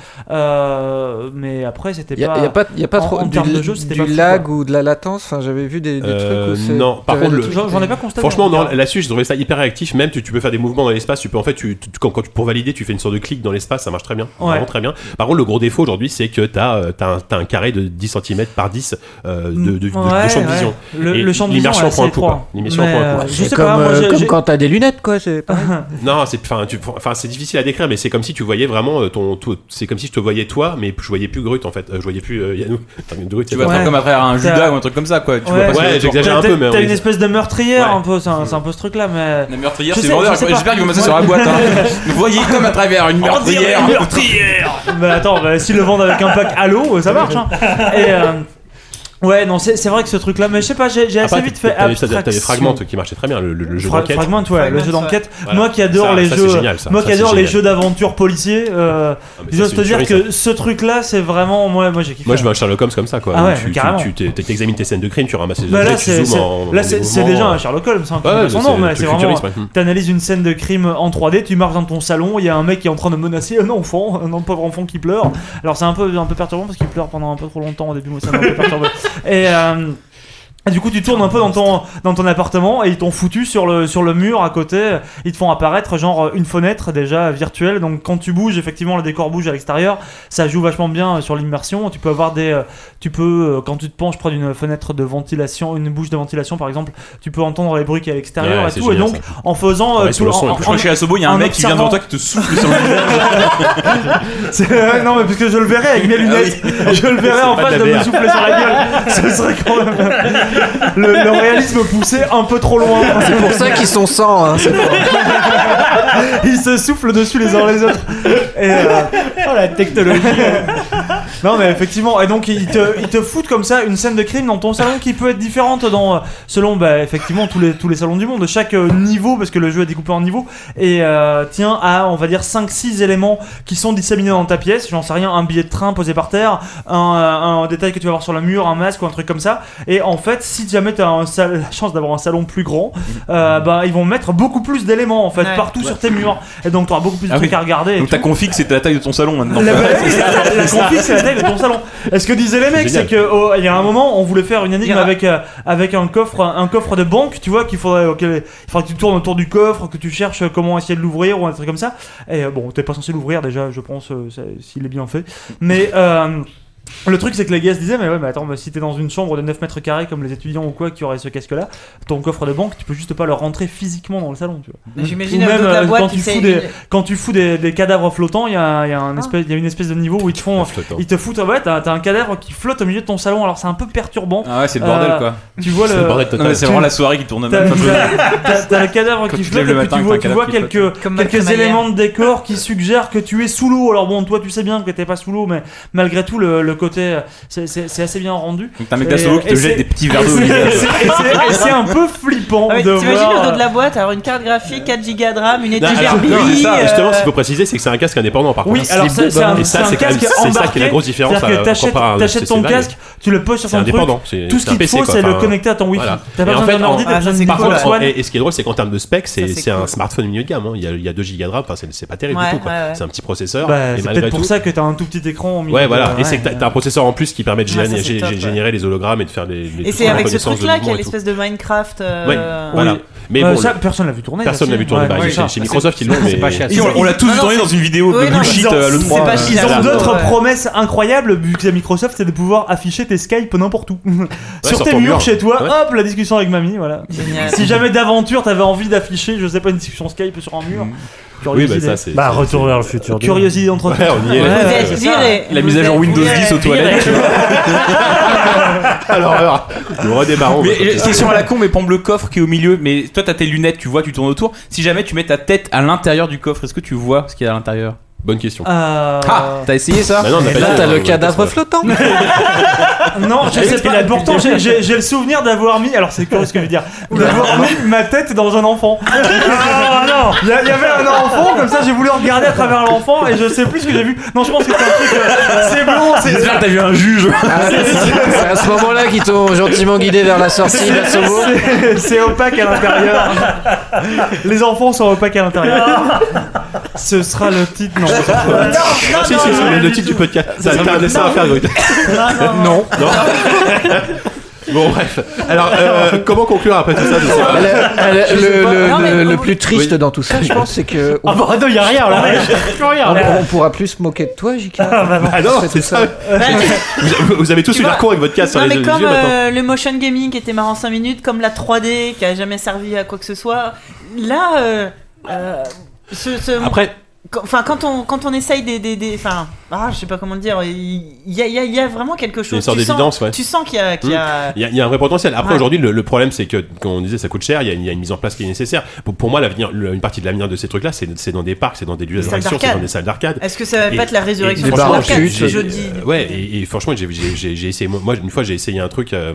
[SPEAKER 3] Euh, mais après, c'était
[SPEAKER 7] Il n'y
[SPEAKER 3] pas.
[SPEAKER 7] a, pas- y a pas
[SPEAKER 3] en-
[SPEAKER 7] trop
[SPEAKER 3] en termes de jeu, c'était
[SPEAKER 7] du
[SPEAKER 3] pas fou,
[SPEAKER 7] lag
[SPEAKER 3] quoi.
[SPEAKER 7] ou de la latence. Enfin, J'avais vu des, des
[SPEAKER 2] Euh,
[SPEAKER 7] trucs où c'est.
[SPEAKER 2] non, par
[SPEAKER 7] t'avais
[SPEAKER 2] contre,
[SPEAKER 7] des
[SPEAKER 2] le-
[SPEAKER 7] trucs
[SPEAKER 3] J'en,
[SPEAKER 7] qui
[SPEAKER 3] j'en ai
[SPEAKER 7] étaient-
[SPEAKER 3] pas constaté.
[SPEAKER 2] Franchement,
[SPEAKER 3] en tout
[SPEAKER 2] non,
[SPEAKER 3] cas.
[SPEAKER 2] là-dessus, je trouvais ça hyper réactif. Même, tu, tu peux faire des mouvements dans l'espace. Tu peux, en fait, tu, tu- quand, quand tu, pour valider, tu fais une sorte de clic dans l'espace. Ça marche très bien.
[SPEAKER 3] Ouais.
[SPEAKER 2] Vraiment très bien. Par contre, le gros défaut aujourd'hui, c'est que t'as, euh, t'as, un, t'as un carré de 10 cm par 10 euh, de, de, de- de- de
[SPEAKER 3] Ouais,
[SPEAKER 2] champ de
[SPEAKER 3] ouais.
[SPEAKER 2] vision.
[SPEAKER 3] Le,
[SPEAKER 2] Et
[SPEAKER 3] le champ de vision,
[SPEAKER 2] l'immersion
[SPEAKER 3] ouais,
[SPEAKER 2] prend un
[SPEAKER 3] c'est
[SPEAKER 2] coup, quoi.
[SPEAKER 3] étroit.
[SPEAKER 2] L'immersion
[SPEAKER 3] Mais,
[SPEAKER 2] prend un coup.
[SPEAKER 3] euh,
[SPEAKER 2] Ouais,
[SPEAKER 3] Je sais pas,
[SPEAKER 7] C'est comme,
[SPEAKER 3] moi,
[SPEAKER 7] euh,
[SPEAKER 3] j'ai-
[SPEAKER 7] comme
[SPEAKER 3] j'ai-
[SPEAKER 7] quand t'as des lunettes, quoi. C'est pas-
[SPEAKER 2] Non, c'est, enfin, tu, enfin, c'est difficile à décrire, mais c'est comme si tu voyais vraiment euh, ton, tout- c'est comme si je te voyais toi, mais je voyais plus Grut, en fait. Euh, je voyais plus euh, Yannou. Enfin, Grut, c'est
[SPEAKER 4] Tu vas
[SPEAKER 2] pas-
[SPEAKER 4] faire
[SPEAKER 3] Ouais.
[SPEAKER 4] comme à travers un
[SPEAKER 3] T'as-
[SPEAKER 4] Judas ou un truc comme ça, quoi. Tu vois
[SPEAKER 3] Ouais.
[SPEAKER 4] pas ce que
[SPEAKER 2] Ouais,
[SPEAKER 4] les gens-
[SPEAKER 2] j'exagère.
[SPEAKER 3] T'as
[SPEAKER 2] un peu, mais
[SPEAKER 3] t'as
[SPEAKER 2] on-
[SPEAKER 3] une espèce de meurtrière,
[SPEAKER 4] Ouais.
[SPEAKER 3] un peu, c'est un, c'est un peu ce truc là, mais.
[SPEAKER 4] La meurtrière,
[SPEAKER 3] Je
[SPEAKER 4] c'est
[SPEAKER 3] sais,
[SPEAKER 4] vendeur.
[SPEAKER 3] je sais pas.
[SPEAKER 4] J'espère qu'ils vont mettre ça sur la boîte. hein. Vous voyez comme à travers une meurtrière.
[SPEAKER 3] bah attends, bah, si le vendent avec un pack Halo, ça marche. Hein. Et, euh, ouais, non, c'est c'est vrai que ce truc là, mais je sais pas, j'ai j'ai assez
[SPEAKER 2] Après,
[SPEAKER 3] vite
[SPEAKER 2] Ah, t'as-
[SPEAKER 3] fait
[SPEAKER 2] t'as- t'as- T'as des
[SPEAKER 3] abstraction.
[SPEAKER 2] fragments qui marchaient très bien. Le, le- le jeu
[SPEAKER 3] Fra-
[SPEAKER 2] d'enquête.
[SPEAKER 3] Fragment, ouais, le jeu
[SPEAKER 6] Fragment,
[SPEAKER 3] d'enquête.
[SPEAKER 2] Voilà.
[SPEAKER 3] Moi qui adore
[SPEAKER 2] Ça-
[SPEAKER 3] les
[SPEAKER 2] ça,
[SPEAKER 3] jeux,
[SPEAKER 2] c'est génial, ça.
[SPEAKER 3] moi
[SPEAKER 2] Ça,
[SPEAKER 3] qui
[SPEAKER 2] c'est
[SPEAKER 3] adore les
[SPEAKER 2] génial.
[SPEAKER 3] jeux d'aventure policier, euh,
[SPEAKER 2] Ah, mais
[SPEAKER 3] je
[SPEAKER 2] ça,
[SPEAKER 3] dois
[SPEAKER 2] c'est
[SPEAKER 3] te
[SPEAKER 2] une
[SPEAKER 3] dire
[SPEAKER 2] tuerie, ça.
[SPEAKER 3] que ce truc là, c'est vraiment moi, moi j'ai kiffé.
[SPEAKER 2] Moi, je veux un Sherlock Holmes comme ça, quoi.
[SPEAKER 3] Ah
[SPEAKER 2] Où
[SPEAKER 3] ouais,
[SPEAKER 2] tu,
[SPEAKER 3] carrément.
[SPEAKER 2] tu, tu- t'es- t'examines tes scènes de crime, tu ramasses les
[SPEAKER 3] Bah
[SPEAKER 2] objets,
[SPEAKER 3] là,
[SPEAKER 2] tu
[SPEAKER 3] c'est
[SPEAKER 2] zoomes
[SPEAKER 3] c'est-
[SPEAKER 2] en.
[SPEAKER 3] là,
[SPEAKER 2] en
[SPEAKER 3] c'est-
[SPEAKER 2] des
[SPEAKER 3] c'est
[SPEAKER 2] mouvements,
[SPEAKER 3] déjà un
[SPEAKER 2] euh,
[SPEAKER 3] Sherlock Holmes, hein, qui
[SPEAKER 2] Ouais,
[SPEAKER 3] connaît
[SPEAKER 2] ouais,
[SPEAKER 3] son
[SPEAKER 2] c'est-
[SPEAKER 3] nom,
[SPEAKER 2] le
[SPEAKER 3] mais c'est
[SPEAKER 2] truc
[SPEAKER 3] vraiment.
[SPEAKER 2] futuriste, ouais.
[SPEAKER 3] T'analyses une scène de crime en 3D, tu marches dans ton salon, il y a un mec qui est en train de menacer un enfant, un pauvre enfant qui pleure. Alors c'est un peu, un peu perturbant parce qu'il pleure pendant un peu trop longtemps au début, moi ça m'a un peu perturbé. Et. euh, et du coup, tu tournes un peu dans ton, dans ton appartement et ils t'ont foutu sur le, sur le mur à côté. Ils te font apparaître genre une fenêtre déjà virtuelle. Donc quand tu bouges, effectivement, le décor bouge à l'extérieur. Ça joue vachement bien sur l'immersion. Tu peux avoir des, euh, tu peux euh, quand tu te penches près d'une fenêtre de ventilation, une bouche de ventilation par exemple, tu peux entendre les bruits qui est à l'extérieur
[SPEAKER 2] Ouais,
[SPEAKER 3] et
[SPEAKER 2] c'est
[SPEAKER 3] tout. et
[SPEAKER 2] génial,
[SPEAKER 3] donc en faisant euh,
[SPEAKER 2] Ah Ouais,
[SPEAKER 3] tout,
[SPEAKER 2] sur le son,
[SPEAKER 3] en-
[SPEAKER 2] et
[SPEAKER 4] En
[SPEAKER 2] tout,
[SPEAKER 4] plus, moi, chez Asobo, il y a un,
[SPEAKER 3] En
[SPEAKER 4] mec qui vient devant
[SPEAKER 3] observant.
[SPEAKER 4] toi qui te souffle sur le visage.
[SPEAKER 3] C'est- non mais parce que je le verrais avec mes lunettes, je le verrais en
[SPEAKER 2] Ah pas de
[SPEAKER 3] face
[SPEAKER 2] la
[SPEAKER 3] de me
[SPEAKER 2] VR.
[SPEAKER 3] souffler sur la gueule. Ce serait quand même le, le réalisme poussé un peu trop loin.
[SPEAKER 7] C'est pour ça qu'ils sont 100. Hein, c'est pour-
[SPEAKER 3] Ils se soufflent dessus les uns les autres. Et, euh,
[SPEAKER 5] Oh la technologie
[SPEAKER 3] Non, mais effectivement, et donc ils te, ils te foutent comme ça une scène de crime dans ton salon qui peut être différente dans, euh, selon bah, effectivement tous les, tous les salons du monde, chaque euh, niveau, parce que le jeu est découpé en niveaux, et euh, tient à, on va dire, 5-6 éléments qui sont disséminés dans ta pièce, j'en sais rien, un billet de train posé par terre, un, euh, un détail que tu vas voir sur le mur, un masque ou un truc comme ça, et en fait, si jamais tu as la chance d'avoir un salon plus grand, euh, bah, ils vont mettre beaucoup plus d'éléments en fait,
[SPEAKER 6] Ouais.
[SPEAKER 3] partout sur tes murs, et donc tu auras beaucoup plus de
[SPEAKER 4] Ah oui.
[SPEAKER 3] trucs à regarder. et
[SPEAKER 4] Donc ta config, c'est la taille de ton salon maintenant.
[SPEAKER 3] la, la config, c'est la taille de ton salon. Et ce que disaient les mecs, c'est
[SPEAKER 2] Génial.
[SPEAKER 3] que oh, il y a un moment, on voulait faire une énigme
[SPEAKER 6] Il y a-
[SPEAKER 3] avec euh, avec un coffre, un coffre de banque, tu vois, qu'il faudrait, auquel- il faudrait que tu tournes autour du coffre, que tu cherches comment essayer de l'ouvrir ou un truc comme ça. Et euh, bon, t'es pas censé l'ouvrir déjà, je pense, euh, ça- s'il est bien fait. Mais euh, le truc, c'est que les gars se disaient, mais ouais, mais attends, mais si t'es dans une chambre de 9 mètres carrés comme les étudiants ou quoi qui auraient ce casque-là, ton coffre de banque, tu peux juste pas le rentrer physiquement dans le salon, tu vois.
[SPEAKER 6] J'imagine
[SPEAKER 3] Ou
[SPEAKER 6] à
[SPEAKER 3] même,
[SPEAKER 6] l'autre de la
[SPEAKER 3] euh,
[SPEAKER 6] boîte
[SPEAKER 3] quand
[SPEAKER 6] qui
[SPEAKER 3] tu
[SPEAKER 6] s'est
[SPEAKER 3] fous des-
[SPEAKER 6] éliminé.
[SPEAKER 3] quand tu fous des, des cadavres flottants, il y a, il y a
[SPEAKER 6] Ah.
[SPEAKER 3] un espèce- il y a une espèce de niveau où ils te font.
[SPEAKER 4] Ah,
[SPEAKER 2] flottant.
[SPEAKER 3] Ils te foutent, ouais, t'as t'as un cadavre qui flotte au milieu de ton salon, alors c'est un peu perturbant.
[SPEAKER 4] Ah ouais, c'est le
[SPEAKER 3] Euh,
[SPEAKER 4] bordel quoi.
[SPEAKER 3] Tu vois
[SPEAKER 2] C'est le bordel
[SPEAKER 4] Non,
[SPEAKER 2] total.
[SPEAKER 4] mais c'est vraiment la soirée qui tourne
[SPEAKER 3] T'as
[SPEAKER 4] même.
[SPEAKER 3] t'as- t'as- t'as le cadavre
[SPEAKER 4] Quand tu
[SPEAKER 3] qui
[SPEAKER 4] te
[SPEAKER 3] flotte,
[SPEAKER 4] lèves
[SPEAKER 3] et
[SPEAKER 4] le
[SPEAKER 3] puis
[SPEAKER 4] matin,
[SPEAKER 3] tu
[SPEAKER 4] t'as
[SPEAKER 3] vois,
[SPEAKER 4] un
[SPEAKER 3] tu vois
[SPEAKER 4] cadavre qui
[SPEAKER 3] quelques,
[SPEAKER 6] Comme
[SPEAKER 3] quelques
[SPEAKER 6] Malcolm
[SPEAKER 3] éléments de décor qui suggèrent que tu es sous l'eau. Alors bon, toi, tu sais bien que t'es pas sous l'eau, mais malgré tout, le, le côté, euh, c'est- c'est c'est assez bien rendu.
[SPEAKER 4] Donc t'as un mec
[SPEAKER 3] Et-
[SPEAKER 4] d'Assolo qui
[SPEAKER 3] et
[SPEAKER 4] te jette
[SPEAKER 3] c'est-
[SPEAKER 4] des petits
[SPEAKER 3] Et
[SPEAKER 4] verres d'eau.
[SPEAKER 3] c'est- et c'est- et c'est- et c'est un peu flippant
[SPEAKER 6] Ah ouais,
[SPEAKER 3] de
[SPEAKER 6] T'imagines le
[SPEAKER 3] voir.
[SPEAKER 6] dos de la boîte, alors une carte graphique, 4 go de RAM, une
[SPEAKER 2] Non,
[SPEAKER 6] étagère
[SPEAKER 2] Bah, alors, non, c'est
[SPEAKER 6] Billy,
[SPEAKER 2] ça,
[SPEAKER 6] euh,
[SPEAKER 2] justement, ce qu'il faut préciser, c'est que c'est un casque indépendant par
[SPEAKER 3] Oui,
[SPEAKER 2] contre.
[SPEAKER 3] alors ça, c'est un,
[SPEAKER 2] Et ça,
[SPEAKER 3] c'est un
[SPEAKER 2] c'est quand même-
[SPEAKER 3] casque
[SPEAKER 2] c'est ça qui est la grosse différence,
[SPEAKER 3] C'est-à-dire que
[SPEAKER 2] euh,
[SPEAKER 3] t'achètes-
[SPEAKER 2] comparé à un-
[SPEAKER 3] t'achètes
[SPEAKER 2] c'est-
[SPEAKER 3] ton
[SPEAKER 2] c'est vague.
[SPEAKER 3] casque, tu le poses sur
[SPEAKER 2] C'est
[SPEAKER 3] ton truc.
[SPEAKER 2] indépendant. c'est-
[SPEAKER 3] Tout
[SPEAKER 2] c'est
[SPEAKER 3] ce
[SPEAKER 2] un
[SPEAKER 3] qu'il te
[SPEAKER 2] PC,
[SPEAKER 3] faut,
[SPEAKER 2] quoi.
[SPEAKER 3] c'est le
[SPEAKER 2] Enfin,
[SPEAKER 3] connecter à ton Wi-Fi.
[SPEAKER 2] voilà.
[SPEAKER 3] T'as pas
[SPEAKER 2] Et en
[SPEAKER 3] besoin
[SPEAKER 2] fait,
[SPEAKER 3] d'un ordi,
[SPEAKER 2] en-
[SPEAKER 3] t'as
[SPEAKER 6] Ah, ça,
[SPEAKER 3] besoin
[SPEAKER 6] c'est
[SPEAKER 3] d'une
[SPEAKER 2] Par
[SPEAKER 6] cool,
[SPEAKER 3] console.
[SPEAKER 2] contre, en-
[SPEAKER 6] Antoine.
[SPEAKER 2] et, et ce qui est drôle, c'est qu'en termes de specs, c'est
[SPEAKER 6] Ça, c'est
[SPEAKER 2] c'est un
[SPEAKER 6] cool.
[SPEAKER 2] smartphone milieu de gamme. hein. Il, y a, il y a 2 Go de RAM, enfin, c'est c'est pas terrible
[SPEAKER 6] Ouais,
[SPEAKER 2] du tout. quoi.
[SPEAKER 6] ouais, ouais.
[SPEAKER 2] C'est un petit processeur.
[SPEAKER 3] Bah,
[SPEAKER 2] et
[SPEAKER 3] c'est
[SPEAKER 2] malgré
[SPEAKER 3] peut-être
[SPEAKER 2] tout.
[SPEAKER 3] pour ça que t'as un tout petit écran. au milieu
[SPEAKER 2] Ouais,
[SPEAKER 3] de-
[SPEAKER 2] voilà. et c'est que t'as
[SPEAKER 3] ouais.
[SPEAKER 2] t'as un processeur en plus qui permet de
[SPEAKER 6] Ouais, ça,
[SPEAKER 2] gé-
[SPEAKER 6] c'est
[SPEAKER 2] gé-
[SPEAKER 6] top, ouais.
[SPEAKER 2] générer les hologrammes et de faire les. les-
[SPEAKER 6] Et
[SPEAKER 2] toute
[SPEAKER 6] c'est
[SPEAKER 2] la
[SPEAKER 6] avec ce
[SPEAKER 2] reconnaissance de
[SPEAKER 6] truc-là qu'il y
[SPEAKER 2] mouvement
[SPEAKER 6] a
[SPEAKER 2] et tout.
[SPEAKER 6] l'espèce de Minecraft. euh,
[SPEAKER 2] Ouais, voilà.
[SPEAKER 3] Oui.
[SPEAKER 2] Mais
[SPEAKER 3] Euh,
[SPEAKER 2] bon,
[SPEAKER 3] ça,
[SPEAKER 2] le-
[SPEAKER 3] personne l'a vu tourner.
[SPEAKER 2] personne n'a vu tourner.
[SPEAKER 3] Ouais,
[SPEAKER 2] Bah,
[SPEAKER 3] ouais,
[SPEAKER 2] c'est-
[SPEAKER 3] ça.
[SPEAKER 2] C'est Microsoft qui l'ont, mais.
[SPEAKER 5] C'est pas cher.
[SPEAKER 4] Et on, on l'a tous
[SPEAKER 6] Non,
[SPEAKER 4] vu
[SPEAKER 6] non,
[SPEAKER 4] tourner
[SPEAKER 6] c'est-
[SPEAKER 4] dans une vidéo
[SPEAKER 6] Oui,
[SPEAKER 4] de
[SPEAKER 6] non,
[SPEAKER 4] bullshit
[SPEAKER 6] ils ont-
[SPEAKER 4] euh, le
[SPEAKER 6] c'est
[SPEAKER 4] 3.
[SPEAKER 6] pas
[SPEAKER 4] euh,
[SPEAKER 6] chiant.
[SPEAKER 3] Ils ont
[SPEAKER 6] Ouais.
[SPEAKER 3] d'autres
[SPEAKER 6] Ouais.
[SPEAKER 3] promesses incroyables, vu que Microsoft, c'est de pouvoir afficher tes Skype n'importe où. sur
[SPEAKER 2] sur
[SPEAKER 3] tes
[SPEAKER 2] ton
[SPEAKER 3] murs
[SPEAKER 2] mur.
[SPEAKER 3] chez toi,
[SPEAKER 2] Ouais.
[SPEAKER 3] hop, la discussion avec mamie, voilà.
[SPEAKER 6] Génial.
[SPEAKER 3] Si jamais d'aventure t'avais envie d'afficher, je sais pas, une discussion Skype sur un mur.
[SPEAKER 2] Oui,
[SPEAKER 3] Curiosité.
[SPEAKER 2] bah, ça, c'est.
[SPEAKER 8] Bah,
[SPEAKER 2] c'est-
[SPEAKER 8] retour vers le futur. deux.
[SPEAKER 3] Curiosité entre
[SPEAKER 2] Ouais, on y est.
[SPEAKER 6] Vous
[SPEAKER 2] là.
[SPEAKER 6] êtes virés.
[SPEAKER 4] La
[SPEAKER 6] Vous
[SPEAKER 4] mise à jour
[SPEAKER 6] êtes
[SPEAKER 4] Windows
[SPEAKER 6] virés.
[SPEAKER 4] 10 aux toilettes. tu vois.
[SPEAKER 2] Alors, alors, nous redémarrons.
[SPEAKER 4] Mais
[SPEAKER 2] parce que-
[SPEAKER 4] euh, question à la con, mais pompe le coffre qui est au milieu. Mais toi, t'as tes lunettes, tu vois, tu tournes autour. Si jamais tu mets ta tête à l'intérieur du coffre, est-ce que tu vois ce qu'il y a à l'intérieur
[SPEAKER 2] Bonne question.
[SPEAKER 3] Euh,
[SPEAKER 4] Ah, t'as essayé ça
[SPEAKER 2] Bah non, on n'a pas
[SPEAKER 7] Là,
[SPEAKER 2] dit,
[SPEAKER 7] t'as
[SPEAKER 2] on-
[SPEAKER 7] le
[SPEAKER 2] on-
[SPEAKER 7] cadavre flottant.
[SPEAKER 3] Non, je sais pas. Pourtant, j'ai- j'ai j'ai le souvenir d'avoir mis. Alors, c'est curieux ce que je veux dire. D'avoir mis ma tête dans un enfant. Ah, non Il y, a- il y avait un enfant, comme ça, j'ai voulu regarder à travers l'enfant et je sais plus ce que j'ai vu. Non, je pense que c'est un truc. euh, C'est bon, c'est.
[SPEAKER 4] J'espère que t'as vu un juge.
[SPEAKER 7] Ah, c'est c'est à ce moment-là qu'ils t'ont gentiment guidé vers la sortie de Sobo.
[SPEAKER 3] c'est- C'est opaque à l'intérieur. Les enfants sont opaques à l'intérieur. Ce sera le titre, non.
[SPEAKER 2] Ah, si, si, si, le- le titre du podcast. T'as t'as un dessin à faire, Grut.
[SPEAKER 7] Non.
[SPEAKER 2] Non Bon, bref. Alors, euh, comment conclure après tout ça je sais pas.
[SPEAKER 7] Elle- elle-
[SPEAKER 6] Je sais
[SPEAKER 7] le,
[SPEAKER 6] pas.
[SPEAKER 7] le-
[SPEAKER 6] Non, mais
[SPEAKER 7] le-
[SPEAKER 6] on-
[SPEAKER 7] le plus triste dans tout ça, je pense, euh, c'est que on,
[SPEAKER 3] bah, non, y a rien là.
[SPEAKER 7] on- on pourra plus se moquer de toi, JK.
[SPEAKER 2] Ah non,
[SPEAKER 7] bah C'est
[SPEAKER 2] c'est
[SPEAKER 7] tout
[SPEAKER 2] ça. Vous, vous avez tous eu l'air con avec votre casque
[SPEAKER 6] Non
[SPEAKER 2] sur les
[SPEAKER 6] mais
[SPEAKER 2] les
[SPEAKER 6] comme
[SPEAKER 2] yeux maintenant.
[SPEAKER 6] euh, le motion gaming qui était marrant 5 minutes, comme la 3D qui a jamais servi à quoi que ce soit, là, euh, euh, ce, ce-
[SPEAKER 2] Après,
[SPEAKER 6] qu- enfin quand on quand on essaye des des, des- enfin ah, je sais pas comment dire, il il y a, il y a- il y a vraiment quelque chose.
[SPEAKER 2] une sorte
[SPEAKER 6] Tu sens-
[SPEAKER 2] d'évidence, ouais. Mmh.
[SPEAKER 6] Tu sens qu'il y a qu'il y a
[SPEAKER 2] il y, a- il y a un vrai potentiel. Après,
[SPEAKER 6] Ouais.
[SPEAKER 2] aujourd'hui, le, le problème, c'est que, comme on disait, ça coûte cher. Il y, a une- il y a une mise en place qui est nécessaire. Pour, pour moi, l'avenir, le- une partie de l'avenir de ces trucs-là, c'est c'est dans des parcs, c'est dans des lieux
[SPEAKER 6] Des salles
[SPEAKER 2] d'attraction, c'est dans
[SPEAKER 6] d'arcade.
[SPEAKER 2] des salles d'arcade.
[SPEAKER 6] Est-ce que ça va
[SPEAKER 2] Et-
[SPEAKER 6] pas être la résurrection
[SPEAKER 2] et-
[SPEAKER 7] des
[SPEAKER 6] de
[SPEAKER 7] barres
[SPEAKER 6] la
[SPEAKER 7] à
[SPEAKER 6] carte,
[SPEAKER 7] chute,
[SPEAKER 6] je
[SPEAKER 2] j'ai-
[SPEAKER 6] dis
[SPEAKER 2] euh, ouais, et, et franchement, j'ai- j'ai j'ai- j'ai essayé. Moi, une fois, j'ai essayé un truc. euh,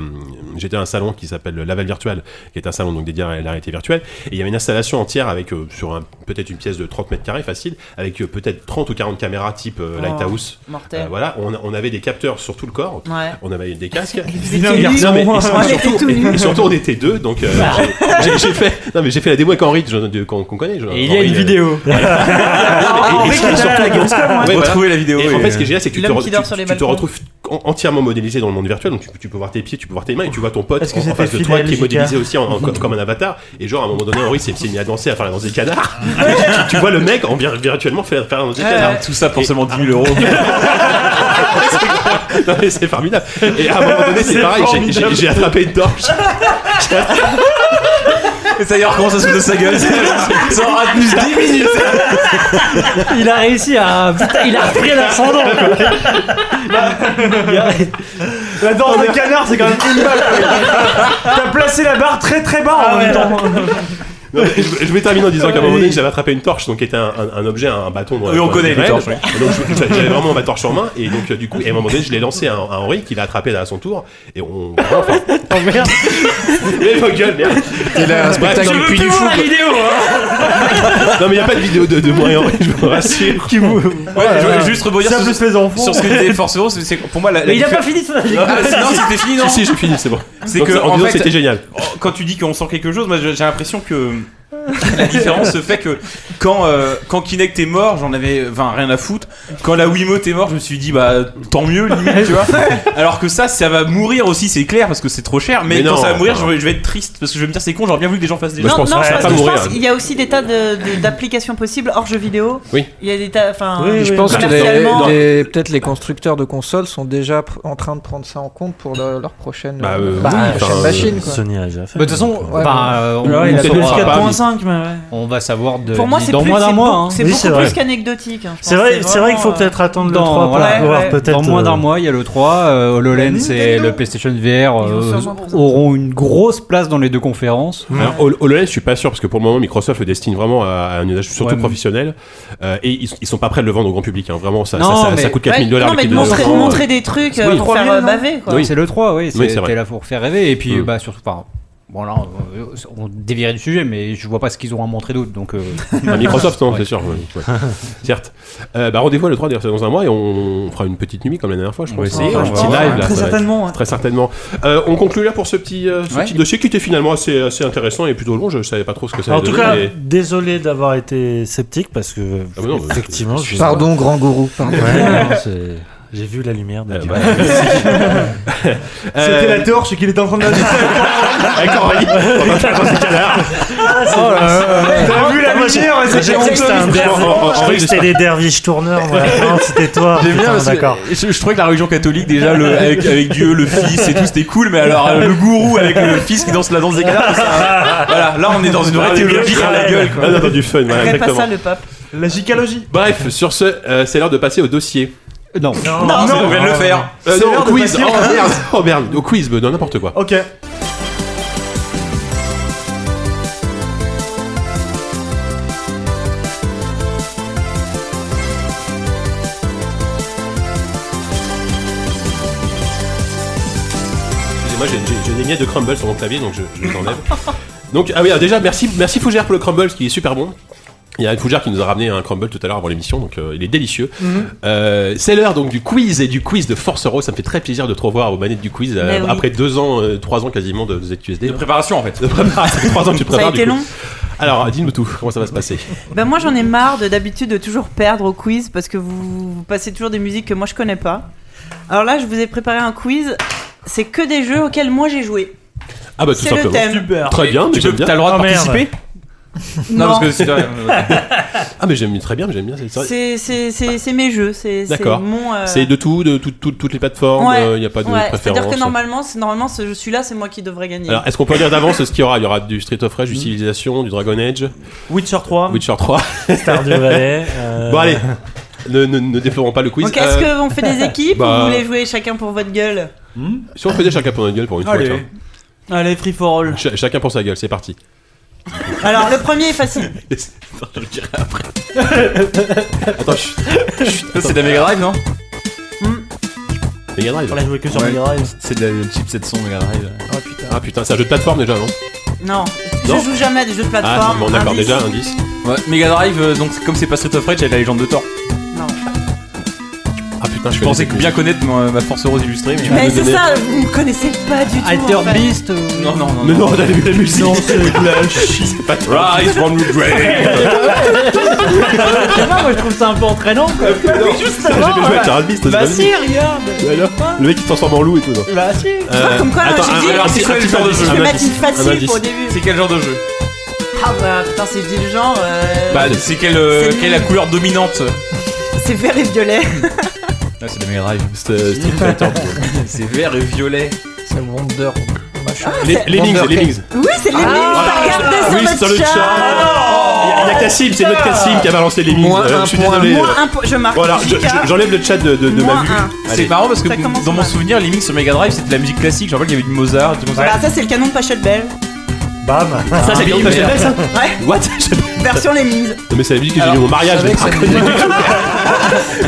[SPEAKER 2] J'étais à un salon qui s'appelle le Laval Virtual, qui est un salon donc dédié à la réalité virtuelle. Et il y avait une installation entière avec euh, sur un- peut-être une pièce de 30 mètres carrés facile, avec euh, peut-être 30 ou 40 caméras type euh,
[SPEAKER 6] Oh,
[SPEAKER 2] Lighthouse. Euh,
[SPEAKER 6] mortel.
[SPEAKER 2] voilà, on, on avait des capteurs sur tout le corps.
[SPEAKER 6] Ouais.
[SPEAKER 2] On avait des
[SPEAKER 6] Ah,
[SPEAKER 2] casques.
[SPEAKER 6] Vous
[SPEAKER 3] Vilain
[SPEAKER 6] étiez
[SPEAKER 3] garçon.
[SPEAKER 6] nus.
[SPEAKER 2] Non, mais- et-
[SPEAKER 3] On
[SPEAKER 2] et
[SPEAKER 6] était
[SPEAKER 2] surtout,
[SPEAKER 6] tous nus.
[SPEAKER 2] et- et surtout, on était deux, donc euh, j'ai- j'ai j'ai fait. Non, mais j'ai fait la démo avec Henri, John- de- qu'on qu'on connaît. John- Henri, euh,
[SPEAKER 3] vidéo.
[SPEAKER 2] et- et- et surtout- Ouais, voilà.
[SPEAKER 4] la vidéo.
[SPEAKER 2] Et en fait, ce qui est génial, c'est que euh, tu te,
[SPEAKER 6] L'homme
[SPEAKER 2] re-
[SPEAKER 6] qui dort
[SPEAKER 2] tu-
[SPEAKER 6] sur les
[SPEAKER 2] tu te
[SPEAKER 6] balcons.
[SPEAKER 2] retrouves en- entièrement modélisé dans le monde virtuel. Donc, tu, tu peux voir tes pieds, tu peux voir tes mains, et tu vois ton pote
[SPEAKER 3] Est-ce que
[SPEAKER 2] en, en
[SPEAKER 3] c'était
[SPEAKER 2] face de toi
[SPEAKER 3] fidèle,
[SPEAKER 2] qui est
[SPEAKER 3] JK?
[SPEAKER 2] modélisé aussi en- en- comme, comme un avatar. Et genre, à un moment donné, Henri s'est s'est mis à danser, à faire la danse des canards. Et tu, tu- tu vois le mec en vir- virtuellement faire, faire la danse des
[SPEAKER 6] Ouais,
[SPEAKER 2] canards.
[SPEAKER 6] ouais.
[SPEAKER 4] Ah, Tout ça pour seulement 10 000 euros.
[SPEAKER 2] Non, mais c'est formidable. Et à un moment donné, c'est
[SPEAKER 3] C'est
[SPEAKER 2] pareil, j'ai- j'ai-
[SPEAKER 3] formidable.
[SPEAKER 2] j'ai attrapé une torche.
[SPEAKER 4] Et ça y est, on recommence à se foutre de sa gueule. Ça aura tenu 10 minutes.
[SPEAKER 5] Il a réussi à. Putain, il a repris l'ascendant.
[SPEAKER 3] La danse de Ah, canard, c'est quand même une balle. T'as placé la barre très très bas en même temps.
[SPEAKER 2] Non, mais je, je vais terminer en disant qu'à un moment donné, j'avais attrapé une torche, donc qui était un, un- un objet, un bâton. Dans,
[SPEAKER 4] Oui, on
[SPEAKER 2] dans
[SPEAKER 4] connaît
[SPEAKER 2] les
[SPEAKER 4] les
[SPEAKER 2] raids.
[SPEAKER 4] torches, oui.
[SPEAKER 2] Et Donc je- j'a- j'avais vraiment ma torche en main, et donc euh, du coup, et à un moment donné, je l'ai lancé à, à Henri, qui l'a attrapé à son tour, et on. Enfin,
[SPEAKER 5] Oh merde
[SPEAKER 2] mais ma gueule, merde
[SPEAKER 7] Il
[SPEAKER 4] Bah,
[SPEAKER 7] a un spectacle du Puy du Fou. quoi.
[SPEAKER 3] vidéo
[SPEAKER 2] Non, mais il n'y a pas de vidéo de, de moi et Henri, je vous rassure.
[SPEAKER 9] Qui vous.
[SPEAKER 4] Ouais, je voulais juste rebondir
[SPEAKER 9] Ça
[SPEAKER 4] sur,
[SPEAKER 9] plus les enfants.
[SPEAKER 4] sur ce que disait Force Rose, c'est- c'est- pour moi la. la
[SPEAKER 3] Mais il a
[SPEAKER 4] diffé-
[SPEAKER 3] pas fini son
[SPEAKER 4] Ah, c'est- non, c'était fini, non
[SPEAKER 2] Si, si, j'ai fini, c'est bon.
[SPEAKER 4] C'est
[SPEAKER 2] Donc,
[SPEAKER 4] que, en
[SPEAKER 2] en, disant que
[SPEAKER 4] fait,
[SPEAKER 2] c'était génial.
[SPEAKER 4] Oh, quand tu dis qu'on sent quelque chose, moi j'ai j'ai l'impression que la différence se fait que quand, euh, quand Kinect est mort, j'en avais enfin, rien à foutre. Quand la Wiimote est morte, je me suis dit bah tant mieux limite, tu vois. Alors que ça, ça va mourir aussi, c'est clair, parce que c'est trop cher. Mais,
[SPEAKER 2] Mais
[SPEAKER 4] quand
[SPEAKER 2] non,
[SPEAKER 4] ça va mourir,
[SPEAKER 2] ça
[SPEAKER 4] je vais, je vais être triste parce que je vais me dire c'est con, j'aurais bien voulu que des gens fassent des
[SPEAKER 2] Moi,
[SPEAKER 4] jeux.
[SPEAKER 2] je pense que ça va
[SPEAKER 6] parce
[SPEAKER 2] pas
[SPEAKER 6] que je
[SPEAKER 2] mourir.
[SPEAKER 6] pense qu'il y a aussi des tas de- de- d'applications possibles hors jeux vidéo.
[SPEAKER 2] Oui.
[SPEAKER 6] Il y a des tas. Enfin,
[SPEAKER 9] Oui,
[SPEAKER 7] Je pense que les-
[SPEAKER 6] commercialement.
[SPEAKER 7] les- peut-être les constructeurs de consoles sont déjà pr- en train de prendre ça en compte pour le- leur prochaine
[SPEAKER 2] Bah, euh,
[SPEAKER 7] leur
[SPEAKER 2] oui,
[SPEAKER 7] prochaine
[SPEAKER 2] enfin,
[SPEAKER 7] machine. Quoi.
[SPEAKER 8] Sony a déjà fait.
[SPEAKER 5] Bah, De toute façon,
[SPEAKER 7] Ouais,
[SPEAKER 5] bah, euh, on,
[SPEAKER 3] Ouais,
[SPEAKER 5] on
[SPEAKER 3] il a
[SPEAKER 2] fait
[SPEAKER 3] fait
[SPEAKER 5] saura
[SPEAKER 3] plus
[SPEAKER 2] plus
[SPEAKER 5] pas,
[SPEAKER 3] 4.5, mais ouais.
[SPEAKER 5] mais on va savoir de,
[SPEAKER 6] Pour moi, c'est
[SPEAKER 5] dans
[SPEAKER 6] plus-
[SPEAKER 5] moins d'un
[SPEAKER 6] c'est
[SPEAKER 5] mois.
[SPEAKER 6] beau-
[SPEAKER 5] hein.
[SPEAKER 6] C'est
[SPEAKER 8] Oui,
[SPEAKER 6] beaucoup
[SPEAKER 8] c'est vrai.
[SPEAKER 6] plus qu'anecdotique. hein, je
[SPEAKER 8] C'est
[SPEAKER 6] pense.
[SPEAKER 8] vrai, c'est vrai qu'il faut
[SPEAKER 6] vraiment, euh,
[SPEAKER 8] peut-être attendre le
[SPEAKER 5] Dans-
[SPEAKER 8] 3 pour
[SPEAKER 5] voilà,
[SPEAKER 8] pouvoir
[SPEAKER 6] ouais.
[SPEAKER 8] peut-être.
[SPEAKER 5] Dans moins d'un
[SPEAKER 8] euh,
[SPEAKER 5] mois, il y a le 3, euh, HoloLens et
[SPEAKER 6] Nintendo.
[SPEAKER 5] le PlayStation VR
[SPEAKER 6] Ils vont
[SPEAKER 5] euh,
[SPEAKER 6] sûrement pour ça.
[SPEAKER 5] auront une grosse place dans les deux conférences.
[SPEAKER 2] Alors, Hol- HoloLens, je suis pas sûr parce que pour le moment, Microsoft le destine vraiment à à un usage surtout
[SPEAKER 5] Ouais, mais-
[SPEAKER 2] professionnel euh, et ils, ils sont pas prêts de le vendre au grand public. hein. Vraiment, ça, ça-
[SPEAKER 5] Non,
[SPEAKER 2] ça, ça,
[SPEAKER 5] mais-
[SPEAKER 2] coûte 4000
[SPEAKER 6] ouais,
[SPEAKER 2] dollars.
[SPEAKER 6] Non, mais de montrer, montrer des trucs euh,
[SPEAKER 2] Oui.
[SPEAKER 6] pour faire euh, baver. Quoi.
[SPEAKER 2] Oui.
[SPEAKER 5] C'est le 3, oui,
[SPEAKER 2] Oui, c'est
[SPEAKER 5] c'était
[SPEAKER 2] vrai.
[SPEAKER 5] là pour faire rêver. Et puis,
[SPEAKER 2] Mm.
[SPEAKER 5] bah, surtout, enfin, bon, là, euh, on, on dévierait du sujet, mais je vois pas ce qu'ils auront à montrer d'autre. Donc, euh,
[SPEAKER 2] Enfin, Bah, Microsoft, non,
[SPEAKER 5] Ouais.
[SPEAKER 2] c'est sûr. ouais, ouais. Certes. Euh, bah, rendez-vous à le 3 d'ailleurs, c'est dans un mois et on fera une petite nuit comme la dernière fois, je
[SPEAKER 4] On va
[SPEAKER 2] pense.
[SPEAKER 4] essayer,
[SPEAKER 2] Enfin,
[SPEAKER 4] on
[SPEAKER 2] un
[SPEAKER 4] va
[SPEAKER 2] petit
[SPEAKER 4] voir.
[SPEAKER 2] live, là,
[SPEAKER 3] Très
[SPEAKER 2] ça va être-
[SPEAKER 3] certainement. hein.
[SPEAKER 2] Très certainement. Euh, on conclut là pour ce petit, euh, ce
[SPEAKER 7] Ouais.
[SPEAKER 2] petit dossier qui était finalement assez, assez intéressant et plutôt long. Je savais pas trop ce que ça
[SPEAKER 8] En
[SPEAKER 2] allait
[SPEAKER 8] tout
[SPEAKER 2] donner,
[SPEAKER 8] cas,
[SPEAKER 2] mais-
[SPEAKER 8] désolé d'avoir été sceptique parce que
[SPEAKER 2] Ah, mais non, mais-
[SPEAKER 8] effectivement, je-
[SPEAKER 7] Pardon, grand gourou. pardon.
[SPEAKER 8] Ouais, non, c'est- j'ai vu la lumière. de
[SPEAKER 4] Ah,
[SPEAKER 2] Euh,
[SPEAKER 8] Dieu.
[SPEAKER 2] bah,
[SPEAKER 9] C'était
[SPEAKER 2] Euh,
[SPEAKER 9] la torche qu'il était en train de lancer.
[SPEAKER 2] avec Henri, on va faire un canard.
[SPEAKER 3] Oh,
[SPEAKER 9] T'as vu la lumière
[SPEAKER 8] J'ai
[SPEAKER 9] C'était
[SPEAKER 8] cru que c'était un
[SPEAKER 9] honteux.
[SPEAKER 8] derviche-
[SPEAKER 2] Oh, oh, oh,
[SPEAKER 8] j'ai cru que c'était des derviches tourneurs. moi. Non, c'était toi.
[SPEAKER 4] J'aime bien
[SPEAKER 8] Putain,
[SPEAKER 4] parce que
[SPEAKER 8] D'accord.
[SPEAKER 4] je, je trouvais que la religion catholique déjà le, avec, avec Dieu, le Fils et tout c'était cool, mais alors euh, le gourou avec le Fils qui danse la danse des cartes, ça- voilà, là on est dans une vraie théologie à la gueule.
[SPEAKER 2] Ah, non, non, du fun, voilà,
[SPEAKER 6] Fais pas
[SPEAKER 2] exactement.
[SPEAKER 6] ça, le pape.
[SPEAKER 3] hein.
[SPEAKER 9] La gicalogie.
[SPEAKER 2] Bref, sur ce, euh, c'est l'heure de passer au dossier.
[SPEAKER 5] non.
[SPEAKER 4] Non, on vient de le faire.
[SPEAKER 2] Euh,
[SPEAKER 9] C'est
[SPEAKER 2] non,
[SPEAKER 9] l'heure
[SPEAKER 2] au
[SPEAKER 9] de
[SPEAKER 2] quiz.
[SPEAKER 9] passer au-
[SPEAKER 2] Oh merde, oh merde, au quiz, non, n'importe quoi.
[SPEAKER 9] Ok.
[SPEAKER 2] Excusez-moi, j'ai- j'ai j'ai des miettes de crumble sur mon clavier, donc je, je les enlève. Donc, ah oui, alors déjà, merci, merci Fougère pour le crumble, qui est super bon. Il y a Fougère qui nous a ramené un crumble tout à l'heure avant l'émission, donc euh, il est délicieux.
[SPEAKER 6] Mhm.
[SPEAKER 2] Euh, c'est l'heure donc du quiz et du quiz de Force Euro. Ça me fait très plaisir de te revoir aux manettes du quiz euh,
[SPEAKER 6] Mais Ben oui.
[SPEAKER 2] après deux ans, euh, trois ans quasiment de ZQSD.
[SPEAKER 4] De préparation en fait.
[SPEAKER 2] De préparation, trois ans que tu
[SPEAKER 6] Ça
[SPEAKER 2] prépares.
[SPEAKER 6] a
[SPEAKER 2] du
[SPEAKER 6] été
[SPEAKER 2] coup.
[SPEAKER 6] long.
[SPEAKER 2] Alors, dis-nous tout, comment
[SPEAKER 4] Bah,
[SPEAKER 2] ça va se passer
[SPEAKER 6] Ben moi j'en ai marre de d'habitude de toujours perdre au quiz parce que vous, vous passez toujours des musiques que moi je connais pas. Alors là je vous ai préparé un quiz, c'est que des jeux auxquels moi j'ai joué.
[SPEAKER 2] Ah bah tout
[SPEAKER 6] C'est le
[SPEAKER 2] simplement.
[SPEAKER 6] thème.
[SPEAKER 3] Super.
[SPEAKER 2] Très bien, mais
[SPEAKER 4] Tu
[SPEAKER 2] j'aime
[SPEAKER 4] peux,
[SPEAKER 2] bien.
[SPEAKER 4] t'as le droit de
[SPEAKER 8] Oh, merde.
[SPEAKER 4] participer
[SPEAKER 6] Non,
[SPEAKER 4] parce que si t'as-
[SPEAKER 2] Ah mais j'aime très bien, mais j'aime bien. C'est
[SPEAKER 6] c'est c'est- c'est- c'est mes jeux, c'est c'est
[SPEAKER 2] D'accord.
[SPEAKER 6] mon. euh,
[SPEAKER 2] c'est de tout, de tout- tout- toutes les plateformes. euh,
[SPEAKER 6] Ouais.
[SPEAKER 2] Il n'y a pas de
[SPEAKER 6] ouais,
[SPEAKER 2] préférence. hein.
[SPEAKER 6] C'est-à-dire que normalement, c'est- normalement ce, je suis là, c'est moi qui devrais gagner.
[SPEAKER 2] Alors, est-ce qu'on peut dire d'avance ce qu'il y aura Il y aura du Street of Rage, du Civilization, du Dragon Age,
[SPEAKER 3] Witcher 3.
[SPEAKER 2] Witcher 3.
[SPEAKER 8] Stardew Valley, euh,
[SPEAKER 2] Bon, allez, ne, ne, ne déplorons pas le quiz.
[SPEAKER 6] Donc est-ce
[SPEAKER 2] Euh,
[SPEAKER 6] qu'on fait des équipes
[SPEAKER 2] bah-
[SPEAKER 6] ou vous voulez jouer chacun pour votre gueule
[SPEAKER 2] Si on faisait chacun pour notre gueule pour une
[SPEAKER 5] Allez.
[SPEAKER 2] fois, tiens.
[SPEAKER 3] Allez, free for all.
[SPEAKER 2] Ch- chacun pour sa gueule, c'est parti.
[SPEAKER 6] Alors le premier est facile.
[SPEAKER 2] je le dirai après. Attends, je suis.
[SPEAKER 4] Ça, c'est de la Mega Drive non
[SPEAKER 2] Mega Drive.
[SPEAKER 3] On l'a joué que sur
[SPEAKER 4] Ouais.
[SPEAKER 3] Mega Drive.
[SPEAKER 4] C'est de la chipset son Mega Drive.
[SPEAKER 7] Ah putain.
[SPEAKER 2] Ah putain, c'est un jeu de plateforme déjà, non
[SPEAKER 6] Non,
[SPEAKER 2] Non.
[SPEAKER 6] je joue jamais à des jeux de
[SPEAKER 2] Ah,
[SPEAKER 6] plateforme.
[SPEAKER 2] mais on accorde
[SPEAKER 6] Indice.
[SPEAKER 2] déjà un 10.
[SPEAKER 4] Ouais, Mega Drive, euh, donc comme c'est pas Street of Rage, avec la légende de Thor.
[SPEAKER 6] Non.
[SPEAKER 2] Ah putain, je
[SPEAKER 4] Je pensais que
[SPEAKER 2] bien.
[SPEAKER 4] bien connaître ma, ma force rose illustrée, mais. Ah,
[SPEAKER 6] Mais c'est ça, vous me connaissez pas du tout. en fait.
[SPEAKER 5] Alter Beast ou-
[SPEAKER 4] Non, non, non.
[SPEAKER 2] Mais non, t'as vu la musique C'est pas toi.
[SPEAKER 4] Rise from the grave
[SPEAKER 5] Je sais pas, moi je trouve ça un peu entraînant. Quoi.
[SPEAKER 2] J'ai bien joué avec la Radbist, c'est pas
[SPEAKER 5] Bah
[SPEAKER 2] la
[SPEAKER 5] si,
[SPEAKER 2] musique.
[SPEAKER 5] regarde
[SPEAKER 2] Alors, Le mec qui se transforme en loup et tout. non Euh,
[SPEAKER 5] Bah si
[SPEAKER 6] vois, comme quoi,
[SPEAKER 2] attends,
[SPEAKER 6] j'ai
[SPEAKER 2] un-
[SPEAKER 6] dit-
[SPEAKER 5] hein.
[SPEAKER 2] alors, c'est
[SPEAKER 4] c'est
[SPEAKER 2] quoi le
[SPEAKER 4] quoi le
[SPEAKER 2] genre de
[SPEAKER 4] genre
[SPEAKER 2] jeu
[SPEAKER 6] Je vais mettre une
[SPEAKER 2] Un
[SPEAKER 6] facile
[SPEAKER 2] indice.
[SPEAKER 6] pour au début.
[SPEAKER 4] C'est quel genre de jeu
[SPEAKER 6] Ah bah putain, c'est dit le genre. euh,
[SPEAKER 4] Bah, c'est quelle, euh,
[SPEAKER 6] C'est-
[SPEAKER 4] quelle est la couleur dominante
[SPEAKER 6] c'est vert et violet.
[SPEAKER 4] Là, c'est de Mega Drive.
[SPEAKER 2] C'était Street Fighter. tu vois.
[SPEAKER 4] C'est vert et violet.
[SPEAKER 7] C'est Wonder machin.
[SPEAKER 2] Les- Les Lemmings, les Lemmings.
[SPEAKER 6] Oui, c'est les mêmes. Regardez
[SPEAKER 2] Oui,
[SPEAKER 6] sur
[SPEAKER 2] sur le chat. Il y a Cassim, c'est notre Cassim qui a balancé les mines.
[SPEAKER 7] Moins
[SPEAKER 2] Euh,
[SPEAKER 7] un
[SPEAKER 2] je suis
[SPEAKER 7] point,
[SPEAKER 2] désolé.
[SPEAKER 6] Moins un point. Je marque.
[SPEAKER 2] Voilà, je-
[SPEAKER 6] JK.
[SPEAKER 2] je- j'enlève le chat de, de, de ma
[SPEAKER 6] Moins
[SPEAKER 2] vue.
[SPEAKER 6] un.
[SPEAKER 2] Allez.
[SPEAKER 4] C'est marrant parce que
[SPEAKER 6] Ça commence
[SPEAKER 4] dans mon
[SPEAKER 6] mal.
[SPEAKER 4] souvenir, les mix sur Mega Drive, c'était de la musique classique. Je rappelle qu'il y avait du Mozart, tout comme ça.
[SPEAKER 6] Bah ça c'est le canon de Pachelbel.
[SPEAKER 8] Bam
[SPEAKER 4] Oh,
[SPEAKER 2] Ça, c'est bien
[SPEAKER 8] Bim.
[SPEAKER 2] de Pachelbel, ça
[SPEAKER 6] Ouais.
[SPEAKER 2] What J'ai pas-
[SPEAKER 6] Version les mises.
[SPEAKER 2] Non, mais c'est la musique que j'ai mis au mariage, mais pas connu.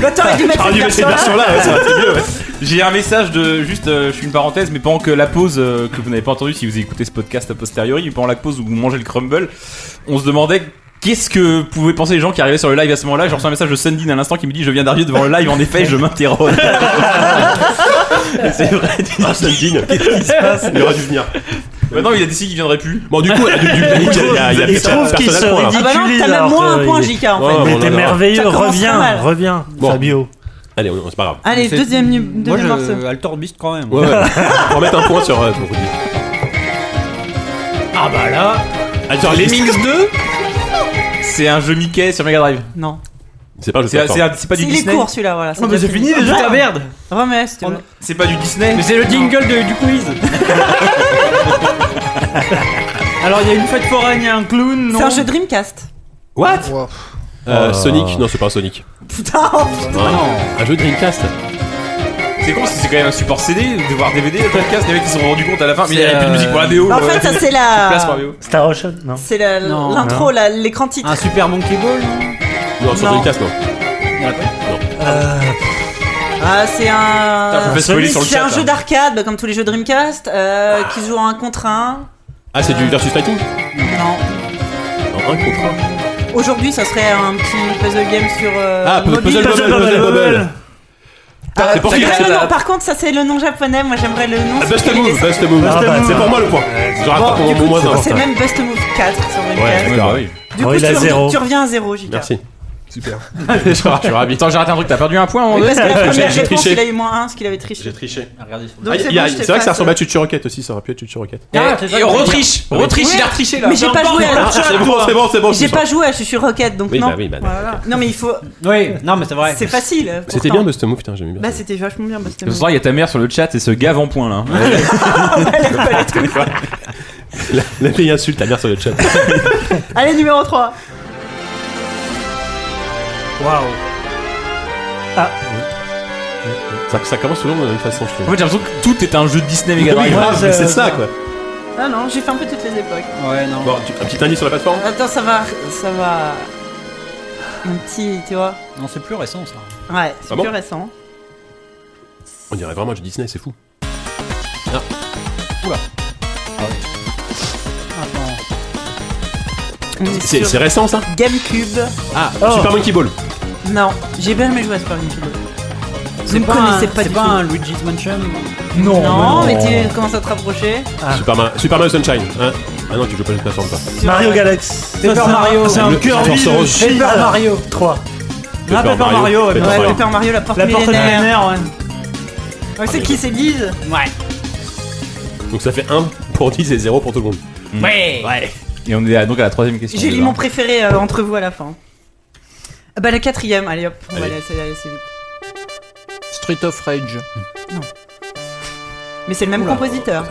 [SPEAKER 6] L'auteur a dû mettre
[SPEAKER 2] J'aurais dû mettre cette version-là, ouais, ça aurait été mieux, ouais.
[SPEAKER 4] J'ai un message de juste, euh, je suis une parenthèse, mais pendant que la pause euh, que vous n'avez pas entendu si vous écoutez ce podcast a posteriori, mais pendant la pause où vous mangez le crumble, on se demandait qu'est-ce que pouvaient penser les gens qui arrivaient sur le live à ce moment-là. J'ai reçu un message de Sandine à l'instant qui me dit je viens d'arriver devant le live, en effet, je m'interroge. Et c'est vrai.
[SPEAKER 2] Ah, c'est digne. Il aurait dû venir.
[SPEAKER 4] Maintenant, Bah il a décidé qu'il viendrait plus.
[SPEAKER 2] Bon, du coup, du, du, du coup, il y a, il y a,
[SPEAKER 8] Il se trouve
[SPEAKER 2] personne
[SPEAKER 8] qu'il
[SPEAKER 2] à
[SPEAKER 8] se
[SPEAKER 2] point, là.
[SPEAKER 8] ridicule.
[SPEAKER 6] Ah bah non, t'as même
[SPEAKER 8] alors
[SPEAKER 6] moins
[SPEAKER 8] que
[SPEAKER 6] un point,
[SPEAKER 8] il est-
[SPEAKER 6] JK en fait.
[SPEAKER 2] Ouais,
[SPEAKER 8] Mais
[SPEAKER 4] oh
[SPEAKER 2] bon,
[SPEAKER 8] t'es
[SPEAKER 2] non, non.
[SPEAKER 8] merveilleux,
[SPEAKER 6] Ça commence très
[SPEAKER 8] reviens,
[SPEAKER 6] mal.
[SPEAKER 8] reviens,
[SPEAKER 2] Bon.
[SPEAKER 8] Fabio.
[SPEAKER 2] Allez, on- c'est pas grave.
[SPEAKER 6] Allez,
[SPEAKER 5] C'est-
[SPEAKER 6] deuxième, nu-
[SPEAKER 5] Moi,
[SPEAKER 6] deuxième morceau.
[SPEAKER 5] je. Alter Beast quand même.
[SPEAKER 2] Ouais, ouais. On va mettre un point sur. Euh, pour vous dire.
[SPEAKER 5] Ah bah là.
[SPEAKER 2] Alter Beast.
[SPEAKER 4] Lemmings 2 C'est un jeu Mickey sur Mega Drive.
[SPEAKER 6] Non.
[SPEAKER 2] C'est pas, je sais
[SPEAKER 4] C'est
[SPEAKER 2] pas.
[SPEAKER 4] c'est- c'est pas du
[SPEAKER 6] Il est
[SPEAKER 4] Disney.
[SPEAKER 6] court celui-là, voilà.
[SPEAKER 5] mais c'est fini déjà
[SPEAKER 3] Ah,
[SPEAKER 5] Putain merde
[SPEAKER 6] Remets, s'il te plaît.
[SPEAKER 4] C'est pas du Disney.
[SPEAKER 5] Mais c'est le jingle de- du quiz Alors il y a une fête foraine, il y a un clown, non
[SPEAKER 6] C'est un jeu Dreamcast.
[SPEAKER 2] What
[SPEAKER 7] Wow.
[SPEAKER 2] euh, Sonic Non, c'est pas Sonic.
[SPEAKER 6] Putain,
[SPEAKER 2] Un jeu Dreamcast.
[SPEAKER 4] C'est con, parce que c'est quand même un support CD, ou voir DVD, le podcast, les mecs ils se sont rendus compte à la fin, mais il y
[SPEAKER 5] C'est, euh, Bah,
[SPEAKER 4] avait plus de musique pour la VO.
[SPEAKER 6] en fait, ça c'est
[SPEAKER 4] place pour
[SPEAKER 6] la.
[SPEAKER 4] la VO.
[SPEAKER 8] Star Ocean Non.
[SPEAKER 6] C'est la-
[SPEAKER 5] Non.
[SPEAKER 6] l'intro, la- l'écran titre.
[SPEAKER 5] Un super monkey ball, non
[SPEAKER 2] Non, sur
[SPEAKER 6] Non.
[SPEAKER 2] Dreamcast, non.
[SPEAKER 6] Ah, c'est
[SPEAKER 4] Putain, je me
[SPEAKER 6] un.
[SPEAKER 4] fais spoiler sur le
[SPEAKER 6] C'est
[SPEAKER 4] chat, là.
[SPEAKER 6] un
[SPEAKER 2] hein.
[SPEAKER 6] jeu d'arcade, bah, comme tous les jeux Dreamcast, euh, qui se joue en un contre un.
[SPEAKER 2] Ah, c'est du Versus Fighting
[SPEAKER 6] Non.
[SPEAKER 2] Non, un contre un.
[SPEAKER 6] Aujourd'hui, ça serait un petit puzzle game sur. euh,
[SPEAKER 2] Ah,
[SPEAKER 6] mobile.
[SPEAKER 2] Puzzle Bubble, Puzzle Bubble.
[SPEAKER 6] Ah,
[SPEAKER 2] C'est pour
[SPEAKER 6] c'est
[SPEAKER 2] qui
[SPEAKER 6] pas
[SPEAKER 2] que
[SPEAKER 6] le
[SPEAKER 2] ça-
[SPEAKER 6] nom, Ah, Par contre, ça c'est le nom japonais. Moi, j'aimerais le nom.
[SPEAKER 2] Ah,
[SPEAKER 6] c'est
[SPEAKER 2] Bust a
[SPEAKER 6] quel
[SPEAKER 2] Move
[SPEAKER 6] est-
[SPEAKER 2] Bust a Move
[SPEAKER 8] Ah, bah,
[SPEAKER 2] C'est pour moi le point. Je rattrape
[SPEAKER 6] Bon,
[SPEAKER 2] mon
[SPEAKER 6] du coup,
[SPEAKER 2] mon moins
[SPEAKER 6] C'est
[SPEAKER 2] un.
[SPEAKER 6] même Bust Move 4 sur Dreamcast.
[SPEAKER 2] Ouais, d'accord.
[SPEAKER 6] Du
[SPEAKER 8] Oh,
[SPEAKER 6] coup,
[SPEAKER 8] il
[SPEAKER 6] tu,
[SPEAKER 8] a
[SPEAKER 6] reviens-
[SPEAKER 8] zéro.
[SPEAKER 6] tu reviens à zéro, JK.
[SPEAKER 2] Merci. Super.
[SPEAKER 4] Je suis ravi. Attends, j'ai raté un truc, t'as perdu un point,
[SPEAKER 6] Oui,
[SPEAKER 4] mon
[SPEAKER 6] parce que la
[SPEAKER 2] J'ai-
[SPEAKER 6] première
[SPEAKER 2] j'ai
[SPEAKER 6] réponse,
[SPEAKER 2] triché.
[SPEAKER 6] il a eu moins 1, ce qu'il avait triché.
[SPEAKER 2] J'ai triché.
[SPEAKER 5] Regardez sur
[SPEAKER 6] Donc,
[SPEAKER 2] Ah,
[SPEAKER 6] c'est
[SPEAKER 2] il y a-
[SPEAKER 6] bon, je
[SPEAKER 2] C'est
[SPEAKER 6] te
[SPEAKER 2] vrai que
[SPEAKER 6] passe,
[SPEAKER 2] ça ressemble
[SPEAKER 6] euh,
[SPEAKER 2] à Chuchu Rocket aussi, ça aurait pu être Chuchu Rocket.
[SPEAKER 6] Ah,
[SPEAKER 4] Et retriche Retriche, il a retriché là
[SPEAKER 6] Mais j'ai pas joué à la-
[SPEAKER 2] c'est bon, c'est bon, c'est bon.
[SPEAKER 6] J'ai pas joué à Chuchu Rocket, donc
[SPEAKER 2] Oui,
[SPEAKER 6] non.
[SPEAKER 2] bah oui, bah d'accord,
[SPEAKER 6] Voilà. Non, mais il faut.
[SPEAKER 5] Oui, non mais c'est vrai.
[SPEAKER 6] C'est facile. euh,
[SPEAKER 2] C'était
[SPEAKER 6] pourtant.
[SPEAKER 2] bien Bust a Move, putain, j'aimais bien.
[SPEAKER 6] Bah,
[SPEAKER 2] ça.
[SPEAKER 6] c'était vachement bien, Bust
[SPEAKER 4] Ce
[SPEAKER 6] Move.
[SPEAKER 4] soir, il y a ta mère sur le chat et se gave en point là.
[SPEAKER 2] La la vieille insulte, la mère sur le chat.
[SPEAKER 6] Allez, numéro 3.
[SPEAKER 8] Waouh.
[SPEAKER 2] Ça- Ça commence toujours de la même façon, je
[SPEAKER 4] En
[SPEAKER 2] trouve.
[SPEAKER 4] fait, j'ai l'impression que tout est un jeu Disney Mega
[SPEAKER 2] Oui,
[SPEAKER 4] Drive.
[SPEAKER 2] grave, euh, mais c'est ça quoi.
[SPEAKER 6] Ah non, j'ai fait un peu toutes les époques.
[SPEAKER 5] Ouais, non.
[SPEAKER 2] Bon, tu- un petit indice sur la plateforme
[SPEAKER 6] Attends, ça va. Ça va. Un petit, tu vois.
[SPEAKER 5] Non, c'est plus récent ça.
[SPEAKER 6] Ouais, c'est
[SPEAKER 2] Ah
[SPEAKER 6] plus
[SPEAKER 2] bon
[SPEAKER 6] récent.
[SPEAKER 2] On dirait vraiment du Disney, c'est fou.
[SPEAKER 6] On est
[SPEAKER 2] C'est
[SPEAKER 6] sur
[SPEAKER 2] c'est récent ça
[SPEAKER 6] Gamecube.
[SPEAKER 2] Ah,
[SPEAKER 8] Oh.
[SPEAKER 2] Super Monkey Ball.
[SPEAKER 6] Non, j'ai bien aimé jouer à Super Nintendo. Vous ne
[SPEAKER 5] pas un-
[SPEAKER 6] connaissez pas
[SPEAKER 5] c'est
[SPEAKER 6] du tout.
[SPEAKER 5] pas un Luigi's Mansion
[SPEAKER 8] Non,
[SPEAKER 6] Non, mais tu commences à te rapprocher.
[SPEAKER 2] Super, Ma- Super Mario Sunshine. hein. ah non, tu joues pas à cette plateforme, toi.
[SPEAKER 8] Mario
[SPEAKER 6] euh,
[SPEAKER 8] Galaxy.
[SPEAKER 5] Paper Mario.
[SPEAKER 8] C'est un
[SPEAKER 2] Le-
[SPEAKER 8] cœur
[SPEAKER 2] Force
[SPEAKER 8] de
[SPEAKER 2] Rose.
[SPEAKER 8] Paper
[SPEAKER 5] Paper
[SPEAKER 8] Mario 3.
[SPEAKER 5] Ah, Paper Mario, ouais,
[SPEAKER 2] Paper
[SPEAKER 6] Ouais,
[SPEAKER 2] Mario.
[SPEAKER 6] Super Mario, la porte
[SPEAKER 8] La porte
[SPEAKER 6] millénaire.
[SPEAKER 8] millénaire, ouais.
[SPEAKER 6] Ouais, c'est qui c'est Liz
[SPEAKER 5] Ouais.
[SPEAKER 2] Donc ça fait 1 pour 10 et 0 pour tout le monde.
[SPEAKER 7] Ouais.
[SPEAKER 4] Et on est à- donc à la troisième question.
[SPEAKER 6] J'ai lu
[SPEAKER 4] déjà.
[SPEAKER 6] mon préféré euh, entre vous à la fin. Ah Bah la quatrième, allez hop, on va
[SPEAKER 2] Allez.
[SPEAKER 6] aller assez, aller assez vite.
[SPEAKER 7] Street of Rage.
[SPEAKER 6] Mais c'est le même compositeur.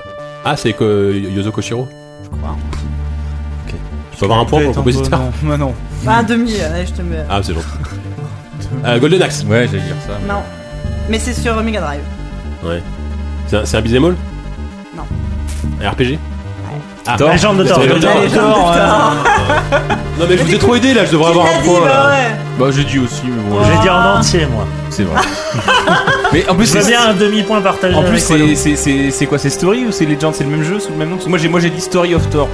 [SPEAKER 2] Ah, c'est que Yozo Koshiro Je crois. Ok. Tu peux avoir un point pour le compositeur
[SPEAKER 3] Non, mais non.
[SPEAKER 6] Bah un demi, allez je te mets.
[SPEAKER 2] Ah, c'est bon. Euh, Golden Axe.
[SPEAKER 4] Ouais, j'allais dire ça.
[SPEAKER 6] Non. Mais c'est sur Mega Drive.
[SPEAKER 2] C'est un, c'est un beat'em all
[SPEAKER 6] Non.
[SPEAKER 2] Un RPG Ah,
[SPEAKER 4] Thor.
[SPEAKER 6] Bah,
[SPEAKER 8] La jambe de
[SPEAKER 2] La
[SPEAKER 8] Thor.
[SPEAKER 2] jambe de Thor.
[SPEAKER 8] jambe de Thor, euh,
[SPEAKER 2] Non, mais je vous ai trop aidé là, je devrais
[SPEAKER 6] Tu
[SPEAKER 2] avoir
[SPEAKER 6] l'as
[SPEAKER 2] un
[SPEAKER 6] dit,
[SPEAKER 2] point.
[SPEAKER 6] bah
[SPEAKER 2] là.
[SPEAKER 6] ouais.
[SPEAKER 4] Bah, j'ai dit aussi, mais bon,
[SPEAKER 8] Je vais dire en entier, moi.
[SPEAKER 4] c'est vrai. mais en plus,
[SPEAKER 8] Je veux
[SPEAKER 4] c'est.
[SPEAKER 8] bien un demi-point partagé.
[SPEAKER 4] En plus,
[SPEAKER 8] avec Wallo.
[SPEAKER 4] c'est- c'est- c'est c'est quoi C'est Story ou c'est Legend C'est le même jeu sous le même nom Parce que Moi, j'ai moi, j'ai dit Story of Thor.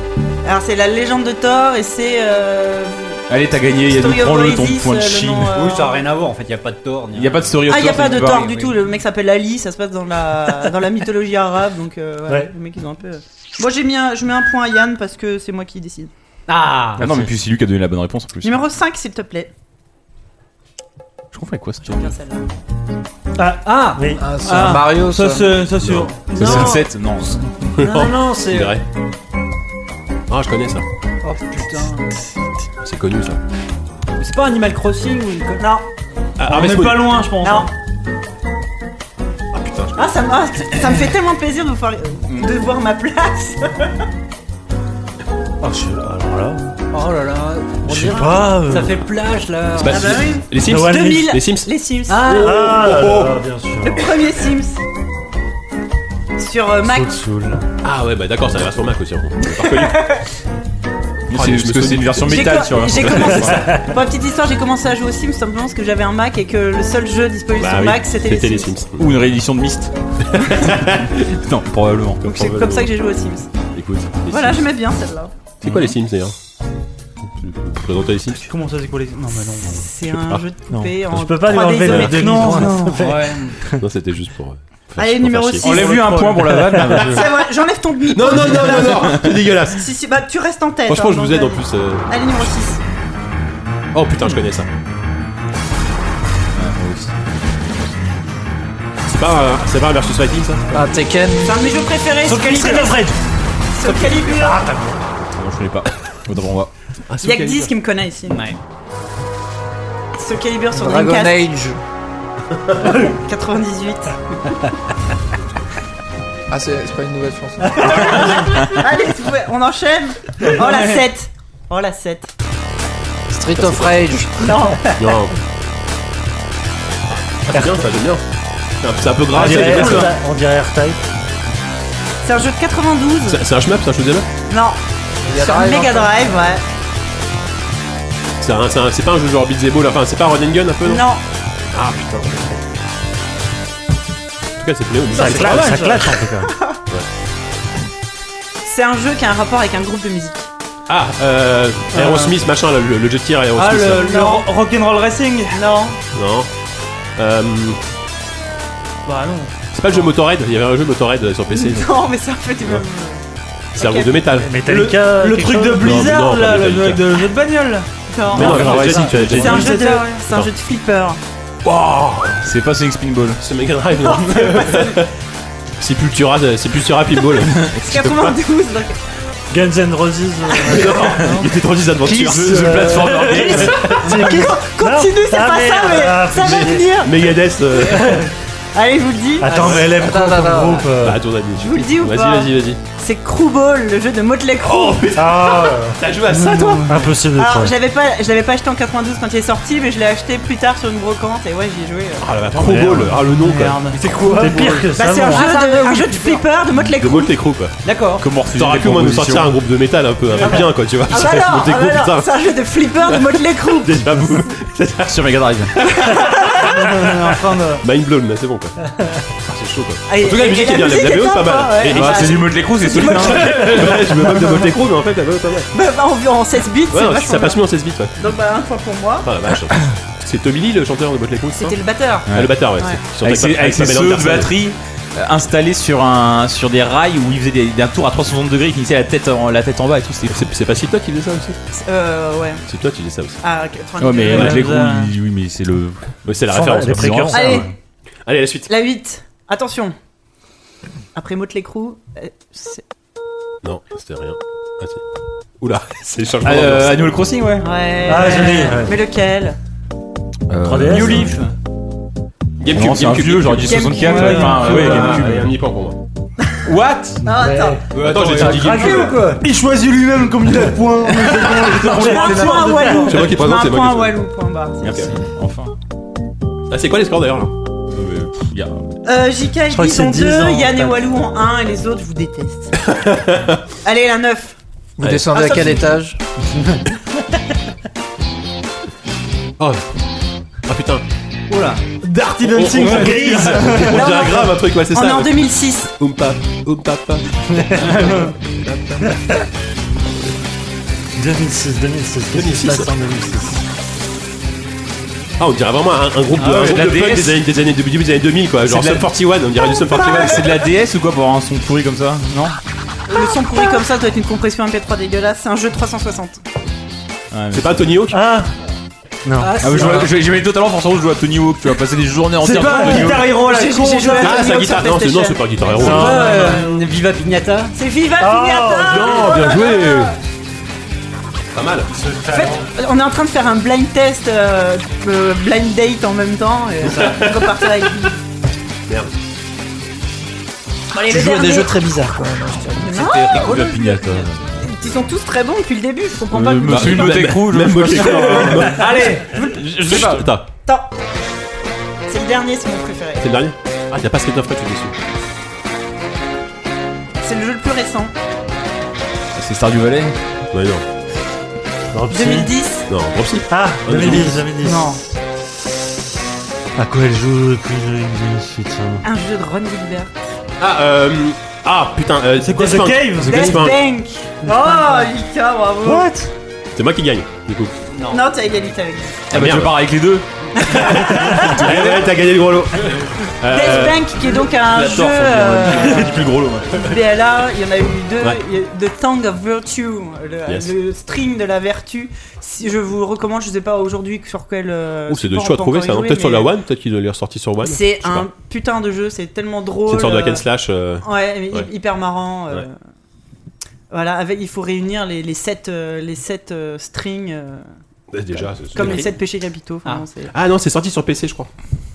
[SPEAKER 6] Alors c'est la légende de Thor et c'est euh,
[SPEAKER 4] Allez, t'as gagné, Yannou,
[SPEAKER 6] Story of
[SPEAKER 4] prends-le ton
[SPEAKER 6] Oasis,
[SPEAKER 4] point de
[SPEAKER 6] euh, le
[SPEAKER 4] chine.
[SPEAKER 6] nom, euh,
[SPEAKER 5] Oui, ça a rien à voir en fait, y a pas de tort.
[SPEAKER 4] Il y a pas de Story of
[SPEAKER 6] Ah,
[SPEAKER 4] Thor.
[SPEAKER 6] il a pas
[SPEAKER 4] c'est
[SPEAKER 6] de
[SPEAKER 4] pareil.
[SPEAKER 6] tort du
[SPEAKER 5] oui.
[SPEAKER 6] tout, le mec s'appelle Ali, ça se passe dans la, dans la mythologie arabe, donc euh, ouais,
[SPEAKER 8] Ouais.
[SPEAKER 6] le mec ils ont un peu... Moi j'ai mis un, je mets un point à Yann parce que c'est moi qui décide.
[SPEAKER 5] Ah
[SPEAKER 4] Ah non, mais puis c'est lui qui a donné la bonne réponse en plus.
[SPEAKER 6] Numéro 5 s'il te plaît.
[SPEAKER 4] Je comprends quoi Story
[SPEAKER 6] J'aime
[SPEAKER 4] of
[SPEAKER 6] bien celle-là.
[SPEAKER 5] Ah
[SPEAKER 8] Oui.
[SPEAKER 7] Ah, c'est
[SPEAKER 5] Ah.
[SPEAKER 7] un Mario ça.
[SPEAKER 3] Ça, c'est ça, c'est-
[SPEAKER 4] C'est
[SPEAKER 6] Non.
[SPEAKER 4] Sunset Non.
[SPEAKER 6] bah,
[SPEAKER 5] Non, non, c'est.
[SPEAKER 2] Libéré. Ah, je connais ça.
[SPEAKER 5] Oh putain.
[SPEAKER 2] C'est connu ça.
[SPEAKER 5] C'est pas Animal Crossing ou une connerie
[SPEAKER 6] Non,
[SPEAKER 2] Ah,
[SPEAKER 3] On
[SPEAKER 2] Harvest
[SPEAKER 3] est
[SPEAKER 2] Moon.
[SPEAKER 3] pas loin, je pense.
[SPEAKER 6] non.
[SPEAKER 2] Ah putain, je-
[SPEAKER 6] Ah, ça, me- ah, ça me fait tellement plaisir de, vous faire- euh, de voir ma place.
[SPEAKER 8] Oh, je- alors là.
[SPEAKER 5] Oh là là.
[SPEAKER 8] Je
[SPEAKER 5] on
[SPEAKER 8] sais
[SPEAKER 5] dirait-
[SPEAKER 8] pas. euh,
[SPEAKER 5] Ça fait plage là.
[SPEAKER 2] c'est pas-
[SPEAKER 6] Ah bah oui.
[SPEAKER 2] Les Sims
[SPEAKER 8] Noël.
[SPEAKER 6] 2000.
[SPEAKER 2] Les Sims
[SPEAKER 6] Les Sims.
[SPEAKER 5] Ah
[SPEAKER 8] Oh. Ah, là, là, bien sûr.
[SPEAKER 6] Le premier Sims. Sur euh, Mac.
[SPEAKER 8] Soul Soul.
[SPEAKER 2] Ah ouais, bah d'accord, c'est la version Mac aussi. on- on l'a reconnu.
[SPEAKER 4] Mais
[SPEAKER 2] Ah,
[SPEAKER 4] c'est-
[SPEAKER 2] je me
[SPEAKER 4] parce que c'est
[SPEAKER 2] souviens.
[SPEAKER 4] une version
[SPEAKER 6] J'ai
[SPEAKER 4] métal,
[SPEAKER 6] co-
[SPEAKER 4] tu vois.
[SPEAKER 6] j'ai commencé ça. Pour la petite histoire, j'ai commencé à jouer aux Sims simplement parce que j'avais un Mac et que le seul jeu disponible
[SPEAKER 2] Bah
[SPEAKER 6] sur
[SPEAKER 2] oui,
[SPEAKER 6] Mac c'était les Sims.
[SPEAKER 4] Ou une réédition de Myst. non, probablement.
[SPEAKER 6] Donc c'est comme ça que j'ai joué aux Sims.
[SPEAKER 2] Écoute. les
[SPEAKER 6] Voilà,
[SPEAKER 2] Sims.
[SPEAKER 6] j'aimais bien celle-là.
[SPEAKER 2] C'est quoi les Sims d'ailleurs Tu peux présenter les Sims
[SPEAKER 3] Comment ça, c'est quoi les. Non, mais non.
[SPEAKER 6] C'est
[SPEAKER 2] Je peux
[SPEAKER 6] un
[SPEAKER 2] pas.
[SPEAKER 6] jeu de
[SPEAKER 8] Non.
[SPEAKER 6] poupée en
[SPEAKER 8] Je peux pas lui
[SPEAKER 6] 3D
[SPEAKER 8] enlever le
[SPEAKER 6] isométrique.
[SPEAKER 8] demi-point.
[SPEAKER 2] Non, c'était juste pour. euh, faire-
[SPEAKER 6] Allez,
[SPEAKER 2] pour
[SPEAKER 6] numéro
[SPEAKER 2] faire chier.
[SPEAKER 6] six.
[SPEAKER 4] Enlève-lui un point pour la vanne.
[SPEAKER 6] C'est vrai, J'enlève ton demi.
[SPEAKER 2] Non, non, non, non, non, c'est dégueulasse.
[SPEAKER 6] Si, si, bah tu restes en tête.
[SPEAKER 2] Franchement,
[SPEAKER 6] hein,
[SPEAKER 2] je vous
[SPEAKER 6] donc,
[SPEAKER 2] aide en
[SPEAKER 6] vas-y.
[SPEAKER 2] plus. euh.
[SPEAKER 6] Allez, numéro 6.
[SPEAKER 2] Oh putain, je connais ça. Ah, C'est pas, un- c'est pas un versus fighting ça
[SPEAKER 7] Ah, Tekken.
[SPEAKER 6] C'est un de mes jeux préférés.
[SPEAKER 8] Sauf qu'elle
[SPEAKER 6] Soul Calibur.
[SPEAKER 2] Ah,
[SPEAKER 4] Non, je connais pas. Faudra qu'on voit.
[SPEAKER 6] Il y a que 10 qui me connaît ici.
[SPEAKER 5] Ouais.
[SPEAKER 6] Soul Calibur sur
[SPEAKER 7] Dragon
[SPEAKER 6] Dreamcast
[SPEAKER 7] Age.
[SPEAKER 6] 98.
[SPEAKER 7] Ah, c'est c'est pas une nouvelle chanson.
[SPEAKER 6] Allez, ouais, on enchaîne. Oh la 7. Oh la 7.
[SPEAKER 7] Street of Rage.
[SPEAKER 2] Non. Ah, c'est bien ça, j'aime bien. C'est un- C'est hein. un peu
[SPEAKER 8] On
[SPEAKER 2] grave, ça, j'aime
[SPEAKER 8] dirait
[SPEAKER 2] bien ça.
[SPEAKER 8] R- on dirait R-Type.
[SPEAKER 6] C'est un jeu de 92.
[SPEAKER 2] C'est c'est un shmup, c'est un shoot'em up
[SPEAKER 6] Non,
[SPEAKER 7] Mega
[SPEAKER 6] sur
[SPEAKER 7] Drive, hein.
[SPEAKER 6] Mega
[SPEAKER 7] encore.
[SPEAKER 6] Drive, ouais.
[SPEAKER 2] C'est un- c'est un- c'est pas un jeu genre Beat the Ball, enfin c'est pas un Run and Gun un peu non,
[SPEAKER 6] Non,
[SPEAKER 2] Ah putain. En tout cas, c'est Pléo.
[SPEAKER 8] Ça
[SPEAKER 2] C'est
[SPEAKER 8] claque, ça claque en tout cas.
[SPEAKER 6] c'est un jeu qui a un rapport avec un groupe de musique.
[SPEAKER 2] Ah, euh, Aerosmith, machin, là, le, le jet de tir Aerosmith.
[SPEAKER 3] Ah,
[SPEAKER 2] là.
[SPEAKER 3] le, le ro- rock'n'roll racing Non.
[SPEAKER 2] Non. Euh,
[SPEAKER 3] Bah non.
[SPEAKER 2] c'est pas le jeu Motorhead, il y avait un jeu Motorhead euh, sur PC.
[SPEAKER 6] Non, mais c'est un peu du même.
[SPEAKER 2] C'est un
[SPEAKER 6] Ok.
[SPEAKER 2] groupe de métal.
[SPEAKER 8] Metallica.
[SPEAKER 3] Le
[SPEAKER 8] quelque
[SPEAKER 3] truc de
[SPEAKER 8] chose
[SPEAKER 3] Blizzard,
[SPEAKER 2] Non, mais non,
[SPEAKER 3] là,
[SPEAKER 2] pas
[SPEAKER 3] le
[SPEAKER 2] Metallica.
[SPEAKER 3] mec de jeu de bagnole.
[SPEAKER 6] Non.
[SPEAKER 2] Mais non,
[SPEAKER 8] Non,
[SPEAKER 2] tu l'as
[SPEAKER 8] c'est
[SPEAKER 2] déjà
[SPEAKER 8] ça.
[SPEAKER 2] dit, tu l'as
[SPEAKER 6] C'est
[SPEAKER 2] déjà
[SPEAKER 6] un
[SPEAKER 2] dit.
[SPEAKER 6] jeu de,
[SPEAKER 3] Attends.
[SPEAKER 6] c'est un jeu de flipper.
[SPEAKER 4] C'est pas Sonic Spinball.
[SPEAKER 2] C'est Mega Drive, non C'est plus Tura, c'est plus Tura Pinball.
[SPEAKER 6] C'est 92. donc-
[SPEAKER 8] Guns N' Roses. euh,
[SPEAKER 2] Mais non, il était trop aventures.
[SPEAKER 8] Kiss, euh,
[SPEAKER 6] Continue, c'est
[SPEAKER 8] Ah,
[SPEAKER 6] pas ça,
[SPEAKER 8] merde.
[SPEAKER 6] mais
[SPEAKER 8] Ah,
[SPEAKER 6] ça va
[SPEAKER 8] putain.
[SPEAKER 6] venir.
[SPEAKER 2] Megadeth. euh,
[SPEAKER 6] Allez, je vous le dis.
[SPEAKER 8] Attends, mais elle aime
[SPEAKER 7] Attends,
[SPEAKER 8] trop
[SPEAKER 7] attends,
[SPEAKER 8] ton
[SPEAKER 7] attends.
[SPEAKER 8] groupe. euh.
[SPEAKER 2] Bah, à ton avis.
[SPEAKER 6] Je vous le dis ou
[SPEAKER 2] Vas-y,
[SPEAKER 6] pas
[SPEAKER 2] vas-y, vas-y.
[SPEAKER 6] C'est Crewball, le jeu de Motley Crue.
[SPEAKER 8] Ah,
[SPEAKER 2] T'as joué à ça, toi
[SPEAKER 8] euh, impossible de
[SPEAKER 6] Alors,
[SPEAKER 8] trouver.
[SPEAKER 6] j'avais pas, je l'avais pas acheté en 92 quand il est sorti, mais je l'ai acheté plus tard sur une brocante et ouais, j'y ai joué. euh.
[SPEAKER 2] Ah, la trop beau, le, ah, le nom, quoi.
[SPEAKER 8] C'est quoi C'est pire que
[SPEAKER 6] Bah,
[SPEAKER 8] ça.
[SPEAKER 6] c'est un,
[SPEAKER 8] non.
[SPEAKER 6] jeu de, un jeu de flipper de Motley
[SPEAKER 2] De
[SPEAKER 6] Crue.
[SPEAKER 2] Motley Crue, quoi.
[SPEAKER 5] D'accord.
[SPEAKER 4] Comment refuser
[SPEAKER 2] T'aurais
[SPEAKER 4] des
[SPEAKER 2] pu, au moins, nous
[SPEAKER 4] propositions
[SPEAKER 2] sortir un groupe de métal un peu, un peu bien, quoi, tu vois.
[SPEAKER 6] Ah bah non,
[SPEAKER 2] Motley
[SPEAKER 6] ah
[SPEAKER 2] Crue,
[SPEAKER 6] bah non,
[SPEAKER 2] putain.
[SPEAKER 6] c'est un jeu de flipper de Motley Crue.
[SPEAKER 2] Déjà, vous.
[SPEAKER 4] sur Mega Drive.
[SPEAKER 3] On est en train de.
[SPEAKER 2] Mind blown, là, c'est bon, quoi. Ah, c'est chaud, quoi.
[SPEAKER 6] Et-
[SPEAKER 2] En tout cas, la
[SPEAKER 6] et-
[SPEAKER 2] musique
[SPEAKER 6] et
[SPEAKER 2] est bien, la la
[SPEAKER 6] musique hein.
[SPEAKER 2] BO est pas
[SPEAKER 6] sympa,
[SPEAKER 2] mal. hein.
[SPEAKER 6] ouais.
[SPEAKER 2] Et- et-
[SPEAKER 4] Bah, c'est du Motley Crue, c'est solide. hein.
[SPEAKER 2] Ouais, je me moque de Motley Crue, mais en fait, la BO est pas mal.
[SPEAKER 6] Bah, bah, en, en 16 bits,
[SPEAKER 2] Ouais,
[SPEAKER 6] c'est
[SPEAKER 2] non,
[SPEAKER 6] vachement
[SPEAKER 2] ça passe
[SPEAKER 6] bien.
[SPEAKER 2] mieux en 16 bits, ouais.
[SPEAKER 6] Donc bah un point pour moi.
[SPEAKER 2] Ah, la vache. C'est Tommy Lee, le chanteur de Motley Crue, c'est ça
[SPEAKER 6] C'était le batteur.
[SPEAKER 2] Ah, le batteur, ouais.
[SPEAKER 6] Ouais.
[SPEAKER 2] c'est-
[SPEAKER 4] Avec
[SPEAKER 2] sur- Ah,
[SPEAKER 4] ses, avec ses
[SPEAKER 2] Pamela
[SPEAKER 4] sauts de
[SPEAKER 2] Anderson.
[SPEAKER 4] batterie euh, installés sur, un, sur des rails où il faisait des, un tour à 360 degrés, il finissait la tête en, la tête en bas et tout. C'était
[SPEAKER 2] C'est c'est pas Slipknot qui faisait ça aussi
[SPEAKER 6] Euh, ouais.
[SPEAKER 2] Slipknot qui faisait ça aussi.
[SPEAKER 6] Ah,
[SPEAKER 4] Ouais, mais
[SPEAKER 3] Ouais,
[SPEAKER 4] Motley
[SPEAKER 3] ça-
[SPEAKER 4] Crue, il- oui, mais c'est le.
[SPEAKER 2] Ouais, c'est la
[SPEAKER 8] Sans-
[SPEAKER 2] référence.
[SPEAKER 8] les
[SPEAKER 2] hein.
[SPEAKER 8] précurseurs.
[SPEAKER 6] Allez,
[SPEAKER 8] ouais.
[SPEAKER 2] Allez, la suite.
[SPEAKER 6] la 8. Attention. Après Motley Crue, euh, c'est-
[SPEAKER 2] Non, c'était rien. Ah, si. Oula, c'est le changement
[SPEAKER 4] Euh,
[SPEAKER 2] d'ambiance.
[SPEAKER 4] Animal Crossing, ouais.
[SPEAKER 6] ouais.
[SPEAKER 8] Ah, joli, ouais.
[SPEAKER 6] Mais lequel
[SPEAKER 8] 3DS,
[SPEAKER 5] New
[SPEAKER 8] ouais.
[SPEAKER 5] Leaf.
[SPEAKER 4] Non, c'est un vieux, j'aurais dit
[SPEAKER 6] Gamecube.
[SPEAKER 4] 64.
[SPEAKER 6] Ouais,
[SPEAKER 4] ouais, enfin, euh, ouais,
[SPEAKER 2] Ah,
[SPEAKER 4] Gamecube.
[SPEAKER 2] il y a un demi-point pour moi.
[SPEAKER 4] What
[SPEAKER 6] Non, Ah, attends.
[SPEAKER 2] Euh, Attends, j'ai déjà dit
[SPEAKER 8] craqué ou quoi
[SPEAKER 9] Il choisit lui-même comme il a de points.
[SPEAKER 6] Je mets un point à Walou.
[SPEAKER 2] C'est moi qui
[SPEAKER 6] Je mets
[SPEAKER 2] présente, c'est
[SPEAKER 6] un
[SPEAKER 2] moi qui
[SPEAKER 6] point à
[SPEAKER 2] choisis.
[SPEAKER 6] Walou, point barre. c'est
[SPEAKER 4] Merci. Enfin.
[SPEAKER 2] Ah, c'est quoi les scores d'ailleurs là
[SPEAKER 4] Euh, pff, y a-
[SPEAKER 6] Euh, JK et
[SPEAKER 8] crois que
[SPEAKER 6] Guy en
[SPEAKER 8] c'est 10 ans,
[SPEAKER 6] 2, Yann et
[SPEAKER 8] en fait.
[SPEAKER 6] Walou en 1 et les autres, je vous déteste. Allez, la 9.
[SPEAKER 7] Vous descendez
[SPEAKER 6] Ah,
[SPEAKER 7] à
[SPEAKER 6] ça,
[SPEAKER 7] quel
[SPEAKER 6] c'est-
[SPEAKER 7] étage
[SPEAKER 2] Oh. Ah putain.
[SPEAKER 9] Dirty Dancing,
[SPEAKER 2] Ouais.
[SPEAKER 9] grise.
[SPEAKER 2] On dirait grave un truc, ouais, c'est
[SPEAKER 6] On est
[SPEAKER 2] ça.
[SPEAKER 6] en 2006.
[SPEAKER 2] Oumpa, oumpapa.
[SPEAKER 8] 2006, 2006. Qu'est-ce qui
[SPEAKER 2] 2006.
[SPEAKER 8] se passe en 2006
[SPEAKER 2] Ah, on dirait vraiment un, un groupe de,
[SPEAKER 4] Ah
[SPEAKER 2] un
[SPEAKER 4] ouais,
[SPEAKER 2] groupe
[SPEAKER 4] la
[SPEAKER 2] de
[SPEAKER 4] DS.
[SPEAKER 2] punk des années, des années, du début des années 2000 quoi. Genre
[SPEAKER 4] C'est de la-
[SPEAKER 2] Sum
[SPEAKER 4] Ah,
[SPEAKER 2] 41, on dirait du Sum 41.
[SPEAKER 4] C'est de la DS ou quoi pour avoir un son pourri comme ça Non
[SPEAKER 5] Ah,
[SPEAKER 6] Le son pourri comme ça, ça doit être une compression MP3 dégueulasse. C'est un jeu 360.
[SPEAKER 4] Ouais, mais-
[SPEAKER 2] C'est pas Tony Hawk
[SPEAKER 8] Ah
[SPEAKER 4] Ah, mais je vois- j'ai j'ai mis totalement force en rouge, je joue à Tony Hawk, tu vas passer des journées
[SPEAKER 9] C'est
[SPEAKER 4] entières
[SPEAKER 9] pas
[SPEAKER 4] sur
[SPEAKER 9] un
[SPEAKER 4] Tony Hawk.
[SPEAKER 9] Guitar Hero à la
[SPEAKER 6] J'ai-
[SPEAKER 9] con.
[SPEAKER 6] j'ai joué à
[SPEAKER 2] Ah, c'est
[SPEAKER 6] Tony
[SPEAKER 2] un
[SPEAKER 6] Hero sur
[SPEAKER 2] guitare. Non, c'est non,
[SPEAKER 6] PlayStation.
[SPEAKER 2] c'est pas un guitare héros.
[SPEAKER 5] C'est
[SPEAKER 8] Non,
[SPEAKER 5] pas euh, Viva Pignata Ah,
[SPEAKER 6] C'est Viva
[SPEAKER 8] Oh,
[SPEAKER 6] Pignata
[SPEAKER 2] Ah, Non,
[SPEAKER 4] Ah,
[SPEAKER 2] bien joué. Pas mal.
[SPEAKER 6] En fait, on est en train de faire un blind test, euh, euh, blind date en même temps. Et euh, on va repartir avec.
[SPEAKER 2] Merde.
[SPEAKER 6] Bon, allez,
[SPEAKER 7] Tu
[SPEAKER 6] le
[SPEAKER 7] joues à des
[SPEAKER 6] dernier. oh,
[SPEAKER 7] jeux très bizarres quand même. hein,
[SPEAKER 4] Viva Pignata.
[SPEAKER 2] hein.
[SPEAKER 6] Ils sont tous très bons depuis le début. Je comprends pas.
[SPEAKER 2] Euh,
[SPEAKER 6] que-
[SPEAKER 4] Monsieur une bah, Motley Crue, je
[SPEAKER 2] Même
[SPEAKER 4] je-
[SPEAKER 2] Motley Crue, hein.
[SPEAKER 4] Allez Je je sais pas.
[SPEAKER 2] Attends,
[SPEAKER 6] Attends. C'est le dernier, c'est mon préféré.
[SPEAKER 2] c'est le dernier Ah, y'a pas Street of Rage dessus.
[SPEAKER 6] C'est le jeu le plus récent.
[SPEAKER 4] C'est Star du Valais
[SPEAKER 2] Ouais, non. Oh,
[SPEAKER 6] 2010
[SPEAKER 2] Non, Dropsy.
[SPEAKER 8] Ah,
[SPEAKER 2] Ah,
[SPEAKER 8] 2010, 2010.
[SPEAKER 6] Non.
[SPEAKER 8] À quoi elle joue depuis 2010, putain.
[SPEAKER 6] Un jeu de Ron Gilbert.
[SPEAKER 2] Ah, euh. Ah, putain, euh, c'est
[SPEAKER 3] quoi, The Cave
[SPEAKER 2] The
[SPEAKER 6] Death
[SPEAKER 2] Punk.
[SPEAKER 6] Bank Oh, Lucas, bravo
[SPEAKER 2] C'est moi qui gagne, du coup.
[SPEAKER 6] Non, t'as égalité avec.
[SPEAKER 4] Ah bah
[SPEAKER 2] merde.
[SPEAKER 4] je pars avec les deux
[SPEAKER 2] Eh ouais, t'as gagné le gros lot.
[SPEAKER 6] Death
[SPEAKER 2] Euh,
[SPEAKER 6] Bank, qui est donc un jeu. euh,
[SPEAKER 4] Dis plus le gros lot.
[SPEAKER 6] BLA, il y en a eu deux.
[SPEAKER 2] Ouais.
[SPEAKER 6] Il y a- The Tang of Virtue, le,
[SPEAKER 2] Yes.
[SPEAKER 6] le string de la vertu. Si je vous le recommande, je sais pas aujourd'hui sur quel. euh,
[SPEAKER 2] Ouh, c'est de
[SPEAKER 6] support
[SPEAKER 2] chaud à
[SPEAKER 6] on peut
[SPEAKER 2] trouver
[SPEAKER 6] encore y
[SPEAKER 2] ça. non
[SPEAKER 6] jouer,
[SPEAKER 2] Peut-être sur
[SPEAKER 6] mais
[SPEAKER 2] la One, peut-être qu'il doit les ressortir sur One.
[SPEAKER 6] C'est
[SPEAKER 2] Je sais
[SPEAKER 6] un
[SPEAKER 2] pas.
[SPEAKER 6] putain de jeu, c'est tellement drôle.
[SPEAKER 2] C'est une sorte de hack
[SPEAKER 6] euh,
[SPEAKER 2] and slash. euh,
[SPEAKER 6] Ouais, mais
[SPEAKER 2] Ouais.
[SPEAKER 6] hyper marrant. euh,
[SPEAKER 2] Ouais.
[SPEAKER 6] Voilà, avec, il faut réunir les, les sept, euh, les sept euh, strings, euh,
[SPEAKER 2] Déjà, c'est-
[SPEAKER 6] comme
[SPEAKER 2] c'est-
[SPEAKER 6] les sept péchés capitaux. enfin, c'est-
[SPEAKER 2] Ah non, c'est sorti sur PC, je crois.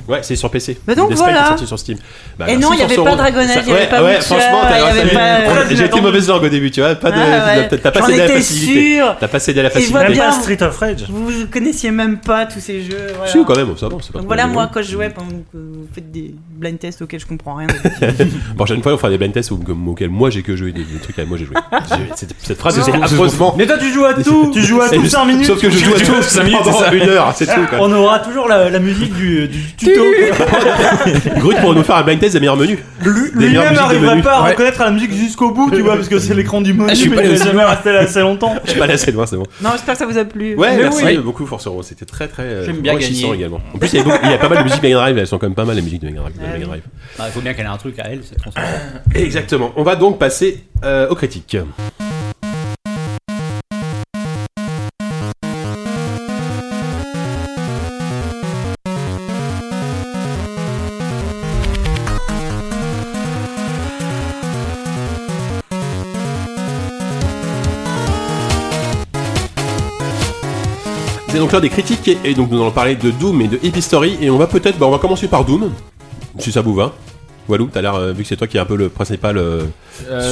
[SPEAKER 2] Ouais, c'est sur PC.
[SPEAKER 6] Bah donc
[SPEAKER 2] Death Strike
[SPEAKER 6] voilà.
[SPEAKER 2] est sorti sur Steam. Bah,
[SPEAKER 6] Et
[SPEAKER 2] merci
[SPEAKER 6] non, il y
[SPEAKER 2] pour
[SPEAKER 6] avait
[SPEAKER 2] ce
[SPEAKER 6] pas
[SPEAKER 2] round.
[SPEAKER 6] Dragonhead, il y avait
[SPEAKER 2] ouais,
[SPEAKER 6] pas
[SPEAKER 2] ouais,
[SPEAKER 6] Witcher,
[SPEAKER 2] franchement,
[SPEAKER 6] il y
[SPEAKER 2] t'as-
[SPEAKER 6] avait
[SPEAKER 2] t'as-
[SPEAKER 6] pas-
[SPEAKER 2] on-
[SPEAKER 6] Ouais,
[SPEAKER 2] J'ai été mauvaise langue au début, tu vois. Pas de,
[SPEAKER 6] Ah ouais.
[SPEAKER 2] t'as- T'as pas
[SPEAKER 6] J'en
[SPEAKER 2] cédé à la
[SPEAKER 6] étais
[SPEAKER 2] facilité.
[SPEAKER 6] sûr
[SPEAKER 2] T'as pas cédé à la
[SPEAKER 6] Et je vois
[SPEAKER 2] facilité.
[SPEAKER 6] bien.
[SPEAKER 8] Pas Street of Rage.
[SPEAKER 6] Vous vous connaissiez même pas tous ces jeux. voilà.
[SPEAKER 2] Si, quand même, ça va, c'est pas
[SPEAKER 6] Donc
[SPEAKER 2] trop
[SPEAKER 6] voilà,
[SPEAKER 2] dégueu.
[SPEAKER 6] moi, quand je jouais, pendant que vous faites des blind tests auxquels je comprends rien.
[SPEAKER 2] La Prochaine fois, on fera des blind tests où- comme- auxquels moi j'ai que joué, des, des trucs à moi j'ai joué. J'ai- cette- Cette phrase,
[SPEAKER 4] C'est ce
[SPEAKER 2] c'est
[SPEAKER 4] qu'on- c'est ce
[SPEAKER 2] affreusement.
[SPEAKER 9] Mais toi, tu joues à tout Tu joues à
[SPEAKER 2] Et
[SPEAKER 9] tout
[SPEAKER 2] je-
[SPEAKER 9] 5 minutes
[SPEAKER 2] Sauf que je joue à
[SPEAKER 4] Tu joues
[SPEAKER 2] tout
[SPEAKER 4] cinq minutes,
[SPEAKER 2] pendant
[SPEAKER 4] c'est ça.
[SPEAKER 2] une heure, c'est tout. quoi.
[SPEAKER 9] On aura toujours la, la musique du, du tuto.
[SPEAKER 2] Grut pour nous faire un blind test des meilleurs menus.
[SPEAKER 9] Lui-
[SPEAKER 2] Des meilleures
[SPEAKER 9] Lui-même
[SPEAKER 2] musiques de
[SPEAKER 9] n'arrivera
[SPEAKER 2] menu.
[SPEAKER 9] pas à
[SPEAKER 4] Ouais.
[SPEAKER 9] reconnaître la musique jusqu'au bout, tu vois, parce que c'est l'écran du menu,
[SPEAKER 4] Ah, je suis
[SPEAKER 9] mais
[SPEAKER 4] pas
[SPEAKER 9] il
[SPEAKER 4] allé
[SPEAKER 9] va
[SPEAKER 4] au
[SPEAKER 9] jamais rester là assez longtemps.
[SPEAKER 2] Je suis pas lassé de moi, c'est bon.
[SPEAKER 6] non, j'espère que ça vous a plu.
[SPEAKER 2] Ouais,
[SPEAKER 9] Mais
[SPEAKER 2] merci
[SPEAKER 9] oui.
[SPEAKER 2] beaucoup Forcero, c'était très très euh,
[SPEAKER 5] J'aime bien
[SPEAKER 2] enrichissant
[SPEAKER 5] gagner.
[SPEAKER 2] également. En plus, il y, avait beaucoup- il y a pas mal de musique Mega Drive, elles sont quand même pas mal les musiques de Mega Drive. de Mega Drive.
[SPEAKER 5] Bah, il faut bien qu'elle ait un truc à elle, cette console.
[SPEAKER 2] Exactement. On va donc passer euh, aux critiques. C'est donc l'heure des critiques et, et donc nous allons parler de Doom et de Epistory et on va peut-être, bah, on va commencer par Doom si ça vous va. Walou, t'as l'air, euh, vu que c'est toi qui est un peu le principal. euh,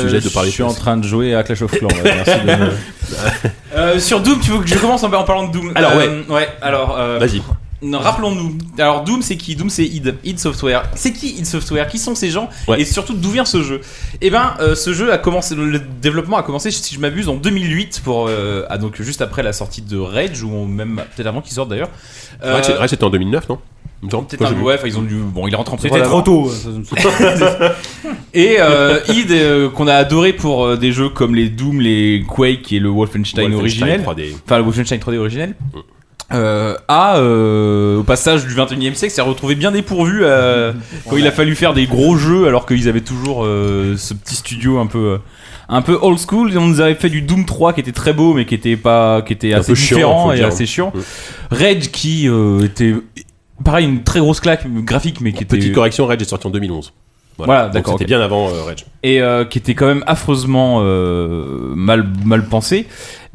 [SPEAKER 2] Sujet de parler
[SPEAKER 4] Je suis en
[SPEAKER 2] face.
[SPEAKER 4] train de jouer à Clash of Clans. ouais, merci de me- Euh, sur Doom, tu veux que je commence en, en parlant de Doom
[SPEAKER 2] Alors,
[SPEAKER 4] Euh, ouais. Alors euh,
[SPEAKER 2] Vas-y.
[SPEAKER 4] non, rappelons-nous. Alors Doom, c'est qui Doom, c'est id. id Software. C'est qui id Software Qui sont ces gens
[SPEAKER 2] Ouais.
[SPEAKER 4] Et surtout, d'où vient ce jeu Eh ben, euh, ce jeu a commencé. Le développement a commencé, si je m'abuse, en 2008 pour euh, ah, donc juste après la sortie de Rage ou même peut-être avant qu'il sorte d'ailleurs. Euh,
[SPEAKER 2] Rage, Rage, c'était en 2009, non Il me semble.
[SPEAKER 4] peut-être
[SPEAKER 2] Moi,
[SPEAKER 4] un-
[SPEAKER 2] j'ai vu.
[SPEAKER 4] ouais, enfin, ils ont dû. Bon, il rentre en
[SPEAKER 5] C'était trop tôt. ça-
[SPEAKER 4] Et euh, id euh, qu'on a adoré pour euh, des jeux comme les Doom, les Quake et le Wolfenstein,
[SPEAKER 2] Wolfenstein
[SPEAKER 4] originel.
[SPEAKER 2] 3D.
[SPEAKER 4] enfin le Wolfenstein 3D originel, euh, a, euh, au passage du 21 e siècle, s'est retrouvé bien dépourvu euh, quand il a fallu faire des gros jeux alors qu'ils avaient toujours euh, ce petit studio un peu. euh, un peu old school, on nous avait fait du Doom 3 qui était très beau mais qui était pas qui était
[SPEAKER 2] Un
[SPEAKER 4] assez
[SPEAKER 2] peu chiant,
[SPEAKER 4] différent
[SPEAKER 2] faut le
[SPEAKER 4] et
[SPEAKER 2] dire.
[SPEAKER 4] assez chiant.
[SPEAKER 2] Mm.
[SPEAKER 4] Rage qui euh, était pareil une très grosse claque graphique mais qui était
[SPEAKER 2] Petite correction, Rage est sorti en 2011.
[SPEAKER 4] Voilà,
[SPEAKER 2] Donc
[SPEAKER 4] d'accord,
[SPEAKER 2] C'était
[SPEAKER 4] ok.
[SPEAKER 2] bien avant euh, Rage.
[SPEAKER 4] et euh, qui était quand même affreusement euh, mal, mal pensé.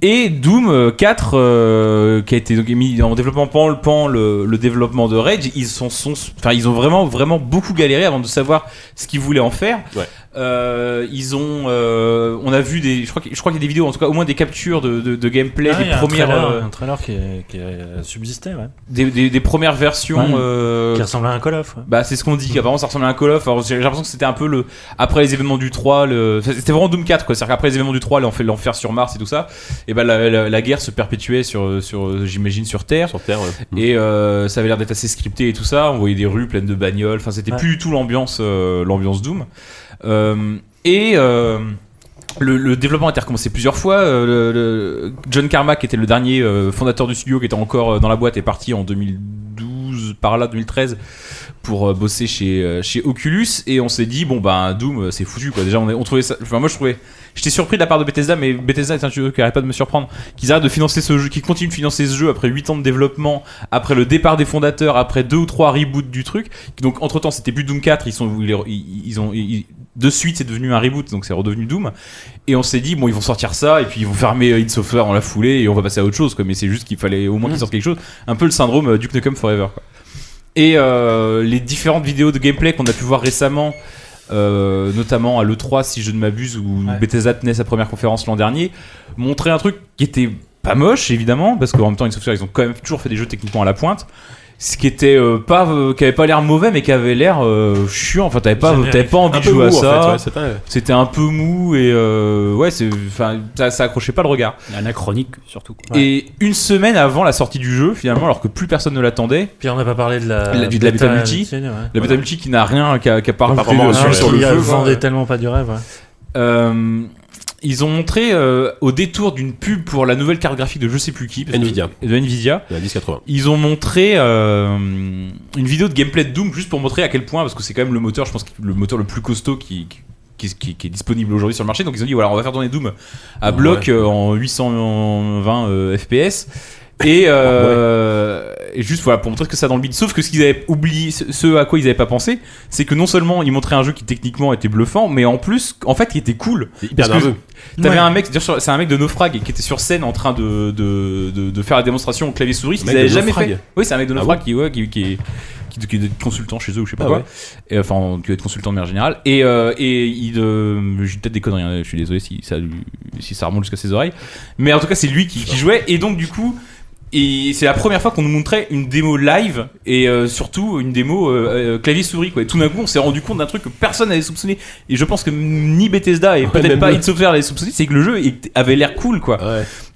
[SPEAKER 4] Et Doom euh, 4, euh, qui a été donc mis en développement pendant le, pendant le, le développement de Rage, ils, sont, sont, enfin, ils ont vraiment, vraiment beaucoup galéré avant de savoir ce qu'ils voulaient en faire.
[SPEAKER 2] Ouais.
[SPEAKER 4] Euh, ils ont, euh, on a vu des, je crois, que- je crois qu'il y a des vidéos, en tout cas au moins des captures de, de, de gameplay,
[SPEAKER 8] Ah, il
[SPEAKER 4] des
[SPEAKER 8] y a un
[SPEAKER 4] premières,
[SPEAKER 8] trailer,
[SPEAKER 4] euh,
[SPEAKER 8] un trailer qui, est- qui a subsisté, ouais.
[SPEAKER 4] des, des- des premières versions
[SPEAKER 8] Ouais.
[SPEAKER 4] euh,
[SPEAKER 8] Qui ressemble à un Call of. ouais.
[SPEAKER 4] bah c'est ce qu'on dit, apparemment ça ressemblait à un Call of, Alors, j'ai j'ai l'impression que c'était un peu le... Après les événements du 3, le... c'était vraiment Doom 4 quoi, c'est-à-dire qu'après les événements du 3, l'enfer, l'enfer sur Mars et tout ça, et bah la, la- la guerre se perpétuait sur, sur j'imagine sur Terre,
[SPEAKER 2] Sur Terre. ouais.
[SPEAKER 4] et euh, ça avait l'air d'être assez scripté et tout ça, on voyait des rues pleines de bagnoles, enfin c'était
[SPEAKER 8] Ouais.
[SPEAKER 4] plus du tout l'ambiance, euh, l'ambiance Doom. Euh, et... euh, le, le développement a été recommencé plusieurs fois. Euh, le- le- John Carmack, qui était le dernier euh, fondateur du studio, qui était encore euh, dans la boîte, est parti en 2012, par là, 2013, pour euh, bosser chez, euh, chez Oculus. Et on s'est dit, bon, ben, Doom, euh, c'est foutu, quoi. Déjà, on, est- on trouvait ça. Enfin, moi, je trouvais. J'étais surpris de la part de Bethesda, mais Bethesda est un studio qui arrête pas de me surprendre. Qu'ils arrêtent de financer ce jeu, qu'ils continuent de financer ce jeu après 8 ans de développement, après le départ des fondateurs, après deux ou trois reboots du truc. Donc, entre temps, c'était plus Doom 4, ils sont. Ils, ils ont, ils- de suite, c'est devenu un reboot, donc c'est redevenu Doom. Et on s'est dit, bon, ils vont sortir ça, et puis ils vont fermer euh, id Software en la foulée, et on va passer à autre chose, quoi. Mais c'est juste qu'il fallait au moins
[SPEAKER 2] Mm.
[SPEAKER 4] qu'ils sortent quelque chose. Un peu le syndrome euh, Duke Nukem Forever, quoi. Et euh, les différentes vidéos de gameplay qu'on a pu voir récemment, euh, notamment à l'E3, si je ne m'abuse, où
[SPEAKER 8] Ouais.
[SPEAKER 4] Bethesda tenait sa première conférence l'an dernier, montraient un truc qui était pas moche évidemment parce qu'en même temps Software ils ont quand même toujours fait des jeux techniquement à la pointe ce qui était euh, pas euh, qui avait pas l'air mauvais mais qui avait l'air euh, chiant enfin t'avais pas
[SPEAKER 2] Générique.
[SPEAKER 4] t'avais pas envie
[SPEAKER 2] Un
[SPEAKER 4] de
[SPEAKER 2] peu
[SPEAKER 4] jouer à
[SPEAKER 2] mou, en
[SPEAKER 4] ça
[SPEAKER 2] fait, ouais, euh, c'était-
[SPEAKER 4] c'était un peu mou et euh, ouais c'est enfin ça, ça accrochait pas le regard
[SPEAKER 5] anachronique surtout
[SPEAKER 4] et une semaine avant la sortie du jeu finalement alors que plus personne ne l'attendait
[SPEAKER 8] puis on n'a pas parlé de la
[SPEAKER 4] du- de la Ah, bêta
[SPEAKER 8] bêta
[SPEAKER 4] multi
[SPEAKER 8] multi, ouais.
[SPEAKER 4] la bêta
[SPEAKER 8] Voilà.
[SPEAKER 4] multi qui n'a rien qui a, qui a pas
[SPEAKER 8] Pas
[SPEAKER 4] rajouté
[SPEAKER 8] vraiment
[SPEAKER 4] de
[SPEAKER 8] un
[SPEAKER 4] sucre
[SPEAKER 8] sujet
[SPEAKER 4] sur le
[SPEAKER 8] qui
[SPEAKER 4] feu
[SPEAKER 8] vendait
[SPEAKER 4] quoi.
[SPEAKER 8] tellement pas du rêve, ouais.
[SPEAKER 4] Euh, ils ont montré euh, au détour d'une pub pour la nouvelle carte graphique de je sais plus qui. parce que-
[SPEAKER 2] Nvidia.
[SPEAKER 4] De Nvidia.
[SPEAKER 2] La 1080.
[SPEAKER 4] Ils ont montré euh, une vidéo de gameplay de Doom juste pour montrer à quel point, parce que c'est quand même le moteur, je pense, que le moteur le plus costaud qui, qui, qui- qui est disponible aujourd'hui sur le marché. Donc ils ont dit voilà, on va faire tourner Doom à bloc euh, en 820 euh, FPS. Et, euh, et juste voilà pour montrer ce que ça a dans le bide. Sauf que ce qu'ils avaient oublié, ce- ce à quoi ils n'avaient pas pensé, c'est que non seulement ils montraient un jeu qui techniquement était bluffant, mais en plus, en fait, il était cool.
[SPEAKER 2] hyper
[SPEAKER 4] Parce que
[SPEAKER 2] nerveux.
[SPEAKER 4] T'avais
[SPEAKER 2] Ouais.
[SPEAKER 4] un mec, c'est-à-dire sur- c'est un mec de Naufrag qui était sur scène en train de, de, de, de faire la démonstration au clavier souris.
[SPEAKER 2] Un
[SPEAKER 4] Ils
[SPEAKER 2] mec de
[SPEAKER 4] avaient jamais
[SPEAKER 2] Naufrag
[SPEAKER 4] fait. Oui, c'est un mec de
[SPEAKER 2] Ah
[SPEAKER 4] Naufrag qui, ouais, qui, qui est qui, qui est consultant chez eux ou je sais pas
[SPEAKER 2] Ah
[SPEAKER 4] quoi.
[SPEAKER 2] ouais.
[SPEAKER 4] Et, enfin, qui doit être consultant de manière générale. Et, euh, et il. euh, J'ai peut-être des conneries, hein, je suis désolé si ça, lui- si ça remonte jusqu'à ses oreilles. Mais en tout cas, c'est lui qui, qui jouait. Et donc, du coup. Et c'est la première fois qu'on nous montrait une démo live et euh, surtout une démo euh, euh, clavier souris quoi. Et tout d'un coup, on s'est rendu compte d'un truc que personne n'avait soupçonné. Et je pense que ni Bethesda et
[SPEAKER 2] Ouais,
[SPEAKER 4] peut-être
[SPEAKER 2] même
[SPEAKER 4] pas
[SPEAKER 2] eux.
[SPEAKER 4] id Software les soupçonnés, c'est que le jeu est- avait l'air cool quoi.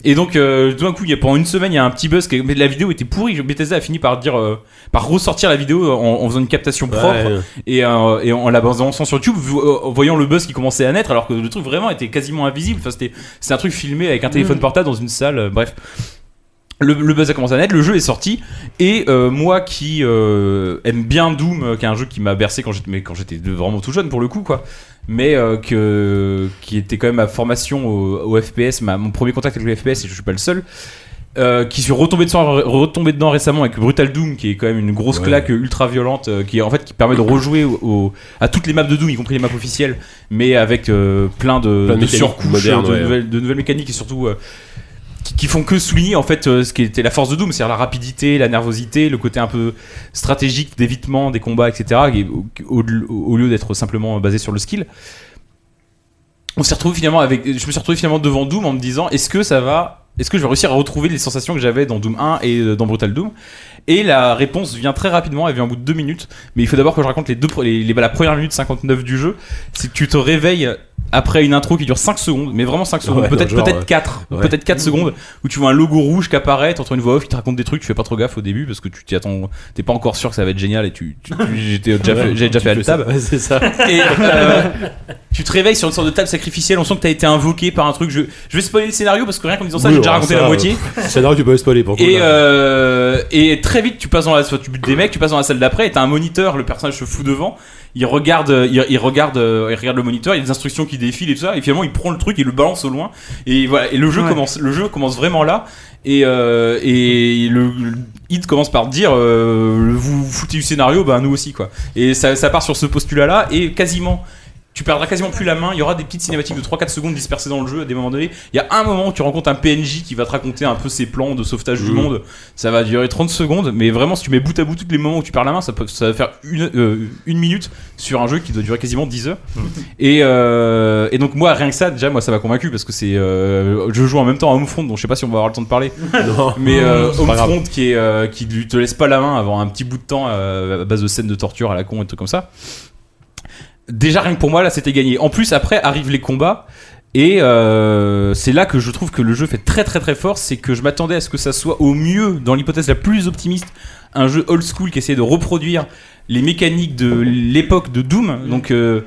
[SPEAKER 4] Et donc euh, tout d'un coup, il y a pendant une semaine, il y a un petit buzz, qui- mais la vidéo était pourrie. Bethesda a fini par dire, euh, par ressortir la vidéo en, en faisant une captation propre
[SPEAKER 2] Ouais.
[SPEAKER 4] et, euh, et en la balançant sur YouTube, vo- euh, en voyant le buzz qui commençait à naître, alors que le truc vraiment était quasiment invisible. Enfin, c'était c'est un truc filmé avec un téléphone
[SPEAKER 2] Mm.
[SPEAKER 4] portable dans une salle. euh, bref. Le, le buzz a commencé à naître, le jeu est sorti, et euh, moi qui euh, aime bien Doom, euh, qui est un jeu qui m'a bercé quand j'étais mais quand j'étais de- vraiment tout jeune pour le coup, quoi, mais euh, que, qui était quand même ma formation au, au FPS, ma- mon premier contact avec le FPS, et je suis pas le seul, euh, qui suis retombé dedans, retombé dedans récemment avec Brutal Doom, qui est quand même une grosse
[SPEAKER 2] Ouais.
[SPEAKER 4] claque ultra violente, euh, qui en fait qui permet de rejouer au- au- à toutes les maps de Doom, y compris les maps officielles, mais avec euh, plein de,
[SPEAKER 2] Plein de
[SPEAKER 4] de
[SPEAKER 2] mécaniques
[SPEAKER 4] surcouches,
[SPEAKER 2] modernes,
[SPEAKER 4] de,
[SPEAKER 2] ouais.
[SPEAKER 4] nouvelles, de nouvelles mécaniques et surtout euh, qui, qui font que souligner en fait euh, ce qui était la force de Doom, c'est-à-dire la rapidité, la nervosité, le côté un peu stratégique d'évitement des combats, etc. qui est au, au- au lieu d'être simplement basé sur le skill. On s'est retrouvé finalement avec, je me suis retrouvé finalement devant Doom en me disant est-ce que ça va, est-ce que je vais réussir à retrouver les sensations que j'avais dans Doom 1 et euh, dans Brutal Doom Et la réponse vient très rapidement, elle vient au bout de deux minutes. Mais il faut d'abord que je raconte les deux, pre- les, les- la première minute 59 du jeu, c'est que tu te réveilles après une intro qui dure 5 secondes, mais vraiment 5 secondes,
[SPEAKER 2] Ouais,
[SPEAKER 4] peut-être
[SPEAKER 2] genre,
[SPEAKER 4] peut-être
[SPEAKER 2] ouais.
[SPEAKER 4] 4,
[SPEAKER 2] Ouais.
[SPEAKER 4] peut-être 4 secondes où tu vois un logo rouge qui apparaît, t'entends une voix off qui te raconte des trucs, tu fais pas trop gaffe au début parce que tu t'y attends, t'es pas encore sûr que ça va être génial et tu, tu- tu- j'étais déjà
[SPEAKER 2] Ouais,
[SPEAKER 4] fait- j'avais déjà
[SPEAKER 2] tu
[SPEAKER 4] fait à
[SPEAKER 2] fais
[SPEAKER 4] la table.
[SPEAKER 2] ça. Ouais, c'est ça.
[SPEAKER 4] Et euh, tu te réveilles sur une sorte de table sacrificielle, on sent que t'as été invoqué par un truc. Je, je vais spoiler le scénario parce que rien qu'en disant ça,
[SPEAKER 2] Oui,
[SPEAKER 4] j'ai déjà
[SPEAKER 2] alors
[SPEAKER 4] raconté
[SPEAKER 2] ça,
[SPEAKER 4] la
[SPEAKER 2] euh,
[SPEAKER 4] moitié.
[SPEAKER 2] C'est normal, tu peux le spoiler pour
[SPEAKER 4] Et,
[SPEAKER 2] quoi, là.
[SPEAKER 4] euh, et très vite, tu passes dans la, soit tu butes des mecs, tu passes dans la salle d'après, et t'as un moniteur, le personnage se fout devant, il regarde, euh, il, il regarde, euh, il regarde le moniteur, il y a des instructions qui défilent et tout ça, et finalement il prend le truc, il le balance au loin, et voilà, et le jeu
[SPEAKER 3] Ouais.
[SPEAKER 4] commence, le jeu commence vraiment là, et, euh, et le, le hit commence par dire, euh, le- vous vous foutez du scénario, bah nous aussi quoi, et ça, ça part sur ce postulat-là, et quasiment. Tu perdras quasiment plus la main, il y aura des petites cinématiques de 3-4 secondes dispersées dans le jeu à des moments donnés. Il y a un moment où tu rencontres un PNJ qui va te raconter un peu ses plans de sauvetage du
[SPEAKER 2] Mhm.
[SPEAKER 4] monde. Ça va durer 30 secondes, mais vraiment, si tu mets bout à bout tous les moments où tu perds la main, ça, peut, ça va faire une, euh, une minute sur un jeu qui doit durer quasiment 10 heures. Et, euh, et donc, moi, rien que ça, déjà, moi, ça m'a convaincu parce que c'est. euh, je joue en même temps à Homefront, donc je sais pas si on va avoir le temps de parler.
[SPEAKER 2] Non.
[SPEAKER 4] Mais euh,
[SPEAKER 2] Hmm. C'est pas grave.
[SPEAKER 4] Homefront qui, est, euh, qui lui te laisse pas la main avant un petit bout de temps euh, à base de scènes de torture à la con et des trucs comme ça. Déjà rien que pour moi là c'était gagné. En plus après arrivent les combats et euh, c'est là que je trouve que le jeu fait très très très fort, c'est que je m'attendais à ce que ça soit au mieux dans l'hypothèse la plus optimiste un jeu old school qui essayait de reproduire les mécaniques de l'époque de Doom. Donc euh,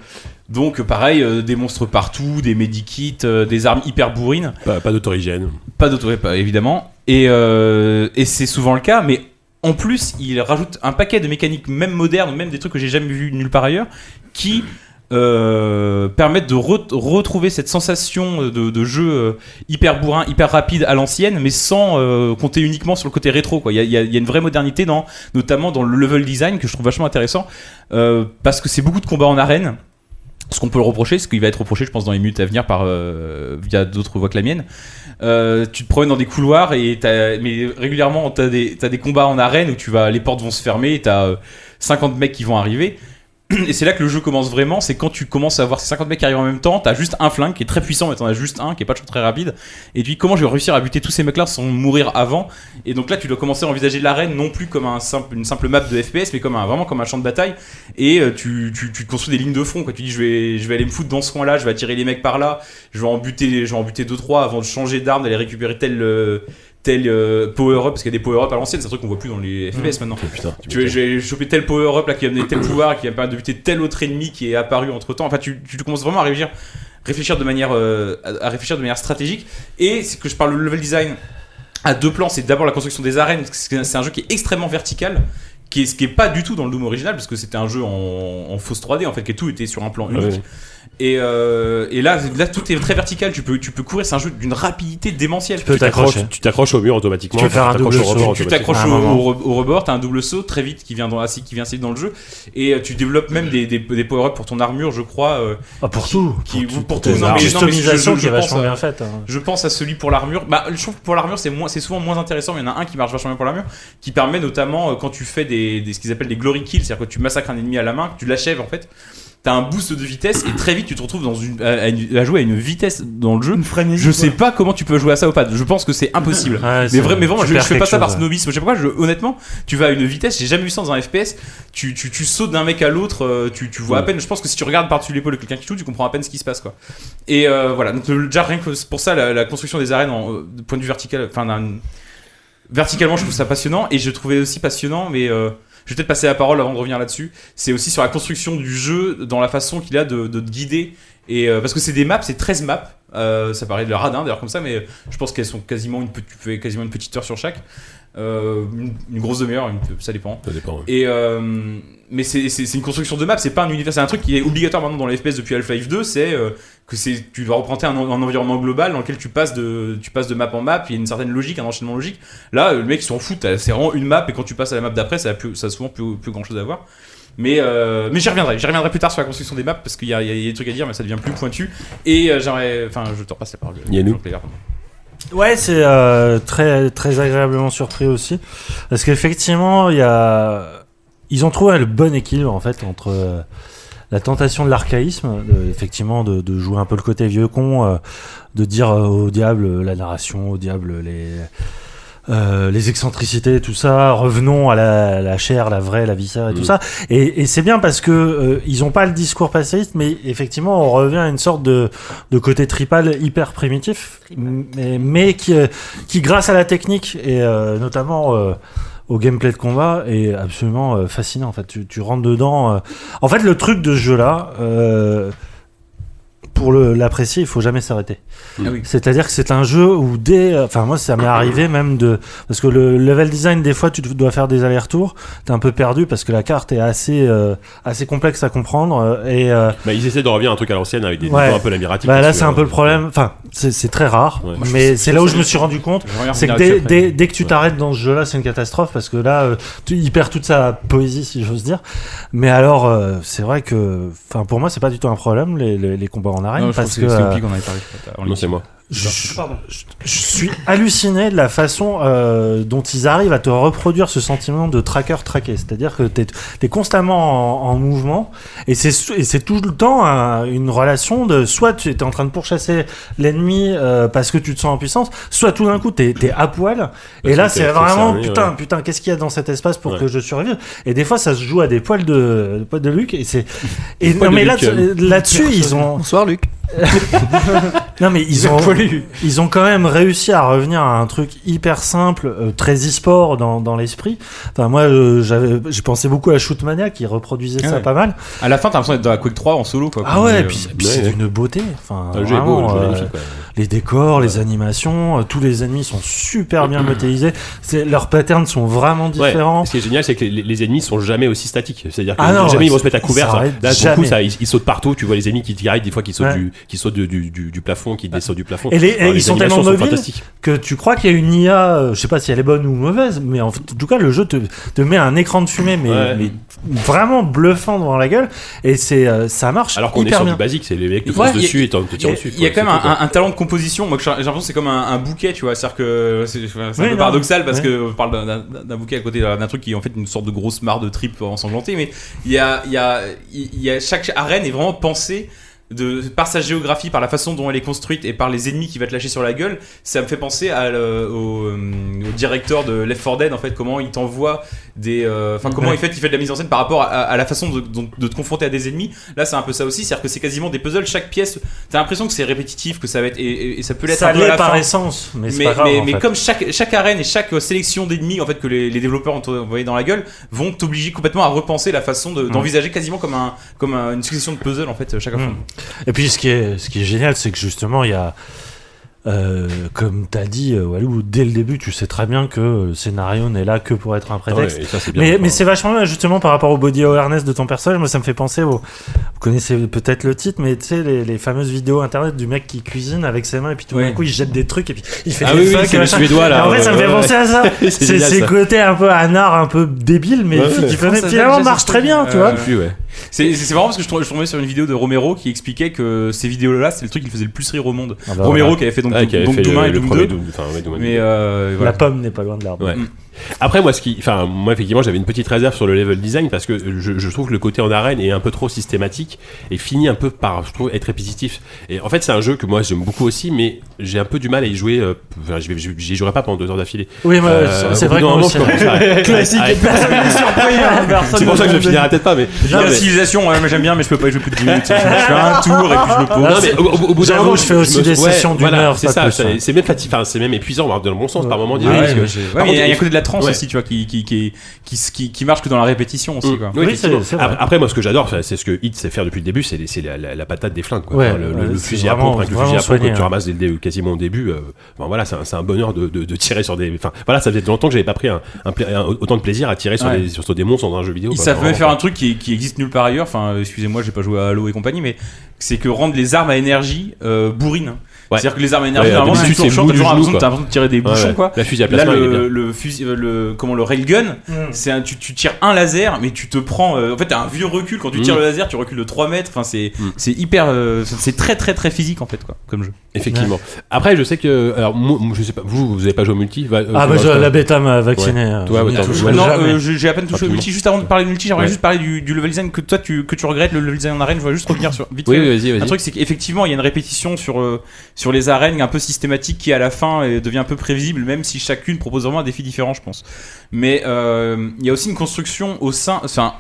[SPEAKER 4] donc pareil euh, des monstres partout, des medikits, euh, des armes hyper bourrines
[SPEAKER 2] Pas, pas d'autorigène. Oh,
[SPEAKER 4] pas d'auto pas évidemment. Et, euh, et c'est souvent le cas, mais en plus, il rajoute un paquet de mécaniques, même modernes, même des trucs que j'ai jamais vu nulle part ailleurs, qui euh, permettent de re- retrouver cette sensation de, de jeu euh, hyper bourrin, hyper rapide à l'ancienne, mais sans euh, compter uniquement sur le côté rétro. Quoi. Il, y a, il y a- il y a une vraie modernité, dans, notamment dans le level design, que je trouve vachement intéressant, euh, parce que c'est beaucoup de combats en arène. Ce qu'on peut le reprocher, ce qu'il va être reproché, je pense, dans les minutes à venir par, euh, via d'autres voies que la mienne, euh, tu te promènes dans des couloirs et t'as, mais régulièrement t'as des, t'as des combats en arène où tu vas, les portes vont se fermer et t'as euh, 50 mecs qui vont arriver. Et c'est là que le jeu commence vraiment, c'est quand tu commences à voir ces 50 mecs qui arrivent en même temps, t'as juste un flingue qui est très puissant, mais t'en as juste un qui est pas toujours très rapide. Et tu dis comment je vais réussir à buter tous ces mecs-là sans mourir avant. Et donc là, tu dois commencer à envisager l'arène non plus comme un simple, une simple map de FPS, mais comme un, vraiment comme un champ de bataille. Et euh, tu, tu, tu te construis des lignes de front. Quoi. Tu dis je vais, je vais aller me foutre dans ce coin-là, je vais attirer les mecs par là, je vais en buter, je vais en buter deux trois avant de changer d'arme, d'aller récupérer tel. euh, tel euh, power-up, parce qu'il y a des power-up à l'ancienne, c'est un truc qu'on voit plus dans les FPS maintenant. tu veux, j'ai chopé tel power-up là qui va me donner tel pouvoir, qui va me permettre de buter tel autre ennemi qui est apparu entre temps. Enfin, tu, tu commences vraiment à réfléchir, réfléchir de manière, euh, à à réfléchir de manière stratégique. Et c'est que je parle le level design à deux plans, c'est d'abord la construction des arènes, parce que c'est c'est un jeu qui est extrêmement vertical. Qui est, ce qui est pas du tout dans le Doom original, parce que c'était un jeu en, en fausse 3D, en fait, qui tout était sur un plan
[SPEAKER 8] Ah
[SPEAKER 4] unique.
[SPEAKER 2] Ouais.
[SPEAKER 4] Et, euh, et là, là, tout est très vertical. Tu peux, tu peux courir, c'est un jeu d'une rapidité démentielle.
[SPEAKER 8] Tu peux t'accrocher.
[SPEAKER 2] Tu t'accroches au mur automatiquement.
[SPEAKER 8] Tu veux faire un
[SPEAKER 2] t'accroches
[SPEAKER 8] double
[SPEAKER 2] au rebord
[SPEAKER 8] saut.
[SPEAKER 4] tu
[SPEAKER 2] automatiquement.
[SPEAKER 4] t'accroches
[SPEAKER 8] À un
[SPEAKER 4] au,
[SPEAKER 8] moment.
[SPEAKER 4] au re- au rebord, t'as un double saut très vite qui vient dans, assis, qui vient assis dans le jeu, et euh, tu développes même des, des, des power-ups pour ton armure, je crois, euh,
[SPEAKER 8] Ah, pour tout.
[SPEAKER 4] qui pour, tout.
[SPEAKER 8] Une
[SPEAKER 4] non, mais- non, mais je-
[SPEAKER 8] customisation
[SPEAKER 4] je-
[SPEAKER 8] qui
[SPEAKER 4] je
[SPEAKER 8] est
[SPEAKER 4] pense,
[SPEAKER 8] vachement
[SPEAKER 4] euh,
[SPEAKER 8] bien faite. hein.
[SPEAKER 4] je pense à celui pour l'armure. Bah, je trouve que pour l'armure, c'est moins, c'est souvent moins intéressant. mais Il y en a un qui marche vachement bien pour l'armure, qui permet notamment euh, quand tu fais des, des- ce qu'ils appellent des glory kills, c'est-à-dire que tu massacres un ennemi à la main, que tu l'achèves en fait. T'as un boost de vitesse et très vite tu te retrouves dans une, à, à une- à jouer à une vitesse dans le jeu.
[SPEAKER 3] Une frénésie.
[SPEAKER 4] Je sais pas comment tu peux jouer à ça au pad. Je pense que c'est impossible.
[SPEAKER 8] Ouais, c'est-
[SPEAKER 4] Mais, vrai- mais vraiment,
[SPEAKER 8] tu
[SPEAKER 4] je, je
[SPEAKER 8] perds
[SPEAKER 4] fais pas
[SPEAKER 8] quelque
[SPEAKER 4] ça par
[SPEAKER 8] chose, ouais.
[SPEAKER 4] snobisme. Je sais pas pourquoi, je- honnêtement, tu vas à une vitesse, j'ai jamais vu ça dans un FPS. Tu, tu, tu sautes d'un mec à l'autre, euh, tu, tu vois à peine. Je pense que si tu regardes par-dessus l'épaule de quelqu'un qui joue, tu comprends à peine ce qui se passe, quoi. Et euh, voilà, donc le- déjà rien que pour ça, la, la construction des arènes, en, euh, de point de vue vertical, enfin, d'un- verticalement, je trouve ça passionnant. Et je trouvais aussi passionnant, mais. euh, je vais peut-être passer la parole avant de revenir là-dessus. C'est aussi sur la construction du jeu, dans la façon qu'il a de, de te guider. Et euh, parce que c'est des maps, c'est 13 maps. Euh, ça paraît de la radin d'ailleurs comme ça, mais je pense qu'elles sont quasiment une, petite- tu fais quasiment une petite heure sur chaque. Euh, une, une grosse demi-heure, une- ça dépend.
[SPEAKER 2] Ça dépend, ouais.
[SPEAKER 4] Et euh, mais c'est c'est- c'est une construction de map, c'est pas un univers, c'est un truc qui est obligatoire maintenant dans les FPS depuis Half-Life 2, c'est euh, que c'est tu vas reprendre un, en- un environnement global dans lequel tu passes de tu passes de map en map, il y a une certaine logique, un enchaînement logique. Là, euh, le mec il s'en fout, t'as- c'est vraiment une map et quand tu passes à la map d'après, ça a plus, ça a souvent plus, plus grand chose à voir. Mais euh, mais j'y reviendrai, j'y reviendrai plus tard sur la construction des maps parce qu'il y, a- il y a il y a des trucs à dire, mais ça devient plus pointu. Et euh, j'aimerais, enfin, je te repasse la parole.
[SPEAKER 2] Yannou.
[SPEAKER 8] Ouais, c'est euh, très, très agréablement surpris aussi. Parce qu'effectivement, il y a... ils ont trouvé le bon équilibre en fait entre euh, la tentation de l'archaïsme, de- effectivement de, de jouer un peu le côté vieux con, euh, de dire euh, au diable euh, la narration, au diable les, euh, les excentricités, tout ça, revenons à la, la chair, la vraie, la viscère et tout
[SPEAKER 2] Mhm.
[SPEAKER 8] ça. Et, et c'est bien parce que euh, ils ont pas le discours passéiste, mais effectivement on revient à une sorte de, de côté tripal hyper primitif, mais, mais qui, euh, qui grâce à la technique et euh, notamment euh, au gameplay de combat est absolument euh, fascinant. En fait, tu, tu rentres dedans. euh. En fait, le truc de ce jeu-là, euh, pour le- l'apprécier, il faut jamais s'arrêter.
[SPEAKER 4] Ah oui.
[SPEAKER 8] C'est-à-dire que c'est un jeu où dès, enfin moi ça m'est arrivé même de, parce que le level design des fois tu dois faire des allers-retours, t'es un peu perdu parce que la carte est assez euh, assez complexe à comprendre euh, et euh,
[SPEAKER 2] Bah, ils essaient de revenir à un truc à l'ancienne avec des
[SPEAKER 8] Ouais.
[SPEAKER 2] décors un peu lamiratiques.
[SPEAKER 8] bah, là
[SPEAKER 2] parce que,
[SPEAKER 8] c'est un peu
[SPEAKER 2] euh,
[SPEAKER 8] le problème. Enfin c'est c'est très rare,
[SPEAKER 2] Ouais.
[SPEAKER 8] mais c'est là où je me suis rendu compte c'est que dès, dès- dès que tu t'arrêtes dans ce jeu-là, c'est une catastrophe parce que là, euh, tu, il perd toute sa poésie, si j'ose dire. Mais alors, euh, c'est vrai que, enfin, pour moi, c'est pas du tout un problème les, les- les combats en arène parce que euh,
[SPEAKER 2] Non, c'est moi.
[SPEAKER 8] je, je- je suis halluciné de la façon euh, dont ils arrivent à te reproduire ce sentiment de tracker traqué. C'est-à-dire que t'es es constamment en, en mouvement et c'est sou- et c'est tout le temps un- une relation de soit tu es en train de pourchasser l'ennemi euh, parce que tu te sens en puissance, soit tout d'un coup t'es es à poil. et
[SPEAKER 2] que
[SPEAKER 8] là
[SPEAKER 2] t'es-
[SPEAKER 8] c'est
[SPEAKER 2] t'es
[SPEAKER 8] vraiment
[SPEAKER 2] cerné,
[SPEAKER 8] putain
[SPEAKER 2] ouais.
[SPEAKER 8] putain qu'est-ce qu'il y a dans cet espace pour
[SPEAKER 2] Ouais.
[SPEAKER 8] que je survive. Et des fois ça se joue à des poils de de poils de Luc et c'est et
[SPEAKER 2] poils
[SPEAKER 8] non
[SPEAKER 2] de
[SPEAKER 8] mais là
[SPEAKER 2] Luc, euh,
[SPEAKER 8] là-dessus ils ont
[SPEAKER 7] Bonsoir Luc.
[SPEAKER 8] non mais ils ont ils ont quand même réussi à revenir à un truc hyper simple, euh, très e-sport dans, dans l'esprit. Enfin moi euh, j'avais je pensais beaucoup à Shootmania qui reproduisait
[SPEAKER 4] Ah
[SPEAKER 8] ça
[SPEAKER 4] ouais.
[SPEAKER 8] pas mal.
[SPEAKER 4] À la fin, t'as l'impression d'être dans la Quake 3 en solo, quoi.
[SPEAKER 8] Ah
[SPEAKER 4] Comme,
[SPEAKER 8] ouais,
[SPEAKER 4] euh,
[SPEAKER 8] et puis, et puis
[SPEAKER 2] ouais,
[SPEAKER 8] c'est
[SPEAKER 2] ouais.
[SPEAKER 8] d'une beauté. Enfin
[SPEAKER 2] Ah, Le jeu est beau, le
[SPEAKER 8] vraiment,
[SPEAKER 2] jeu est
[SPEAKER 8] euh,
[SPEAKER 2] magnifique. quoi.
[SPEAKER 8] les décors, les animations, euh, tous les ennemis sont super bien modélisés. C'est leurs patterns sont vraiment
[SPEAKER 2] Ouais.
[SPEAKER 8] différents.
[SPEAKER 2] Ce qui est génial, c'est que les, les ennemis sont jamais aussi statiques. C'est-à-dire que
[SPEAKER 8] Ah non,
[SPEAKER 2] jamais
[SPEAKER 8] ouais,
[SPEAKER 2] ils vont se mettre à
[SPEAKER 8] ça
[SPEAKER 2] couvert. ça.
[SPEAKER 8] arrête
[SPEAKER 2] Là, pour le coup,
[SPEAKER 8] jamais.
[SPEAKER 2] ça, ils, ils sautent partout. Tu vois les ennemis qui tirent, des fois qui sautent,
[SPEAKER 8] Ouais.
[SPEAKER 2] du, qui sautent du, du, du- du plafond, qui descendent du plafond.
[SPEAKER 8] Et les- et
[SPEAKER 2] Alors,
[SPEAKER 8] ils sont
[SPEAKER 2] animations
[SPEAKER 8] tellement mobiles.
[SPEAKER 2] fantastiques.
[SPEAKER 8] Que tu crois qu'il y a une IA, euh, je sais pas si elle est bonne ou mauvaise, mais en, fait, en tout cas le jeu te, te met un écran de fumée, mais,
[SPEAKER 2] Ouais.
[SPEAKER 8] mais vraiment bluffant devant la gueule. Et c'est euh, ça marche
[SPEAKER 2] Alors qu'on est
[SPEAKER 8] hyper
[SPEAKER 2] sur
[SPEAKER 8] bien.
[SPEAKER 2] du basique, c'est les mecs qui
[SPEAKER 4] Ouais,
[SPEAKER 2] foncent
[SPEAKER 4] y a-
[SPEAKER 2] dessus et t'en- te
[SPEAKER 4] Il y
[SPEAKER 2] tirent
[SPEAKER 4] a,
[SPEAKER 2] dessus.
[SPEAKER 4] il y a
[SPEAKER 2] quoi.
[SPEAKER 4] quand même
[SPEAKER 2] C'est tout,
[SPEAKER 4] un,
[SPEAKER 2] quoi.
[SPEAKER 4] un- un talent de composition, moi que j'ai j'ai l'impression que c'est comme un, un bouquet, tu vois. C'est-à-dire que euh, c'est c'est un
[SPEAKER 8] Oui,
[SPEAKER 4] peu
[SPEAKER 8] non.
[SPEAKER 4] paradoxal parce
[SPEAKER 8] Oui.
[SPEAKER 4] que on parle d'un- d'un d'un bouquet à côté d'un d'un truc qui est en fait une sorte de grosse mare de tripes ensanglantées, mais il y a, il y, a, il y a chaque arène est vraiment pensée. De, par sa géographie, par la façon dont elle est construite et par les ennemis qui va te lâcher sur la gueule, ça me fait penser à, le- au, euh, au directeur de Left 4 Dead en fait, comment il t'envoie des, euh, enfin comment
[SPEAKER 8] Ouais.
[SPEAKER 4] il fait, il fait de la mise en scène par rapport à, à la façon de, dont- de te confronter à des ennemis. Là, c'est un peu ça aussi, c'est-à-dire que c'est quasiment des puzzles, chaque pièce, t'as l'impression que c'est répétitif, que ça va être et, et- et ça peut l'être
[SPEAKER 8] Ça
[SPEAKER 4] un peu à
[SPEAKER 8] l'est
[SPEAKER 4] la
[SPEAKER 8] par
[SPEAKER 4] fin.
[SPEAKER 8] essence, mais c'est
[SPEAKER 4] mais,
[SPEAKER 8] pas grave,
[SPEAKER 4] mais-
[SPEAKER 8] en
[SPEAKER 4] mais
[SPEAKER 8] fait.
[SPEAKER 4] comme chaque, chaque arène et chaque euh, sélection d'ennemis en fait que les, les développeurs ont envoyé dans la gueule vont t'obliger complètement à repenser la façon
[SPEAKER 8] Mmh.
[SPEAKER 4] de- d'envisager quasiment comme un comme un- une succession de puzzles en fait euh, chaque fois.
[SPEAKER 8] Hmm. Mmh. Et puis ce qui est, ce qui est génial, c'est que justement, il y a, euh, comme t'as dit, euh, Walou, dès le début, tu sais très bien que le scénario n'est là que pour être un prétexte.
[SPEAKER 2] Ah Ouais, et ça, c'est bien.
[SPEAKER 8] mais mais c'est vachement bien, justement, par rapport au body awareness de ton personnage. Moi, ça me fait penser au. Vous connaissez peut-être le titre, mais tu sais, les, les fameuses vidéos internet du mec qui cuisine avec ses mains et puis tout d'un
[SPEAKER 4] Ouais.
[SPEAKER 8] coup, il jette des trucs et puis il fait
[SPEAKER 2] Ah
[SPEAKER 8] des
[SPEAKER 2] oui, oui,
[SPEAKER 8] fuck
[SPEAKER 2] c'est
[SPEAKER 8] et
[SPEAKER 2] le
[SPEAKER 8] machin.
[SPEAKER 2] Suédois, là,
[SPEAKER 8] Et en fait,
[SPEAKER 2] ouais,
[SPEAKER 8] ça me fait
[SPEAKER 2] ouais,
[SPEAKER 8] penser à ça.
[SPEAKER 2] C'est
[SPEAKER 8] C'est
[SPEAKER 2] génial,
[SPEAKER 8] ces
[SPEAKER 2] ça.
[SPEAKER 8] côtés un peu anard, un peu débile, mais
[SPEAKER 2] Ouais,
[SPEAKER 8] qui-
[SPEAKER 2] ouais.
[SPEAKER 8] qui
[SPEAKER 4] Je pense que ça
[SPEAKER 8] finalement
[SPEAKER 4] vient
[SPEAKER 8] marche
[SPEAKER 4] déjà
[SPEAKER 8] très
[SPEAKER 4] ce
[SPEAKER 8] bien,
[SPEAKER 4] truc.
[SPEAKER 8] tu vois.
[SPEAKER 4] Euh,
[SPEAKER 2] Plus, ouais.
[SPEAKER 4] C'est c'est- c'est marrant parce que je tombais, je tombais sur une vidéo de Romero qui expliquait que ces vidéos-là, c'est le truc qui le faisait le plus rire au monde.
[SPEAKER 8] Ah bah,
[SPEAKER 4] Romero
[SPEAKER 8] voilà.
[SPEAKER 4] qui avait fait donc,
[SPEAKER 2] Ouais, qui avait
[SPEAKER 4] donc
[SPEAKER 2] fait
[SPEAKER 4] Doom 1
[SPEAKER 2] le,
[SPEAKER 4] et
[SPEAKER 2] le
[SPEAKER 4] Doom 2.
[SPEAKER 2] premier Doom. Enfin, ouais, Doom 1 et
[SPEAKER 4] Mais
[SPEAKER 2] Doom
[SPEAKER 4] euh,
[SPEAKER 8] La
[SPEAKER 4] voilà.
[SPEAKER 8] pomme n'est pas loin de l'arbre.
[SPEAKER 2] Ouais.
[SPEAKER 4] Mm.
[SPEAKER 2] Après, moi, ce qui, enfin, moi, effectivement, j'avais une petite réserve sur le level design parce que je, je trouve que le côté en arène est un peu trop systématique et finit un peu par, je trouve, être répétitif. Et en fait, c'est un jeu que moi j'aime beaucoup aussi, mais j'ai un peu du mal à y jouer. euh, Enfin, j'y vais- j'y jouerai pas pendant deux heures d'affilée.
[SPEAKER 8] Oui, mais
[SPEAKER 2] Euh,
[SPEAKER 8] c'est
[SPEAKER 2] au
[SPEAKER 8] vrai
[SPEAKER 2] bout d'un
[SPEAKER 8] qu'on
[SPEAKER 2] moment, je commence à-
[SPEAKER 8] Classique.
[SPEAKER 2] à- à-
[SPEAKER 8] hein,
[SPEAKER 2] C'est pour ça que je finirai peut-être pas, mais.
[SPEAKER 4] J'ai
[SPEAKER 2] Non,
[SPEAKER 4] la
[SPEAKER 2] mais-
[SPEAKER 4] civilisation, ouais, mais j'aime bien, mais je peux pas y jouer plus de 10 minutes. Je fais un tour et puis je me
[SPEAKER 2] Non,
[SPEAKER 4] pose.
[SPEAKER 2] mais au, au- au bout d'un
[SPEAKER 8] J'avoue,
[SPEAKER 2] moment,
[SPEAKER 8] je fais aussi
[SPEAKER 2] me-
[SPEAKER 8] des
[SPEAKER 2] ouais,
[SPEAKER 8] sessions d'une
[SPEAKER 2] voilà,
[SPEAKER 8] heure,
[SPEAKER 2] C'est
[SPEAKER 8] pas
[SPEAKER 2] ça,
[SPEAKER 8] plus,
[SPEAKER 2] c'est
[SPEAKER 8] hein.
[SPEAKER 2] c'est même fatigant, c'est même épuisant, dans le bon sens, par moment.
[SPEAKER 4] Ah
[SPEAKER 2] disons,
[SPEAKER 4] ouais,
[SPEAKER 2] parce que-
[SPEAKER 4] mais j'ai- ouais,
[SPEAKER 2] par
[SPEAKER 4] mais il y a- il y a
[SPEAKER 2] contre,
[SPEAKER 4] un côté de la transe
[SPEAKER 2] Ouais.
[SPEAKER 4] aussi, tu vois, qui, qui, qui, qui, qui, qui marche que dans la répétition aussi,
[SPEAKER 2] Mm.
[SPEAKER 4] quoi.
[SPEAKER 2] Oui,
[SPEAKER 8] Oui,
[SPEAKER 2] effectivement.
[SPEAKER 8] c'est- c'est vrai.
[SPEAKER 2] Ap- Après, moi, ce que j'adore, c'est c'est ce que Hit sait faire depuis le début, c'est les- c'est la, la- la patate des flingues. Quoi.
[SPEAKER 8] Ouais,
[SPEAKER 2] Enfin, le, le-
[SPEAKER 8] ouais,
[SPEAKER 2] le
[SPEAKER 8] c'est
[SPEAKER 2] fusil à
[SPEAKER 8] vraiment-
[SPEAKER 2] pompe, avec le
[SPEAKER 8] vraiment
[SPEAKER 2] fusil à pompe
[SPEAKER 8] soigné,
[SPEAKER 2] que tu
[SPEAKER 8] hein.
[SPEAKER 2] ramasses dès le dé- quasiment au début. euh, enfin, voilà, c'est un, c'est un bonheur de, de- de tirer sur des. Enfin, voilà, ça faisait longtemps que j'avais pas pris un, un pla- un- autant de plaisir à tirer sur,
[SPEAKER 4] Ouais.
[SPEAKER 2] des, sur, sur des monstres dans un jeu vidéo.
[SPEAKER 4] Ils
[SPEAKER 2] quoi.
[SPEAKER 4] savent même
[SPEAKER 2] bah, Vraiment,
[SPEAKER 4] faire un truc qui, qui existe nulle part ailleurs. Enfin, euh, excusez-moi, j'ai pas joué à Halo et compagnie, mais c'est que rendre les armes à énergie euh, bourrines.
[SPEAKER 2] Ouais.
[SPEAKER 4] C'est-à-dire que les armes à énergie,
[SPEAKER 2] Ouais,
[SPEAKER 4] normalement, c'est
[SPEAKER 2] d'habitude,
[SPEAKER 4] toujours
[SPEAKER 2] c'est
[SPEAKER 4] champ,
[SPEAKER 2] mou
[SPEAKER 4] t'as
[SPEAKER 2] du
[SPEAKER 4] toujours
[SPEAKER 2] genou,
[SPEAKER 4] l'impression
[SPEAKER 2] quoi.
[SPEAKER 4] t'as l'impression de tirer des
[SPEAKER 2] Ouais,
[SPEAKER 4] bouchons,
[SPEAKER 2] ouais.
[SPEAKER 4] quoi.
[SPEAKER 2] La fusil à
[SPEAKER 4] Là,
[SPEAKER 2] plasma, il est bien.
[SPEAKER 4] le, le fusil, euh, le, comment le railgun,
[SPEAKER 8] Hmm.
[SPEAKER 4] c'est un, tu, tu tires un laser, mais tu te prends, euh, en fait, t'as un vieux recul quand tu tires
[SPEAKER 2] Mm.
[SPEAKER 4] le laser, tu recules de 3 mètres. Enfin, c'est,
[SPEAKER 2] Mm.
[SPEAKER 4] c'est hyper, euh, c'est très, très, très physique en fait, quoi, comme jeu.
[SPEAKER 2] Effectivement. Après, je sais que. Alors, moi, moi, je sais pas, vous, vous avez pas joué au multi va- euh,
[SPEAKER 8] Ah bah
[SPEAKER 2] Sébastien
[SPEAKER 8] je- la bêta m'a vacciné. euh,
[SPEAKER 2] Toi,
[SPEAKER 8] je
[SPEAKER 2] ouais,
[SPEAKER 8] n'y
[SPEAKER 2] t'as-
[SPEAKER 8] touche
[SPEAKER 2] Bah, ouais,
[SPEAKER 8] jamais.
[SPEAKER 4] non, euh, j'ai j'ai à peine touché au
[SPEAKER 2] Rapidement.
[SPEAKER 4] multi. Juste avant de parler du multi, j'aimerais
[SPEAKER 2] Ouais.
[SPEAKER 4] juste parler du, du level design que toi, tu, que tu regrettes, le level design en arène. Je voudrais juste revenir sur vite
[SPEAKER 2] Oui,
[SPEAKER 4] fait.
[SPEAKER 2] oui, vas-y,
[SPEAKER 4] Un
[SPEAKER 2] vas-y.
[SPEAKER 4] truc, c'est qu'effectivement, il y a une répétition sur, euh, sur les arènes un peu systématique qui, à la fin, euh, devient un peu prévisible, même si chacune propose vraiment un défi différent, je pense. Mais euh, il y a aussi une construction au sein. Enfin,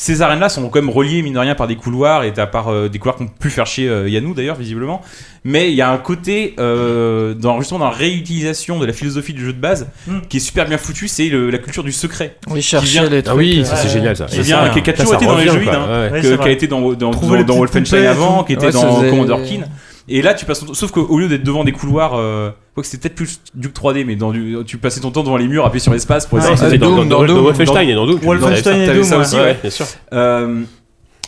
[SPEAKER 4] ces arènes-là sont quand même reliées, mine de rien, par des couloirs et à part euh, des couloirs qu'on pu faire chez euh, Yanou, d'ailleurs, visiblement. Mais il y a un côté, euh, dans, justement, dans la réutilisation de la philosophie du jeu de base
[SPEAKER 2] Hmm.
[SPEAKER 4] qui est super bien foutu, c'est le- la culture du secret.
[SPEAKER 7] Oui,
[SPEAKER 4] vient-
[SPEAKER 7] chercher les
[SPEAKER 2] Ah
[SPEAKER 7] trucs.
[SPEAKER 2] oui,
[SPEAKER 7] euh,
[SPEAKER 2] ça, c'est
[SPEAKER 8] ouais.
[SPEAKER 2] génial ça.
[SPEAKER 4] Qui,
[SPEAKER 2] Et
[SPEAKER 4] vient,
[SPEAKER 8] ça,
[SPEAKER 4] qui, qui a
[SPEAKER 2] ça,
[SPEAKER 4] toujours
[SPEAKER 2] ça
[SPEAKER 4] été dans les
[SPEAKER 2] revient,
[SPEAKER 4] jeux vides,
[SPEAKER 2] quoi.
[SPEAKER 4] hein
[SPEAKER 2] Ouais.
[SPEAKER 8] Ouais,
[SPEAKER 4] que-
[SPEAKER 8] c'est
[SPEAKER 4] qui a
[SPEAKER 8] vrai.
[SPEAKER 4] été dans, dans,
[SPEAKER 7] Trouver
[SPEAKER 4] dans,
[SPEAKER 7] les
[SPEAKER 4] dans
[SPEAKER 7] petites
[SPEAKER 4] Wolfenstein
[SPEAKER 7] poupées et
[SPEAKER 4] avant, qui était
[SPEAKER 7] Ouais, ça
[SPEAKER 4] dans
[SPEAKER 7] faisait-
[SPEAKER 4] Commander Keen. Et là, tu passes ton- sauf qu'au lieu d'être devant des couloirs, euh, quoi que c'était peut-être plus Duke 3D, mais dans du, tu passais ton temps devant les murs, appuyer sur l'espace pour essayer
[SPEAKER 2] Non,
[SPEAKER 4] de
[SPEAKER 2] c'était dans-
[SPEAKER 7] Doom,
[SPEAKER 2] dans-
[SPEAKER 7] dans
[SPEAKER 2] dans
[SPEAKER 7] Doom.
[SPEAKER 2] Wolfenstein et dans Doom. tu le disais,
[SPEAKER 3] Wolfenstein
[SPEAKER 2] ça.
[SPEAKER 3] et
[SPEAKER 4] t'avais
[SPEAKER 3] Doom,
[SPEAKER 4] ça
[SPEAKER 3] ouais.
[SPEAKER 4] aussi, ouais.
[SPEAKER 2] Ouais, bien sûr.
[SPEAKER 4] Euh,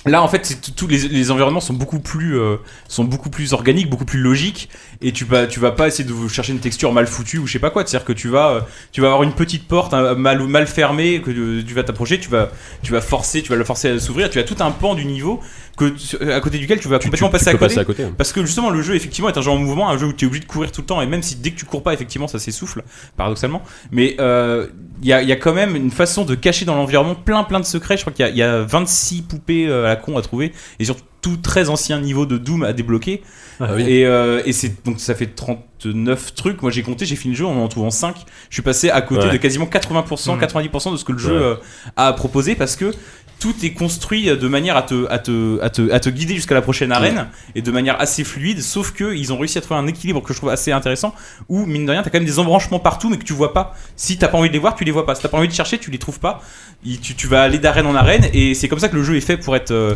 [SPEAKER 4] Là, en fait, c'est tout- tous les, les environnements sont beaucoup plus euh, sont beaucoup plus organiques, beaucoup plus logiques, et tu vas tu vas pas essayer de vous chercher une texture mal foutue ou je sais pas quoi. C'est-à-dire que tu vas euh, tu vas avoir une petite porte hein, mal mal fermée que euh, tu vas t'approcher, tu vas tu vas forcer, tu vas le forcer à s'ouvrir. Tu as tout un pan du niveau que tu- à côté duquel tu vas complètement
[SPEAKER 2] Tu
[SPEAKER 4] passer
[SPEAKER 2] peux
[SPEAKER 4] à côté.
[SPEAKER 2] passer à côté. hein.
[SPEAKER 4] Parce que justement, le jeu, effectivement, est un jeu en mouvement, un jeu où tu es obligé de courir tout le temps, et même si dès que tu cours pas, effectivement, ça s'essouffle, paradoxalement. Mais euh, il y, a, il y a quand même une façon de cacher dans l'environnement plein plein de secrets. Je crois qu'il y a- il y, a 26 poupées euh, à la con à trouver, et surtout tout très ancien niveau de Doom à débloquer.
[SPEAKER 2] Ah oui.
[SPEAKER 4] Et, euh, et c'est donc ça fait 39 trucs. Moi j'ai compté, j'ai fini le jeu en en trouvant 5. Je suis passé à côté
[SPEAKER 2] Ouais.
[SPEAKER 4] de quasiment 80%, 90% de ce que le jeu euh, a proposé parce que tout est construit euh, de manière à te, à te, à te, à te guider jusqu'à la prochaine arène et de manière assez fluide. Sauf que ils ont réussi à trouver un équilibre que je trouve assez intéressant où mine de rien t'as quand même des embranchements partout mais que tu vois pas. Si t'as pas envie de les voir, tu les vois pas. Si t'as pas envie de chercher, tu les trouves pas. Il- tu, tu vas aller d'arène en arène et c'est comme ça que le jeu est fait pour être. euh,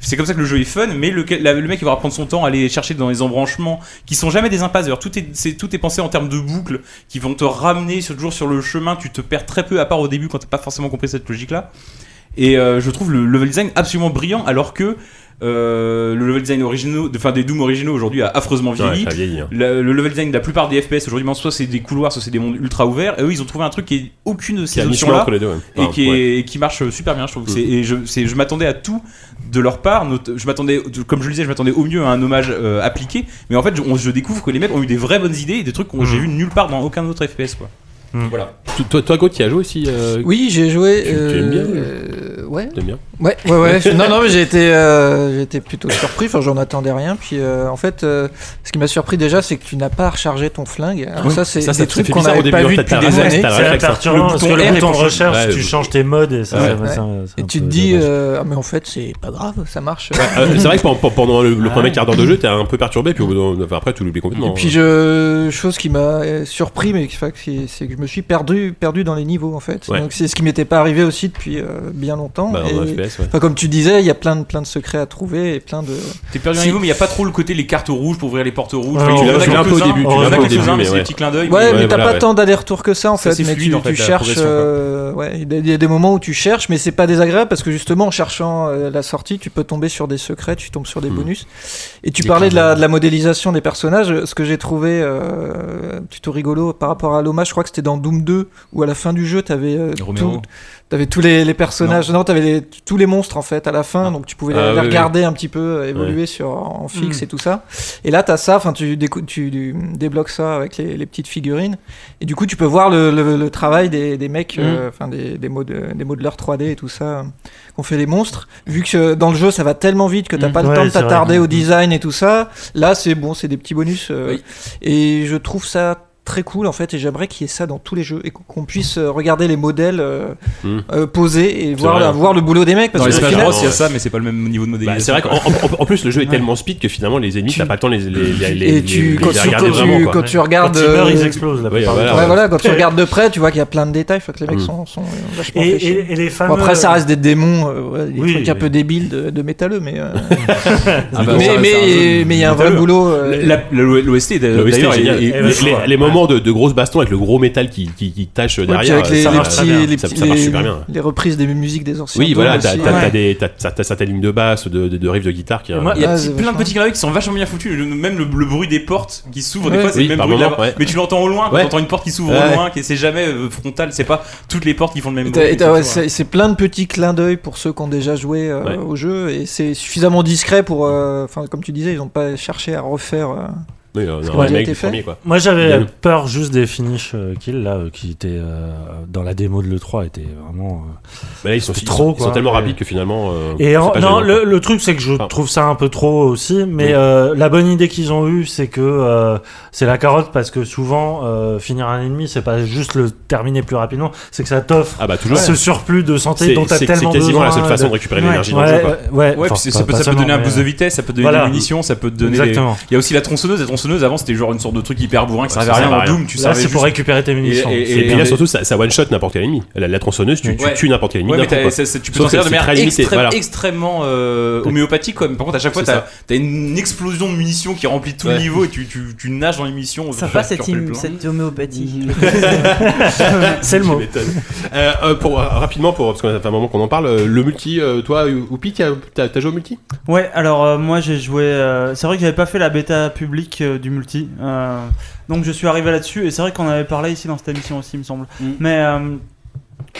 [SPEAKER 4] c'est comme ça que le jeu est fun, mais le, la- le mec il va prendre son temps à aller chercher dans les embranchements qui sont jamais des impasses. D'ailleurs, Tout est, c'est- tout est pensé en termes de boucles qui vont te ramener sur- toujours sur le chemin. Tu te perds très peu à part au début quand t'as pas forcément compris cette logique là. Et euh, je trouve le level design absolument brillant, alors que euh, le level design originaux, enfin des Doom originaux aujourd'hui a affreusement
[SPEAKER 2] Ouais,
[SPEAKER 4] vieilli.
[SPEAKER 2] ça vieillit, hein.
[SPEAKER 4] La- le level design de la plupart des FPS aujourd'hui, maintenant, soit c'est des couloirs, soit c'est des mondes ultra ouverts. Et eux, ils ont trouvé un truc qui est aucune de
[SPEAKER 2] Qui est
[SPEAKER 4] ces
[SPEAKER 2] à
[SPEAKER 4] options
[SPEAKER 2] mi-chemin
[SPEAKER 4] là
[SPEAKER 2] entre les deux, ouais.
[SPEAKER 4] et
[SPEAKER 2] Enfin,
[SPEAKER 4] qui, est-
[SPEAKER 2] Ah, ouais. Mmh.
[SPEAKER 4] et qui marche super bien. Je trouve que c'est et je, c'est- je m'attendais à tout de leur part. Note- Je m'attendais, comme je le disais, je m'attendais au mieux à un hommage euh, appliqué. Mais en fait, je, on- je découvre que les mecs ont eu des vraies bonnes idées et des trucs que
[SPEAKER 2] Mmh.
[SPEAKER 4] j'ai vu nulle part dans aucun autre FPS. Quoi. Voilà.
[SPEAKER 2] Tu- Toi, toi Gauthier, tu y as joué aussi euh,
[SPEAKER 7] Oui, j'ai joué.
[SPEAKER 2] Tu- tu aimes bien,
[SPEAKER 7] euh, Ouais.
[SPEAKER 2] T'aimes bien
[SPEAKER 7] Ouais, ouais, ouais. Je- non, non, mais j'ai été, euh, j'ai été plutôt surpris. Enfin, j'en attendais rien. Puis, euh, en fait, euh, ce qui m'a surpris déjà, c'est que tu n'as pas rechargé ton flingue. Alors, ça, c'est
[SPEAKER 2] Ça, ça
[SPEAKER 7] des
[SPEAKER 2] te
[SPEAKER 7] trucs
[SPEAKER 2] fait
[SPEAKER 7] qu'on
[SPEAKER 2] bizarre au
[SPEAKER 7] n'avait pas
[SPEAKER 2] début,
[SPEAKER 7] vu
[SPEAKER 2] en fait,
[SPEAKER 7] depuis
[SPEAKER 2] t'as
[SPEAKER 7] des
[SPEAKER 2] raison,
[SPEAKER 7] années.
[SPEAKER 2] t'as
[SPEAKER 8] C'est
[SPEAKER 2] réflexe,
[SPEAKER 8] perturbant
[SPEAKER 7] le
[SPEAKER 8] parce que
[SPEAKER 7] bouton
[SPEAKER 8] le
[SPEAKER 7] R,
[SPEAKER 8] bouton
[SPEAKER 7] t'en-
[SPEAKER 8] recherche,
[SPEAKER 2] Ouais,
[SPEAKER 8] tu
[SPEAKER 2] ouais.
[SPEAKER 8] changes tes modes et ça.
[SPEAKER 2] Ouais.
[SPEAKER 8] ça-
[SPEAKER 7] Ouais.
[SPEAKER 8] ça- c'est
[SPEAKER 7] Et
[SPEAKER 8] un
[SPEAKER 7] tu te
[SPEAKER 8] peu
[SPEAKER 7] dis,
[SPEAKER 8] dommage.
[SPEAKER 7] euh, ah, mais en fait, c'est pas grave, ça marche.
[SPEAKER 2] Euh, c'est vrai que pendant, pendant le, le premier quart d'heure de jeu, t'es un peu perturbé, puis au bout d'un- enfin, après, tu l'oublies complètement. hein.
[SPEAKER 7] Et puis, je... chose qui m'a euh, surpris, mais enfin, que c'est c'est que je me suis perdu, perdu dans les niveaux, en fait.
[SPEAKER 2] Ouais.
[SPEAKER 7] Donc, c'est ce qui m'était pas arrivé aussi depuis euh, bien longtemps.
[SPEAKER 2] Bah,
[SPEAKER 7] Et-
[SPEAKER 2] en FPS, ouais.
[SPEAKER 7] Enfin, comme tu disais, il y a plein de, plein de secrets à trouver et plein de.
[SPEAKER 4] T'es perdu un
[SPEAKER 7] Si.
[SPEAKER 4] niveau, mais il n'y a pas trop le côté les cartes rouges pour ouvrir les portes rouges.
[SPEAKER 8] Ouais,
[SPEAKER 4] Enfin,
[SPEAKER 8] tu
[SPEAKER 4] il y en a
[SPEAKER 8] l'as- tu
[SPEAKER 2] l'as Ah, un peu au
[SPEAKER 4] quelques-uns,
[SPEAKER 2] début, tu
[SPEAKER 4] il y en
[SPEAKER 8] l'as
[SPEAKER 4] a
[SPEAKER 8] un peu au
[SPEAKER 4] quelques-uns,
[SPEAKER 2] début,
[SPEAKER 4] mais
[SPEAKER 2] mais
[SPEAKER 4] c'est des
[SPEAKER 2] ouais.
[SPEAKER 4] petits clins d'œil.
[SPEAKER 7] Ouais, mais
[SPEAKER 2] ouais,
[SPEAKER 7] t'as
[SPEAKER 2] voilà,
[SPEAKER 7] pas
[SPEAKER 2] ouais.
[SPEAKER 7] tant d'aller-retour que ça en
[SPEAKER 4] Ça,
[SPEAKER 7] fait.
[SPEAKER 4] c'est
[SPEAKER 7] mais
[SPEAKER 4] fluide,
[SPEAKER 7] tu,
[SPEAKER 4] en fait,
[SPEAKER 7] tu
[SPEAKER 4] la
[SPEAKER 7] cherches.
[SPEAKER 4] progression, quoi.
[SPEAKER 7] euh, ouais, il y a- il y a des moments où tu cherches, mais c'est pas désagréable parce que justement, en cherchant euh, la sortie, tu peux tomber sur des secrets, tu tombes sur des
[SPEAKER 2] Hmm.
[SPEAKER 7] bonus. Et tu
[SPEAKER 2] Des
[SPEAKER 7] parlais de
[SPEAKER 2] clins
[SPEAKER 7] la,
[SPEAKER 2] d'œil.
[SPEAKER 7] de la modélisation des personnages. Ce que j'ai trouvé euh, plutôt rigolo par rapport à l'hommage, je crois que c'était dans Doom 2 où à la fin du jeu, t'avais euh,
[SPEAKER 4] Romero.
[SPEAKER 7] tout- t'avais tous les, les personnages. Non, t'avais les- tous les monstres en fait à la fin, donc tu pouvais
[SPEAKER 2] Ah,
[SPEAKER 7] les
[SPEAKER 2] oui, oui.
[SPEAKER 7] regarder un petit peu euh, évoluer sur en fixe et tout ça. Et là, t'as ça, enfin, tu, décou- tu, tu débloques ça avec les, les petites figurines. Et du coup, tu peux voir le, le- le travail des, des mecs, euh, enfin, des, des, modes- des modeleurs 3D et tout ça, euh, qu'on fait les monstres. Vu que euh, dans le jeu, ça va tellement vite que t'as
[SPEAKER 5] Mm.
[SPEAKER 7] pas le
[SPEAKER 8] Ouais,
[SPEAKER 7] temps de
[SPEAKER 8] c'est vrai.
[SPEAKER 7] t'attarder au
[SPEAKER 8] Mm.
[SPEAKER 7] design et tout ça. Là, c'est bon, c'est des petits bonus. euh,
[SPEAKER 4] Oui.
[SPEAKER 7] Et je trouve ça très cool en fait et j'aimerais qu'il y ait ça dans tous les jeux et qu'on- qu'on puisse euh, regarder les modèles euh,
[SPEAKER 2] Mm.
[SPEAKER 7] euh, posés et voir,
[SPEAKER 2] vrai,
[SPEAKER 7] la-
[SPEAKER 2] hein.
[SPEAKER 7] voir le boulot des mecs parce
[SPEAKER 4] Dans les
[SPEAKER 7] que au
[SPEAKER 4] Smash
[SPEAKER 2] c'est
[SPEAKER 7] final,
[SPEAKER 4] Bros,
[SPEAKER 2] clair,
[SPEAKER 4] il y a
[SPEAKER 2] ouais.
[SPEAKER 4] ça, mais c'est pas le même niveau de
[SPEAKER 2] Bah,
[SPEAKER 4] modélisation.
[SPEAKER 2] c'est vrai qu'en en- en- en plus, le jeu est tellement speed que finalement, les ennemis,
[SPEAKER 7] Tu-
[SPEAKER 2] t'as pas le temps de les, les, les, les,
[SPEAKER 7] et
[SPEAKER 2] les-
[SPEAKER 7] tu
[SPEAKER 2] les
[SPEAKER 7] quand tu-
[SPEAKER 2] regarder
[SPEAKER 7] quand
[SPEAKER 2] vraiment.
[SPEAKER 7] tu-
[SPEAKER 2] quoi.
[SPEAKER 7] quand tu regardes
[SPEAKER 8] Quand ils meurent,
[SPEAKER 7] euh,
[SPEAKER 8] ils explosent la
[SPEAKER 2] ouais,
[SPEAKER 8] plupart
[SPEAKER 2] voilà,
[SPEAKER 8] du
[SPEAKER 7] Ouais,
[SPEAKER 8] temps.
[SPEAKER 2] ouais.
[SPEAKER 7] voilà, quand tu regardes de près, tu vois qu'il y a plein de détails. Faut que les mecs
[SPEAKER 2] Mm.
[SPEAKER 7] sont, sont, euh, vachement
[SPEAKER 8] Et,
[SPEAKER 7] réfléchis.
[SPEAKER 8] et, et les
[SPEAKER 7] Bon,
[SPEAKER 8] fameux.
[SPEAKER 7] après, ça reste des démons, euh, ouais, des
[SPEAKER 8] Oui,
[SPEAKER 7] trucs un
[SPEAKER 8] oui.
[SPEAKER 7] peu débiles de, de métalleux, mais euh,
[SPEAKER 4] Ah bah,
[SPEAKER 7] mais
[SPEAKER 4] ça,
[SPEAKER 7] mais
[SPEAKER 4] c'est un jeu
[SPEAKER 7] mais il y a un vrai
[SPEAKER 4] métalleux.
[SPEAKER 7] boulot. euh,
[SPEAKER 4] La- la- L'OST
[SPEAKER 2] Le
[SPEAKER 4] d'ailleurs
[SPEAKER 2] OST est génial.
[SPEAKER 4] est- est-
[SPEAKER 8] Et
[SPEAKER 2] Les-
[SPEAKER 8] le choix.
[SPEAKER 2] les, les moments de, de grosses bastons avec le gros métal qui, qui, qui tâche
[SPEAKER 7] ouais, puis
[SPEAKER 2] derrière, euh,
[SPEAKER 7] avec les,
[SPEAKER 2] ça,
[SPEAKER 7] les
[SPEAKER 2] marche
[SPEAKER 7] petits-
[SPEAKER 2] très bien.
[SPEAKER 7] les
[SPEAKER 2] Ça-
[SPEAKER 7] petits-
[SPEAKER 2] ça marche
[SPEAKER 7] les-
[SPEAKER 2] super bien.
[SPEAKER 7] Les reprises des musiques des anciens.
[SPEAKER 2] Oui,
[SPEAKER 7] tomes
[SPEAKER 2] voilà, t'as
[SPEAKER 7] aussi.
[SPEAKER 2] t'as- t'as
[SPEAKER 7] Ouais.
[SPEAKER 2] des- t'as- t'as- t'as ta ligne de basse, de, de, de riff de guitare qui.
[SPEAKER 4] Et moi, il y a
[SPEAKER 7] Ouais,
[SPEAKER 4] petit-
[SPEAKER 7] Ah, c'est
[SPEAKER 4] plein de
[SPEAKER 7] vachement.
[SPEAKER 4] petits clins d'œil qui sont vachement bien foutus. Le- Même le, le bruit des portes qui s'ouvrent, des
[SPEAKER 7] Ouais.
[SPEAKER 4] fois c'est
[SPEAKER 2] Oui,
[SPEAKER 4] le même
[SPEAKER 2] par
[SPEAKER 4] bruit de la-
[SPEAKER 2] moment, ouais.
[SPEAKER 4] Mais tu l'entends au loin,
[SPEAKER 2] Ouais.
[SPEAKER 4] tu entends une porte qui s'ouvre
[SPEAKER 2] Ouais.
[SPEAKER 4] au loin, qui c'est jamais euh, frontal, c'est pas toutes les portes qui font le même
[SPEAKER 7] Et
[SPEAKER 4] bruit.
[SPEAKER 7] t'as- et t'as-
[SPEAKER 4] c'est
[SPEAKER 7] ouais,
[SPEAKER 4] tout,
[SPEAKER 7] C'est c'est plein de petits clins d'œil pour ceux qui ont déjà joué euh,
[SPEAKER 2] Ouais.
[SPEAKER 7] au jeu et c'est suffisamment discret pour, euh, enfin comme tu disais, ils n'ont pas cherché à refaire. euh,
[SPEAKER 2] Oui, euh, non,
[SPEAKER 7] qu'on
[SPEAKER 2] le
[SPEAKER 7] a
[SPEAKER 2] mec
[SPEAKER 7] été
[SPEAKER 2] du
[SPEAKER 7] fait.
[SPEAKER 2] premier, quoi.
[SPEAKER 8] Moi j'avais
[SPEAKER 2] Bien.
[SPEAKER 8] peur juste des finishes euh, kills là euh, qui étaient euh, dans la démo de l'E3 étaient vraiment. euh,
[SPEAKER 2] Mais là, ils sont,
[SPEAKER 8] C'est
[SPEAKER 2] ils
[SPEAKER 8] trop,
[SPEAKER 2] sont- ils sont
[SPEAKER 8] quoi.
[SPEAKER 2] tellement
[SPEAKER 8] Et-
[SPEAKER 2] rapides que finalement. euh,
[SPEAKER 8] Et
[SPEAKER 2] c'est
[SPEAKER 8] en-
[SPEAKER 2] pas
[SPEAKER 8] non,
[SPEAKER 2] gênant,
[SPEAKER 8] le,
[SPEAKER 2] quoi.
[SPEAKER 8] le truc c'est que je
[SPEAKER 2] Enfin.
[SPEAKER 8] trouve ça un peu trop aussi, mais
[SPEAKER 2] Oui.
[SPEAKER 8] euh, la bonne idée qu'ils ont eue c'est que euh, c'est la carotte parce que souvent euh, finir un ennemi c'est pas juste le terminer plus rapidement, c'est que ça t'offre
[SPEAKER 2] Ah bah toujours.
[SPEAKER 8] ce surplus de santé
[SPEAKER 2] C'est
[SPEAKER 8] dont t'as
[SPEAKER 2] c'est- c'est
[SPEAKER 8] tellement
[SPEAKER 2] quasiment la seule
[SPEAKER 8] besoin
[SPEAKER 2] façon de
[SPEAKER 8] de-
[SPEAKER 2] récupérer
[SPEAKER 3] Ouais,
[SPEAKER 2] l'énergie dans le jeu.
[SPEAKER 8] Ouais,
[SPEAKER 2] quoi.
[SPEAKER 8] ouais, ouais,
[SPEAKER 4] Ouais,
[SPEAKER 8] enfin,
[SPEAKER 4] puis c'est- ça,
[SPEAKER 8] pas-
[SPEAKER 4] peut,
[SPEAKER 8] pas
[SPEAKER 4] ça peut
[SPEAKER 8] seulement,
[SPEAKER 4] donner un
[SPEAKER 8] mais,
[SPEAKER 2] euh,
[SPEAKER 4] boost de vitesse, ça peut donner
[SPEAKER 8] Voilà.
[SPEAKER 4] des munitions, ça peut te donner. des-
[SPEAKER 8] Exactement.
[SPEAKER 4] Il y a aussi la tronçonneuse. La tronçonneuse, avant, c'était genre une sorte de truc hyper bourrin qui
[SPEAKER 2] Ouais,
[SPEAKER 4] servait à
[SPEAKER 2] ça
[SPEAKER 4] rien.
[SPEAKER 2] sert à
[SPEAKER 4] En
[SPEAKER 2] rien.
[SPEAKER 4] Doom, tu
[SPEAKER 8] Là
[SPEAKER 4] savais
[SPEAKER 8] c'est pour
[SPEAKER 4] juste-
[SPEAKER 8] récupérer tes munitions.
[SPEAKER 4] et-
[SPEAKER 2] Et puis
[SPEAKER 4] mais-
[SPEAKER 2] là, surtout, ça, ça one shot n'importe quel ennemi. La, la tronçonneuse, tu, tu
[SPEAKER 4] Ouais.
[SPEAKER 2] tues n'importe quel ennemi.
[SPEAKER 4] Ouais, mais
[SPEAKER 2] n'importe
[SPEAKER 4] t'as-
[SPEAKER 2] quoi.
[SPEAKER 4] ça- ça- tu peux t'en
[SPEAKER 2] Sauf que
[SPEAKER 4] servir de
[SPEAKER 2] c'est
[SPEAKER 4] manière
[SPEAKER 2] très limité,
[SPEAKER 4] extrême-
[SPEAKER 2] voilà.
[SPEAKER 4] extrêmement euh, homéopathique. Quoi. Mais par contre, à chaque fois,
[SPEAKER 2] C'est
[SPEAKER 4] t'as
[SPEAKER 2] ça.
[SPEAKER 4] t'as une explosion de munitions qui remplit tout le
[SPEAKER 2] Ouais.
[SPEAKER 4] niveau et tu, tu, tu nages dans les munitions.
[SPEAKER 6] Sympa
[SPEAKER 4] tu
[SPEAKER 6] cette,
[SPEAKER 4] refais le
[SPEAKER 6] im-
[SPEAKER 4] plein.
[SPEAKER 6] cette homéopathie.
[SPEAKER 8] C'est le
[SPEAKER 2] Tu
[SPEAKER 8] mot.
[SPEAKER 2] m'étonnes. Euh, euh, pour, euh, rapidement, pour, parce qu'on a fait un moment qu'on en parle, euh, le multi, euh, toi, Oupi, t'as t'as- t'as joué au multi
[SPEAKER 3] Ouais, alors euh, moi j'ai joué. euh, c'est vrai que j'avais pas fait la bêta publique euh, du multi. euh, donc je suis arrivé là-dessus et c'est vrai qu'on en avait parlé ici dans cette émission aussi, il me semble.
[SPEAKER 5] Mm.
[SPEAKER 3] Mais. euh,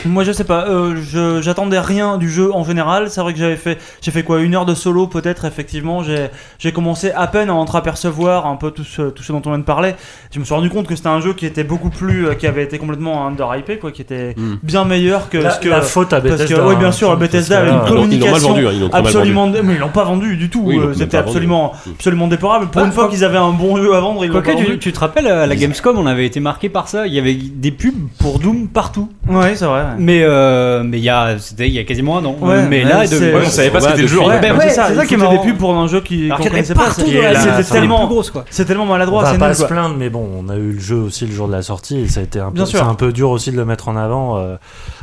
[SPEAKER 3] moi je sais pas, euh, je- j'attendais rien du jeu en général, c'est vrai que j'avais fait, j'ai fait quoi, une heure de solo peut-être, effectivement, j'ai j'ai commencé à peine à entreapercevoir un peu tout ce, tout ce dont on vient de parler, je me suis rendu compte que c'était un jeu qui était beaucoup plus, euh, qui avait été complètement underhypé quoi, qui était
[SPEAKER 2] Mm.
[SPEAKER 3] bien meilleur que
[SPEAKER 8] La,
[SPEAKER 3] ce que...
[SPEAKER 8] la faute à
[SPEAKER 3] parce
[SPEAKER 8] Bethesda.
[SPEAKER 3] que, oui, bien
[SPEAKER 8] hein,
[SPEAKER 3] sûr,
[SPEAKER 8] parce que
[SPEAKER 3] Bethesda
[SPEAKER 8] là,
[SPEAKER 3] a une
[SPEAKER 2] Ils l'ont- Ils l'ont mal
[SPEAKER 3] Communication
[SPEAKER 2] vendu, hein, ils l'ont très mal vendu.
[SPEAKER 3] Absolument, dé- mais ils l'ont pas vendu du tout.
[SPEAKER 2] Oui, ils l'ont
[SPEAKER 3] euh,
[SPEAKER 2] même
[SPEAKER 3] C'était
[SPEAKER 2] pas vendu.
[SPEAKER 3] absolument,
[SPEAKER 2] Mm.
[SPEAKER 3] absolument déplorable. Pour
[SPEAKER 5] Ah,
[SPEAKER 3] une fois qu'ils avaient un bon jeu à vendre, ils l'ont pas
[SPEAKER 5] Quoique,
[SPEAKER 3] vendu.
[SPEAKER 5] tu, tu te rappelles, à la Gamescom, on avait été marqué par ça. Il y avait des pubs pour Doom partout.
[SPEAKER 3] Ouais, c'est vrai. ouais.
[SPEAKER 5] Mais euh, mais il y a, c'était il y a quasiment un an.
[SPEAKER 3] Ouais,
[SPEAKER 5] mais
[SPEAKER 3] ouais,
[SPEAKER 5] là, de-
[SPEAKER 3] c'est-
[SPEAKER 4] Ouais, on savait pas ce
[SPEAKER 2] Ouais,
[SPEAKER 4] qu'était le jeu. en
[SPEAKER 3] Ouais,
[SPEAKER 4] fait.
[SPEAKER 5] ben
[SPEAKER 3] bah,
[SPEAKER 5] ouais,
[SPEAKER 3] c'est ça,
[SPEAKER 5] c'est
[SPEAKER 3] ils
[SPEAKER 5] ça qui est
[SPEAKER 3] foutaient des
[SPEAKER 5] marrant.
[SPEAKER 3] pubs pour un jeu qui
[SPEAKER 5] alors
[SPEAKER 3] qu'on
[SPEAKER 5] qu'il y en avait
[SPEAKER 3] connaissait pas.
[SPEAKER 5] partout dans
[SPEAKER 3] C'est-
[SPEAKER 5] la-
[SPEAKER 8] là,
[SPEAKER 5] c'était
[SPEAKER 8] là,
[SPEAKER 3] C'était
[SPEAKER 8] ça
[SPEAKER 5] tellement
[SPEAKER 3] tellement,
[SPEAKER 5] grosse quoi.
[SPEAKER 3] c'est tellement
[SPEAKER 8] On
[SPEAKER 3] maladroit.
[SPEAKER 8] va
[SPEAKER 3] c'est
[SPEAKER 8] pas
[SPEAKER 3] nul,
[SPEAKER 8] se
[SPEAKER 3] quoi.
[SPEAKER 8] plaindre, mais bon, on a eu le jeu aussi le jour de la sortie, et ça a été un peu,
[SPEAKER 3] Bien sûr.
[SPEAKER 8] c'est un peu dur aussi de le mettre en avant, euh,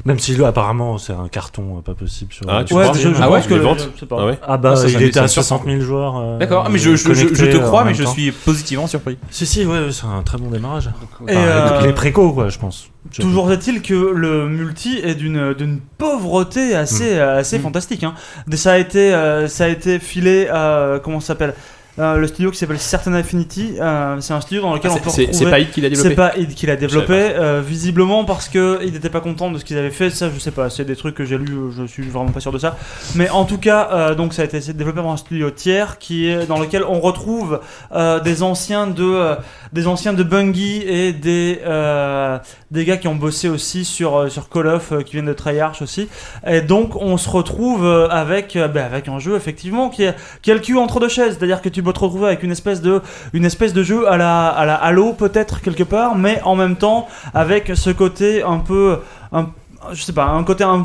[SPEAKER 8] même si là, apparemment, c'est un carton euh, pas possible sur.
[SPEAKER 2] Ah, tu
[SPEAKER 8] sur
[SPEAKER 3] Ouais,
[SPEAKER 2] crois
[SPEAKER 8] Steam.
[SPEAKER 3] je, je
[SPEAKER 2] Ah ouais,
[SPEAKER 3] pense que
[SPEAKER 2] les
[SPEAKER 3] le-
[SPEAKER 2] ventes
[SPEAKER 3] je sais pas.
[SPEAKER 2] Ah ouais
[SPEAKER 8] Ah bah,
[SPEAKER 4] Ah, ça, ça
[SPEAKER 8] il
[SPEAKER 4] me-
[SPEAKER 8] était
[SPEAKER 4] ça
[SPEAKER 8] à
[SPEAKER 4] me surprend.
[SPEAKER 8] 60 000 joueurs. euh,
[SPEAKER 4] D'accord, Ah, mais je, je- je- je te
[SPEAKER 8] connectés, euh, en
[SPEAKER 4] crois, mais
[SPEAKER 8] même
[SPEAKER 4] je
[SPEAKER 8] temps.
[SPEAKER 4] suis positivement surpris.
[SPEAKER 8] Si, si, ouais, c'est un très bon démarrage.
[SPEAKER 3] Et,
[SPEAKER 8] Enfin,
[SPEAKER 3] euh,
[SPEAKER 8] Les précaux, quoi, je pense.
[SPEAKER 3] Toujours est-il que le multi est d'une d'une pauvreté
[SPEAKER 5] Mm.
[SPEAKER 3] assez assez fantastique. hein. Ça a été euh, ça a été filé à comment ça s'appelle Euh, le studio qui s'appelle Certain Affinity. euh, c'est un studio dans lequel
[SPEAKER 2] Ah,
[SPEAKER 3] on peut
[SPEAKER 2] c'est-
[SPEAKER 3] retrouver.
[SPEAKER 2] c'est- c'est pas id qui l'a développé
[SPEAKER 3] C'est pas id qui l'a développé.
[SPEAKER 2] Je
[SPEAKER 3] euh, visiblement parce que il n'était pas content de ce qu'ils avaient fait. Ça, je sais pas. C'est des trucs que j'ai lus. Je suis vraiment pas sûr de ça. Mais en tout cas, euh, donc ça a été développé par un studio tiers qui est dans lequel on retrouve euh, des anciens de euh, des anciens de Bungie et des euh, des gars qui ont bossé aussi sur euh, sur Call of euh, qui viennent de Treyarch aussi. Et donc on se retrouve euh, avec euh, bah, avec un jeu effectivement qui est qui a le cul entre deux chaises. C'est-à-dire que tu peux te retrouver avec une espèce de une espèce de jeu à la à la Halo peut-être quelque part, mais en même temps avec ce côté un peu un, je sais pas un côté un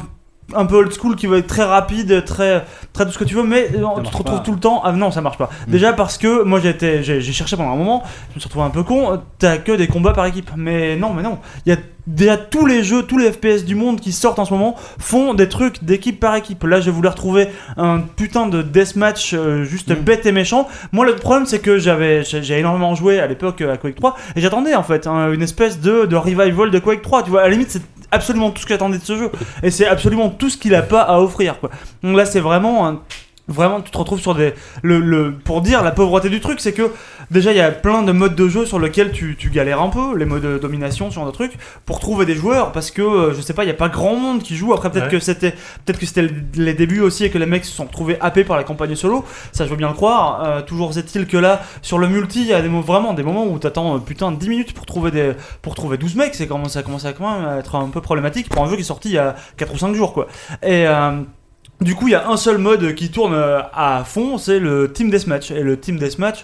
[SPEAKER 3] un peu old school qui va être très rapide, très, très tout ce que tu veux, mais euh, tu te
[SPEAKER 5] marche
[SPEAKER 3] retrouves
[SPEAKER 5] pas. Mm.
[SPEAKER 3] tout le temps. Ah non, ça marche pas. Déjà parce que moi j'ai été- j'ai j'ai cherché pendant un moment, je me suis retrouvé un peu con. euh, T'as que des combats par équipe, mais non, mais non. Il y a déjà tous les jeux, tous les FPS du monde qui sortent en ce moment font des trucs d'équipe par équipe. Là, je voulais retrouver un putain de deathmatch euh, juste
[SPEAKER 5] Mm.
[SPEAKER 3] bête et méchant. Moi, le problème c'est que j'avais j'ai j'ai énormément joué à l'époque euh, à Quake 3 et j'attendais en fait hein, une espèce de, de revival de Quake 3. Tu vois, à la limite c'est absolument tout ce que j'attendais de ce jeu et c'est absolument tout ce qu'il a pas à offrir quoi. Donc là c'est vraiment un- Vraiment, tu te retrouves sur des. Le, le- pour dire la pauvreté du truc, c'est que déjà il y a plein de modes de jeu sur lesquels tu, tu galères un peu, les modes de domination, sur un truc, pour trouver des joueurs, parce que euh, je sais pas, il y a pas grand monde qui joue. Après, peut-être
[SPEAKER 8] Ouais.
[SPEAKER 3] que c'était peut-être que c'était le- les débuts aussi et que les mecs se sont retrouvés happés par la campagne solo. Ça, je veux bien le croire. Euh, toujours est-il que là, sur le multi, il y a des, mo- vraiment des moments où t'attends euh, putain 10 minutes pour trouver des, pour trouver 12 mecs, c'est comment ça commence à quand même à être un peu problématique pour un jeu qui est sorti il y a 4 ou 5 jours quoi. Et euh, du coup, il y a un seul mode qui tourne euh, à fond, c'est le Team Deathmatch. Et le Team Deathmatch,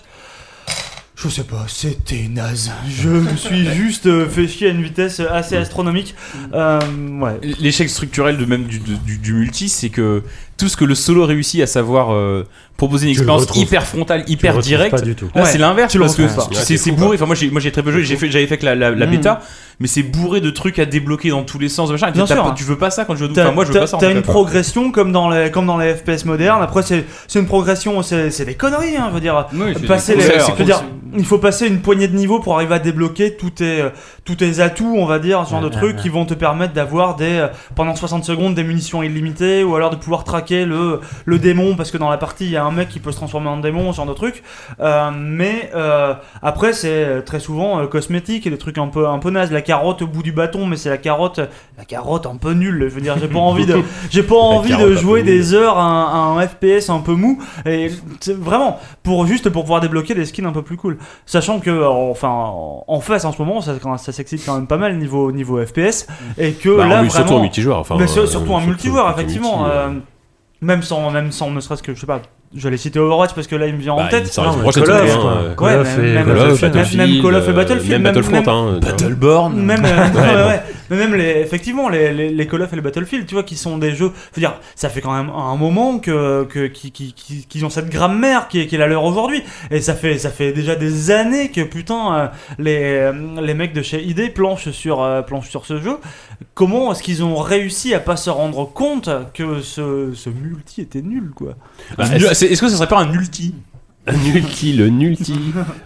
[SPEAKER 3] je sais pas, c'était naze. Je me suis juste euh, fait chier à une vitesse assez astronomique. Euh, ouais.
[SPEAKER 4] L'échec structurel de même du, du- du- du multi, c'est que tout ce que le solo réussit, à savoir euh, proposer une
[SPEAKER 8] Tu le
[SPEAKER 4] expérience
[SPEAKER 8] retrouves.
[SPEAKER 4] hyper frontale,
[SPEAKER 8] Tu le
[SPEAKER 4] hyper
[SPEAKER 8] retrouves
[SPEAKER 4] directe,
[SPEAKER 8] Pas du tout.
[SPEAKER 4] Là,
[SPEAKER 3] Ouais.
[SPEAKER 4] c'est l'inverse
[SPEAKER 3] Tu le
[SPEAKER 4] parce que
[SPEAKER 3] retrouves pas.
[SPEAKER 4] c'est- c'est c'est bourré. Enfin, moi, j'ai moi, j'ai très peu joué. J'ai fait, j'avais fait que la, la, la
[SPEAKER 3] Mm.
[SPEAKER 4] bêta, mais c'est bourré de trucs à débloquer dans tous les sens. Machin. Et
[SPEAKER 3] Bien
[SPEAKER 4] t'as
[SPEAKER 3] sûr,
[SPEAKER 4] pas-
[SPEAKER 3] hein.
[SPEAKER 4] Tu veux pas ça quand je joue.
[SPEAKER 3] T'as
[SPEAKER 4] Enfin, moi, je veux
[SPEAKER 3] t'as-
[SPEAKER 4] pas ça. en
[SPEAKER 3] t'as
[SPEAKER 4] fait.
[SPEAKER 3] une progression comme dans les, comme dans les FPS modernes. Après, c'est c'est une progression, c'est c'est des conneries, hein, je veux dire. passer les,
[SPEAKER 4] c'est-
[SPEAKER 3] je
[SPEAKER 4] c'est-
[SPEAKER 3] veux
[SPEAKER 2] hein,
[SPEAKER 3] dire, il faut passer une poignée de niveaux pour arriver à débloquer tous tes, euh, tous tes atouts, on va dire, ce genre de trucs qui vont te permettre d'avoir des, euh, pendant 60 secondes des munitions illimitées ou alors de pouvoir traquer le, le démon parce que dans la partie il y a un mec qui peut se transformer en démon, ce genre de trucs. Euh, mais euh, après, c'est euh, très souvent euh, cosmétique et des trucs un peu, un peu nazes. La carotte au bout du bâton, mais c'est la carotte, la carotte un peu nulle. Je veux dire, j'ai pas envie de, j'ai pas envie de
[SPEAKER 2] carotte un
[SPEAKER 3] jouer
[SPEAKER 2] peu nulle.
[SPEAKER 3] des heures à un, à un FPS un peu mou. Et c'est vraiment, pour juste pour pouvoir débloquer des skins un peu plus cool. Sachant que, euh, enfin, en en face en ce moment, ça, ça s'excite quand même pas mal niveau, niveau FPS. Et que
[SPEAKER 2] Bah, en
[SPEAKER 3] là,
[SPEAKER 2] mu- surtout en
[SPEAKER 3] vraiment.
[SPEAKER 2] multijoueur. Enfin,
[SPEAKER 3] Mais sur-
[SPEAKER 2] euh,
[SPEAKER 3] surtout un multijoueur,
[SPEAKER 2] en
[SPEAKER 3] effectivement.
[SPEAKER 2] multi,
[SPEAKER 3] euh, même sans, même sans, ne serait-ce que, je sais pas, je l'ai citer Overwatch parce que là, il me vient
[SPEAKER 2] bah,
[SPEAKER 3] en tête.
[SPEAKER 2] il sort la
[SPEAKER 8] Non, mais
[SPEAKER 2] prochaine
[SPEAKER 8] Call of,
[SPEAKER 2] semaine,
[SPEAKER 8] quoi.
[SPEAKER 2] hein, euh,
[SPEAKER 8] Call
[SPEAKER 3] Ouais,
[SPEAKER 8] of
[SPEAKER 3] mais-
[SPEAKER 8] et-
[SPEAKER 3] même
[SPEAKER 2] Call of,
[SPEAKER 3] Battlefield, même Call of et
[SPEAKER 2] euh,
[SPEAKER 3] Battlefield,
[SPEAKER 2] Même
[SPEAKER 3] même-
[SPEAKER 2] Battlefront.
[SPEAKER 3] même-
[SPEAKER 2] hein, tu vois.
[SPEAKER 4] Battleborn.
[SPEAKER 3] Même, euh,
[SPEAKER 2] Ouais,
[SPEAKER 3] ouais,
[SPEAKER 2] bon.
[SPEAKER 3] ouais. Mais même les, effectivement, les, les, les Call of et les Battlefield, tu vois, qui sont des jeux. Je veux dire, ça fait quand même un moment que, que qui, qui, qui- qu'ils ont cette grammaire qui est, qui est la leur aujourd'hui. Et ça fait, ça fait déjà des années que putain, euh, les, euh, les mecs de chez ID planchent sur, euh, planchent sur ce jeu. Comment est-ce qu'ils ont réussi à pas se rendre compte que ce, ce multi était nul, quoi
[SPEAKER 2] Bah,
[SPEAKER 4] Nul- c'est- Est-ce que ça serait pas un multi
[SPEAKER 2] Un Nulti, le Nulti.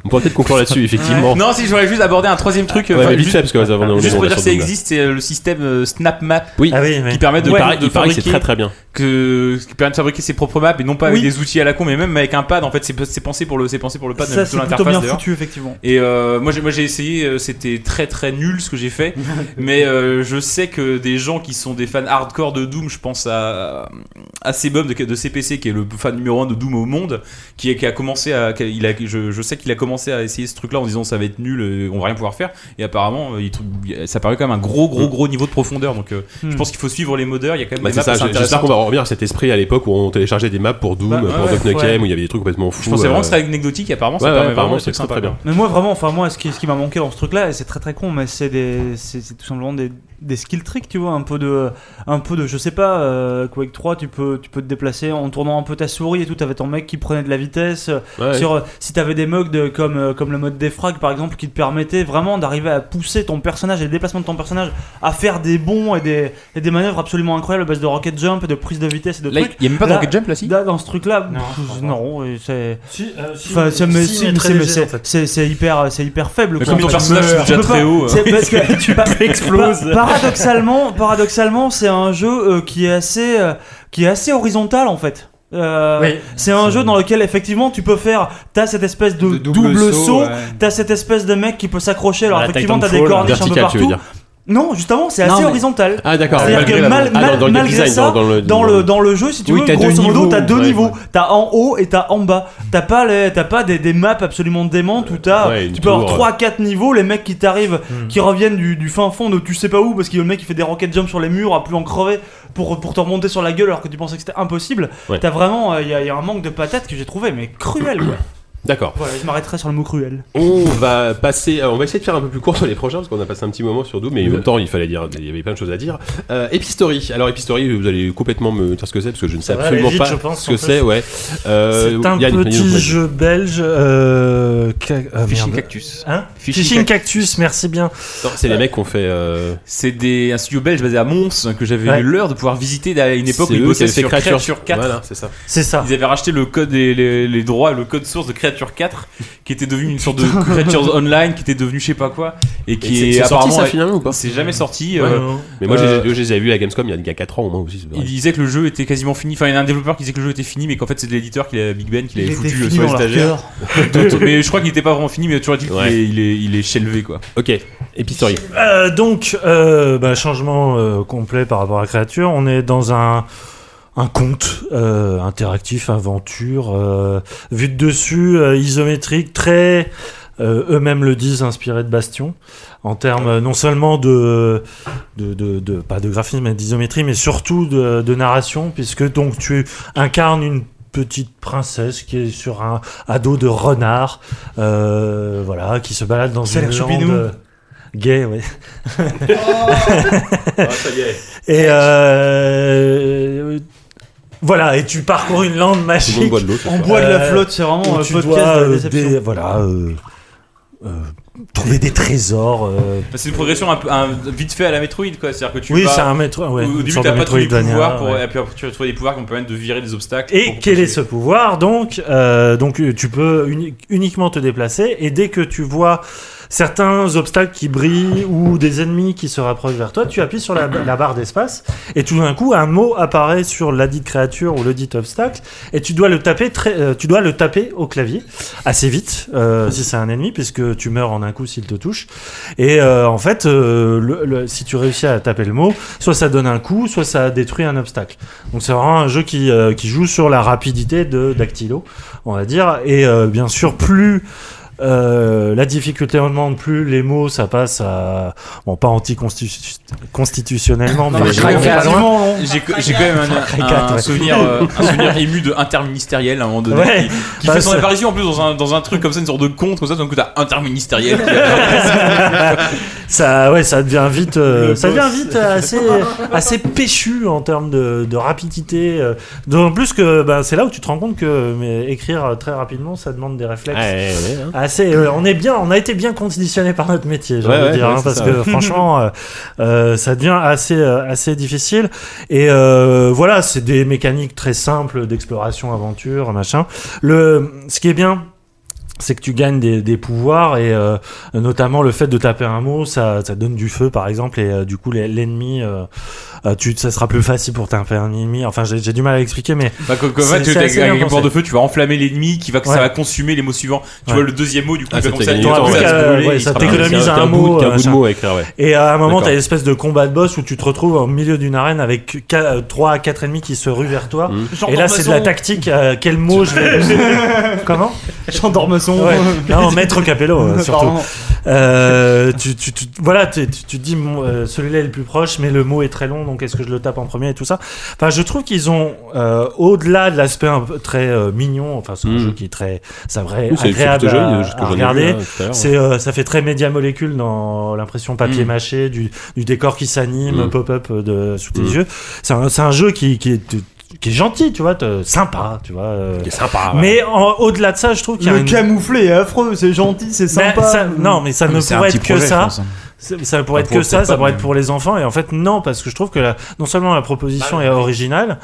[SPEAKER 2] On pourrait peut-être conclure là-dessus, effectivement.
[SPEAKER 4] Non, si je voulais juste aborder un troisième truc. euh,
[SPEAKER 2] Oh. Ouais,
[SPEAKER 4] enfin,
[SPEAKER 2] mais vite
[SPEAKER 4] juste,
[SPEAKER 2] fait, parce que ouais, ça va, on est- on est
[SPEAKER 4] juste
[SPEAKER 2] on
[SPEAKER 4] pour
[SPEAKER 2] est
[SPEAKER 4] dire que
[SPEAKER 2] sur
[SPEAKER 4] ça
[SPEAKER 2] le doute.
[SPEAKER 4] existe, c'est euh, le système euh, SnapMap
[SPEAKER 8] Ah oui,
[SPEAKER 4] qui
[SPEAKER 8] mais.
[SPEAKER 4] permet de,
[SPEAKER 2] Il
[SPEAKER 4] par-
[SPEAKER 2] paraît-
[SPEAKER 4] de
[SPEAKER 2] Il paraît que c'est
[SPEAKER 4] fabriquer
[SPEAKER 2] très très bien.
[SPEAKER 4] que ce qui permet de fabriquer ses propres maps et non pas avec
[SPEAKER 3] Oui.
[SPEAKER 4] des outils à la con, mais même avec un pad. En fait, c'est c'est pensé pour le, c'est pensé pour le pad,
[SPEAKER 3] Ça,
[SPEAKER 4] même
[SPEAKER 3] c'est
[SPEAKER 4] plutôt
[SPEAKER 3] plutôt bien
[SPEAKER 4] l'interface d'ailleurs.
[SPEAKER 3] foutu, effectivement.
[SPEAKER 4] Et euh, moi, j'ai, moi j'ai essayé, euh, c'était très très nul ce que j'ai fait, mais euh, je sais que des gens qui sont des fans hardcore de Doom, je pense à, à Sebum de, de CPC qui est le fan numéro 1 de Doom au monde, qui, est- qui a commencé à, qui a- il a, je, je sais qu'il a commencé à essayer ce truc-là en disant ça va être nul, euh, on va rien pouvoir faire, et apparemment euh, il trou- ça paraît quand même un gros gros gros niveau de profondeur, donc euh,
[SPEAKER 3] Hmm.
[SPEAKER 4] je pense qu'il faut suivre les modeurs, il y a quand même
[SPEAKER 2] Mm. Bah,
[SPEAKER 4] des
[SPEAKER 2] c'est
[SPEAKER 4] maps
[SPEAKER 2] ça,
[SPEAKER 4] assez
[SPEAKER 2] j'ai- j'espère
[SPEAKER 4] intéressantes.
[SPEAKER 2] qu'on va revenir à cet esprit à l'époque où on téléchargeait des maps pour Doom,
[SPEAKER 4] Bah, ouais,
[SPEAKER 2] pour
[SPEAKER 4] ouais,
[SPEAKER 2] Duck Nukem,
[SPEAKER 3] ouais.
[SPEAKER 2] où il y avait des trucs complètement fous.
[SPEAKER 4] Je pensais vraiment que
[SPEAKER 2] euh,
[SPEAKER 4] c'était anecdotique, et apparemment ça
[SPEAKER 2] Ouais, ouais,
[SPEAKER 4] permet vraiment
[SPEAKER 2] apparemment,
[SPEAKER 4] des
[SPEAKER 2] c'est
[SPEAKER 4] trucs
[SPEAKER 2] très
[SPEAKER 4] sympas.
[SPEAKER 2] très bien.
[SPEAKER 3] Mais moi vraiment, enfin moi, ce qui, ce qui m'a manqué dans ce truc-là, et c'est très très con, mais c'est des, c'est c'est tout simplement des, des skill tricks, tu vois, un peu de, un peu de, je sais pas, euh, Quake 3, tu peux, tu peux te déplacer en tournant un peu ta souris et tout. T'avais ton mec qui prenait de la vitesse. euh,
[SPEAKER 2] Ouais,
[SPEAKER 3] sur, euh, si t'avais des mugs de- comme, euh, comme le mode défrag par exemple, qui te permettait vraiment d'arriver à pousser ton personnage et le déplacement de ton personnage à faire des bonds et des, et des manœuvres absolument incroyables à base de rocket jump et de prise de vitesse et de
[SPEAKER 4] Là,
[SPEAKER 3] trucs.
[SPEAKER 4] il y a même pas de
[SPEAKER 3] Là-
[SPEAKER 4] rocket jump là, si
[SPEAKER 3] Là, dans ce truc-là,
[SPEAKER 8] Non,
[SPEAKER 3] pff,
[SPEAKER 8] je crois pas.
[SPEAKER 3] non, euh, c'est.
[SPEAKER 8] Si, euh, si,
[SPEAKER 3] Enfin, c'est- mais-
[SPEAKER 8] si,
[SPEAKER 3] si,
[SPEAKER 8] mais
[SPEAKER 3] mais
[SPEAKER 8] très
[SPEAKER 3] c'est- mais
[SPEAKER 8] léger, en
[SPEAKER 3] c'est-
[SPEAKER 8] fait.
[SPEAKER 3] c'est- c'est hyper, euh, c'est hyper faible.
[SPEAKER 4] Mais
[SPEAKER 3] quoi.
[SPEAKER 4] comme ton
[SPEAKER 3] Tu
[SPEAKER 4] personnage
[SPEAKER 3] peux
[SPEAKER 4] est déjà
[SPEAKER 2] Ah,
[SPEAKER 3] pas-
[SPEAKER 4] très haut. euh.
[SPEAKER 3] c'est parce que tu
[SPEAKER 2] exploses.
[SPEAKER 3] pa- paradoxalement, paradoxalement, c'est un jeu euh, qui est assez, euh, qui est assez horizontal en fait. Euh,
[SPEAKER 8] Oui.
[SPEAKER 3] C'est un jeu dans lequel effectivement tu peux faire, t'as cette espèce de,
[SPEAKER 5] De
[SPEAKER 3] double, saut,
[SPEAKER 5] ouais.
[SPEAKER 3] t'as cette espèce de mec qui peut s'accrocher. Alors
[SPEAKER 9] Ah, la
[SPEAKER 3] effectivement t'as des
[SPEAKER 9] Titanfall,
[SPEAKER 3] corniches un peu
[SPEAKER 2] Vertical, tu veux
[SPEAKER 3] partout.
[SPEAKER 2] dire.
[SPEAKER 3] Non, justement, c'est
[SPEAKER 5] Non,
[SPEAKER 3] assez
[SPEAKER 5] mais-
[SPEAKER 3] horizontal.
[SPEAKER 2] Ah, d'accord.
[SPEAKER 3] C'est-à-dire
[SPEAKER 2] Malgré
[SPEAKER 3] que
[SPEAKER 2] la-
[SPEAKER 3] mal-
[SPEAKER 2] ah,
[SPEAKER 3] mal-
[SPEAKER 2] dans, dans le
[SPEAKER 3] malgré
[SPEAKER 2] design,
[SPEAKER 3] ça,
[SPEAKER 2] dans, le,
[SPEAKER 3] Dans le, dans le jeu, si tu
[SPEAKER 5] Oui,
[SPEAKER 3] veux,
[SPEAKER 5] t'as deux
[SPEAKER 3] grosso modo,
[SPEAKER 5] niveaux.
[SPEAKER 3] t'as deux
[SPEAKER 2] Ouais,
[SPEAKER 3] niveaux.
[SPEAKER 2] ouais.
[SPEAKER 3] T'as en haut et t'as en bas. T'as pas, les, t'as pas des, des maps absolument démentes où t'as,
[SPEAKER 2] Ouais, une
[SPEAKER 3] tu peux avoir
[SPEAKER 2] tour,
[SPEAKER 3] 3 4 niveaux, les mecs qui t'arrivent,
[SPEAKER 8] Hmm.
[SPEAKER 3] qui reviennent du, du fin fond de tu sais pas où, parce que le mec il fait des rocket jumps sur les murs à plus en crever pour, pour te remonter sur la gueule alors que tu pensais que c'était impossible.
[SPEAKER 2] Ouais.
[SPEAKER 3] T'as vraiment, il y, a- y a un manque de patates que j'ai trouvé, mais cruel quoi.
[SPEAKER 2] D'accord.
[SPEAKER 3] voilà, je m'arrêterai sur le mot cruel.
[SPEAKER 2] On va passer, euh, on va essayer de faire un peu plus court sur les prochains parce qu'on a passé un petit moment sur Doom, mais en même temps il fallait dire, il y avait plein de choses à dire. Euh, Epistory, alors Epistory, vous allez complètement me dire ce que c'est parce que je ne sais
[SPEAKER 8] Ça va
[SPEAKER 2] absolument
[SPEAKER 8] aller vite,
[SPEAKER 2] pas
[SPEAKER 8] je pense,
[SPEAKER 2] ce que
[SPEAKER 8] en
[SPEAKER 2] c'est.
[SPEAKER 8] fait.
[SPEAKER 2] Ouais. Euh,
[SPEAKER 8] C'est un
[SPEAKER 2] Yann, Yann,
[SPEAKER 8] petit
[SPEAKER 2] vas-y.
[SPEAKER 8] jeu belge. euh, ca- ah,
[SPEAKER 4] Fishing
[SPEAKER 8] merde.
[SPEAKER 4] Cactus.
[SPEAKER 8] Hein
[SPEAKER 4] Fishing
[SPEAKER 8] Fishing Cactus, merci bien.
[SPEAKER 2] Non, C'est les mecs qu'on fait. euh,
[SPEAKER 4] C'est des, un studio belge basé à Mons que j'avais
[SPEAKER 8] Ouais.
[SPEAKER 4] eu l'heure de pouvoir visiter à une époque où
[SPEAKER 2] E, c'est
[SPEAKER 4] ils
[SPEAKER 2] eux qui
[SPEAKER 4] bossaient
[SPEAKER 2] avaient fait
[SPEAKER 4] sur
[SPEAKER 2] Creature.
[SPEAKER 4] Creature 4.
[SPEAKER 2] Voilà, c'est ça.
[SPEAKER 8] C'est ça.
[SPEAKER 4] Ils avaient racheté le code et les, les droits, le code source de Creature 4, qui était devenu une sorte de Creatures Online, qui était devenu je sais pas quoi, et
[SPEAKER 2] Et
[SPEAKER 4] qui
[SPEAKER 2] c'est-
[SPEAKER 4] est
[SPEAKER 2] c'est sorti
[SPEAKER 4] apparemment.
[SPEAKER 2] ça finalement ou pas
[SPEAKER 4] c'est jamais sorti.
[SPEAKER 8] Ouais,
[SPEAKER 4] euh,
[SPEAKER 8] non.
[SPEAKER 2] Mais moi,
[SPEAKER 4] Euh,
[SPEAKER 2] j'ai- je les avais vus à Gamescom il y a- il y a 4 ans au moins aussi. c'est vrai.
[SPEAKER 4] Il disait que le jeu était quasiment fini. Enfin, il y a un développeur qui disait que le jeu était fini, mais qu'en fait, c'est de l'éditeur qui l'a- Big Ben qui l'avait
[SPEAKER 3] Il était
[SPEAKER 4] foutu euh,
[SPEAKER 3] fini
[SPEAKER 4] sur les
[SPEAKER 3] dans leur
[SPEAKER 4] stagiaires.
[SPEAKER 3] cœur.
[SPEAKER 4] Donc, mais je crois qu'il n'était pas vraiment fini, mais toujours dit
[SPEAKER 2] Ouais.
[SPEAKER 4] qu'il est, il est, il est chelvé quoi.
[SPEAKER 2] Ok, Epistory.
[SPEAKER 8] Euh, donc, euh, bah, changement euh, complet par rapport à Créature. On est dans un, un conte euh, interactif, aventure, euh, vu de dessus, euh, isométrique, très. euh, Eux-mêmes le disent, inspiré de Bastion, en termes euh, non seulement de, de, de- de- pas de graphisme et d'isométrie, mais surtout de, de narration, puisque donc tu incarnes une petite princesse qui est sur un ado de renard, euh, voilà, qui se balade dans
[SPEAKER 3] Ça a
[SPEAKER 8] une
[SPEAKER 3] l'air choupinou.
[SPEAKER 8] lande, euh, gay, ouais.
[SPEAKER 2] Ah, ça y est.
[SPEAKER 8] Et euh, voilà, et tu parcours une lande
[SPEAKER 2] Tout le monde
[SPEAKER 8] magique
[SPEAKER 2] boit de l'eau. ce
[SPEAKER 3] On
[SPEAKER 2] soir.
[SPEAKER 3] boit de la
[SPEAKER 8] Euh,
[SPEAKER 3] flotte, c'est vraiment
[SPEAKER 8] où
[SPEAKER 3] un
[SPEAKER 8] tu
[SPEAKER 3] podcast
[SPEAKER 8] dois
[SPEAKER 3] de la
[SPEAKER 8] euh,
[SPEAKER 3] déception.
[SPEAKER 8] des- voilà, euh, euh, trouver des trésors. euh.
[SPEAKER 4] Enfin, C'est une progression un peu un- vite fait à la Metroid quoi. C'est-à-dire que tu
[SPEAKER 8] Oui,
[SPEAKER 4] vas-
[SPEAKER 8] c'est un maître. Ouais,
[SPEAKER 4] au
[SPEAKER 8] une
[SPEAKER 4] début,
[SPEAKER 8] sorte
[SPEAKER 4] t'as
[SPEAKER 8] de
[SPEAKER 4] pas tous les
[SPEAKER 8] Metroidvania,
[SPEAKER 4] pouvoirs pour,
[SPEAKER 8] ouais.
[SPEAKER 4] et puis après, tu vas trouver des pouvoirs qui vont permettre de virer des obstacles.
[SPEAKER 8] Et
[SPEAKER 4] pour
[SPEAKER 8] quel est ce
[SPEAKER 4] continuer.
[SPEAKER 8] pouvoir Donc, euh, donc euh, tu peux uni- uniquement te déplacer et dès que tu vois certains obstacles qui brillent ou des ennemis qui se rapprochent vers toi, tu appuies sur la, la barre d'espace et tout d'un coup un mot apparaît sur la dite créature ou le dit obstacle et tu dois le taper très, euh, tu dois le taper au clavier assez vite euh, si c'est un ennemi puisque tu meurs en un coup s'il te touche et euh, en fait euh, le- le- si tu réussis à taper le mot, soit ça donne un coup, soit ça détruit un obstacle. Donc c'est vraiment un jeu qui, euh, qui joue sur la rapidité de Dactylo, on va dire. Et euh, bien sûr, plus euh, la difficulté augmente, plus les mots, ça passe à... Bon, pas anticonstitutionnellement, mais...
[SPEAKER 4] mais je
[SPEAKER 8] vraiment
[SPEAKER 4] préfère
[SPEAKER 8] pas loin.
[SPEAKER 4] J'ai que- j'ai quand même un, un-
[SPEAKER 8] quatre,
[SPEAKER 4] un
[SPEAKER 8] ouais.
[SPEAKER 4] souvenir, euh, un souvenir ému de interministériel à un moment donné
[SPEAKER 8] Ouais.
[SPEAKER 4] qui, qui
[SPEAKER 8] Bah,
[SPEAKER 4] fait son
[SPEAKER 8] c'est-
[SPEAKER 4] apparition en plus dans un, dans un truc comme ça, une sorte de conte comme ça, donc t'as interministériel. qui-
[SPEAKER 8] ça, ouais, ça devient vite, euh,
[SPEAKER 4] Le
[SPEAKER 8] ça
[SPEAKER 4] boss.
[SPEAKER 8] devient vite assez, assez péchu en termes de, de rapidité. euh. D'autant plus que ben, c'est là où tu te rends compte que mais, écrire très rapidement, ça demande des réflexes.
[SPEAKER 2] Ouais, ouais, ouais, hein.
[SPEAKER 8] Assez, euh, on est bien, on a été bien conditionné par notre métier, j'ai
[SPEAKER 2] Ouais,
[SPEAKER 8] envie de
[SPEAKER 2] ouais,
[SPEAKER 8] dire,
[SPEAKER 2] ouais,
[SPEAKER 8] hein,
[SPEAKER 2] c'est
[SPEAKER 8] parce
[SPEAKER 2] ça,
[SPEAKER 8] que franchement, euh, euh, ça devient assez, euh, assez difficile. Et euh, voilà, c'est des mécaniques très simples d'exploration, aventure, machin. Le, ce qui est bien. C'est que tu gagnes des, des pouvoirs et euh, notamment le fait de taper un mot, ça, ça donne du feu par exemple et euh, du coup les- l'ennemi, euh, euh, tu, ça sera plus facile pour taper un ennemi. Enfin, j'ai j'ai du mal à l'expliquer, mais
[SPEAKER 4] Bah, comme, comme
[SPEAKER 8] C'est-
[SPEAKER 4] fait,
[SPEAKER 8] c'est
[SPEAKER 4] avec-
[SPEAKER 8] assez
[SPEAKER 4] avec
[SPEAKER 8] bien
[SPEAKER 4] un bord
[SPEAKER 8] pensé.
[SPEAKER 4] de feu, tu vas enflammer l'ennemi, qui va, ça
[SPEAKER 8] Ouais.
[SPEAKER 4] va consumer les mots suivants. Tu
[SPEAKER 8] Ouais.
[SPEAKER 4] vois le deuxième mot, du coup,
[SPEAKER 2] Ah,
[SPEAKER 4] il va
[SPEAKER 2] ça,
[SPEAKER 4] commencer
[SPEAKER 2] t'as
[SPEAKER 4] à,
[SPEAKER 2] gagné
[SPEAKER 4] il
[SPEAKER 2] du
[SPEAKER 4] va
[SPEAKER 2] temps,
[SPEAKER 4] commencer à
[SPEAKER 8] ouais.
[SPEAKER 4] se brûler,
[SPEAKER 8] Ouais,
[SPEAKER 4] il
[SPEAKER 8] ça
[SPEAKER 4] sera-
[SPEAKER 2] Enfin,
[SPEAKER 8] t'économise
[SPEAKER 2] c'est
[SPEAKER 8] un
[SPEAKER 2] bout-
[SPEAKER 8] mot,
[SPEAKER 2] c'est un bout
[SPEAKER 8] euh,
[SPEAKER 2] de
[SPEAKER 8] machin.
[SPEAKER 2] mot à écrire, ouais.
[SPEAKER 8] Et à un moment,
[SPEAKER 2] D'accord.
[SPEAKER 8] t'as l'espèce de combat de boss où tu te retrouves au milieu d'une arène avec 3 à 4 ennemis qui se ruent vers toi.
[SPEAKER 2] Mm.
[SPEAKER 8] Et là, c'est de la tactique. euh, quel mot je vais. Comment
[SPEAKER 3] Jean Dormesson.
[SPEAKER 8] son. Non, Maître Capello, euh, surtout.
[SPEAKER 5] Pardon.
[SPEAKER 8] Euh, tu, tu, tu- voilà, tu, tu- tu te dis mon, euh, celui-là est le plus proche, mais le mot est très long, donc est-ce que je le tape en premier et tout ça. Enfin, je trouve qu'ils ont euh, au-delà de l'aspect un peu très euh, mignon. Enfin, c'est un
[SPEAKER 2] Mm.
[SPEAKER 8] jeu qui est très, ça vrai,
[SPEAKER 2] Oui, c'est- c'est
[SPEAKER 8] agréable
[SPEAKER 2] plutôt joli,
[SPEAKER 8] à,
[SPEAKER 2] ce que
[SPEAKER 8] à
[SPEAKER 2] j'en ai vu,
[SPEAKER 8] regarder.
[SPEAKER 2] là, tout à l'heure. hein.
[SPEAKER 8] C'est, euh, ça fait très média molécule dans l'impression papier
[SPEAKER 4] Mm.
[SPEAKER 8] mâché, du, du décor qui s'anime,
[SPEAKER 2] Mm.
[SPEAKER 8] pop-up euh, de sous tes
[SPEAKER 2] Mm.
[SPEAKER 8] yeux. C'est un, c'est un jeu qui, qui est qui est gentil, tu vois, te- sympa, tu vois. euh,
[SPEAKER 2] C'est sympa. ouais.
[SPEAKER 8] mais en- au-delà de ça, je trouve qu'il y a
[SPEAKER 9] Le
[SPEAKER 8] une
[SPEAKER 9] camouflet est affreux, c'est gentil, c'est
[SPEAKER 8] mais
[SPEAKER 9] sympa.
[SPEAKER 3] euh.
[SPEAKER 8] ça- non, mais ça ne
[SPEAKER 4] C'est un
[SPEAKER 8] pourrait
[SPEAKER 4] petit
[SPEAKER 8] être que
[SPEAKER 4] projet, je
[SPEAKER 8] ça.
[SPEAKER 4] pense, hein.
[SPEAKER 8] Ça ça pourrait être
[SPEAKER 4] Enfin,
[SPEAKER 8] que
[SPEAKER 4] pour-
[SPEAKER 8] ça,
[SPEAKER 4] peut-être
[SPEAKER 8] ça
[SPEAKER 4] pas,
[SPEAKER 8] pourrait
[SPEAKER 4] mais-
[SPEAKER 8] être pour les enfants. Et en fait, non, parce que je trouve que la- non seulement la proposition est originale,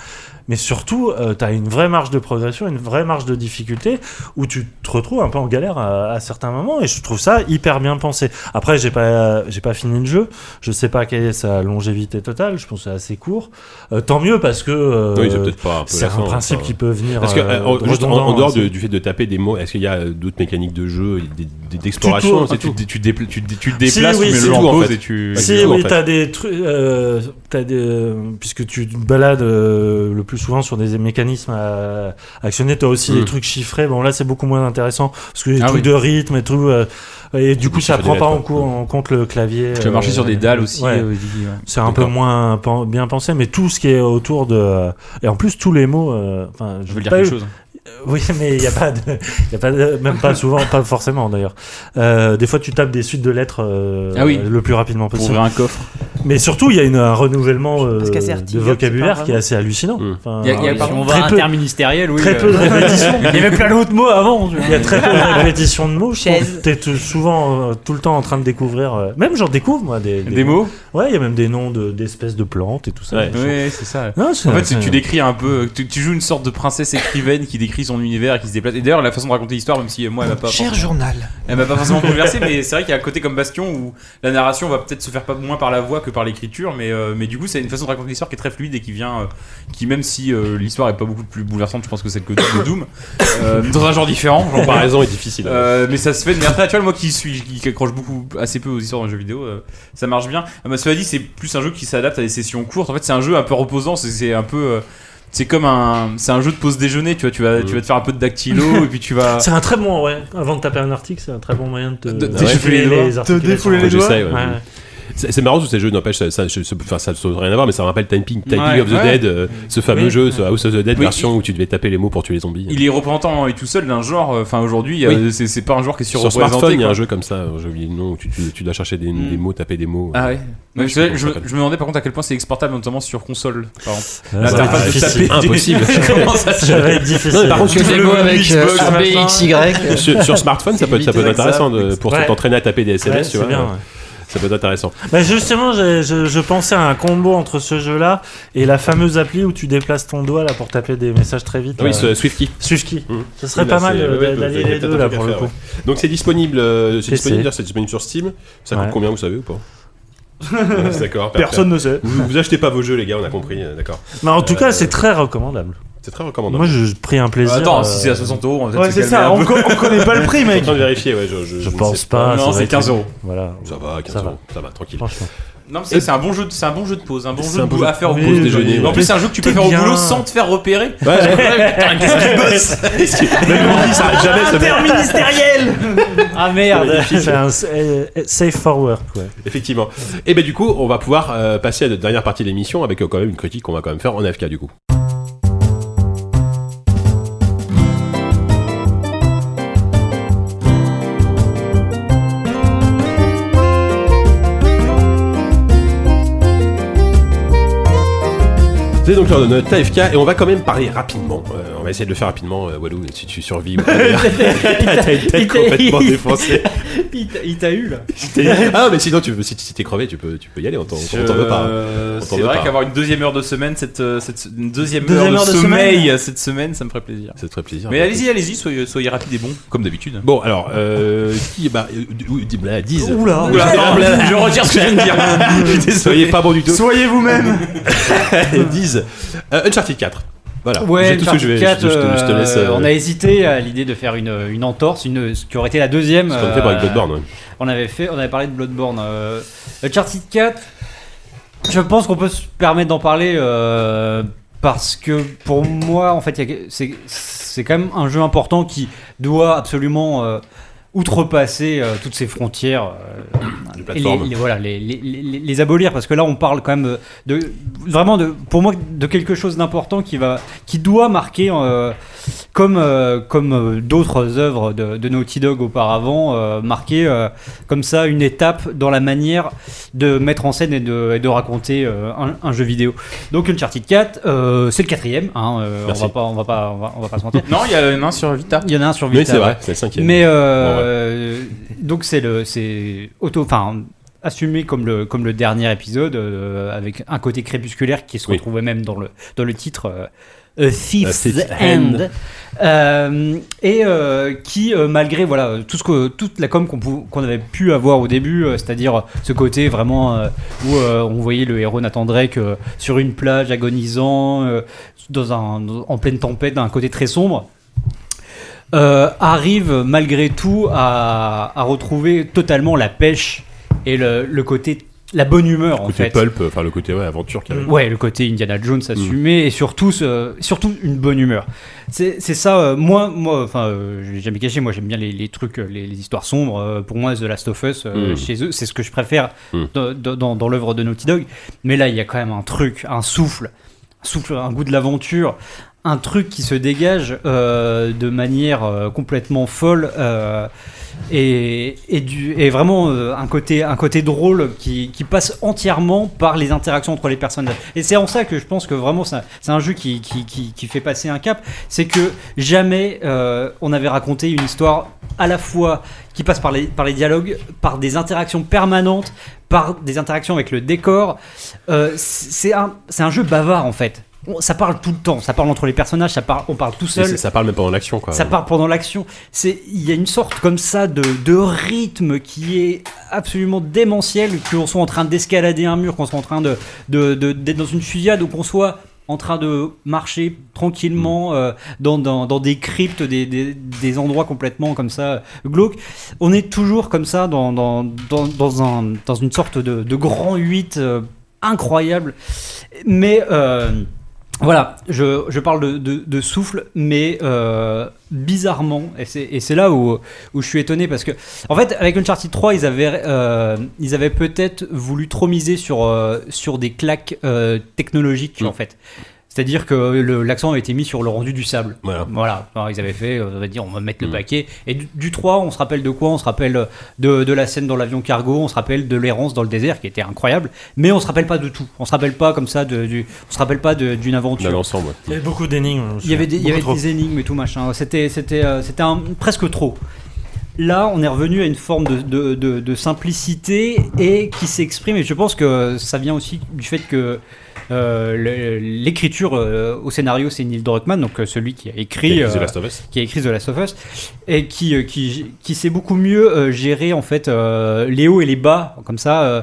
[SPEAKER 8] mais surtout, tu as une vraie marge de progression, une vraie marge de difficulté où tu te retrouves un peu en galère à, à certains moments. Et je trouve ça hyper bien pensé. Après, j'ai pas, j'ai pas fini le jeu. Je sais pas quelle est sa longévité totale. Je pense que c'est assez court. Euh, tant mieux parce que euh,
[SPEAKER 2] Oui, c'est peut-être pas un peu
[SPEAKER 8] c'est un
[SPEAKER 2] lassant,
[SPEAKER 8] principe
[SPEAKER 2] enfin.
[SPEAKER 8] qui peut venir.
[SPEAKER 2] Parce que,
[SPEAKER 8] euh,
[SPEAKER 2] euh, en- juste en,
[SPEAKER 8] redondant,
[SPEAKER 2] en dehors
[SPEAKER 8] hein,
[SPEAKER 2] de-
[SPEAKER 8] c'est-
[SPEAKER 2] du fait de taper des mots, est-ce qu'il y a euh, d'autres mécaniques de jeu, des- des- d'exploration
[SPEAKER 8] Tuto,
[SPEAKER 2] c'est-
[SPEAKER 8] un
[SPEAKER 2] tu,
[SPEAKER 8] tout.
[SPEAKER 2] tu, tu, dépla- tu, tu te déplaces,
[SPEAKER 8] Si,
[SPEAKER 2] tu
[SPEAKER 8] oui,
[SPEAKER 2] mets
[SPEAKER 8] c'est
[SPEAKER 2] le jeu
[SPEAKER 8] tout,
[SPEAKER 2] en
[SPEAKER 8] en
[SPEAKER 2] pause
[SPEAKER 8] fait.
[SPEAKER 2] et tu.
[SPEAKER 8] Si,
[SPEAKER 2] tu joues, en
[SPEAKER 8] oui,
[SPEAKER 2] fait.
[SPEAKER 8] t'as des trucs. euh, t'as des, euh, puisque tu te balades euh, le plus souvent sur des mécanismes à actionner, t'as aussi
[SPEAKER 2] Mm.
[SPEAKER 8] des trucs chiffrés. Bon, là, c'est beaucoup moins intéressant parce que les
[SPEAKER 4] Hmm. Ah
[SPEAKER 8] trucs
[SPEAKER 4] oui.
[SPEAKER 8] de rythme et tout. euh, et du coup, ça
[SPEAKER 2] chiffres
[SPEAKER 8] prend
[SPEAKER 2] des
[SPEAKER 8] pas
[SPEAKER 2] lettres,
[SPEAKER 8] en, co-
[SPEAKER 2] ouais.
[SPEAKER 8] en compte le clavier.
[SPEAKER 4] Tu as marché
[SPEAKER 8] euh,
[SPEAKER 4] sur des dalles aussi,
[SPEAKER 8] ouais.
[SPEAKER 4] euh, Didi, ouais.
[SPEAKER 8] C'est un peu
[SPEAKER 4] D'accord.
[SPEAKER 8] moins pen- bien pensé, mais tout ce qui est autour de. euh, Et en plus, tous les mots. euh, Enfin,
[SPEAKER 4] Je veux dire
[SPEAKER 8] pas
[SPEAKER 4] quelque
[SPEAKER 8] eu-
[SPEAKER 2] hein.
[SPEAKER 4] chose.
[SPEAKER 8] oui, mais il n'y a pas de. y a pas de- même pas souvent, pas forcément d'ailleurs. Euh, des fois, tu tapes des suites de lettres euh,
[SPEAKER 4] Ah oui.
[SPEAKER 8] le plus rapidement
[SPEAKER 4] Pour
[SPEAKER 8] possible.
[SPEAKER 4] ouvrir un coffre.
[SPEAKER 8] Mais surtout, il y a une, un renouvellement euh,
[SPEAKER 6] Parce qu'à Certi,
[SPEAKER 8] de
[SPEAKER 6] c'est pas
[SPEAKER 8] vocabulaire
[SPEAKER 6] vraiment-
[SPEAKER 8] qui est assez hallucinant.
[SPEAKER 2] Mm.
[SPEAKER 8] Enfin,
[SPEAKER 4] Il y a- il y a
[SPEAKER 8] euh,
[SPEAKER 4] pas-
[SPEAKER 5] on va
[SPEAKER 8] très peu-
[SPEAKER 5] interministériel, oui.
[SPEAKER 8] très peu de
[SPEAKER 5] euh,
[SPEAKER 8] répétitions.
[SPEAKER 5] Il y avait plein d'autres mots avant. tu vois.
[SPEAKER 8] Il y a très peu de répétitions de mots.
[SPEAKER 6] Chaise.
[SPEAKER 8] T'es tout- souvent euh, tout le temps en train de découvrir. euh, même j'en découvre moi des,
[SPEAKER 4] Des mots
[SPEAKER 8] Ouais, il y a même des noms de- d'espèces de, plantes et tout ça.
[SPEAKER 2] Ouais.
[SPEAKER 4] Ouais, c'est ça.
[SPEAKER 8] Non,
[SPEAKER 4] En fait, c'est que tu décris un peu, tu, tu joues une sorte de princesse écrivaine qui décrit son univers et qui se déplace. Et d'ailleurs, la façon de raconter l'histoire, même si euh, moi, elle m'a pas,
[SPEAKER 7] Cher
[SPEAKER 4] forcément-
[SPEAKER 7] journal.
[SPEAKER 4] elle m'a pas forcément bouleversé, mais c'est vrai qu'il y a un côté comme Bastion où la narration va peut-être se faire pas moins par la voix que par l'écriture, mais, euh, mais du coup, c'est une façon de raconter l'histoire qui est très fluide et qui vient, euh, qui même si euh, l'histoire est pas beaucoup plus bouleversante, je pense que celle que de Doom, euh, dans un genre différent,
[SPEAKER 2] La
[SPEAKER 4] j'en parle.
[SPEAKER 2] comparaison est difficile. hein.
[SPEAKER 4] Euh, mais ça se fait de manière très naturelle. Moi qui suis, qui accroche beaucoup, assez peu aux histoires de jeux vidéo, euh, ça marche bien. Ah bah, cela dit, c'est plus un jeu qui s'adapte à des sessions courtes. En fait, c'est un jeu un peu reposant. C'est- C'est un peu, euh, c'est comme un, c'est un jeu de pause déjeuner. Tu vois, tu vas, tu vas te faire un peu de dactylo et puis tu vas.
[SPEAKER 8] C'est un très bon, ouais. Avant de taper un article, c'est un très bon moyen de te
[SPEAKER 4] De-
[SPEAKER 8] de-
[SPEAKER 4] déchifler les doigts.
[SPEAKER 8] articulations.
[SPEAKER 9] Te défouler
[SPEAKER 2] les doigts.
[SPEAKER 8] Ouais, ouais.
[SPEAKER 2] C'est c'est marrant tous ces jeux, n'empêche, ça, ça, je- ça- enfin, ça n'a rien à voir, mais ça me rappelle Typing, Typing
[SPEAKER 4] Ouais,
[SPEAKER 2] of the
[SPEAKER 4] ouais.
[SPEAKER 2] Dead, euh, ce fameux
[SPEAKER 8] Oui.
[SPEAKER 2] jeu, ce House of the Dead
[SPEAKER 4] Oui.
[SPEAKER 2] version où tu devais taper les mots pour tuer les zombies.
[SPEAKER 4] Il est représentant et tout seul d'un genre. euh, Enfin, aujourd'hui,
[SPEAKER 2] Oui.
[SPEAKER 4] euh, c'est c'est pas un genre qui est
[SPEAKER 2] Sur
[SPEAKER 4] surreprésenté.
[SPEAKER 2] smartphone, il y a
[SPEAKER 4] quoi.
[SPEAKER 2] un jeu comme ça, euh, j'ai oublié le nom, où tu, tu- tu dois chercher des,
[SPEAKER 4] Mm.
[SPEAKER 2] des mots, taper des mots.
[SPEAKER 4] Ah ouais. Mais
[SPEAKER 2] Ouais,
[SPEAKER 4] je,
[SPEAKER 2] je sais pas
[SPEAKER 4] je-
[SPEAKER 2] comment ça s'appelle.
[SPEAKER 4] je me demandais par contre à quel point c'est exportable, notamment sur console. par exemple.
[SPEAKER 8] Ouais, ça va
[SPEAKER 4] L'interface
[SPEAKER 8] être
[SPEAKER 4] de
[SPEAKER 8] difficile.
[SPEAKER 4] taper-
[SPEAKER 2] Ah bah, Impossible.
[SPEAKER 4] Comment ça se
[SPEAKER 8] Ça va
[SPEAKER 4] fait
[SPEAKER 8] être difficile.
[SPEAKER 2] Non, mais par contre,
[SPEAKER 7] Que des mots avec euh,
[SPEAKER 4] Xbox,
[SPEAKER 7] A, B,
[SPEAKER 8] machin.
[SPEAKER 7] X, Y.
[SPEAKER 2] Euh, sur, sur smartphone, ça peut, être- ça peut être
[SPEAKER 4] Vidéo,
[SPEAKER 2] intéressant
[SPEAKER 4] ça,
[SPEAKER 2] de- pour
[SPEAKER 8] ouais.
[SPEAKER 2] t'entraîner à taper des
[SPEAKER 8] Ouais,
[SPEAKER 2] SMS, tu
[SPEAKER 8] c'est
[SPEAKER 2] vois.
[SPEAKER 8] bien, ouais.
[SPEAKER 2] Ça peut être intéressant. Ah
[SPEAKER 8] Bah justement, j'ai- je, je pensais à un combo entre ce jeu-là et la fameuse appli où tu déplaces ton doigt là pour taper des messages très vite.
[SPEAKER 2] Oui,
[SPEAKER 8] là.
[SPEAKER 2] ce Swiftkey.
[SPEAKER 8] Sushki.
[SPEAKER 2] Mm.
[SPEAKER 8] Ce serait
[SPEAKER 2] Oui,
[SPEAKER 8] pas
[SPEAKER 2] là,
[SPEAKER 8] mal
[SPEAKER 2] c'est- ouais,
[SPEAKER 8] euh,
[SPEAKER 2] ouais,
[SPEAKER 8] d'allier
[SPEAKER 2] peut-être
[SPEAKER 8] les
[SPEAKER 2] qu'il y a
[SPEAKER 8] deux là
[SPEAKER 2] peut-être un
[SPEAKER 8] pour
[SPEAKER 2] truc
[SPEAKER 8] le
[SPEAKER 2] à
[SPEAKER 8] coup.
[SPEAKER 2] Donc c'est disponible, euh, c'est
[SPEAKER 8] PC.
[SPEAKER 2] disponible, d'ailleurs, c'est disponible sur Steam. Ça coûte
[SPEAKER 8] Ouais.
[SPEAKER 2] combien, vous savez ou pas Ouais, c'est D'accord.
[SPEAKER 9] Personne ne sait.
[SPEAKER 2] Vous, vous achetez pas vos jeux, les gars, on a compris. euh, D'accord.
[SPEAKER 8] Mais en tout
[SPEAKER 2] Euh, bah.
[SPEAKER 8] cas, c'est très recommandable.
[SPEAKER 2] C'est très recommandable.
[SPEAKER 8] Moi, je pris un plaisir.
[SPEAKER 4] Attends,
[SPEAKER 8] euh,
[SPEAKER 4] si c'est à 60 euros, on va peut-être
[SPEAKER 9] Ouais,
[SPEAKER 4] se
[SPEAKER 9] c'est
[SPEAKER 4] calmer un
[SPEAKER 9] ça,
[SPEAKER 4] peu.
[SPEAKER 9] on, co- on connaît pas le prix,
[SPEAKER 2] Je suis
[SPEAKER 9] mec.
[SPEAKER 2] en train de vérifier, ouais. Je, je,
[SPEAKER 8] Je
[SPEAKER 2] ne
[SPEAKER 8] pense
[SPEAKER 2] sais
[SPEAKER 8] pas. ça
[SPEAKER 4] non,
[SPEAKER 8] va
[SPEAKER 4] c'est
[SPEAKER 8] être-
[SPEAKER 4] 15 euros.
[SPEAKER 8] Voilà.
[SPEAKER 2] Ça va, 15
[SPEAKER 8] Ça va.
[SPEAKER 2] euros. Ça va, tranquille.
[SPEAKER 8] Franchement.
[SPEAKER 4] Non, mais c'est vrai que c'est un bon jeu, de- c'est un bon jeu de pause, un bon
[SPEAKER 2] C'est
[SPEAKER 4] jeu
[SPEAKER 2] un
[SPEAKER 4] de
[SPEAKER 2] bon
[SPEAKER 4] boulot
[SPEAKER 2] jeu
[SPEAKER 4] à faire au
[SPEAKER 8] de
[SPEAKER 4] pause
[SPEAKER 8] pause,
[SPEAKER 4] déjeuner.
[SPEAKER 2] ouais.
[SPEAKER 4] En plus, c'est un jeu que tu peux
[SPEAKER 8] T'es
[SPEAKER 4] faire au
[SPEAKER 8] bien.
[SPEAKER 4] boulot sans te faire repérer.
[SPEAKER 2] Ouais, ouais.
[SPEAKER 4] Putain, qu'est-ce qu'il bosse
[SPEAKER 2] Même lui, il s'arrête jamais, ce mec.
[SPEAKER 5] Ah merde.
[SPEAKER 8] C'est un s- euh, euh, safe for work. Ouais.
[SPEAKER 2] Effectivement. Et ben du coup, on va pouvoir euh, passer à notre dernière partie de l'émission avec euh, quand même une critique qu'on va quand même faire en AFK du coup. C'est donc l'heure de notre AFK et on va quand même parler rapidement. Euh, on va essayer de le faire rapidement, euh, Walou, si tu survis ou pas. d'ailleurs. T'as une tête
[SPEAKER 5] Il t'a-
[SPEAKER 2] complètement
[SPEAKER 5] il-
[SPEAKER 2] défoncée.
[SPEAKER 5] Il t'a- il t'a eu là.
[SPEAKER 2] Ah mais sinon tu veux, si tu- si t'es crevé tu peux tu peux y aller on t'en on t'en veut pas. hein.
[SPEAKER 4] Euh,
[SPEAKER 2] On t'en
[SPEAKER 4] C'est
[SPEAKER 2] veut
[SPEAKER 4] vrai
[SPEAKER 2] pas.
[SPEAKER 4] qu'avoir une deuxième heure de semaine, cette, euh, cette une deuxième,
[SPEAKER 9] Deuxième
[SPEAKER 4] heure,
[SPEAKER 9] heure
[SPEAKER 4] de,
[SPEAKER 9] de
[SPEAKER 4] sommeil euh, cette semaine, ça me ferait plaisir.
[SPEAKER 2] Ça te ferait plaisir.
[SPEAKER 4] Mais
[SPEAKER 2] bah,
[SPEAKER 4] allez-y, allez-y, soyez, soyez rapide et bon, comme d'habitude.
[SPEAKER 2] Bon alors euh, qui bah euh, ou- dis- bah, dise.
[SPEAKER 9] Oula.
[SPEAKER 4] Oula, non, je retire ce que je viens de dire. Je suis désolé.
[SPEAKER 2] Soyez pas bon du tout.
[SPEAKER 9] Oh, Soyez vous-même.
[SPEAKER 2] Dise. Euh, Uncharted 4. Voilà.
[SPEAKER 5] Ouais,
[SPEAKER 2] C'est tout ce que je vais.
[SPEAKER 5] Uncharted
[SPEAKER 2] je, te- je te- je te
[SPEAKER 5] euh,
[SPEAKER 2] laisse. euh,
[SPEAKER 5] on a hésité à l'idée de faire une, une entorse, une, ce qui aurait été la deuxième.
[SPEAKER 2] ce qu'on fait
[SPEAKER 5] euh,
[SPEAKER 2] pour avec Bloodborne. ouais.
[SPEAKER 5] On avait fait, on avait parlé de Bloodborne. Euh, Uncharted 4, je pense qu'on peut se permettre d'en parler. euh, parce que pour moi, en fait, il y a- c'est- c'est quand même un jeu important qui doit absolument euh, outrepasser euh, toutes ses frontières. euh,
[SPEAKER 2] De
[SPEAKER 5] et
[SPEAKER 2] plateforme.
[SPEAKER 5] les, les- voilà, les, les- les- les abolir parce que là on parle quand même de vraiment de pour moi de quelque chose d'important qui va qui doit marquer euh, comme euh, comme euh, d'autres œuvres de, de Naughty Dog auparavant euh, marquer euh, comme ça une étape dans la manière de mettre en scène et de, et de raconter euh, un, un jeu vidéo. Donc Uncharted 4 euh, c'est le quatrième hein, euh, on
[SPEAKER 2] Merci.
[SPEAKER 5] va pas on va pas on va, on va pas se mentir.
[SPEAKER 4] Non, il y a un sur Vita.
[SPEAKER 5] Il y en a un sur Vita.
[SPEAKER 2] Oui, c'est
[SPEAKER 5] ah ouais.
[SPEAKER 2] vrai, c'est le cinquième.
[SPEAKER 5] Mais euh, donc c'est le c'est auto enfin assumé comme le comme le dernier épisode euh, avec un côté crépusculaire qui se
[SPEAKER 2] Oui.
[SPEAKER 5] retrouvait même dans le dans le titre euh, A Thief's
[SPEAKER 2] A Thief's
[SPEAKER 5] End. Euh, et euh, qui euh, malgré voilà tout ce que toute la com qu'on pou- qu'on avait pu avoir au début euh, c'est-à-dire ce côté vraiment euh, où euh, on voyait le héros Nathan Drake euh, sur une plage agonisant euh, dans un en pleine tempête d'un côté très sombre euh, arrive malgré tout à, à retrouver totalement la pêche et le, le côté la bonne humeur en
[SPEAKER 2] côté
[SPEAKER 5] fait.
[SPEAKER 2] pulp, enfin le côté ouais, aventure qu'il y avait.
[SPEAKER 5] Ouais, le côté Indiana Jones assumé
[SPEAKER 2] Mm.
[SPEAKER 5] et surtout, ce- surtout une bonne humeur. C'est c'est ça, euh, moi, moi, enfin, euh, je l'ai jamais caché, moi j'aime bien les, les trucs, euh, les, les histoires sombres. euh, pour moi, The Last of Us, euh,
[SPEAKER 2] Mm.
[SPEAKER 5] chez eux, c'est ce que je préfère
[SPEAKER 2] Mm.
[SPEAKER 5] dans, dans- dans- dans l'œuvre de Naughty Dog. Mais là, il y a quand même un truc, un souffle, un souffle, un goût de l'aventure, un truc qui se dégage euh, de manière euh, complètement folle. euh, et, et, du, et vraiment euh, un, côté, un côté drôle qui, qui passe entièrement par les interactions entre les personnages. Et c'est en ça que je pense que vraiment ça- c'est un jeu qui, qui, qui, qui fait passer un cap, c'est que jamais euh, on avait raconté une histoire à la fois qui passe par les, par les dialogues, par des interactions permanentes, par des interactions avec le décor. Euh, c'est un, c'est un jeu bavard en fait. On- Ça parle tout le temps, ça parle entre les personnages, ça parle, on parle tout
[SPEAKER 2] Et
[SPEAKER 5] seul.
[SPEAKER 2] c'est- ça parle même pas en action quoi.
[SPEAKER 5] Ça part pendant l'action. C'est il y a une sorte comme ça de, de rythme qui est absolument démentiel, qu'on soit en train d'escalader un mur, qu'on soit en train de de- de- d'être dans une fusillade ou qu'on soit en train de marcher tranquillement euh, dans, dans, dans des cryptes, des, des, des endroits complètement comme ça euh, glauques. On est toujours comme ça dans, dans, dans, dans, un, dans une sorte de, de grand 8 euh, incroyable. Mais euh, voilà, je, je parle de, de- de souffle, mais euh, bizarrement, et c'est et c'est là où, où je suis étonné parce que, en fait, avec Uncharted 3, ils avaient, euh, ils avaient peut-être voulu trop miser sur, euh, sur des claques euh, technologiques, en fait. C'est-à-dire que le- l'accent a été mis sur le rendu du sable.
[SPEAKER 2] Voilà.
[SPEAKER 5] Voilà, Alors, ils avaient fait, euh, on va dire, on va mettre le paquet. Et du, du 3, on se rappelle de quoi On se rappelle de, de la scène dans l'avion cargo, on se rappelle de l'errance dans le désert qui était incroyable, mais on se rappelle pas de tout. On se rappelle pas comme ça, de, du, on se rappelle pas de- d'une
[SPEAKER 2] Dans
[SPEAKER 5] aventure.
[SPEAKER 2] l'ensemble.
[SPEAKER 8] Il y avait beaucoup d'énigmes. hein,
[SPEAKER 5] Il y avait des, il y
[SPEAKER 8] Beaucoup
[SPEAKER 5] avait
[SPEAKER 8] trop.
[SPEAKER 5] des énigmes et tout machin. C'était, c'était, euh, c'était un- presque trop. Là, on est revenu à une forme de, de- de- de simplicité et qui s'exprime. Et je pense que ça vient aussi du fait que euh, le- l'écriture euh, au scénario, c'est Neil Druckmann, donc euh, celui qui a écrit.
[SPEAKER 2] The
[SPEAKER 5] euh,
[SPEAKER 2] Last of Us.
[SPEAKER 5] qui a écrit The Last of Us et qui, euh, qui, qui sait beaucoup mieux euh, gérer en fait euh, les hauts et les bas comme ça euh,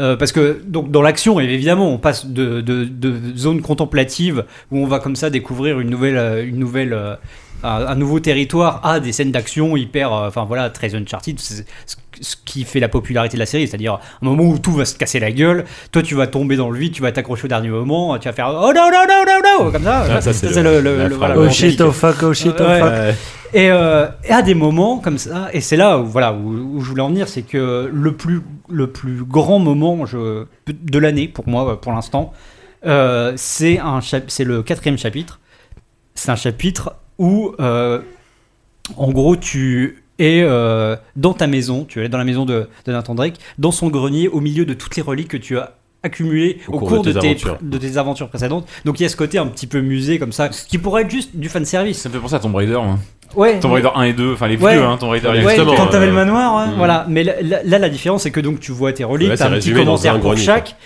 [SPEAKER 5] euh, parce que donc dans l'action évidemment on passe de, de, de zone contemplative où on va comme ça découvrir une nouvelle euh, une nouvelle euh, un un nouveau territoire à des scènes d'action hyper, euh, enfin voilà, très uncharted, c'est ce ce qui fait la popularité de la série, c'est-à-dire un moment où tout va se casser la gueule, toi tu vas tomber dans le vide, tu vas t'accrocher au dernier moment, tu vas faire oh non non non non non comme ça,
[SPEAKER 2] Ah, ça, c'est le-
[SPEAKER 5] le, le-
[SPEAKER 2] la
[SPEAKER 5] le-
[SPEAKER 2] phrase.
[SPEAKER 5] voilà,
[SPEAKER 2] Oh,
[SPEAKER 5] le-
[SPEAKER 8] Oh shit, oh fuck, oh shit, oh
[SPEAKER 5] Ouais.
[SPEAKER 8] fuck.
[SPEAKER 2] Ouais.
[SPEAKER 5] et, euh, et à des moments comme ça, et c'est là où, voilà, où, où je voulais en venir, c'est que le plus, le plus grand moment je- de l'année pour moi, pour l'instant, euh, c'est un chap- c'est le quatrième chapitre. C'est un chapitre où, euh, en gros, tu es euh, dans ta maison, tu es dans la maison de, de Nathan Drake, dans son grenier, au milieu de toutes les reliques que tu as accumulées au, cours, de, tes
[SPEAKER 2] aventures.
[SPEAKER 5] de tes aventures précédentes. Donc il y a ce côté un petit peu musée comme ça, qui pourrait être juste du fan service.
[SPEAKER 4] Ça me fait penser à Tomb Raider. moi.
[SPEAKER 5] Ouais.
[SPEAKER 4] Tomb Raider 1 et 2, enfin les
[SPEAKER 5] Ouais.
[SPEAKER 4] vieux, hein, Tomb Raider. les
[SPEAKER 5] Ouais,
[SPEAKER 4] vieux.
[SPEAKER 5] quand
[SPEAKER 2] euh,
[SPEAKER 5] t'avais le manoir, hein, voilà. Mais là, là- là, la différence, c'est que donc tu vois tes reliques,
[SPEAKER 2] Là,
[SPEAKER 5] t'as
[SPEAKER 2] c'est
[SPEAKER 5] un petit
[SPEAKER 2] résumé dans un
[SPEAKER 5] commentaire pour
[SPEAKER 2] grenier,
[SPEAKER 5] chaque,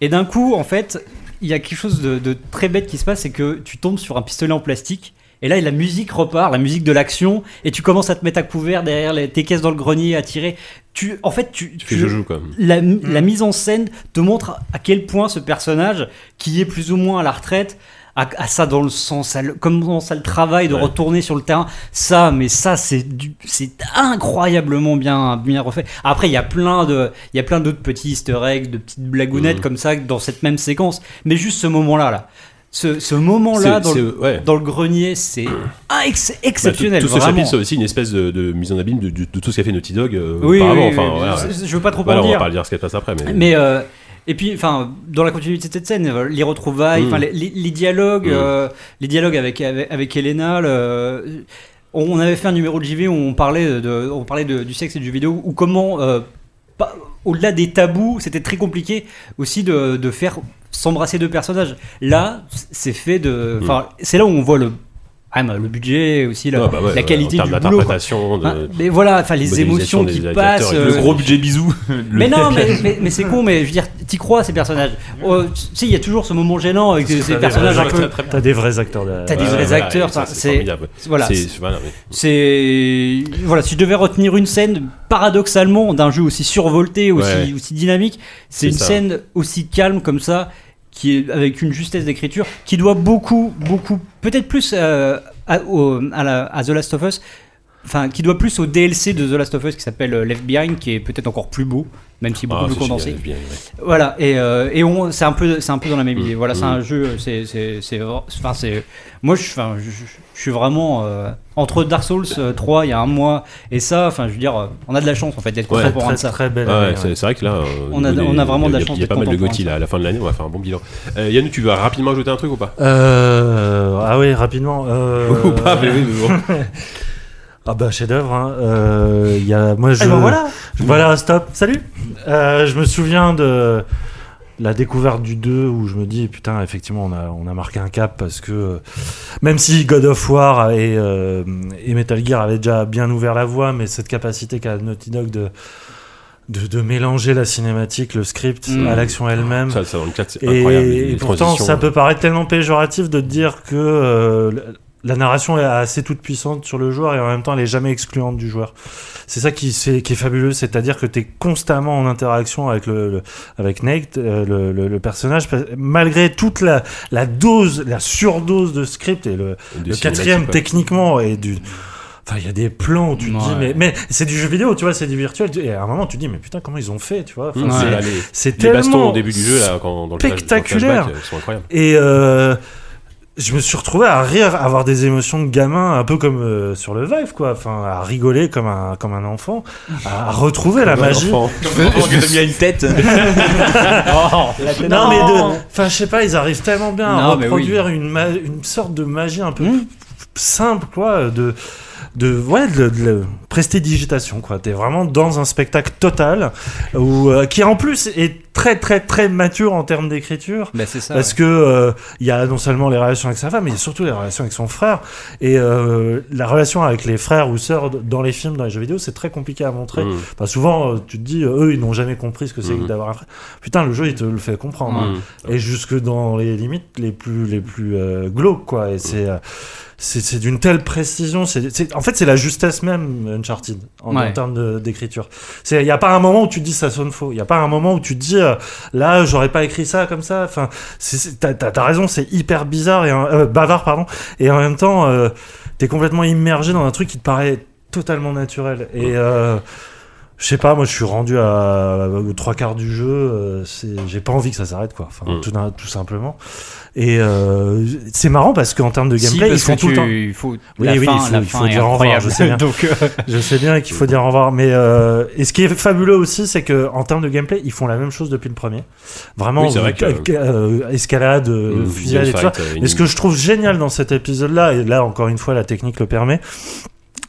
[SPEAKER 5] et d'un coup, en fait, il y a quelque chose de, de très bête qui se passe, c'est que tu tombes sur un pistolet en plastique. Et là, la musique repart, la musique de l'action, et tu commences à te mettre à couvert derrière les- tes caisses dans le grenier, à tirer. Tu, en fait, tu,
[SPEAKER 2] Tu fais
[SPEAKER 5] tu-
[SPEAKER 2] Jojo quoi.
[SPEAKER 5] la,
[SPEAKER 2] Mm.
[SPEAKER 5] la mise en scène te montre à quel point ce personnage, qui est plus ou moins à la retraite, a, a ça dans le sens, à le- commence à le travail de
[SPEAKER 2] Ouais.
[SPEAKER 5] retourner sur le terrain. Ça, mais ça, c'est du- c'est incroyablement bien, bien refait. Après, il y a plein de, il y a plein d'autres petits easter eggs, de petites blagounettes
[SPEAKER 2] Mhm.
[SPEAKER 5] comme ça dans cette même séquence. Mais juste ce moment-là, là. ce, ce
[SPEAKER 2] C'est-
[SPEAKER 5] moment-là dans, le-
[SPEAKER 2] c'est- ouais.
[SPEAKER 5] dans le grenier, c'est ah, ex-
[SPEAKER 2] Bah, tout,
[SPEAKER 5] exceptionnel.
[SPEAKER 2] tout ce
[SPEAKER 5] vraiment.
[SPEAKER 2] chapitre, c'est aussi une espèce de, de mise en abîme de, de- de tout ce qu'a fait Naughty Dog euh,
[SPEAKER 5] Oui,
[SPEAKER 2] auparavant.
[SPEAKER 5] oui, oui,
[SPEAKER 2] enfin, Bah,
[SPEAKER 5] oui.
[SPEAKER 2] voilà.
[SPEAKER 5] Je- je veux pas trop en
[SPEAKER 2] Voilà, On va
[SPEAKER 5] dire.
[SPEAKER 2] pas dire ce qui se passe après, mais.
[SPEAKER 5] Mais euh, et puis, enfin, dans la continuité de cette scène, euh, les retrouvailles,
[SPEAKER 2] Mm.
[SPEAKER 5] enfin, les, les- les dialogues,
[SPEAKER 2] Mm.
[SPEAKER 5] euh, les dialogues avec avec, avec Elena. le- on avait fait un numéro de JV où on parlait de, on parlait de- du sexe et du jeu vidéo, ou comment, euh, pas- au-delà des tabous, c'était très compliqué aussi de, de faire s'embrasser deux personnages. Là, c'est fait de,
[SPEAKER 2] Mm.
[SPEAKER 5] enfin, c'est là où on voit le, ah, bah, le budget aussi, la,
[SPEAKER 2] Ah, bah ouais,
[SPEAKER 5] la
[SPEAKER 2] ouais,
[SPEAKER 5] qualité
[SPEAKER 2] en
[SPEAKER 5] du
[SPEAKER 2] termes
[SPEAKER 5] boulot. quoi.
[SPEAKER 2] d'interprétation, de-
[SPEAKER 5] Hein, mais voilà, enfin, les
[SPEAKER 2] modélisation
[SPEAKER 5] émotions
[SPEAKER 2] des
[SPEAKER 5] qui
[SPEAKER 2] acteurs et
[SPEAKER 5] passent.
[SPEAKER 2] tout.
[SPEAKER 5] euh,
[SPEAKER 4] Le gros budget bisou.
[SPEAKER 5] mais non, mais, mais, mais c'est con, mais je veux dire, t'y crois ces personnages. Oh, tu sais, il y a toujours ce moment gênant avec ces, ces personnages un peu.
[SPEAKER 8] T'as des vrais acteurs derrière.
[SPEAKER 5] T'as des
[SPEAKER 2] Ouais,
[SPEAKER 5] vrais
[SPEAKER 2] voilà,
[SPEAKER 5] acteurs,
[SPEAKER 2] et ça,
[SPEAKER 5] enfin,
[SPEAKER 2] c'est
[SPEAKER 5] c'est-
[SPEAKER 2] formidable.
[SPEAKER 5] Voilà,
[SPEAKER 2] C'est-
[SPEAKER 5] c'est-
[SPEAKER 2] voilà, mais-
[SPEAKER 5] c'est voilà. Si je devais retenir une scène, paradoxalement, d'un jeu aussi survolté, aussi,
[SPEAKER 2] Ouais.
[SPEAKER 5] aussi dynamique, c'est
[SPEAKER 2] C'est
[SPEAKER 5] une
[SPEAKER 2] ça.
[SPEAKER 5] scène aussi calme comme ça, qui est avec une justesse d'écriture, qui doit beaucoup, beaucoup, peut-être plus euh, à, au- à la- à The Last of Us. Enfin, qui doit plus au DLC de The Last of Us qui s'appelle euh, Left Behind, qui est peut-être encore plus beau, même si beaucoup
[SPEAKER 2] Ah,
[SPEAKER 5] plus
[SPEAKER 2] c'est génial,
[SPEAKER 5] condensé.
[SPEAKER 2] bien, ouais.
[SPEAKER 5] Voilà, et, euh, et on, c'est un peu, c'est un peu dans la même idée. Voilà, c'est
[SPEAKER 2] mmh.
[SPEAKER 5] un jeu, c'est, c'est, c'est, enfin, c'est, moi, je, enfin, je, je- je suis vraiment euh, entre Dark Souls euh, 3 il y a un mois et ça, enfin, je veux dire, euh, on a de la chance en fait d'être
[SPEAKER 2] Ouais,
[SPEAKER 5] contemporain
[SPEAKER 8] Très,
[SPEAKER 5] de ça.
[SPEAKER 8] très belle.
[SPEAKER 2] Ah ouais,
[SPEAKER 8] année, ouais.
[SPEAKER 2] c'est c'est vrai que là, euh, au
[SPEAKER 5] On a-
[SPEAKER 2] niveau
[SPEAKER 5] on a vraiment de la
[SPEAKER 2] il y a-
[SPEAKER 5] chance
[SPEAKER 2] Il y a
[SPEAKER 5] d'être
[SPEAKER 2] pas mal de
[SPEAKER 5] contemporain,
[SPEAKER 2] Gotti
[SPEAKER 5] ça.
[SPEAKER 2] là. À la fin de l'année, on va faire un bon bilan. Euh, Yannou, tu vas rapidement ajouter un truc ou pas
[SPEAKER 8] Euh, ah oui, rapidement. euh,
[SPEAKER 2] Ou pas, mais oui, mais bon.
[SPEAKER 8] Ah bah chef-d'œuvre. hein. Euh, il y a- moi je.
[SPEAKER 3] Eh ben voilà.
[SPEAKER 8] Voilà, stop, salut. Euh, je me souviens de la découverte du 2 où je me dis putain effectivement on a, on a marqué un cap parce que euh, même si God of War et, euh, et Metal Gear avaient déjà bien ouvert la voie mais cette capacité qu'a Naughty Dog de, de, de mélanger la cinématique le script
[SPEAKER 5] Mm.
[SPEAKER 8] à l'action elle-même
[SPEAKER 2] Ça, ça, dans le cadre, c'est
[SPEAKER 8] et,
[SPEAKER 2] incroyable. hein. les-
[SPEAKER 8] et
[SPEAKER 2] les
[SPEAKER 8] pourtant,
[SPEAKER 2] transitions.
[SPEAKER 8] ça peut paraître tellement péjoratif de te dire que euh, la- la narration est assez toute puissante sur le joueur et en même temps, elle est jamais excluante du joueur. C'est ça qui, c'est- qui est fabuleux, c'est-à-dire que tu es constamment en interaction avec le, le- avec Nate, euh, le, le- le personnage, pa- malgré toute la, la dose, la surdose de script et le,
[SPEAKER 2] Des
[SPEAKER 8] le
[SPEAKER 2] cinématiques,
[SPEAKER 8] quatrième
[SPEAKER 2] ouais.
[SPEAKER 8] techniquement et du. Enfin, il y a des plans où tu te dis,
[SPEAKER 5] Ouais.
[SPEAKER 8] mais, mais c'est du jeu vidéo, tu vois, c'est du virtuel. Et à un moment, tu te dis, mais putain, comment ils ont fait, tu vois. Enfin,
[SPEAKER 5] Ouais.
[SPEAKER 8] c'est-
[SPEAKER 2] Là, les-
[SPEAKER 8] C'est
[SPEAKER 2] Les bastons
[SPEAKER 8] tellement
[SPEAKER 2] au début du jeu, là, quand, dans le flash- dans le
[SPEAKER 8] spectaculaire.
[SPEAKER 2] flashback, euh, sont incroyables.
[SPEAKER 8] Et euh, je me suis retrouvé à rire, à avoir des émotions de gamin, un peu comme euh, sur le Vive, quoi. Enfin, à rigoler comme un, comme un enfant, à, à retrouver la magie.
[SPEAKER 2] Enfant.
[SPEAKER 4] Il a une tête.
[SPEAKER 8] Non, mais de. Enfin, je sais pas, ils arrivent tellement bien à
[SPEAKER 5] Non, mais Mmh.
[SPEAKER 8] reproduire une, ma- une sorte de magie un peu simple, quoi. De. De, ouais, de, de la prestidigitation, quoi. T'es vraiment dans un spectacle total, où, euh, qui en plus est très, très, très mature en termes d'écriture.
[SPEAKER 5] Bah, c'est ça.
[SPEAKER 8] Parce
[SPEAKER 5] ouais.
[SPEAKER 8] que euh, il y a non seulement les relations avec sa femme, mais il y a surtout les relations avec son frère et euh, la relation avec les frères ou sœurs d- dans les films, dans les jeux vidéo, c'est très compliqué à montrer.
[SPEAKER 2] Mm.
[SPEAKER 8] Enfin, souvent, euh, tu te dis, euh, eux, ils n'ont jamais compris ce que c'est
[SPEAKER 2] Mhm.
[SPEAKER 8] que d'avoir un frère. Putain, le jeu, il te le fait comprendre. hein.
[SPEAKER 2] Mm.
[SPEAKER 8] Et jusque dans les limites les plus les plus euh, glauques, quoi. Et c'est euh, c'est c'est d'une telle précision. C'est c'est- en fait c'est la justesse même Uncharted en,
[SPEAKER 5] Ouais.
[SPEAKER 8] en termes de- d'écriture. C'est il y a pas un moment où tu te dis ça sonne faux. Il y a pas un moment où tu te dis euh, là j'aurais pas écrit ça comme ça. Enfin c'est- c'est- t'as t'as- t'as raison. C'est hyper bizarre et euh, bavard pardon. Et en même temps euh, t'es complètement immergé dans un truc qui te paraît totalement naturel. Et euh, je sais pas, moi je suis rendu à, aux trois quarts du jeu, euh, c'est- j'ai pas envie que ça s'arrête quoi, enfin,
[SPEAKER 2] Mm.
[SPEAKER 8] tout, d'un- tout simplement. Et euh, c'est marrant parce qu'en termes de
[SPEAKER 5] Si,
[SPEAKER 8] gameplay, ils
[SPEAKER 5] parce
[SPEAKER 8] font
[SPEAKER 5] que
[SPEAKER 8] tout le
[SPEAKER 5] tu-
[SPEAKER 8] temps.
[SPEAKER 5] Il faut
[SPEAKER 8] Oui,
[SPEAKER 5] la
[SPEAKER 8] oui,
[SPEAKER 5] fin,
[SPEAKER 8] il faut-
[SPEAKER 5] la
[SPEAKER 8] il
[SPEAKER 5] fin
[SPEAKER 8] faut
[SPEAKER 5] est
[SPEAKER 8] dire au revoir,
[SPEAKER 5] incroyable.
[SPEAKER 8] je sais bien.
[SPEAKER 5] Donc, euh,
[SPEAKER 8] Je sais bien qu'il faut dire au revoir, mais euh, et ce qui est fabuleux aussi, c'est que en termes de gameplay, ils font la même chose depuis le premier. Vraiment,
[SPEAKER 2] Oui, c'est vrai que-
[SPEAKER 8] euh, escalade, euh,
[SPEAKER 2] Mm.
[SPEAKER 8] fusillade et tout ça.
[SPEAKER 2] Fight, euh,
[SPEAKER 8] Mais ce que je trouve génial dans cet épisode-là, et là encore une fois la technique le permet,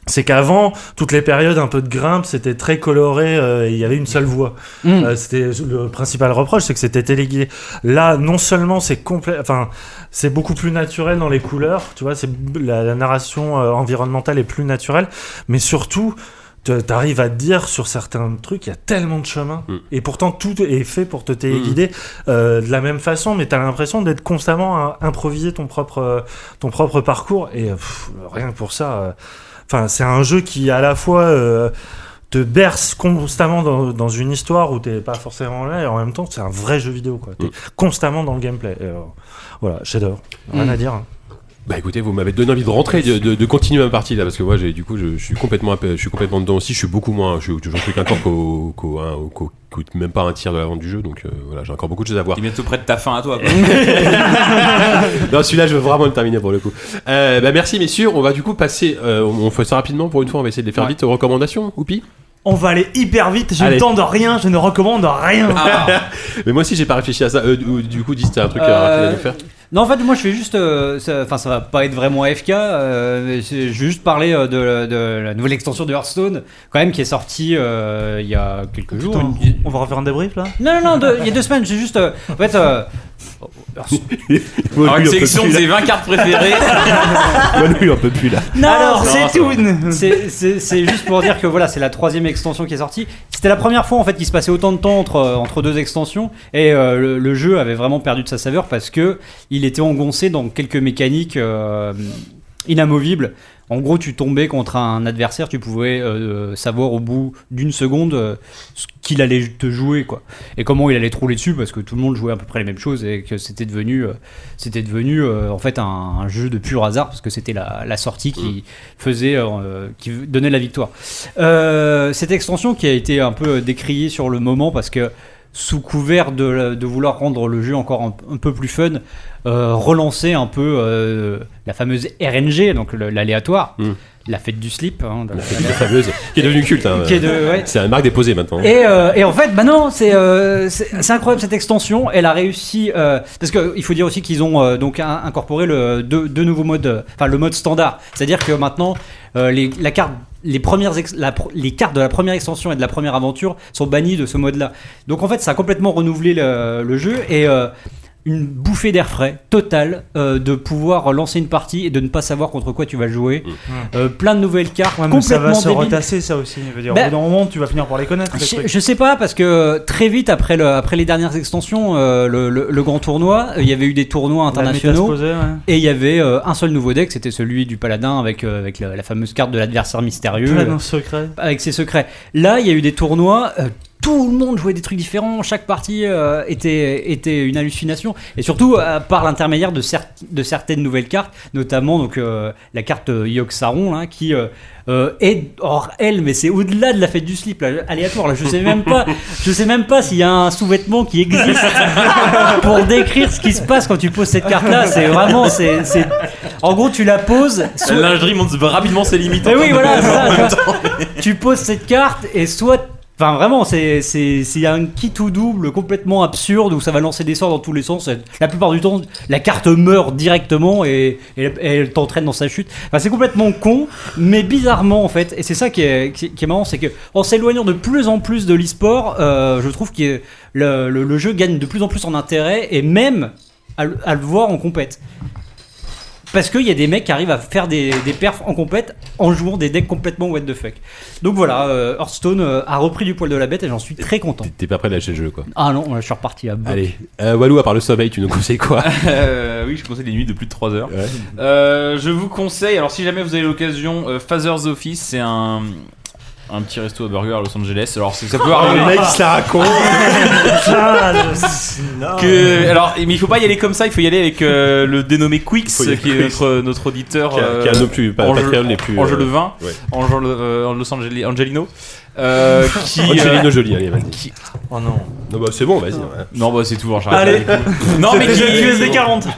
[SPEAKER 8] c'est qu'avant, toutes les périodes un peu de grimpe, c'était très coloré, euh, et il y avait une seule voix.
[SPEAKER 5] Mm.
[SPEAKER 8] Euh, c'était le principal reproche, c'est que c'était téléguidé. Là, non seulement c'est complet, enfin, c'est beaucoup plus naturel dans les couleurs, tu vois, c'est la, la narration euh, environnementale est plus naturelle, mais surtout, tu- t'arrives à te dire sur certains trucs, il y a tellement de chemins,
[SPEAKER 2] Mm.
[SPEAKER 8] et pourtant tout est fait pour te téléguider euh, de la même façon, mais t'as l'impression d'être constamment à improviser ton propre, euh, ton propre parcours, et euh, pff, rien que pour ça. euh, Enfin, c'est un jeu qui à la fois euh, te berce constamment dans, dans une histoire où t'es pas forcément là, et en même temps, c'est un vrai jeu vidéo, quoi. T'es
[SPEAKER 2] Mm.
[SPEAKER 8] constamment dans le gameplay. Et, euh, voilà, chef-d'œuvre. Rien
[SPEAKER 5] Mm.
[SPEAKER 8] à dire. hein.
[SPEAKER 2] Bah écoutez, vous m'avez donné envie de rentrer, de, de- de continuer ma partie là, parce que moi, j'ai, du coup, je, je suis complètement, appe- je suis complètement dedans aussi. Je suis beaucoup moins, je suis toujours plus qu'un corps qu'au, qu'au- hein, au- qu'au- qu'au- même pas un tiers de la vente du jeu, donc euh, voilà, j'ai encore beaucoup de choses à voir.
[SPEAKER 4] T'es bientôt près de ta fin à toi. quoi.
[SPEAKER 2] non, celui-là, je veux vraiment le terminer pour le coup. Euh, bah, merci, messieurs. On va du coup passer. euh, on on fait ça rapidement pour une fois. On va essayer de les faire vite aux recommandations. Oupi
[SPEAKER 3] On va aller hyper vite, j'ai
[SPEAKER 2] Allez.
[SPEAKER 3] le temps de rien, je ne recommande rien.
[SPEAKER 4] Ah.
[SPEAKER 2] Mais moi aussi, j'ai pas réfléchi à ça. Euh, du, du coup, dis si t'as un truc euh,
[SPEAKER 5] Euh,
[SPEAKER 2] rapide à nous faire.
[SPEAKER 5] Non, en fait, moi je vais juste. euh, ça- Enfin, ça, va pas être vraiment FK. euh, c'est- je vais juste parler euh, de, de la nouvelle extension de Hearthstone, quand même, qui est sortie euh, il y a quelques jours. hein.
[SPEAKER 3] Putain,
[SPEAKER 5] une-
[SPEAKER 3] on va refaire un débrief là
[SPEAKER 5] Non, non, non, deux- il y a deux semaines, j'ai juste. euh, en fait, euh,
[SPEAKER 4] Alors,
[SPEAKER 2] Manu,
[SPEAKER 4] une
[SPEAKER 2] il en peut
[SPEAKER 4] sélection de
[SPEAKER 2] plus, là.
[SPEAKER 4] ses 20 cartes préférées.
[SPEAKER 2] Manu, il en peut plus là.
[SPEAKER 3] Ah, Alors,
[SPEAKER 6] Ah,
[SPEAKER 3] c'est tout
[SPEAKER 5] c'est- c'est c'est juste pour dire que voilà, c'est la troisième extension qui est sortie. C'était la première fois en fait qu'il se passait autant de temps entre, euh, entre deux extensions et euh, le, le jeu avait vraiment perdu de sa saveur parce que il était engoncé dans quelques mécaniques euh, inamovibles. En gros, tu tombais contre un adversaire, tu pouvais euh, savoir au bout d'une seconde euh, ce qu'il allait te jouer quoi et comment il allait te rouler dessus parce que tout le monde jouait à peu près les mêmes choses et que c'était devenu euh, c'était devenu euh, en fait un, un jeu de pur hasard parce que c'était la, la sortie qui faisait euh, qui donnait la victoire. Euh, cette extension qui a été un peu euh, décriée sur le moment parce que sous couvert de, la- de vouloir rendre le jeu encore un, un peu plus fun, euh, relancer un peu euh, la fameuse RNG, donc le- l'aléatoire,
[SPEAKER 2] Mm.
[SPEAKER 5] la fête du slip, hein, de-
[SPEAKER 2] C'est la fameuse qui est devenue culte. hein.
[SPEAKER 5] qui est de, ouais.
[SPEAKER 2] C'est une marque déposée maintenant.
[SPEAKER 5] Et, euh, et en fait, bah non, c'est euh, c'est- c'est incroyable cette extension. Elle a réussi euh, parce que il faut dire aussi qu'ils ont euh, donc in- incorporé le deux, deux nouveaux modes, euh, enfin le mode standard. C'est-à-dire que maintenant euh, les, la carte, les premières, ex- la pr- les cartes de la première extension et de la première aventure sont bannies de ce mode-là. Donc en fait, ça a complètement renouvelé le, le jeu et euh, une bouffée d'air frais totale euh, de pouvoir lancer une partie et de ne pas savoir contre quoi tu vas jouer. Euh, plein de nouvelles cartes
[SPEAKER 3] Mm. Ouais, mais ça
[SPEAKER 5] complètement
[SPEAKER 3] va se
[SPEAKER 5] débiles.
[SPEAKER 3] retasser ça aussi. Je veux dire,
[SPEAKER 5] Bah-
[SPEAKER 3] au bout d'un moment, tu vas finir par les connaître. les
[SPEAKER 5] Je,
[SPEAKER 3] trucs.
[SPEAKER 5] je sais pas parce que euh, très vite après, le, après les dernières extensions, euh, le, le- le grand tournoi, euh, il y avait eu des
[SPEAKER 3] La
[SPEAKER 5] tournois
[SPEAKER 3] méta se
[SPEAKER 5] internationaux
[SPEAKER 3] posait, ouais.
[SPEAKER 5] et il y avait euh, un seul nouveau deck, c'était celui du paladin avec, euh, avec la, la fameuse carte de l'adversaire mystérieux
[SPEAKER 3] Plein d'un secret.
[SPEAKER 5] avec ses secrets. Là, il y a eu des tournois. euh, tout le monde jouait des trucs différents, chaque partie euh, était, était une hallucination, et surtout euh, par l'intermédiaire de, cer- de certaines nouvelles cartes, notamment donc, euh, la carte euh, Yogg-Saron, là, qui euh, euh, est hors elle, mais c'est au-delà de la fête du slip, là, aléatoire. Là. Je sais même pas, je sais même pas s'il y a un sous-vêtement qui existe pour décrire ce qui se passe quand tu poses cette carte-là. C'est vraiment, c'est, c'est- en gros, tu la poses sous-
[SPEAKER 4] La lingerie monte rapidement ses limites. hein.
[SPEAKER 5] mais oui, voilà, c'est ça, tu vois. tu poses cette carte et soit. Enfin, vraiment, c'est c'est- c'est un kit ou double complètement absurde où ça va lancer des sorts dans tous les sens. La plupart du temps, la carte meurt directement et, et- et elle t'entraîne dans sa chute. Enfin, c'est complètement con, mais bizarrement, en fait. Et c'est ça qui est, qui est- qui est marrant, c'est que en s'éloignant de plus en plus de l'e-sport, euh, je trouve que le, le- le jeu gagne de plus en plus en intérêt et même à, le- à le voir en compète. Parce qu'il y a des mecs qui arrivent à faire des, des perfs en compète en jouant des decks complètement what the fuck. Donc voilà, euh, Hearthstone euh, a repris du poil de la bête et j'en suis très content.
[SPEAKER 2] T'es- T'es pas prêt de lâcher le jeu quoi.
[SPEAKER 5] Ah non, je suis reparti à bout.
[SPEAKER 2] Allez, Euh, Walou, à part le sommeil, tu nous conseilles quoi
[SPEAKER 4] Euh, oui, je conseille les nuits de plus de 3 heures. Euh, je vous conseille, alors si jamais vous avez l'occasion, euh, Father's Office, c'est un, un petit resto à burger à Los Angeles. Alors c'est- ça
[SPEAKER 2] Ah,
[SPEAKER 4] peut arriver.
[SPEAKER 2] mec se la raconte Ah,
[SPEAKER 4] Que, alors, mais il faut pas y aller comme ça, il faut y aller avec euh, le dénommé Quicks,
[SPEAKER 2] Faut y aller
[SPEAKER 4] qui est
[SPEAKER 2] Quicks.
[SPEAKER 4] notre, notre auditeur.
[SPEAKER 2] Ah,
[SPEAKER 4] euh,
[SPEAKER 2] Qui a- qui a un de nos plus- pas-
[SPEAKER 4] Angel-
[SPEAKER 2] Patreon les plus,
[SPEAKER 4] Angel
[SPEAKER 2] euh,
[SPEAKER 4] Levin,
[SPEAKER 2] ouais.
[SPEAKER 4] Angel- euh, en Los Angeles, Angelino. euh, qui, euh,
[SPEAKER 2] Angelino Jolie, allez, vas-y.
[SPEAKER 4] qui-
[SPEAKER 8] Oh non.
[SPEAKER 2] Non, bah, c'est bon, vas-y. ouais.
[SPEAKER 4] Non, bah c'est tout, j'arrête.
[SPEAKER 3] Allez.
[SPEAKER 4] Non, mais qui,
[SPEAKER 3] Déjà USD 40.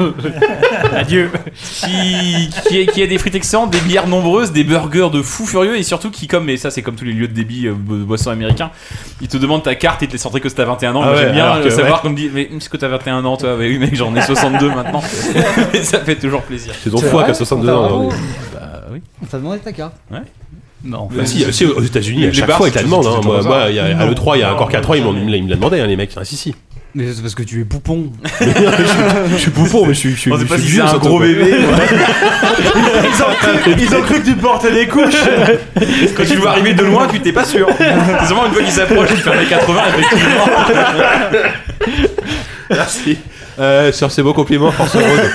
[SPEAKER 4] Adieu. Qui, qui, qui a des frites excellentes, des bières nombreuses, des burgers de fous furieux et surtout qui, comme, mais ça c'est comme tous les lieux de débit euh, bo- de boissons américains, ils te demandent ta carte et te laissent entrer que c'est à 21 ans.
[SPEAKER 2] Ah
[SPEAKER 4] Moi
[SPEAKER 2] ouais,
[SPEAKER 4] j'aime bien
[SPEAKER 2] alors que,
[SPEAKER 4] euh, savoir qu'on me dit, mais hum, est-ce que t'as 21 ans toi Mais Oui, mec, j'en ai 62 maintenant. Mais ça fait toujours plaisir.
[SPEAKER 2] C'est ton
[SPEAKER 5] C'est
[SPEAKER 2] foie qui
[SPEAKER 5] vrai
[SPEAKER 2] a 62
[SPEAKER 5] T'as
[SPEAKER 2] ans hein.
[SPEAKER 5] vraiment-
[SPEAKER 2] aujourd'hui.
[SPEAKER 5] On t'a demandé ta carte
[SPEAKER 4] Ouais.
[SPEAKER 5] Bah, Non.
[SPEAKER 2] Bah, si, si, aux États-Unis,
[SPEAKER 4] Les
[SPEAKER 2] à chaque
[SPEAKER 4] bars,
[SPEAKER 2] fois, ils te la
[SPEAKER 4] c'est-
[SPEAKER 2] demandent.
[SPEAKER 4] c'est-
[SPEAKER 2] hein.
[SPEAKER 4] c'est
[SPEAKER 2] Moi,
[SPEAKER 4] au
[SPEAKER 2] moi, il y a- à l'E3, il y a encore 4 ans, ils m'ont- ils me l'ont demandé, hein, les mecs. Ah, si, si.
[SPEAKER 5] Mais c'est parce que tu es poupon.
[SPEAKER 2] Je suis bouffon, mais je suis je suis-
[SPEAKER 4] On sait
[SPEAKER 2] je
[SPEAKER 4] pas
[SPEAKER 2] suis
[SPEAKER 4] si
[SPEAKER 2] vieux,
[SPEAKER 4] c'est un
[SPEAKER 2] surtout,
[SPEAKER 4] gros
[SPEAKER 2] quoi.
[SPEAKER 4] bébé.
[SPEAKER 3] Ils ont, cru, ils ont cru que tu portais des couches.
[SPEAKER 4] Quand tu le vois arriver de loin, tu t'es pas sûr. C'est seulement une fois qu'il s'approche, il fait les 80, effectivement.
[SPEAKER 2] Merci. Euh, Sur ces beaux compliments, François Rose.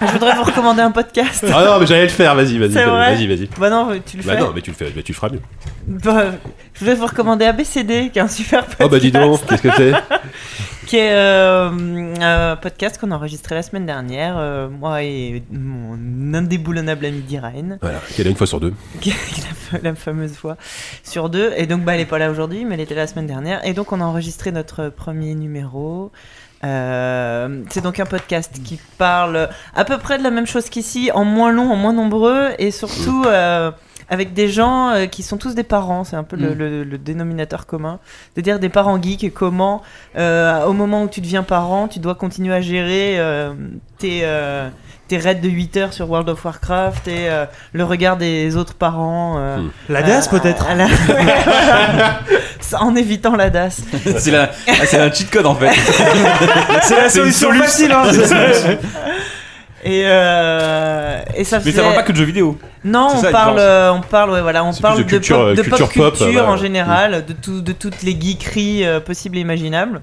[SPEAKER 6] Je voudrais vous recommander un podcast.
[SPEAKER 2] Ah non, mais j'allais le faire, vas-y, vas-y.
[SPEAKER 6] C'est vrai
[SPEAKER 2] Vas-y, vas-y.
[SPEAKER 6] Bah non, tu le
[SPEAKER 2] Bah
[SPEAKER 6] fais.
[SPEAKER 2] non, mais tu le fais, bah, tu le feras mieux.
[SPEAKER 6] Bah, je voudrais vous recommander ABCD, qui est un super podcast.
[SPEAKER 2] Oh bah dis donc, qu'est-ce que c'est
[SPEAKER 6] qui est euh, un podcast qu'on a enregistré la semaine dernière, euh, moi et mon indéboulonnable ami Diraine,
[SPEAKER 2] Voilà, qu'elle a une fois sur deux.
[SPEAKER 6] qui la, la fameuse fois sur deux. Et donc, bah, elle est pas là aujourd'hui, mais elle était là la semaine dernière. Et donc, on a enregistré notre premier numéro. Euh, c'est donc un podcast qui parle à peu près de la même chose qu'ici, en moins long, en moins nombreux, et surtout euh, avec des gens euh, qui sont tous des parents. C'est un peu le,
[SPEAKER 5] Mm.
[SPEAKER 6] le- le dénominateur commun. De dire des parents geeks, et comment euh, au moment où tu deviens parent, tu dois continuer à gérer euh, tes, euh, tes raids de 8 heures sur World of Warcraft et euh, le regard des autres parents. euh,
[SPEAKER 2] Mm.
[SPEAKER 10] La DAS,
[SPEAKER 6] euh,
[SPEAKER 10] peut-être
[SPEAKER 6] à la- Ça, En évitant la DAS.
[SPEAKER 4] C'est la- ah, c'est un cheat code en fait.
[SPEAKER 8] C'est la
[SPEAKER 4] C'est une
[SPEAKER 8] solution
[SPEAKER 4] solution.
[SPEAKER 8] facile, hein. c'est ça.
[SPEAKER 6] Et, euh, et ça
[SPEAKER 4] Mais ça
[SPEAKER 6] faisait-
[SPEAKER 4] parle pas que de jeux vidéo.
[SPEAKER 6] Non,
[SPEAKER 4] C'est
[SPEAKER 6] on
[SPEAKER 4] ça, la
[SPEAKER 6] parle,
[SPEAKER 4] différence.
[SPEAKER 6] euh, on parle, ouais, voilà, on
[SPEAKER 2] C'est
[SPEAKER 6] parle
[SPEAKER 2] plus de culture,
[SPEAKER 6] pop, de
[SPEAKER 2] euh, culture
[SPEAKER 6] pop
[SPEAKER 2] pop,
[SPEAKER 6] culture
[SPEAKER 2] voilà.
[SPEAKER 6] en général, de tout, de toutes les geekeries euh, possibles et imaginables.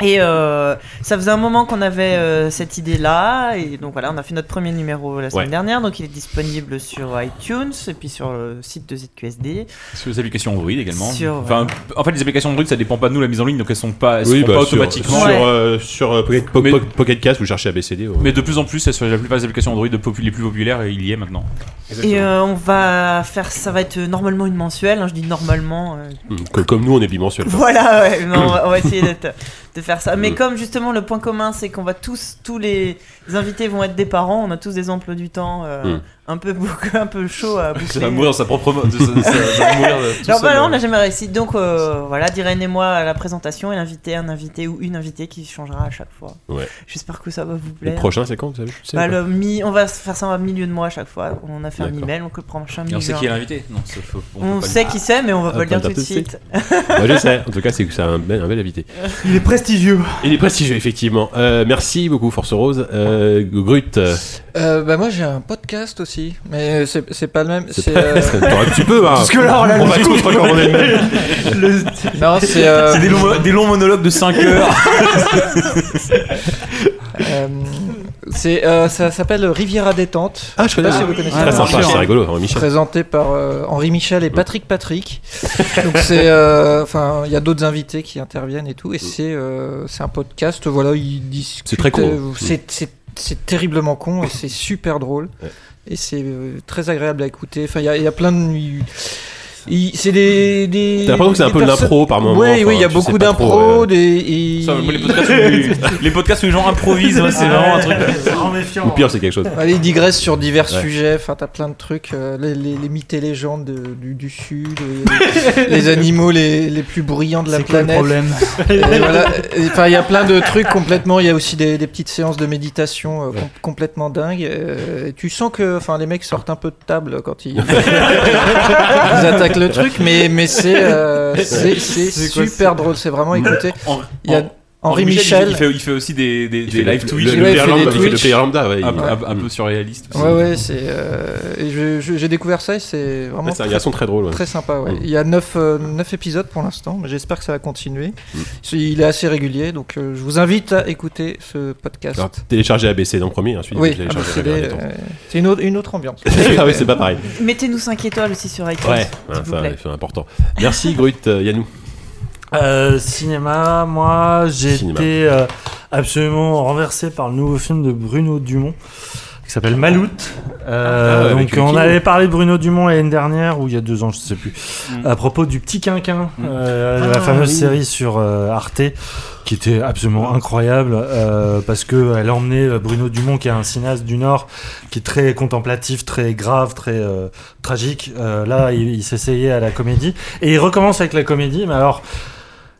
[SPEAKER 6] Et euh, ça faisait un moment qu'on avait euh, cette idée-là, et donc voilà, on a fait notre premier numéro la semaine
[SPEAKER 2] Ouais.
[SPEAKER 6] dernière, donc il est disponible sur iTunes et puis sur le site de ZQSD.
[SPEAKER 4] Sur les applications Android également.
[SPEAKER 6] Sur-
[SPEAKER 4] Enfin, en fait, les applications Android, ça dépend pas de nous la mise en ligne, donc elles sont pas, elles
[SPEAKER 2] Oui,
[SPEAKER 4] seront
[SPEAKER 2] bah,
[SPEAKER 4] pas
[SPEAKER 2] sur-
[SPEAKER 4] automatiquement.
[SPEAKER 2] Sur,
[SPEAKER 6] Ouais.
[SPEAKER 2] euh, sur, euh, Pocket, Po-
[SPEAKER 4] Mais-
[SPEAKER 2] Po- Pocket Cast, vous cherchez ABCD. ouais.
[SPEAKER 4] Mais de plus en plus, elles sont la plupart des applications Android popu- les plus populaires, et il y est maintenant.
[SPEAKER 6] Et euh, on va faire, ça va être normalement une mensuelle, hein, je dis normalement, euh,
[SPEAKER 2] Mm. Co- Comme nous, on est bimensuel.
[SPEAKER 6] Voilà, ouais, mais on, va, on va essayer d'être- de faire ça. Mais
[SPEAKER 2] Mm.
[SPEAKER 6] comme justement le point commun, c'est qu'on va tous, tous les invités vont être des parents, on a tous des emplois du temps euh,
[SPEAKER 2] Mm.
[SPEAKER 6] un peu bouc- un peu chaud à boucler.
[SPEAKER 4] Ça va mourir dans sa propre. mo- ça- ça- ça va mourir, euh, tout
[SPEAKER 6] Alors
[SPEAKER 4] seul,
[SPEAKER 6] bah non, on
[SPEAKER 4] euh.
[SPEAKER 6] n'a jamais réussi. Donc euh, voilà, Diren et moi à la présentation et l'invité, un invité ou une invitée qui changera à chaque fois.
[SPEAKER 2] Ouais.
[SPEAKER 6] J'espère que ça va vous
[SPEAKER 2] Le
[SPEAKER 6] plaire.
[SPEAKER 2] prochain, c'est quand vous savez, je sais
[SPEAKER 6] Bah,
[SPEAKER 2] pas.
[SPEAKER 6] le mi- on va se faire ça en milieu de mois à chaque fois. On a fait un
[SPEAKER 2] D'accord.
[SPEAKER 6] email, on peut prendre un
[SPEAKER 4] Et
[SPEAKER 6] milieu.
[SPEAKER 4] on sait qui est l'invité. Non, ça, faut- on peut
[SPEAKER 6] On
[SPEAKER 4] pas le
[SPEAKER 6] sait qui c'est, mais on va
[SPEAKER 2] Ah,
[SPEAKER 6] pas le
[SPEAKER 2] pas
[SPEAKER 6] dire tout
[SPEAKER 2] le
[SPEAKER 6] de
[SPEAKER 2] dire tout de
[SPEAKER 6] suite.
[SPEAKER 2] Moi, Bah, je sais. En tout cas, c'est que c'est un bel, un bel invité.
[SPEAKER 8] Il est prestigieux.
[SPEAKER 2] Il est prestigieux, effectivement. Euh, merci beaucoup, Force Rose. Euh, Grut, euh,
[SPEAKER 7] Euh, bah moi j'ai un podcast aussi, mais c'est c'est pas le même. C'est euh,
[SPEAKER 2] t'aurais un petit peu. Hein.
[SPEAKER 8] Parce que là, on l'a
[SPEAKER 2] on va tous recommander le même.
[SPEAKER 7] non c'est euh,
[SPEAKER 4] C'est des longs, des longs monologues de 5 heures.
[SPEAKER 7] euh, c'est euh, ça s'appelle Riviera détente.
[SPEAKER 2] Ah, je connais.
[SPEAKER 7] Ah,
[SPEAKER 2] ça.
[SPEAKER 7] oui. Très
[SPEAKER 2] Très sympa, c'est rigolo, hein, Michel. Mmh.
[SPEAKER 7] Présenté par euh, Henri Michel et Patrick Patrick. Donc c'est, euh, enfin, il y a d'autres invités qui interviennent et tout, et c'est, euh, c'est un podcast. Voilà, ils discutent.
[SPEAKER 2] Mmh. C'est très con.
[SPEAKER 7] euh, C'est, c'est- c'est terriblement con et c'est super drôle
[SPEAKER 2] Ouais.
[SPEAKER 7] et c'est euh, très agréable à écouter. Enfin, il y a- il y, a plein de. il- il- c'est des. des
[SPEAKER 2] T'as l'impression que c'est un
[SPEAKER 7] des
[SPEAKER 2] peu de
[SPEAKER 7] perso-
[SPEAKER 2] l'impro par moment.
[SPEAKER 7] Ouais,
[SPEAKER 2] enfin,
[SPEAKER 7] oui, il y a
[SPEAKER 2] tu
[SPEAKER 7] beaucoup
[SPEAKER 2] sais pas
[SPEAKER 7] d'impro.
[SPEAKER 2] trop, ouais.
[SPEAKER 7] des, et-
[SPEAKER 4] Ça, moi, les, podcasts où les- les podcasts où les gens improvisent, ouais, c'est vraiment un truc.
[SPEAKER 8] En méfiant.
[SPEAKER 2] Ou pire, c'est quelque chose.
[SPEAKER 7] Allez, ils digressent sur divers
[SPEAKER 2] Ouais.
[SPEAKER 7] sujets, enfin t'as plein de trucs, euh, les, les, les mythes et légendes de- du, du sud, les, les animaux les, les plus bruyants de la
[SPEAKER 8] C'est quoi le
[SPEAKER 7] planète.
[SPEAKER 8] problème
[SPEAKER 7] Et voilà, et, enfin il y a plein de trucs complètement, il y a aussi des, des petites séances de méditation euh, com- complètement dingues. euh, et tu sens que enfin les mecs sortent un peu de table quand ils, ils attaquent le truc, mais, mais c'est euh, c'est- c'est
[SPEAKER 8] C'est quoi,
[SPEAKER 7] super drôle, c'est vraiment écouté.
[SPEAKER 4] En-
[SPEAKER 7] Il y a
[SPEAKER 4] en-
[SPEAKER 7] Henri
[SPEAKER 4] Il
[SPEAKER 7] Michel.
[SPEAKER 4] fait, il fait aussi des, des,
[SPEAKER 2] Il
[SPEAKER 4] des
[SPEAKER 2] fait
[SPEAKER 4] live
[SPEAKER 2] le-
[SPEAKER 4] Twitch.
[SPEAKER 2] le-
[SPEAKER 7] Ouais,
[SPEAKER 2] Le
[SPEAKER 7] il
[SPEAKER 2] PR
[SPEAKER 7] fait des
[SPEAKER 2] lambda, il fait le
[SPEAKER 7] Twitch.
[SPEAKER 2] PR lambda, ouais. il-
[SPEAKER 4] un, un- un
[SPEAKER 2] Mm.
[SPEAKER 4] peu surréaliste. aussi.
[SPEAKER 7] Ouais ouais c'est euh, et je- je- j'ai découvert ça et c'est vraiment
[SPEAKER 2] Ouais, C'est un garçon très drôle. ouais.
[SPEAKER 7] Très sympa, ouais.
[SPEAKER 2] Mm.
[SPEAKER 7] Il y a 9, épisodes pour l'instant, mais j'espère que ça va continuer.
[SPEAKER 2] Mm.
[SPEAKER 7] Il est assez régulier, donc euh, je vous invite à écouter ce podcast.
[SPEAKER 2] Alors, Bah, télécharger ABC dans le premier, ensuite
[SPEAKER 7] oui,
[SPEAKER 2] télécharger
[SPEAKER 7] ah,
[SPEAKER 2] Riviera
[SPEAKER 7] bah,
[SPEAKER 6] euh,
[SPEAKER 2] Détente.
[SPEAKER 7] c'est des- c'est une, autre- une autre ambiance.
[SPEAKER 2] Ah oui, c'est pas pareil.
[SPEAKER 6] Mettez-nous 5 étoiles aussi sur iTunes.
[SPEAKER 2] Ouais,
[SPEAKER 6] s'il
[SPEAKER 2] hein,
[SPEAKER 6] vous
[SPEAKER 2] ça,
[SPEAKER 6] plaît.
[SPEAKER 2] c'est important. Merci Grut, euh, Yannou.
[SPEAKER 8] Euh, cinéma, moi j'ai
[SPEAKER 2] Cinéma.
[SPEAKER 8] été euh, absolument renversé par le nouveau film de Bruno Dumont qui s'appelle Maloute. Euh,
[SPEAKER 2] Ah ouais, avec
[SPEAKER 8] donc on
[SPEAKER 2] Hulking.
[SPEAKER 8] avait parlé de Bruno Dumont l'année dernière ou il y a deux ans, je sais plus,
[SPEAKER 2] Hmm.
[SPEAKER 4] Mm.
[SPEAKER 8] à propos du Petit Quinquin,
[SPEAKER 4] Mm.
[SPEAKER 8] euh,
[SPEAKER 6] Ah,
[SPEAKER 8] la fameuse
[SPEAKER 6] oui.
[SPEAKER 8] série sur euh, Arte qui était absolument incroyable euh, parce que elle emmenait euh, Bruno Dumont qui est un cinéaste du Nord qui est très contemplatif, très grave, très euh, tragique. Euh, là, il, il s'essayait à la comédie. Et il recommence avec la comédie, mais alors.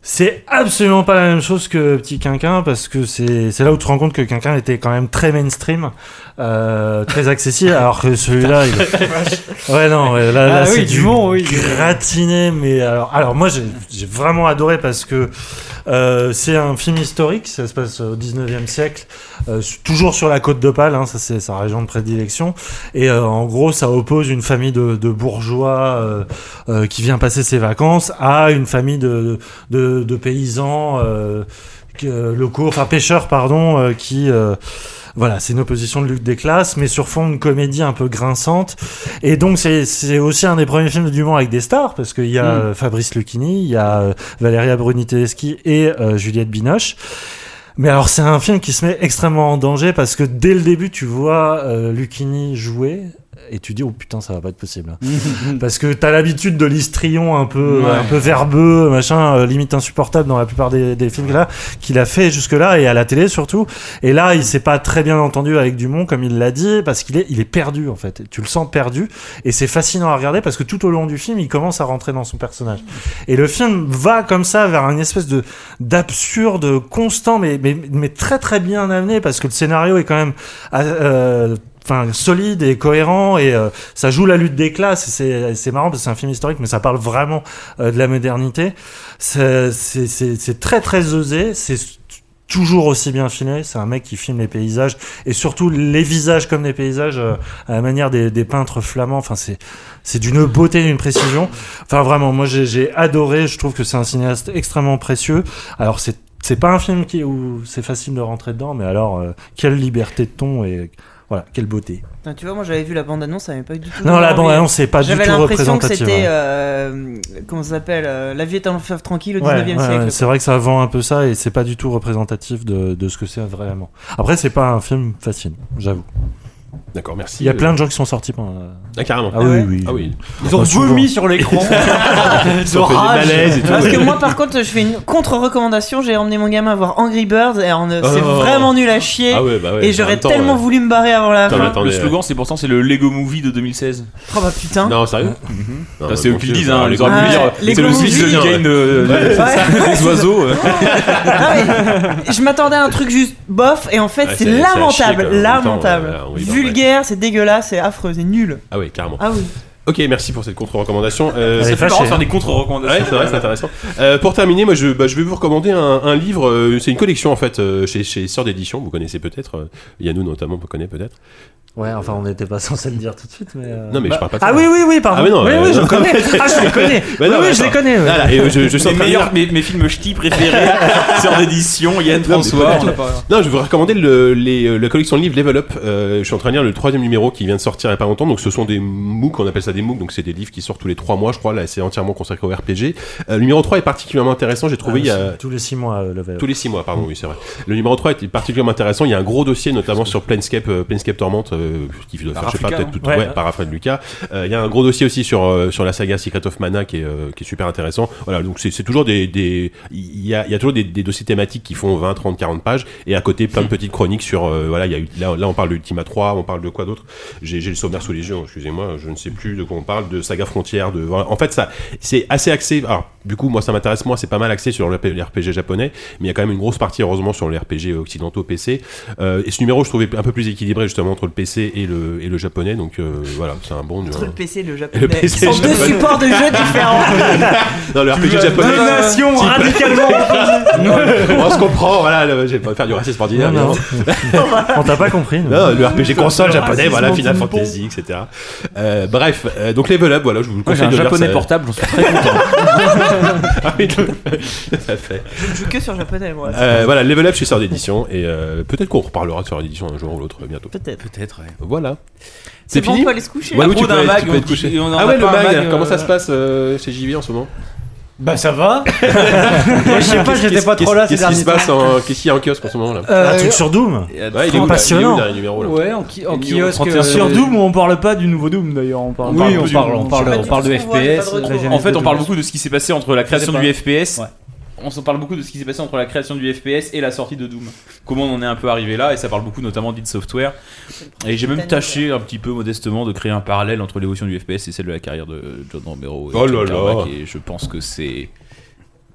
[SPEAKER 8] C'est absolument pas la même chose que Petit Quinquin parce que c'est c'est là où tu te rends compte que Quinquin était quand même très mainstream, euh, très accessible, alors que celui-là, il est- ouais non, ouais, là, là,
[SPEAKER 5] Ah
[SPEAKER 8] c'est
[SPEAKER 5] oui,
[SPEAKER 8] du
[SPEAKER 5] Dumont, oui.
[SPEAKER 8] gratiné, mais alors alors moi j'ai j'ai vraiment adoré parce que euh, c'est un film historique, ça se passe au 19e siècle, euh, su- toujours sur la côte d'Opale, hein, ça c'est sa région de prédilection. Et euh, en gros, ça oppose une famille de, de bourgeois euh, euh, qui vient passer ses vacances à une famille de, de, de paysans euh, que- locaux, enfin pêcheurs, pardon, euh, qui euh, Voilà, c'est une opposition de lutte des classes, mais sur fond de comédie un peu grinçante. Et donc, c'est- c'est aussi un des premiers films du monde avec des stars, parce qu'il y a euh, Fabrice Lucchini, il y a euh, Valeria Bruni-Tedeschi et euh, Juliette Binoche. Mais alors, c'est un film qui se met extrêmement en danger parce que dès le début, tu vois euh, Lucchini jouer et tu dis, oh putain, ça va pas être possible. parce que t'as l'habitude de l'histrion un peu,
[SPEAKER 2] Ouais.
[SPEAKER 8] un peu verbeux, machin, euh, limite insupportable dans la plupart des, des films là, qu'il a fait jusque-là et à la télé surtout. Et là, il s'est pas très bien entendu avec Dumont, comme il l'a dit, parce qu'il est, il est perdu en fait. Tu le sens perdu et c'est fascinant à regarder parce que tout au long du film, il commence à rentrer dans son personnage. Et le film va comme ça vers une espèce de d'absurde constant, mais, mais mais très très bien amené parce que le scénario est quand même euh, enfin solide et cohérent et euh, ça joue la lutte des classes et c'est c'est marrant parce que c'est un film historique mais ça parle vraiment euh, de la modernité c'est c'est- c'est c'est très très osé c'est s- toujours aussi bien filmé c'est un mec qui filme les paysages et surtout les visages comme des paysages euh, à la manière des, des peintres flamands enfin c'est c'est d'une beauté d'une précision enfin vraiment moi j'ai j'ai adoré je trouve que c'est un cinéaste extrêmement précieux alors c'est c'est pas un film qui, où c'est facile de rentrer dedans, mais alors euh, quelle liberté de ton et voilà quelle beauté.
[SPEAKER 6] Putain, tu vois, moi j'avais vu la bande-annonce, ça m'avait pas du tout.
[SPEAKER 8] Non,
[SPEAKER 6] donné
[SPEAKER 8] la
[SPEAKER 6] envie.
[SPEAKER 8] bande-annonce, c'est pas du
[SPEAKER 6] J'avais
[SPEAKER 8] tout hein.
[SPEAKER 6] l'impression que
[SPEAKER 8] représentative,
[SPEAKER 6] c'était.
[SPEAKER 8] ouais.
[SPEAKER 6] euh, comment ça s'appelle euh, La vie est un fleuve tranquille au
[SPEAKER 8] Ouais,
[SPEAKER 6] 19 e
[SPEAKER 8] ouais,
[SPEAKER 6] siècle.
[SPEAKER 8] ouais, c'est vrai que ça vend un peu ça et c'est pas du tout représentatif de, de ce que c'est vraiment. Après, c'est pas un film facile, j'avoue.
[SPEAKER 2] D'accord, merci.
[SPEAKER 8] Il y a
[SPEAKER 2] Euh,
[SPEAKER 8] plein de gens qui sont sortis pendant.
[SPEAKER 2] Ah, carrément.
[SPEAKER 8] Ah oui, oui.
[SPEAKER 2] Ah oui.
[SPEAKER 5] Ils ont
[SPEAKER 8] Bah, souvent.
[SPEAKER 5] vomi sur l'écran.
[SPEAKER 2] Ils ont fait des malaises et tout.
[SPEAKER 6] Ah, Parce que moi, par contre, je fais une contre-recommandation. J'ai emmené mon gamin voir Angry Birds et on, euh,
[SPEAKER 2] Oh.
[SPEAKER 6] c'est vraiment nul à chier.
[SPEAKER 2] Ah ouais, bah ouais,
[SPEAKER 6] et
[SPEAKER 2] en
[SPEAKER 6] j'aurais
[SPEAKER 2] même temps,
[SPEAKER 6] tellement
[SPEAKER 2] ouais.
[SPEAKER 6] voulu me barrer avant la
[SPEAKER 2] Putain,
[SPEAKER 6] fin.
[SPEAKER 2] attends,
[SPEAKER 4] Le
[SPEAKER 2] mais, euh,
[SPEAKER 4] slogan, c'est pourtant c'est le Lego Movie de 2016.
[SPEAKER 6] Oh bah putain.
[SPEAKER 2] Non, sérieux Non,
[SPEAKER 4] Ça, c'est
[SPEAKER 2] mais
[SPEAKER 4] eux qui
[SPEAKER 2] bon,
[SPEAKER 4] le disent,
[SPEAKER 2] c'est-
[SPEAKER 4] hein,
[SPEAKER 2] euh, les
[SPEAKER 4] les envie
[SPEAKER 6] Ah,
[SPEAKER 4] de dire,
[SPEAKER 6] les
[SPEAKER 4] C'est le
[SPEAKER 6] Lego
[SPEAKER 4] Swiss
[SPEAKER 2] Movie,
[SPEAKER 4] Johnny
[SPEAKER 2] ouais.
[SPEAKER 4] Gain, euh,
[SPEAKER 6] Ouais.
[SPEAKER 4] de- des oiseaux. euh.
[SPEAKER 6] Ah ouais. je m'attendais à un truc juste bof et en fait
[SPEAKER 2] Ouais,
[SPEAKER 6] c'est
[SPEAKER 2] c'est- euh, c'est à
[SPEAKER 6] lamentable,
[SPEAKER 2] chier, quand même, en même temps,
[SPEAKER 6] lamentable.
[SPEAKER 2] ouais, ouais, ouais,
[SPEAKER 6] Vulgaire, c'est dégueulasse, c'est affreux, c'est nul.
[SPEAKER 2] Ah oui, carrément.
[SPEAKER 6] Ah oui.
[SPEAKER 2] Ok, merci pour cette contre-recommandation. Euh,
[SPEAKER 8] Elle est
[SPEAKER 2] ça fait
[SPEAKER 8] fâchée,
[SPEAKER 2] marrant,
[SPEAKER 8] hein.
[SPEAKER 2] faire des Ouais, c'est vrai, c'est intéressant. Euh, pour terminer, moi, je, bah, je vais vous recommander un, un livre. euh, c'est une collection en fait euh, chez, chez Sœurs d'édition. Vous connaissez peut-être. euh, Yannou notamment, vous connaissez peut-être.
[SPEAKER 8] Ouais, enfin, on n'était pas censé le dire tout de suite, mais.
[SPEAKER 2] Non, mais je parle pas. De
[SPEAKER 8] Ah
[SPEAKER 2] ça.
[SPEAKER 8] oui, oui, oui, pardon.
[SPEAKER 2] Ah, mais non,
[SPEAKER 8] oui,
[SPEAKER 2] euh,
[SPEAKER 8] oui, je
[SPEAKER 2] non.
[SPEAKER 8] connais. Ah, je les connais.
[SPEAKER 2] Bah
[SPEAKER 8] oui,
[SPEAKER 2] non,
[SPEAKER 8] oui, je
[SPEAKER 2] attends.
[SPEAKER 8] les connais. ouais.
[SPEAKER 2] Voilà, et, euh, je, je suis en
[SPEAKER 4] Mes
[SPEAKER 2] train de
[SPEAKER 4] meilleurs-
[SPEAKER 2] dire-
[SPEAKER 4] mes mes films ch'tis préférés, c'est en édition, Yann
[SPEAKER 2] Non, mais
[SPEAKER 4] François.
[SPEAKER 2] peut-être.
[SPEAKER 4] on l'a pas-
[SPEAKER 2] Non, je vais vous recommander le, les, euh, la collection de livres Level Up. Euh, je suis en train de lire le troisième numéro qui vient de sortir il n'y a pas longtemps. Donc, ce sont des MOOC, on appelle ça des MOOC. Donc, c'est des livres qui sortent tous les trois mois, je crois. Là, c'est entièrement consacré au RPG. Euh, le numéro 3 est particulièrement intéressant. J'ai
[SPEAKER 8] Ah,
[SPEAKER 2] trouvé il y a,
[SPEAKER 8] euh, Tous les six mois, euh, level. up.
[SPEAKER 2] Tous les 6 mois, pardon, oui, c'est vrai. Le numéro 3 était particulièrement intéressant. Il y a un gros dossier, notamment sur Planescape, euh, Planescape Torment, euh, qui doit
[SPEAKER 4] Par
[SPEAKER 2] faire, je sais pas,
[SPEAKER 4] Africa,
[SPEAKER 2] peut-être
[SPEAKER 4] hein.
[SPEAKER 2] tout,
[SPEAKER 8] Ouais.
[SPEAKER 2] ouais, par Alfred Lucas. Euh, il y a un gros dossier aussi sur, euh, sur la saga Secret of Mana, qui est, euh, qui est super intéressant. Voilà, donc c'est c'est toujours des, des- il y a, il y a toujours des, des dossiers thématiques qui font 20, 30, 40 pages, et à côté, plein de petites chroniques sur, euh, voilà, il y a eu, là, là, on parle de Ultima 3, on parle de quoi d'autre? J'ai j'ai le sommaire sous les yeux, hein, excusez-moi, je ne sais plus de quoi on parle, de Saga Frontière, de, voilà. En fait, ça, c'est assez axé, alors, du coup, moi, ça m'intéresse, moi, c'est pas mal axé sur le P- les RPG japonais, mais il y a quand même une grosse partie, heureusement, sur les RPG occidentaux PC. Euh, et ce numéro, je trouvais un peu plus équilibré, justement, entre le PC et le, et le japonais, donc, euh, voilà, c'est un bon
[SPEAKER 6] Entre
[SPEAKER 2] numéro.
[SPEAKER 6] le PC et le japonais.
[SPEAKER 2] Le PC
[SPEAKER 6] Ce sont deux
[SPEAKER 2] japonais.
[SPEAKER 6] supports de jeux différents.
[SPEAKER 2] Non, le RPG japonais.
[SPEAKER 3] Deux nations radicalement
[SPEAKER 2] on se comprend, voilà, le- j'ai pas faire du racisme ordinaire,
[SPEAKER 8] Non, non.
[SPEAKER 2] évidemment.
[SPEAKER 8] On t'a pas compris. nous.
[SPEAKER 2] Non, le RPG console
[SPEAKER 8] le
[SPEAKER 2] japonais,
[SPEAKER 8] racisme
[SPEAKER 2] voilà, Final
[SPEAKER 8] anti-nippon.
[SPEAKER 2] Fantasy, etc. Euh, bref, euh, donc Level Up, voilà, je vous le
[SPEAKER 4] Moi, J'ai
[SPEAKER 2] conseille
[SPEAKER 4] un
[SPEAKER 2] de lire,
[SPEAKER 4] japonais
[SPEAKER 2] ça-
[SPEAKER 4] portable, j'en suis très
[SPEAKER 2] Ah oui, tout à fait.
[SPEAKER 6] Je joue que sur japonais, moi.
[SPEAKER 2] Euh, voilà, Level Up chez Sœur d'édition, et euh, peut-être qu'on reparlera de Sœur d'édition un jour ou l'autre bientôt.
[SPEAKER 6] Peut-être.
[SPEAKER 4] Peut-être, ouais.
[SPEAKER 2] Voilà.
[SPEAKER 6] C'est bon,
[SPEAKER 2] fini
[SPEAKER 6] on peut aller se coucher. hein.
[SPEAKER 2] Ouais,
[SPEAKER 4] À
[SPEAKER 2] Ah oui, tu
[SPEAKER 4] propos
[SPEAKER 2] peux,
[SPEAKER 4] d'un mag,
[SPEAKER 2] aller- tu peux
[SPEAKER 4] on-
[SPEAKER 2] te coucher.
[SPEAKER 4] on en
[SPEAKER 2] Ah
[SPEAKER 4] a
[SPEAKER 2] ouais, le
[SPEAKER 4] pas un
[SPEAKER 2] mag,
[SPEAKER 4] mag,
[SPEAKER 2] comment ça
[SPEAKER 4] euh,
[SPEAKER 2] se passe euh, chez JV en ce moment
[SPEAKER 5] Bah ça va. Moi je sais pas, j'étais
[SPEAKER 2] Qu'est-ce-
[SPEAKER 5] pas trop là ces
[SPEAKER 2] Qu'est-ce qu'est-ce qui
[SPEAKER 5] derniers
[SPEAKER 2] se passe en- Qu'est-ce qu'il y a en kiosque en ce moment là
[SPEAKER 8] Un
[SPEAKER 5] Euh,
[SPEAKER 8] truc sur Doom.
[SPEAKER 2] Ouais, il est où, là
[SPEAKER 8] passionnant.
[SPEAKER 2] Il est où, le dernier numéro là
[SPEAKER 5] Ouais, en, qui- en
[SPEAKER 4] Ils ont
[SPEAKER 5] kiosque.
[SPEAKER 4] 31
[SPEAKER 3] Sur
[SPEAKER 5] euh,
[SPEAKER 3] Doom, on parle pas du nouveau Doom d'ailleurs, on parle.
[SPEAKER 5] Oui, on
[SPEAKER 4] du-
[SPEAKER 5] parle, on
[SPEAKER 6] Je sais
[SPEAKER 5] parle,
[SPEAKER 6] pas
[SPEAKER 5] on
[SPEAKER 6] du
[SPEAKER 5] parle
[SPEAKER 6] tout
[SPEAKER 5] de
[SPEAKER 6] ce qu'on voit, j'ai pas
[SPEAKER 5] FPS.
[SPEAKER 6] de retour.
[SPEAKER 5] la
[SPEAKER 4] En
[SPEAKER 5] genèse
[SPEAKER 4] fait,
[SPEAKER 5] de
[SPEAKER 4] on parle
[SPEAKER 5] Doom.
[SPEAKER 4] beaucoup de ce qui s'est passé entre la création
[SPEAKER 5] pas.
[SPEAKER 4] du FPS.
[SPEAKER 5] Ouais.
[SPEAKER 4] On s'en parle beaucoup de ce qui s'est passé entre la création du FPS et la sortie de Doom. Comment on en est un peu arrivé là, et ça parle beaucoup notamment d'id Software. Et j'ai même tâché un petit peu modestement de créer un parallèle entre l'évolution du FPS et celle de la carrière de John Romero. Et
[SPEAKER 2] Oh là
[SPEAKER 4] Jim
[SPEAKER 2] là.
[SPEAKER 4] Carmack, Et je pense que c'est.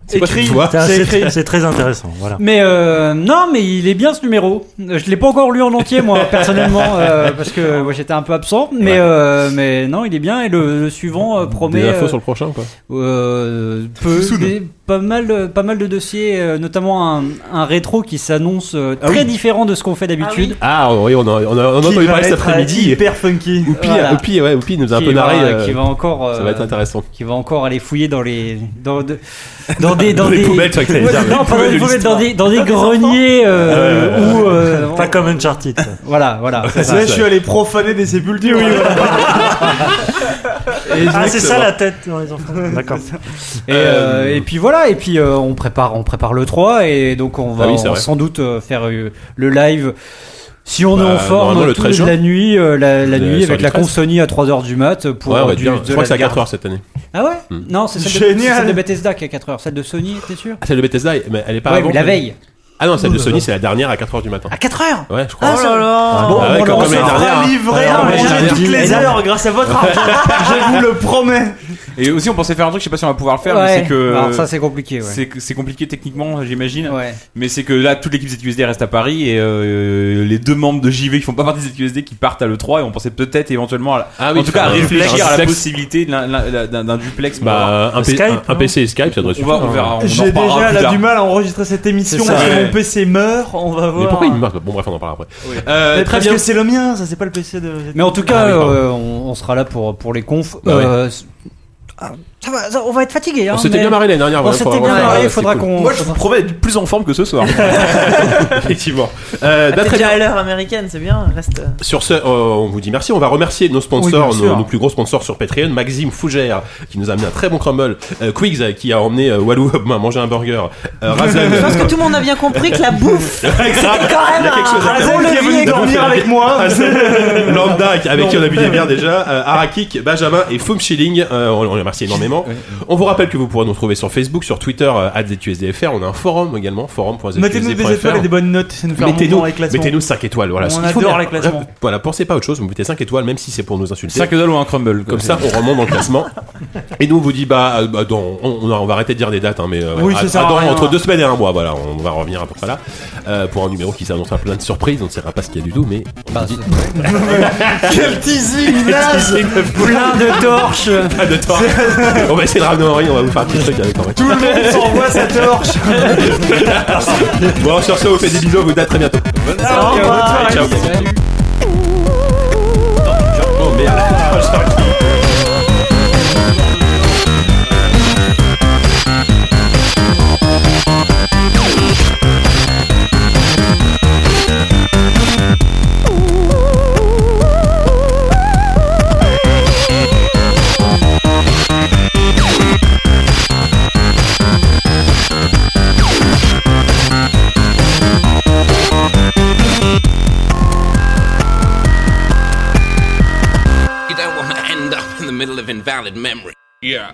[SPEAKER 2] C'est quoi cette voix
[SPEAKER 8] C'est assez- C'est très intéressant. Voilà.
[SPEAKER 5] Mais euh, non, mais il est bien ce numéro. Euh, Je l'ai pas encore lu en entier moi personnellement euh, parce que ouais, j'étais un peu absent. Mais
[SPEAKER 2] Ouais.
[SPEAKER 5] euh, mais non, il est bien et le, le suivant euh, promet.
[SPEAKER 2] Des infos
[SPEAKER 5] euh,
[SPEAKER 2] sur le prochain quoi
[SPEAKER 5] euh, peu, des- pas- pas mal, euh, pas mal de dossiers, euh, notamment un, un rétro qui s'annonce euh,
[SPEAKER 2] Ah
[SPEAKER 5] très
[SPEAKER 2] oui.
[SPEAKER 5] différent de ce qu'on fait d'habitude.
[SPEAKER 2] Ah oui, on en on en- on en a
[SPEAKER 3] Qui
[SPEAKER 2] entendu
[SPEAKER 3] va
[SPEAKER 2] parler cet
[SPEAKER 3] être, euh,
[SPEAKER 2] après-midi.
[SPEAKER 3] Hyper funky.
[SPEAKER 2] Oupi,
[SPEAKER 5] Voilà.
[SPEAKER 2] Oupi, ouais, Oupi nous a un
[SPEAKER 5] Qui
[SPEAKER 2] peu
[SPEAKER 5] va-
[SPEAKER 2] narré. euh,
[SPEAKER 5] qui va encore,
[SPEAKER 2] Ça va être
[SPEAKER 5] euh,
[SPEAKER 2] intéressant.
[SPEAKER 5] qui va encore aller fouiller dans les dans de- dans des dans,
[SPEAKER 2] Dans les
[SPEAKER 5] des
[SPEAKER 2] poubelles, je crois que t'allais
[SPEAKER 5] Ouais,
[SPEAKER 2] dire,
[SPEAKER 5] non,
[SPEAKER 2] mais
[SPEAKER 5] pas dans les poubelles, dans des dans des greniers euh, où euh,
[SPEAKER 9] Pas comme Uncharted.
[SPEAKER 5] voilà voilà c'est ça.
[SPEAKER 2] Ouais, je suis
[SPEAKER 3] allé profaner des sépultures.
[SPEAKER 9] ah, c'est ça
[SPEAKER 2] Exactement.
[SPEAKER 9] la tête dans les enfants. D'accord.
[SPEAKER 5] et, euh, et puis voilà et puis euh, on prépare on prépare le 3 et donc on va
[SPEAKER 2] Ah oui, c'est vrai.
[SPEAKER 5] sans doute euh, faire euh, le live si on est
[SPEAKER 2] Bah,
[SPEAKER 5] en forme
[SPEAKER 2] normalement, le
[SPEAKER 5] tout
[SPEAKER 2] 13
[SPEAKER 5] de la nuit euh, la, la
[SPEAKER 2] Euh,
[SPEAKER 5] nuit
[SPEAKER 2] sur
[SPEAKER 5] avec
[SPEAKER 2] le
[SPEAKER 5] la
[SPEAKER 2] 13.
[SPEAKER 5] conf Sony à 3h du mat pour
[SPEAKER 2] Ouais, on
[SPEAKER 5] euh,
[SPEAKER 2] va
[SPEAKER 5] du-
[SPEAKER 2] dire.
[SPEAKER 5] de
[SPEAKER 2] Je crois
[SPEAKER 5] la
[SPEAKER 2] que c'est à 4
[SPEAKER 5] garde.
[SPEAKER 2] heures cette année.
[SPEAKER 5] ah ouais
[SPEAKER 2] Hmm.
[SPEAKER 5] non c'est celle, de, c'est
[SPEAKER 3] Génial.
[SPEAKER 5] celle de Bethesda qui est à 4h celle de Sony t'es sûr
[SPEAKER 2] Ah, celle de Bethesda, mais elle est pas
[SPEAKER 5] ouais
[SPEAKER 2] avant,
[SPEAKER 5] mais la
[SPEAKER 2] celle-
[SPEAKER 5] veille
[SPEAKER 2] Ah non, celle de Sony, c'est la dernière à 4h du matin.
[SPEAKER 5] à 4h
[SPEAKER 2] Ouais, je
[SPEAKER 6] Oh
[SPEAKER 2] crois.
[SPEAKER 6] là là
[SPEAKER 5] bon,
[SPEAKER 2] Ah ouais,
[SPEAKER 5] on
[SPEAKER 2] comme
[SPEAKER 5] en
[SPEAKER 2] l'année
[SPEAKER 5] sort.
[SPEAKER 2] dernière. hein.
[SPEAKER 3] livré
[SPEAKER 2] Ah,
[SPEAKER 3] en
[SPEAKER 2] ouais,
[SPEAKER 3] manger
[SPEAKER 2] j'ai
[SPEAKER 3] toutes
[SPEAKER 2] dit,
[SPEAKER 3] les
[SPEAKER 2] énorme.
[SPEAKER 3] heures grâce à votre argent. Je vous le promets.
[SPEAKER 4] Et aussi, on pensait faire un truc, je sais pas si on va pouvoir le faire, mais
[SPEAKER 5] Ouais.
[SPEAKER 4] c'est que.
[SPEAKER 5] Alors, ça c'est compliqué ouais.
[SPEAKER 4] c'est que- c'est compliqué techniquement, j'imagine.
[SPEAKER 5] Ouais.
[SPEAKER 4] Mais c'est que là, toute l'équipe ZQSD reste à Paris et euh, les deux membres de JV qui font pas partie de ZQSD qui partent à l'E3 et on pensait peut-être éventuellement, à la-
[SPEAKER 2] Ah oui,
[SPEAKER 4] en tout cas, à
[SPEAKER 2] faire un-
[SPEAKER 4] réfléchir
[SPEAKER 2] un
[SPEAKER 4] à la
[SPEAKER 2] duplex.
[SPEAKER 4] possibilité de l'un- l'un- d'un d'un duplex. mais
[SPEAKER 2] Bah, un, P-
[SPEAKER 9] Skype,
[SPEAKER 2] un- un
[SPEAKER 9] non
[SPEAKER 2] PC et Skype,
[SPEAKER 4] on
[SPEAKER 2] ça doit suffire.
[SPEAKER 4] va, on verra. on en
[SPEAKER 3] J'ai
[SPEAKER 4] reparlera
[SPEAKER 3] déjà
[SPEAKER 4] plus
[SPEAKER 3] là,
[SPEAKER 4] tard.
[SPEAKER 3] du mal à enregistrer cette émission. Si
[SPEAKER 4] C'est ça. Ouais.
[SPEAKER 3] mon PC meurt, on va voir.
[SPEAKER 2] Mais pourquoi il meurt Bon, bref, on en parlera après.
[SPEAKER 3] Mais
[SPEAKER 2] Euh, très
[SPEAKER 3] Parce
[SPEAKER 2] bien.
[SPEAKER 3] que c'est le mien, ça c'est pas le PC de.
[SPEAKER 5] Mais en tout
[SPEAKER 2] Ah
[SPEAKER 5] cas,
[SPEAKER 2] oui, pardon.
[SPEAKER 5] euh, on, on sera là pour, pour les confs.
[SPEAKER 2] Bah ouais.
[SPEAKER 5] Euh, c- ah, ça va, ça- on va être fatigué.
[SPEAKER 6] hein,
[SPEAKER 2] On s'était bien marré l'année dernière. hein,
[SPEAKER 5] On
[SPEAKER 2] voilà,
[SPEAKER 5] s'était
[SPEAKER 2] faut
[SPEAKER 5] bien
[SPEAKER 2] vraiment-
[SPEAKER 5] marré,
[SPEAKER 2] ouais,
[SPEAKER 5] il faudra
[SPEAKER 2] c'est cool.
[SPEAKER 5] qu'on.
[SPEAKER 4] Moi, je vous promets d'être plus en forme que ce soir.
[SPEAKER 2] Effectivement. Euh, bah,
[SPEAKER 6] T'es
[SPEAKER 2] très
[SPEAKER 6] déjà
[SPEAKER 2] bien.
[SPEAKER 6] à l'heure américaine, c'est bien, reste. euh,
[SPEAKER 2] Sur ce, euh, on vous dit merci. On va remercier nos sponsors,
[SPEAKER 3] Oui, bien
[SPEAKER 2] nos,
[SPEAKER 3] sûr.
[SPEAKER 2] nos plus gros sponsors sur Patreon. Maxime Fougère, qui nous a amené un très bon crumble. Euh, Quiggs, euh, qui a emmené euh, Walou euh, manger un burger. Euh, Razlan,
[SPEAKER 6] Je pense que tout le monde a bien compris que la bouffe, c'est quand
[SPEAKER 2] il y
[SPEAKER 6] même
[SPEAKER 2] a quelque chose à
[SPEAKER 3] Ah,
[SPEAKER 6] un
[SPEAKER 2] dire.
[SPEAKER 6] gros
[SPEAKER 3] qui est
[SPEAKER 6] levier.
[SPEAKER 3] venu dormir avec moi.
[SPEAKER 2] Lambda, avec qui on a bu des bières déjà, euh, Arakik, Benjamin et Foom Schilling, euh, on on les remercie énormément. On vous rappelle que vous pourrez nous trouver sur Facebook, sur Twitter, euh, @zqsdfr. On a un forum également, forum.zqsdfr.
[SPEAKER 3] Mettez-nous des étoiles et des bonnes notes, ça nous fait remonter
[SPEAKER 2] Mettez-nous,
[SPEAKER 3] dans les classements.
[SPEAKER 2] mettez-nous 5 étoiles, voilà.
[SPEAKER 3] On
[SPEAKER 2] Il faut
[SPEAKER 3] adore
[SPEAKER 2] bien-
[SPEAKER 3] les classements.
[SPEAKER 2] Voilà, pensez pas à autre chose, vous mettez 5 étoiles, même si c'est pour nous insulter.
[SPEAKER 4] 5 dollars ou un crumble.
[SPEAKER 2] Comme ça, on remonte dans le classement. Et nous, on vous dit, bah, euh, bah, dans- on, on- on va arrêter de dire des dates, hein, mais euh,
[SPEAKER 3] Oui,
[SPEAKER 2] à-
[SPEAKER 3] ça sert à
[SPEAKER 2] à dans-
[SPEAKER 3] rien.
[SPEAKER 2] entre deux semaines et un mois, voilà, on va revenir à peu près là, euh, pour un numéro qui s'annonce à plein de surprises, on ne saura pas ce qu'il y a du tout, mais on vous dit
[SPEAKER 3] Quel teasing naze
[SPEAKER 5] plein de torches.
[SPEAKER 2] pas de tort. on va essayer de ramener Henri, on va vous faire un petit truc avec Henri.
[SPEAKER 3] Ah, Tout le monde s'envoie sa torche.
[SPEAKER 2] Bon, sur ce, on vous fait des bisous, on vous dit à très bientôt.
[SPEAKER 3] Au revoir.
[SPEAKER 2] Ciao. Oh merde,
[SPEAKER 1] You don't want to end up in the middle of invalid memory. Yeah.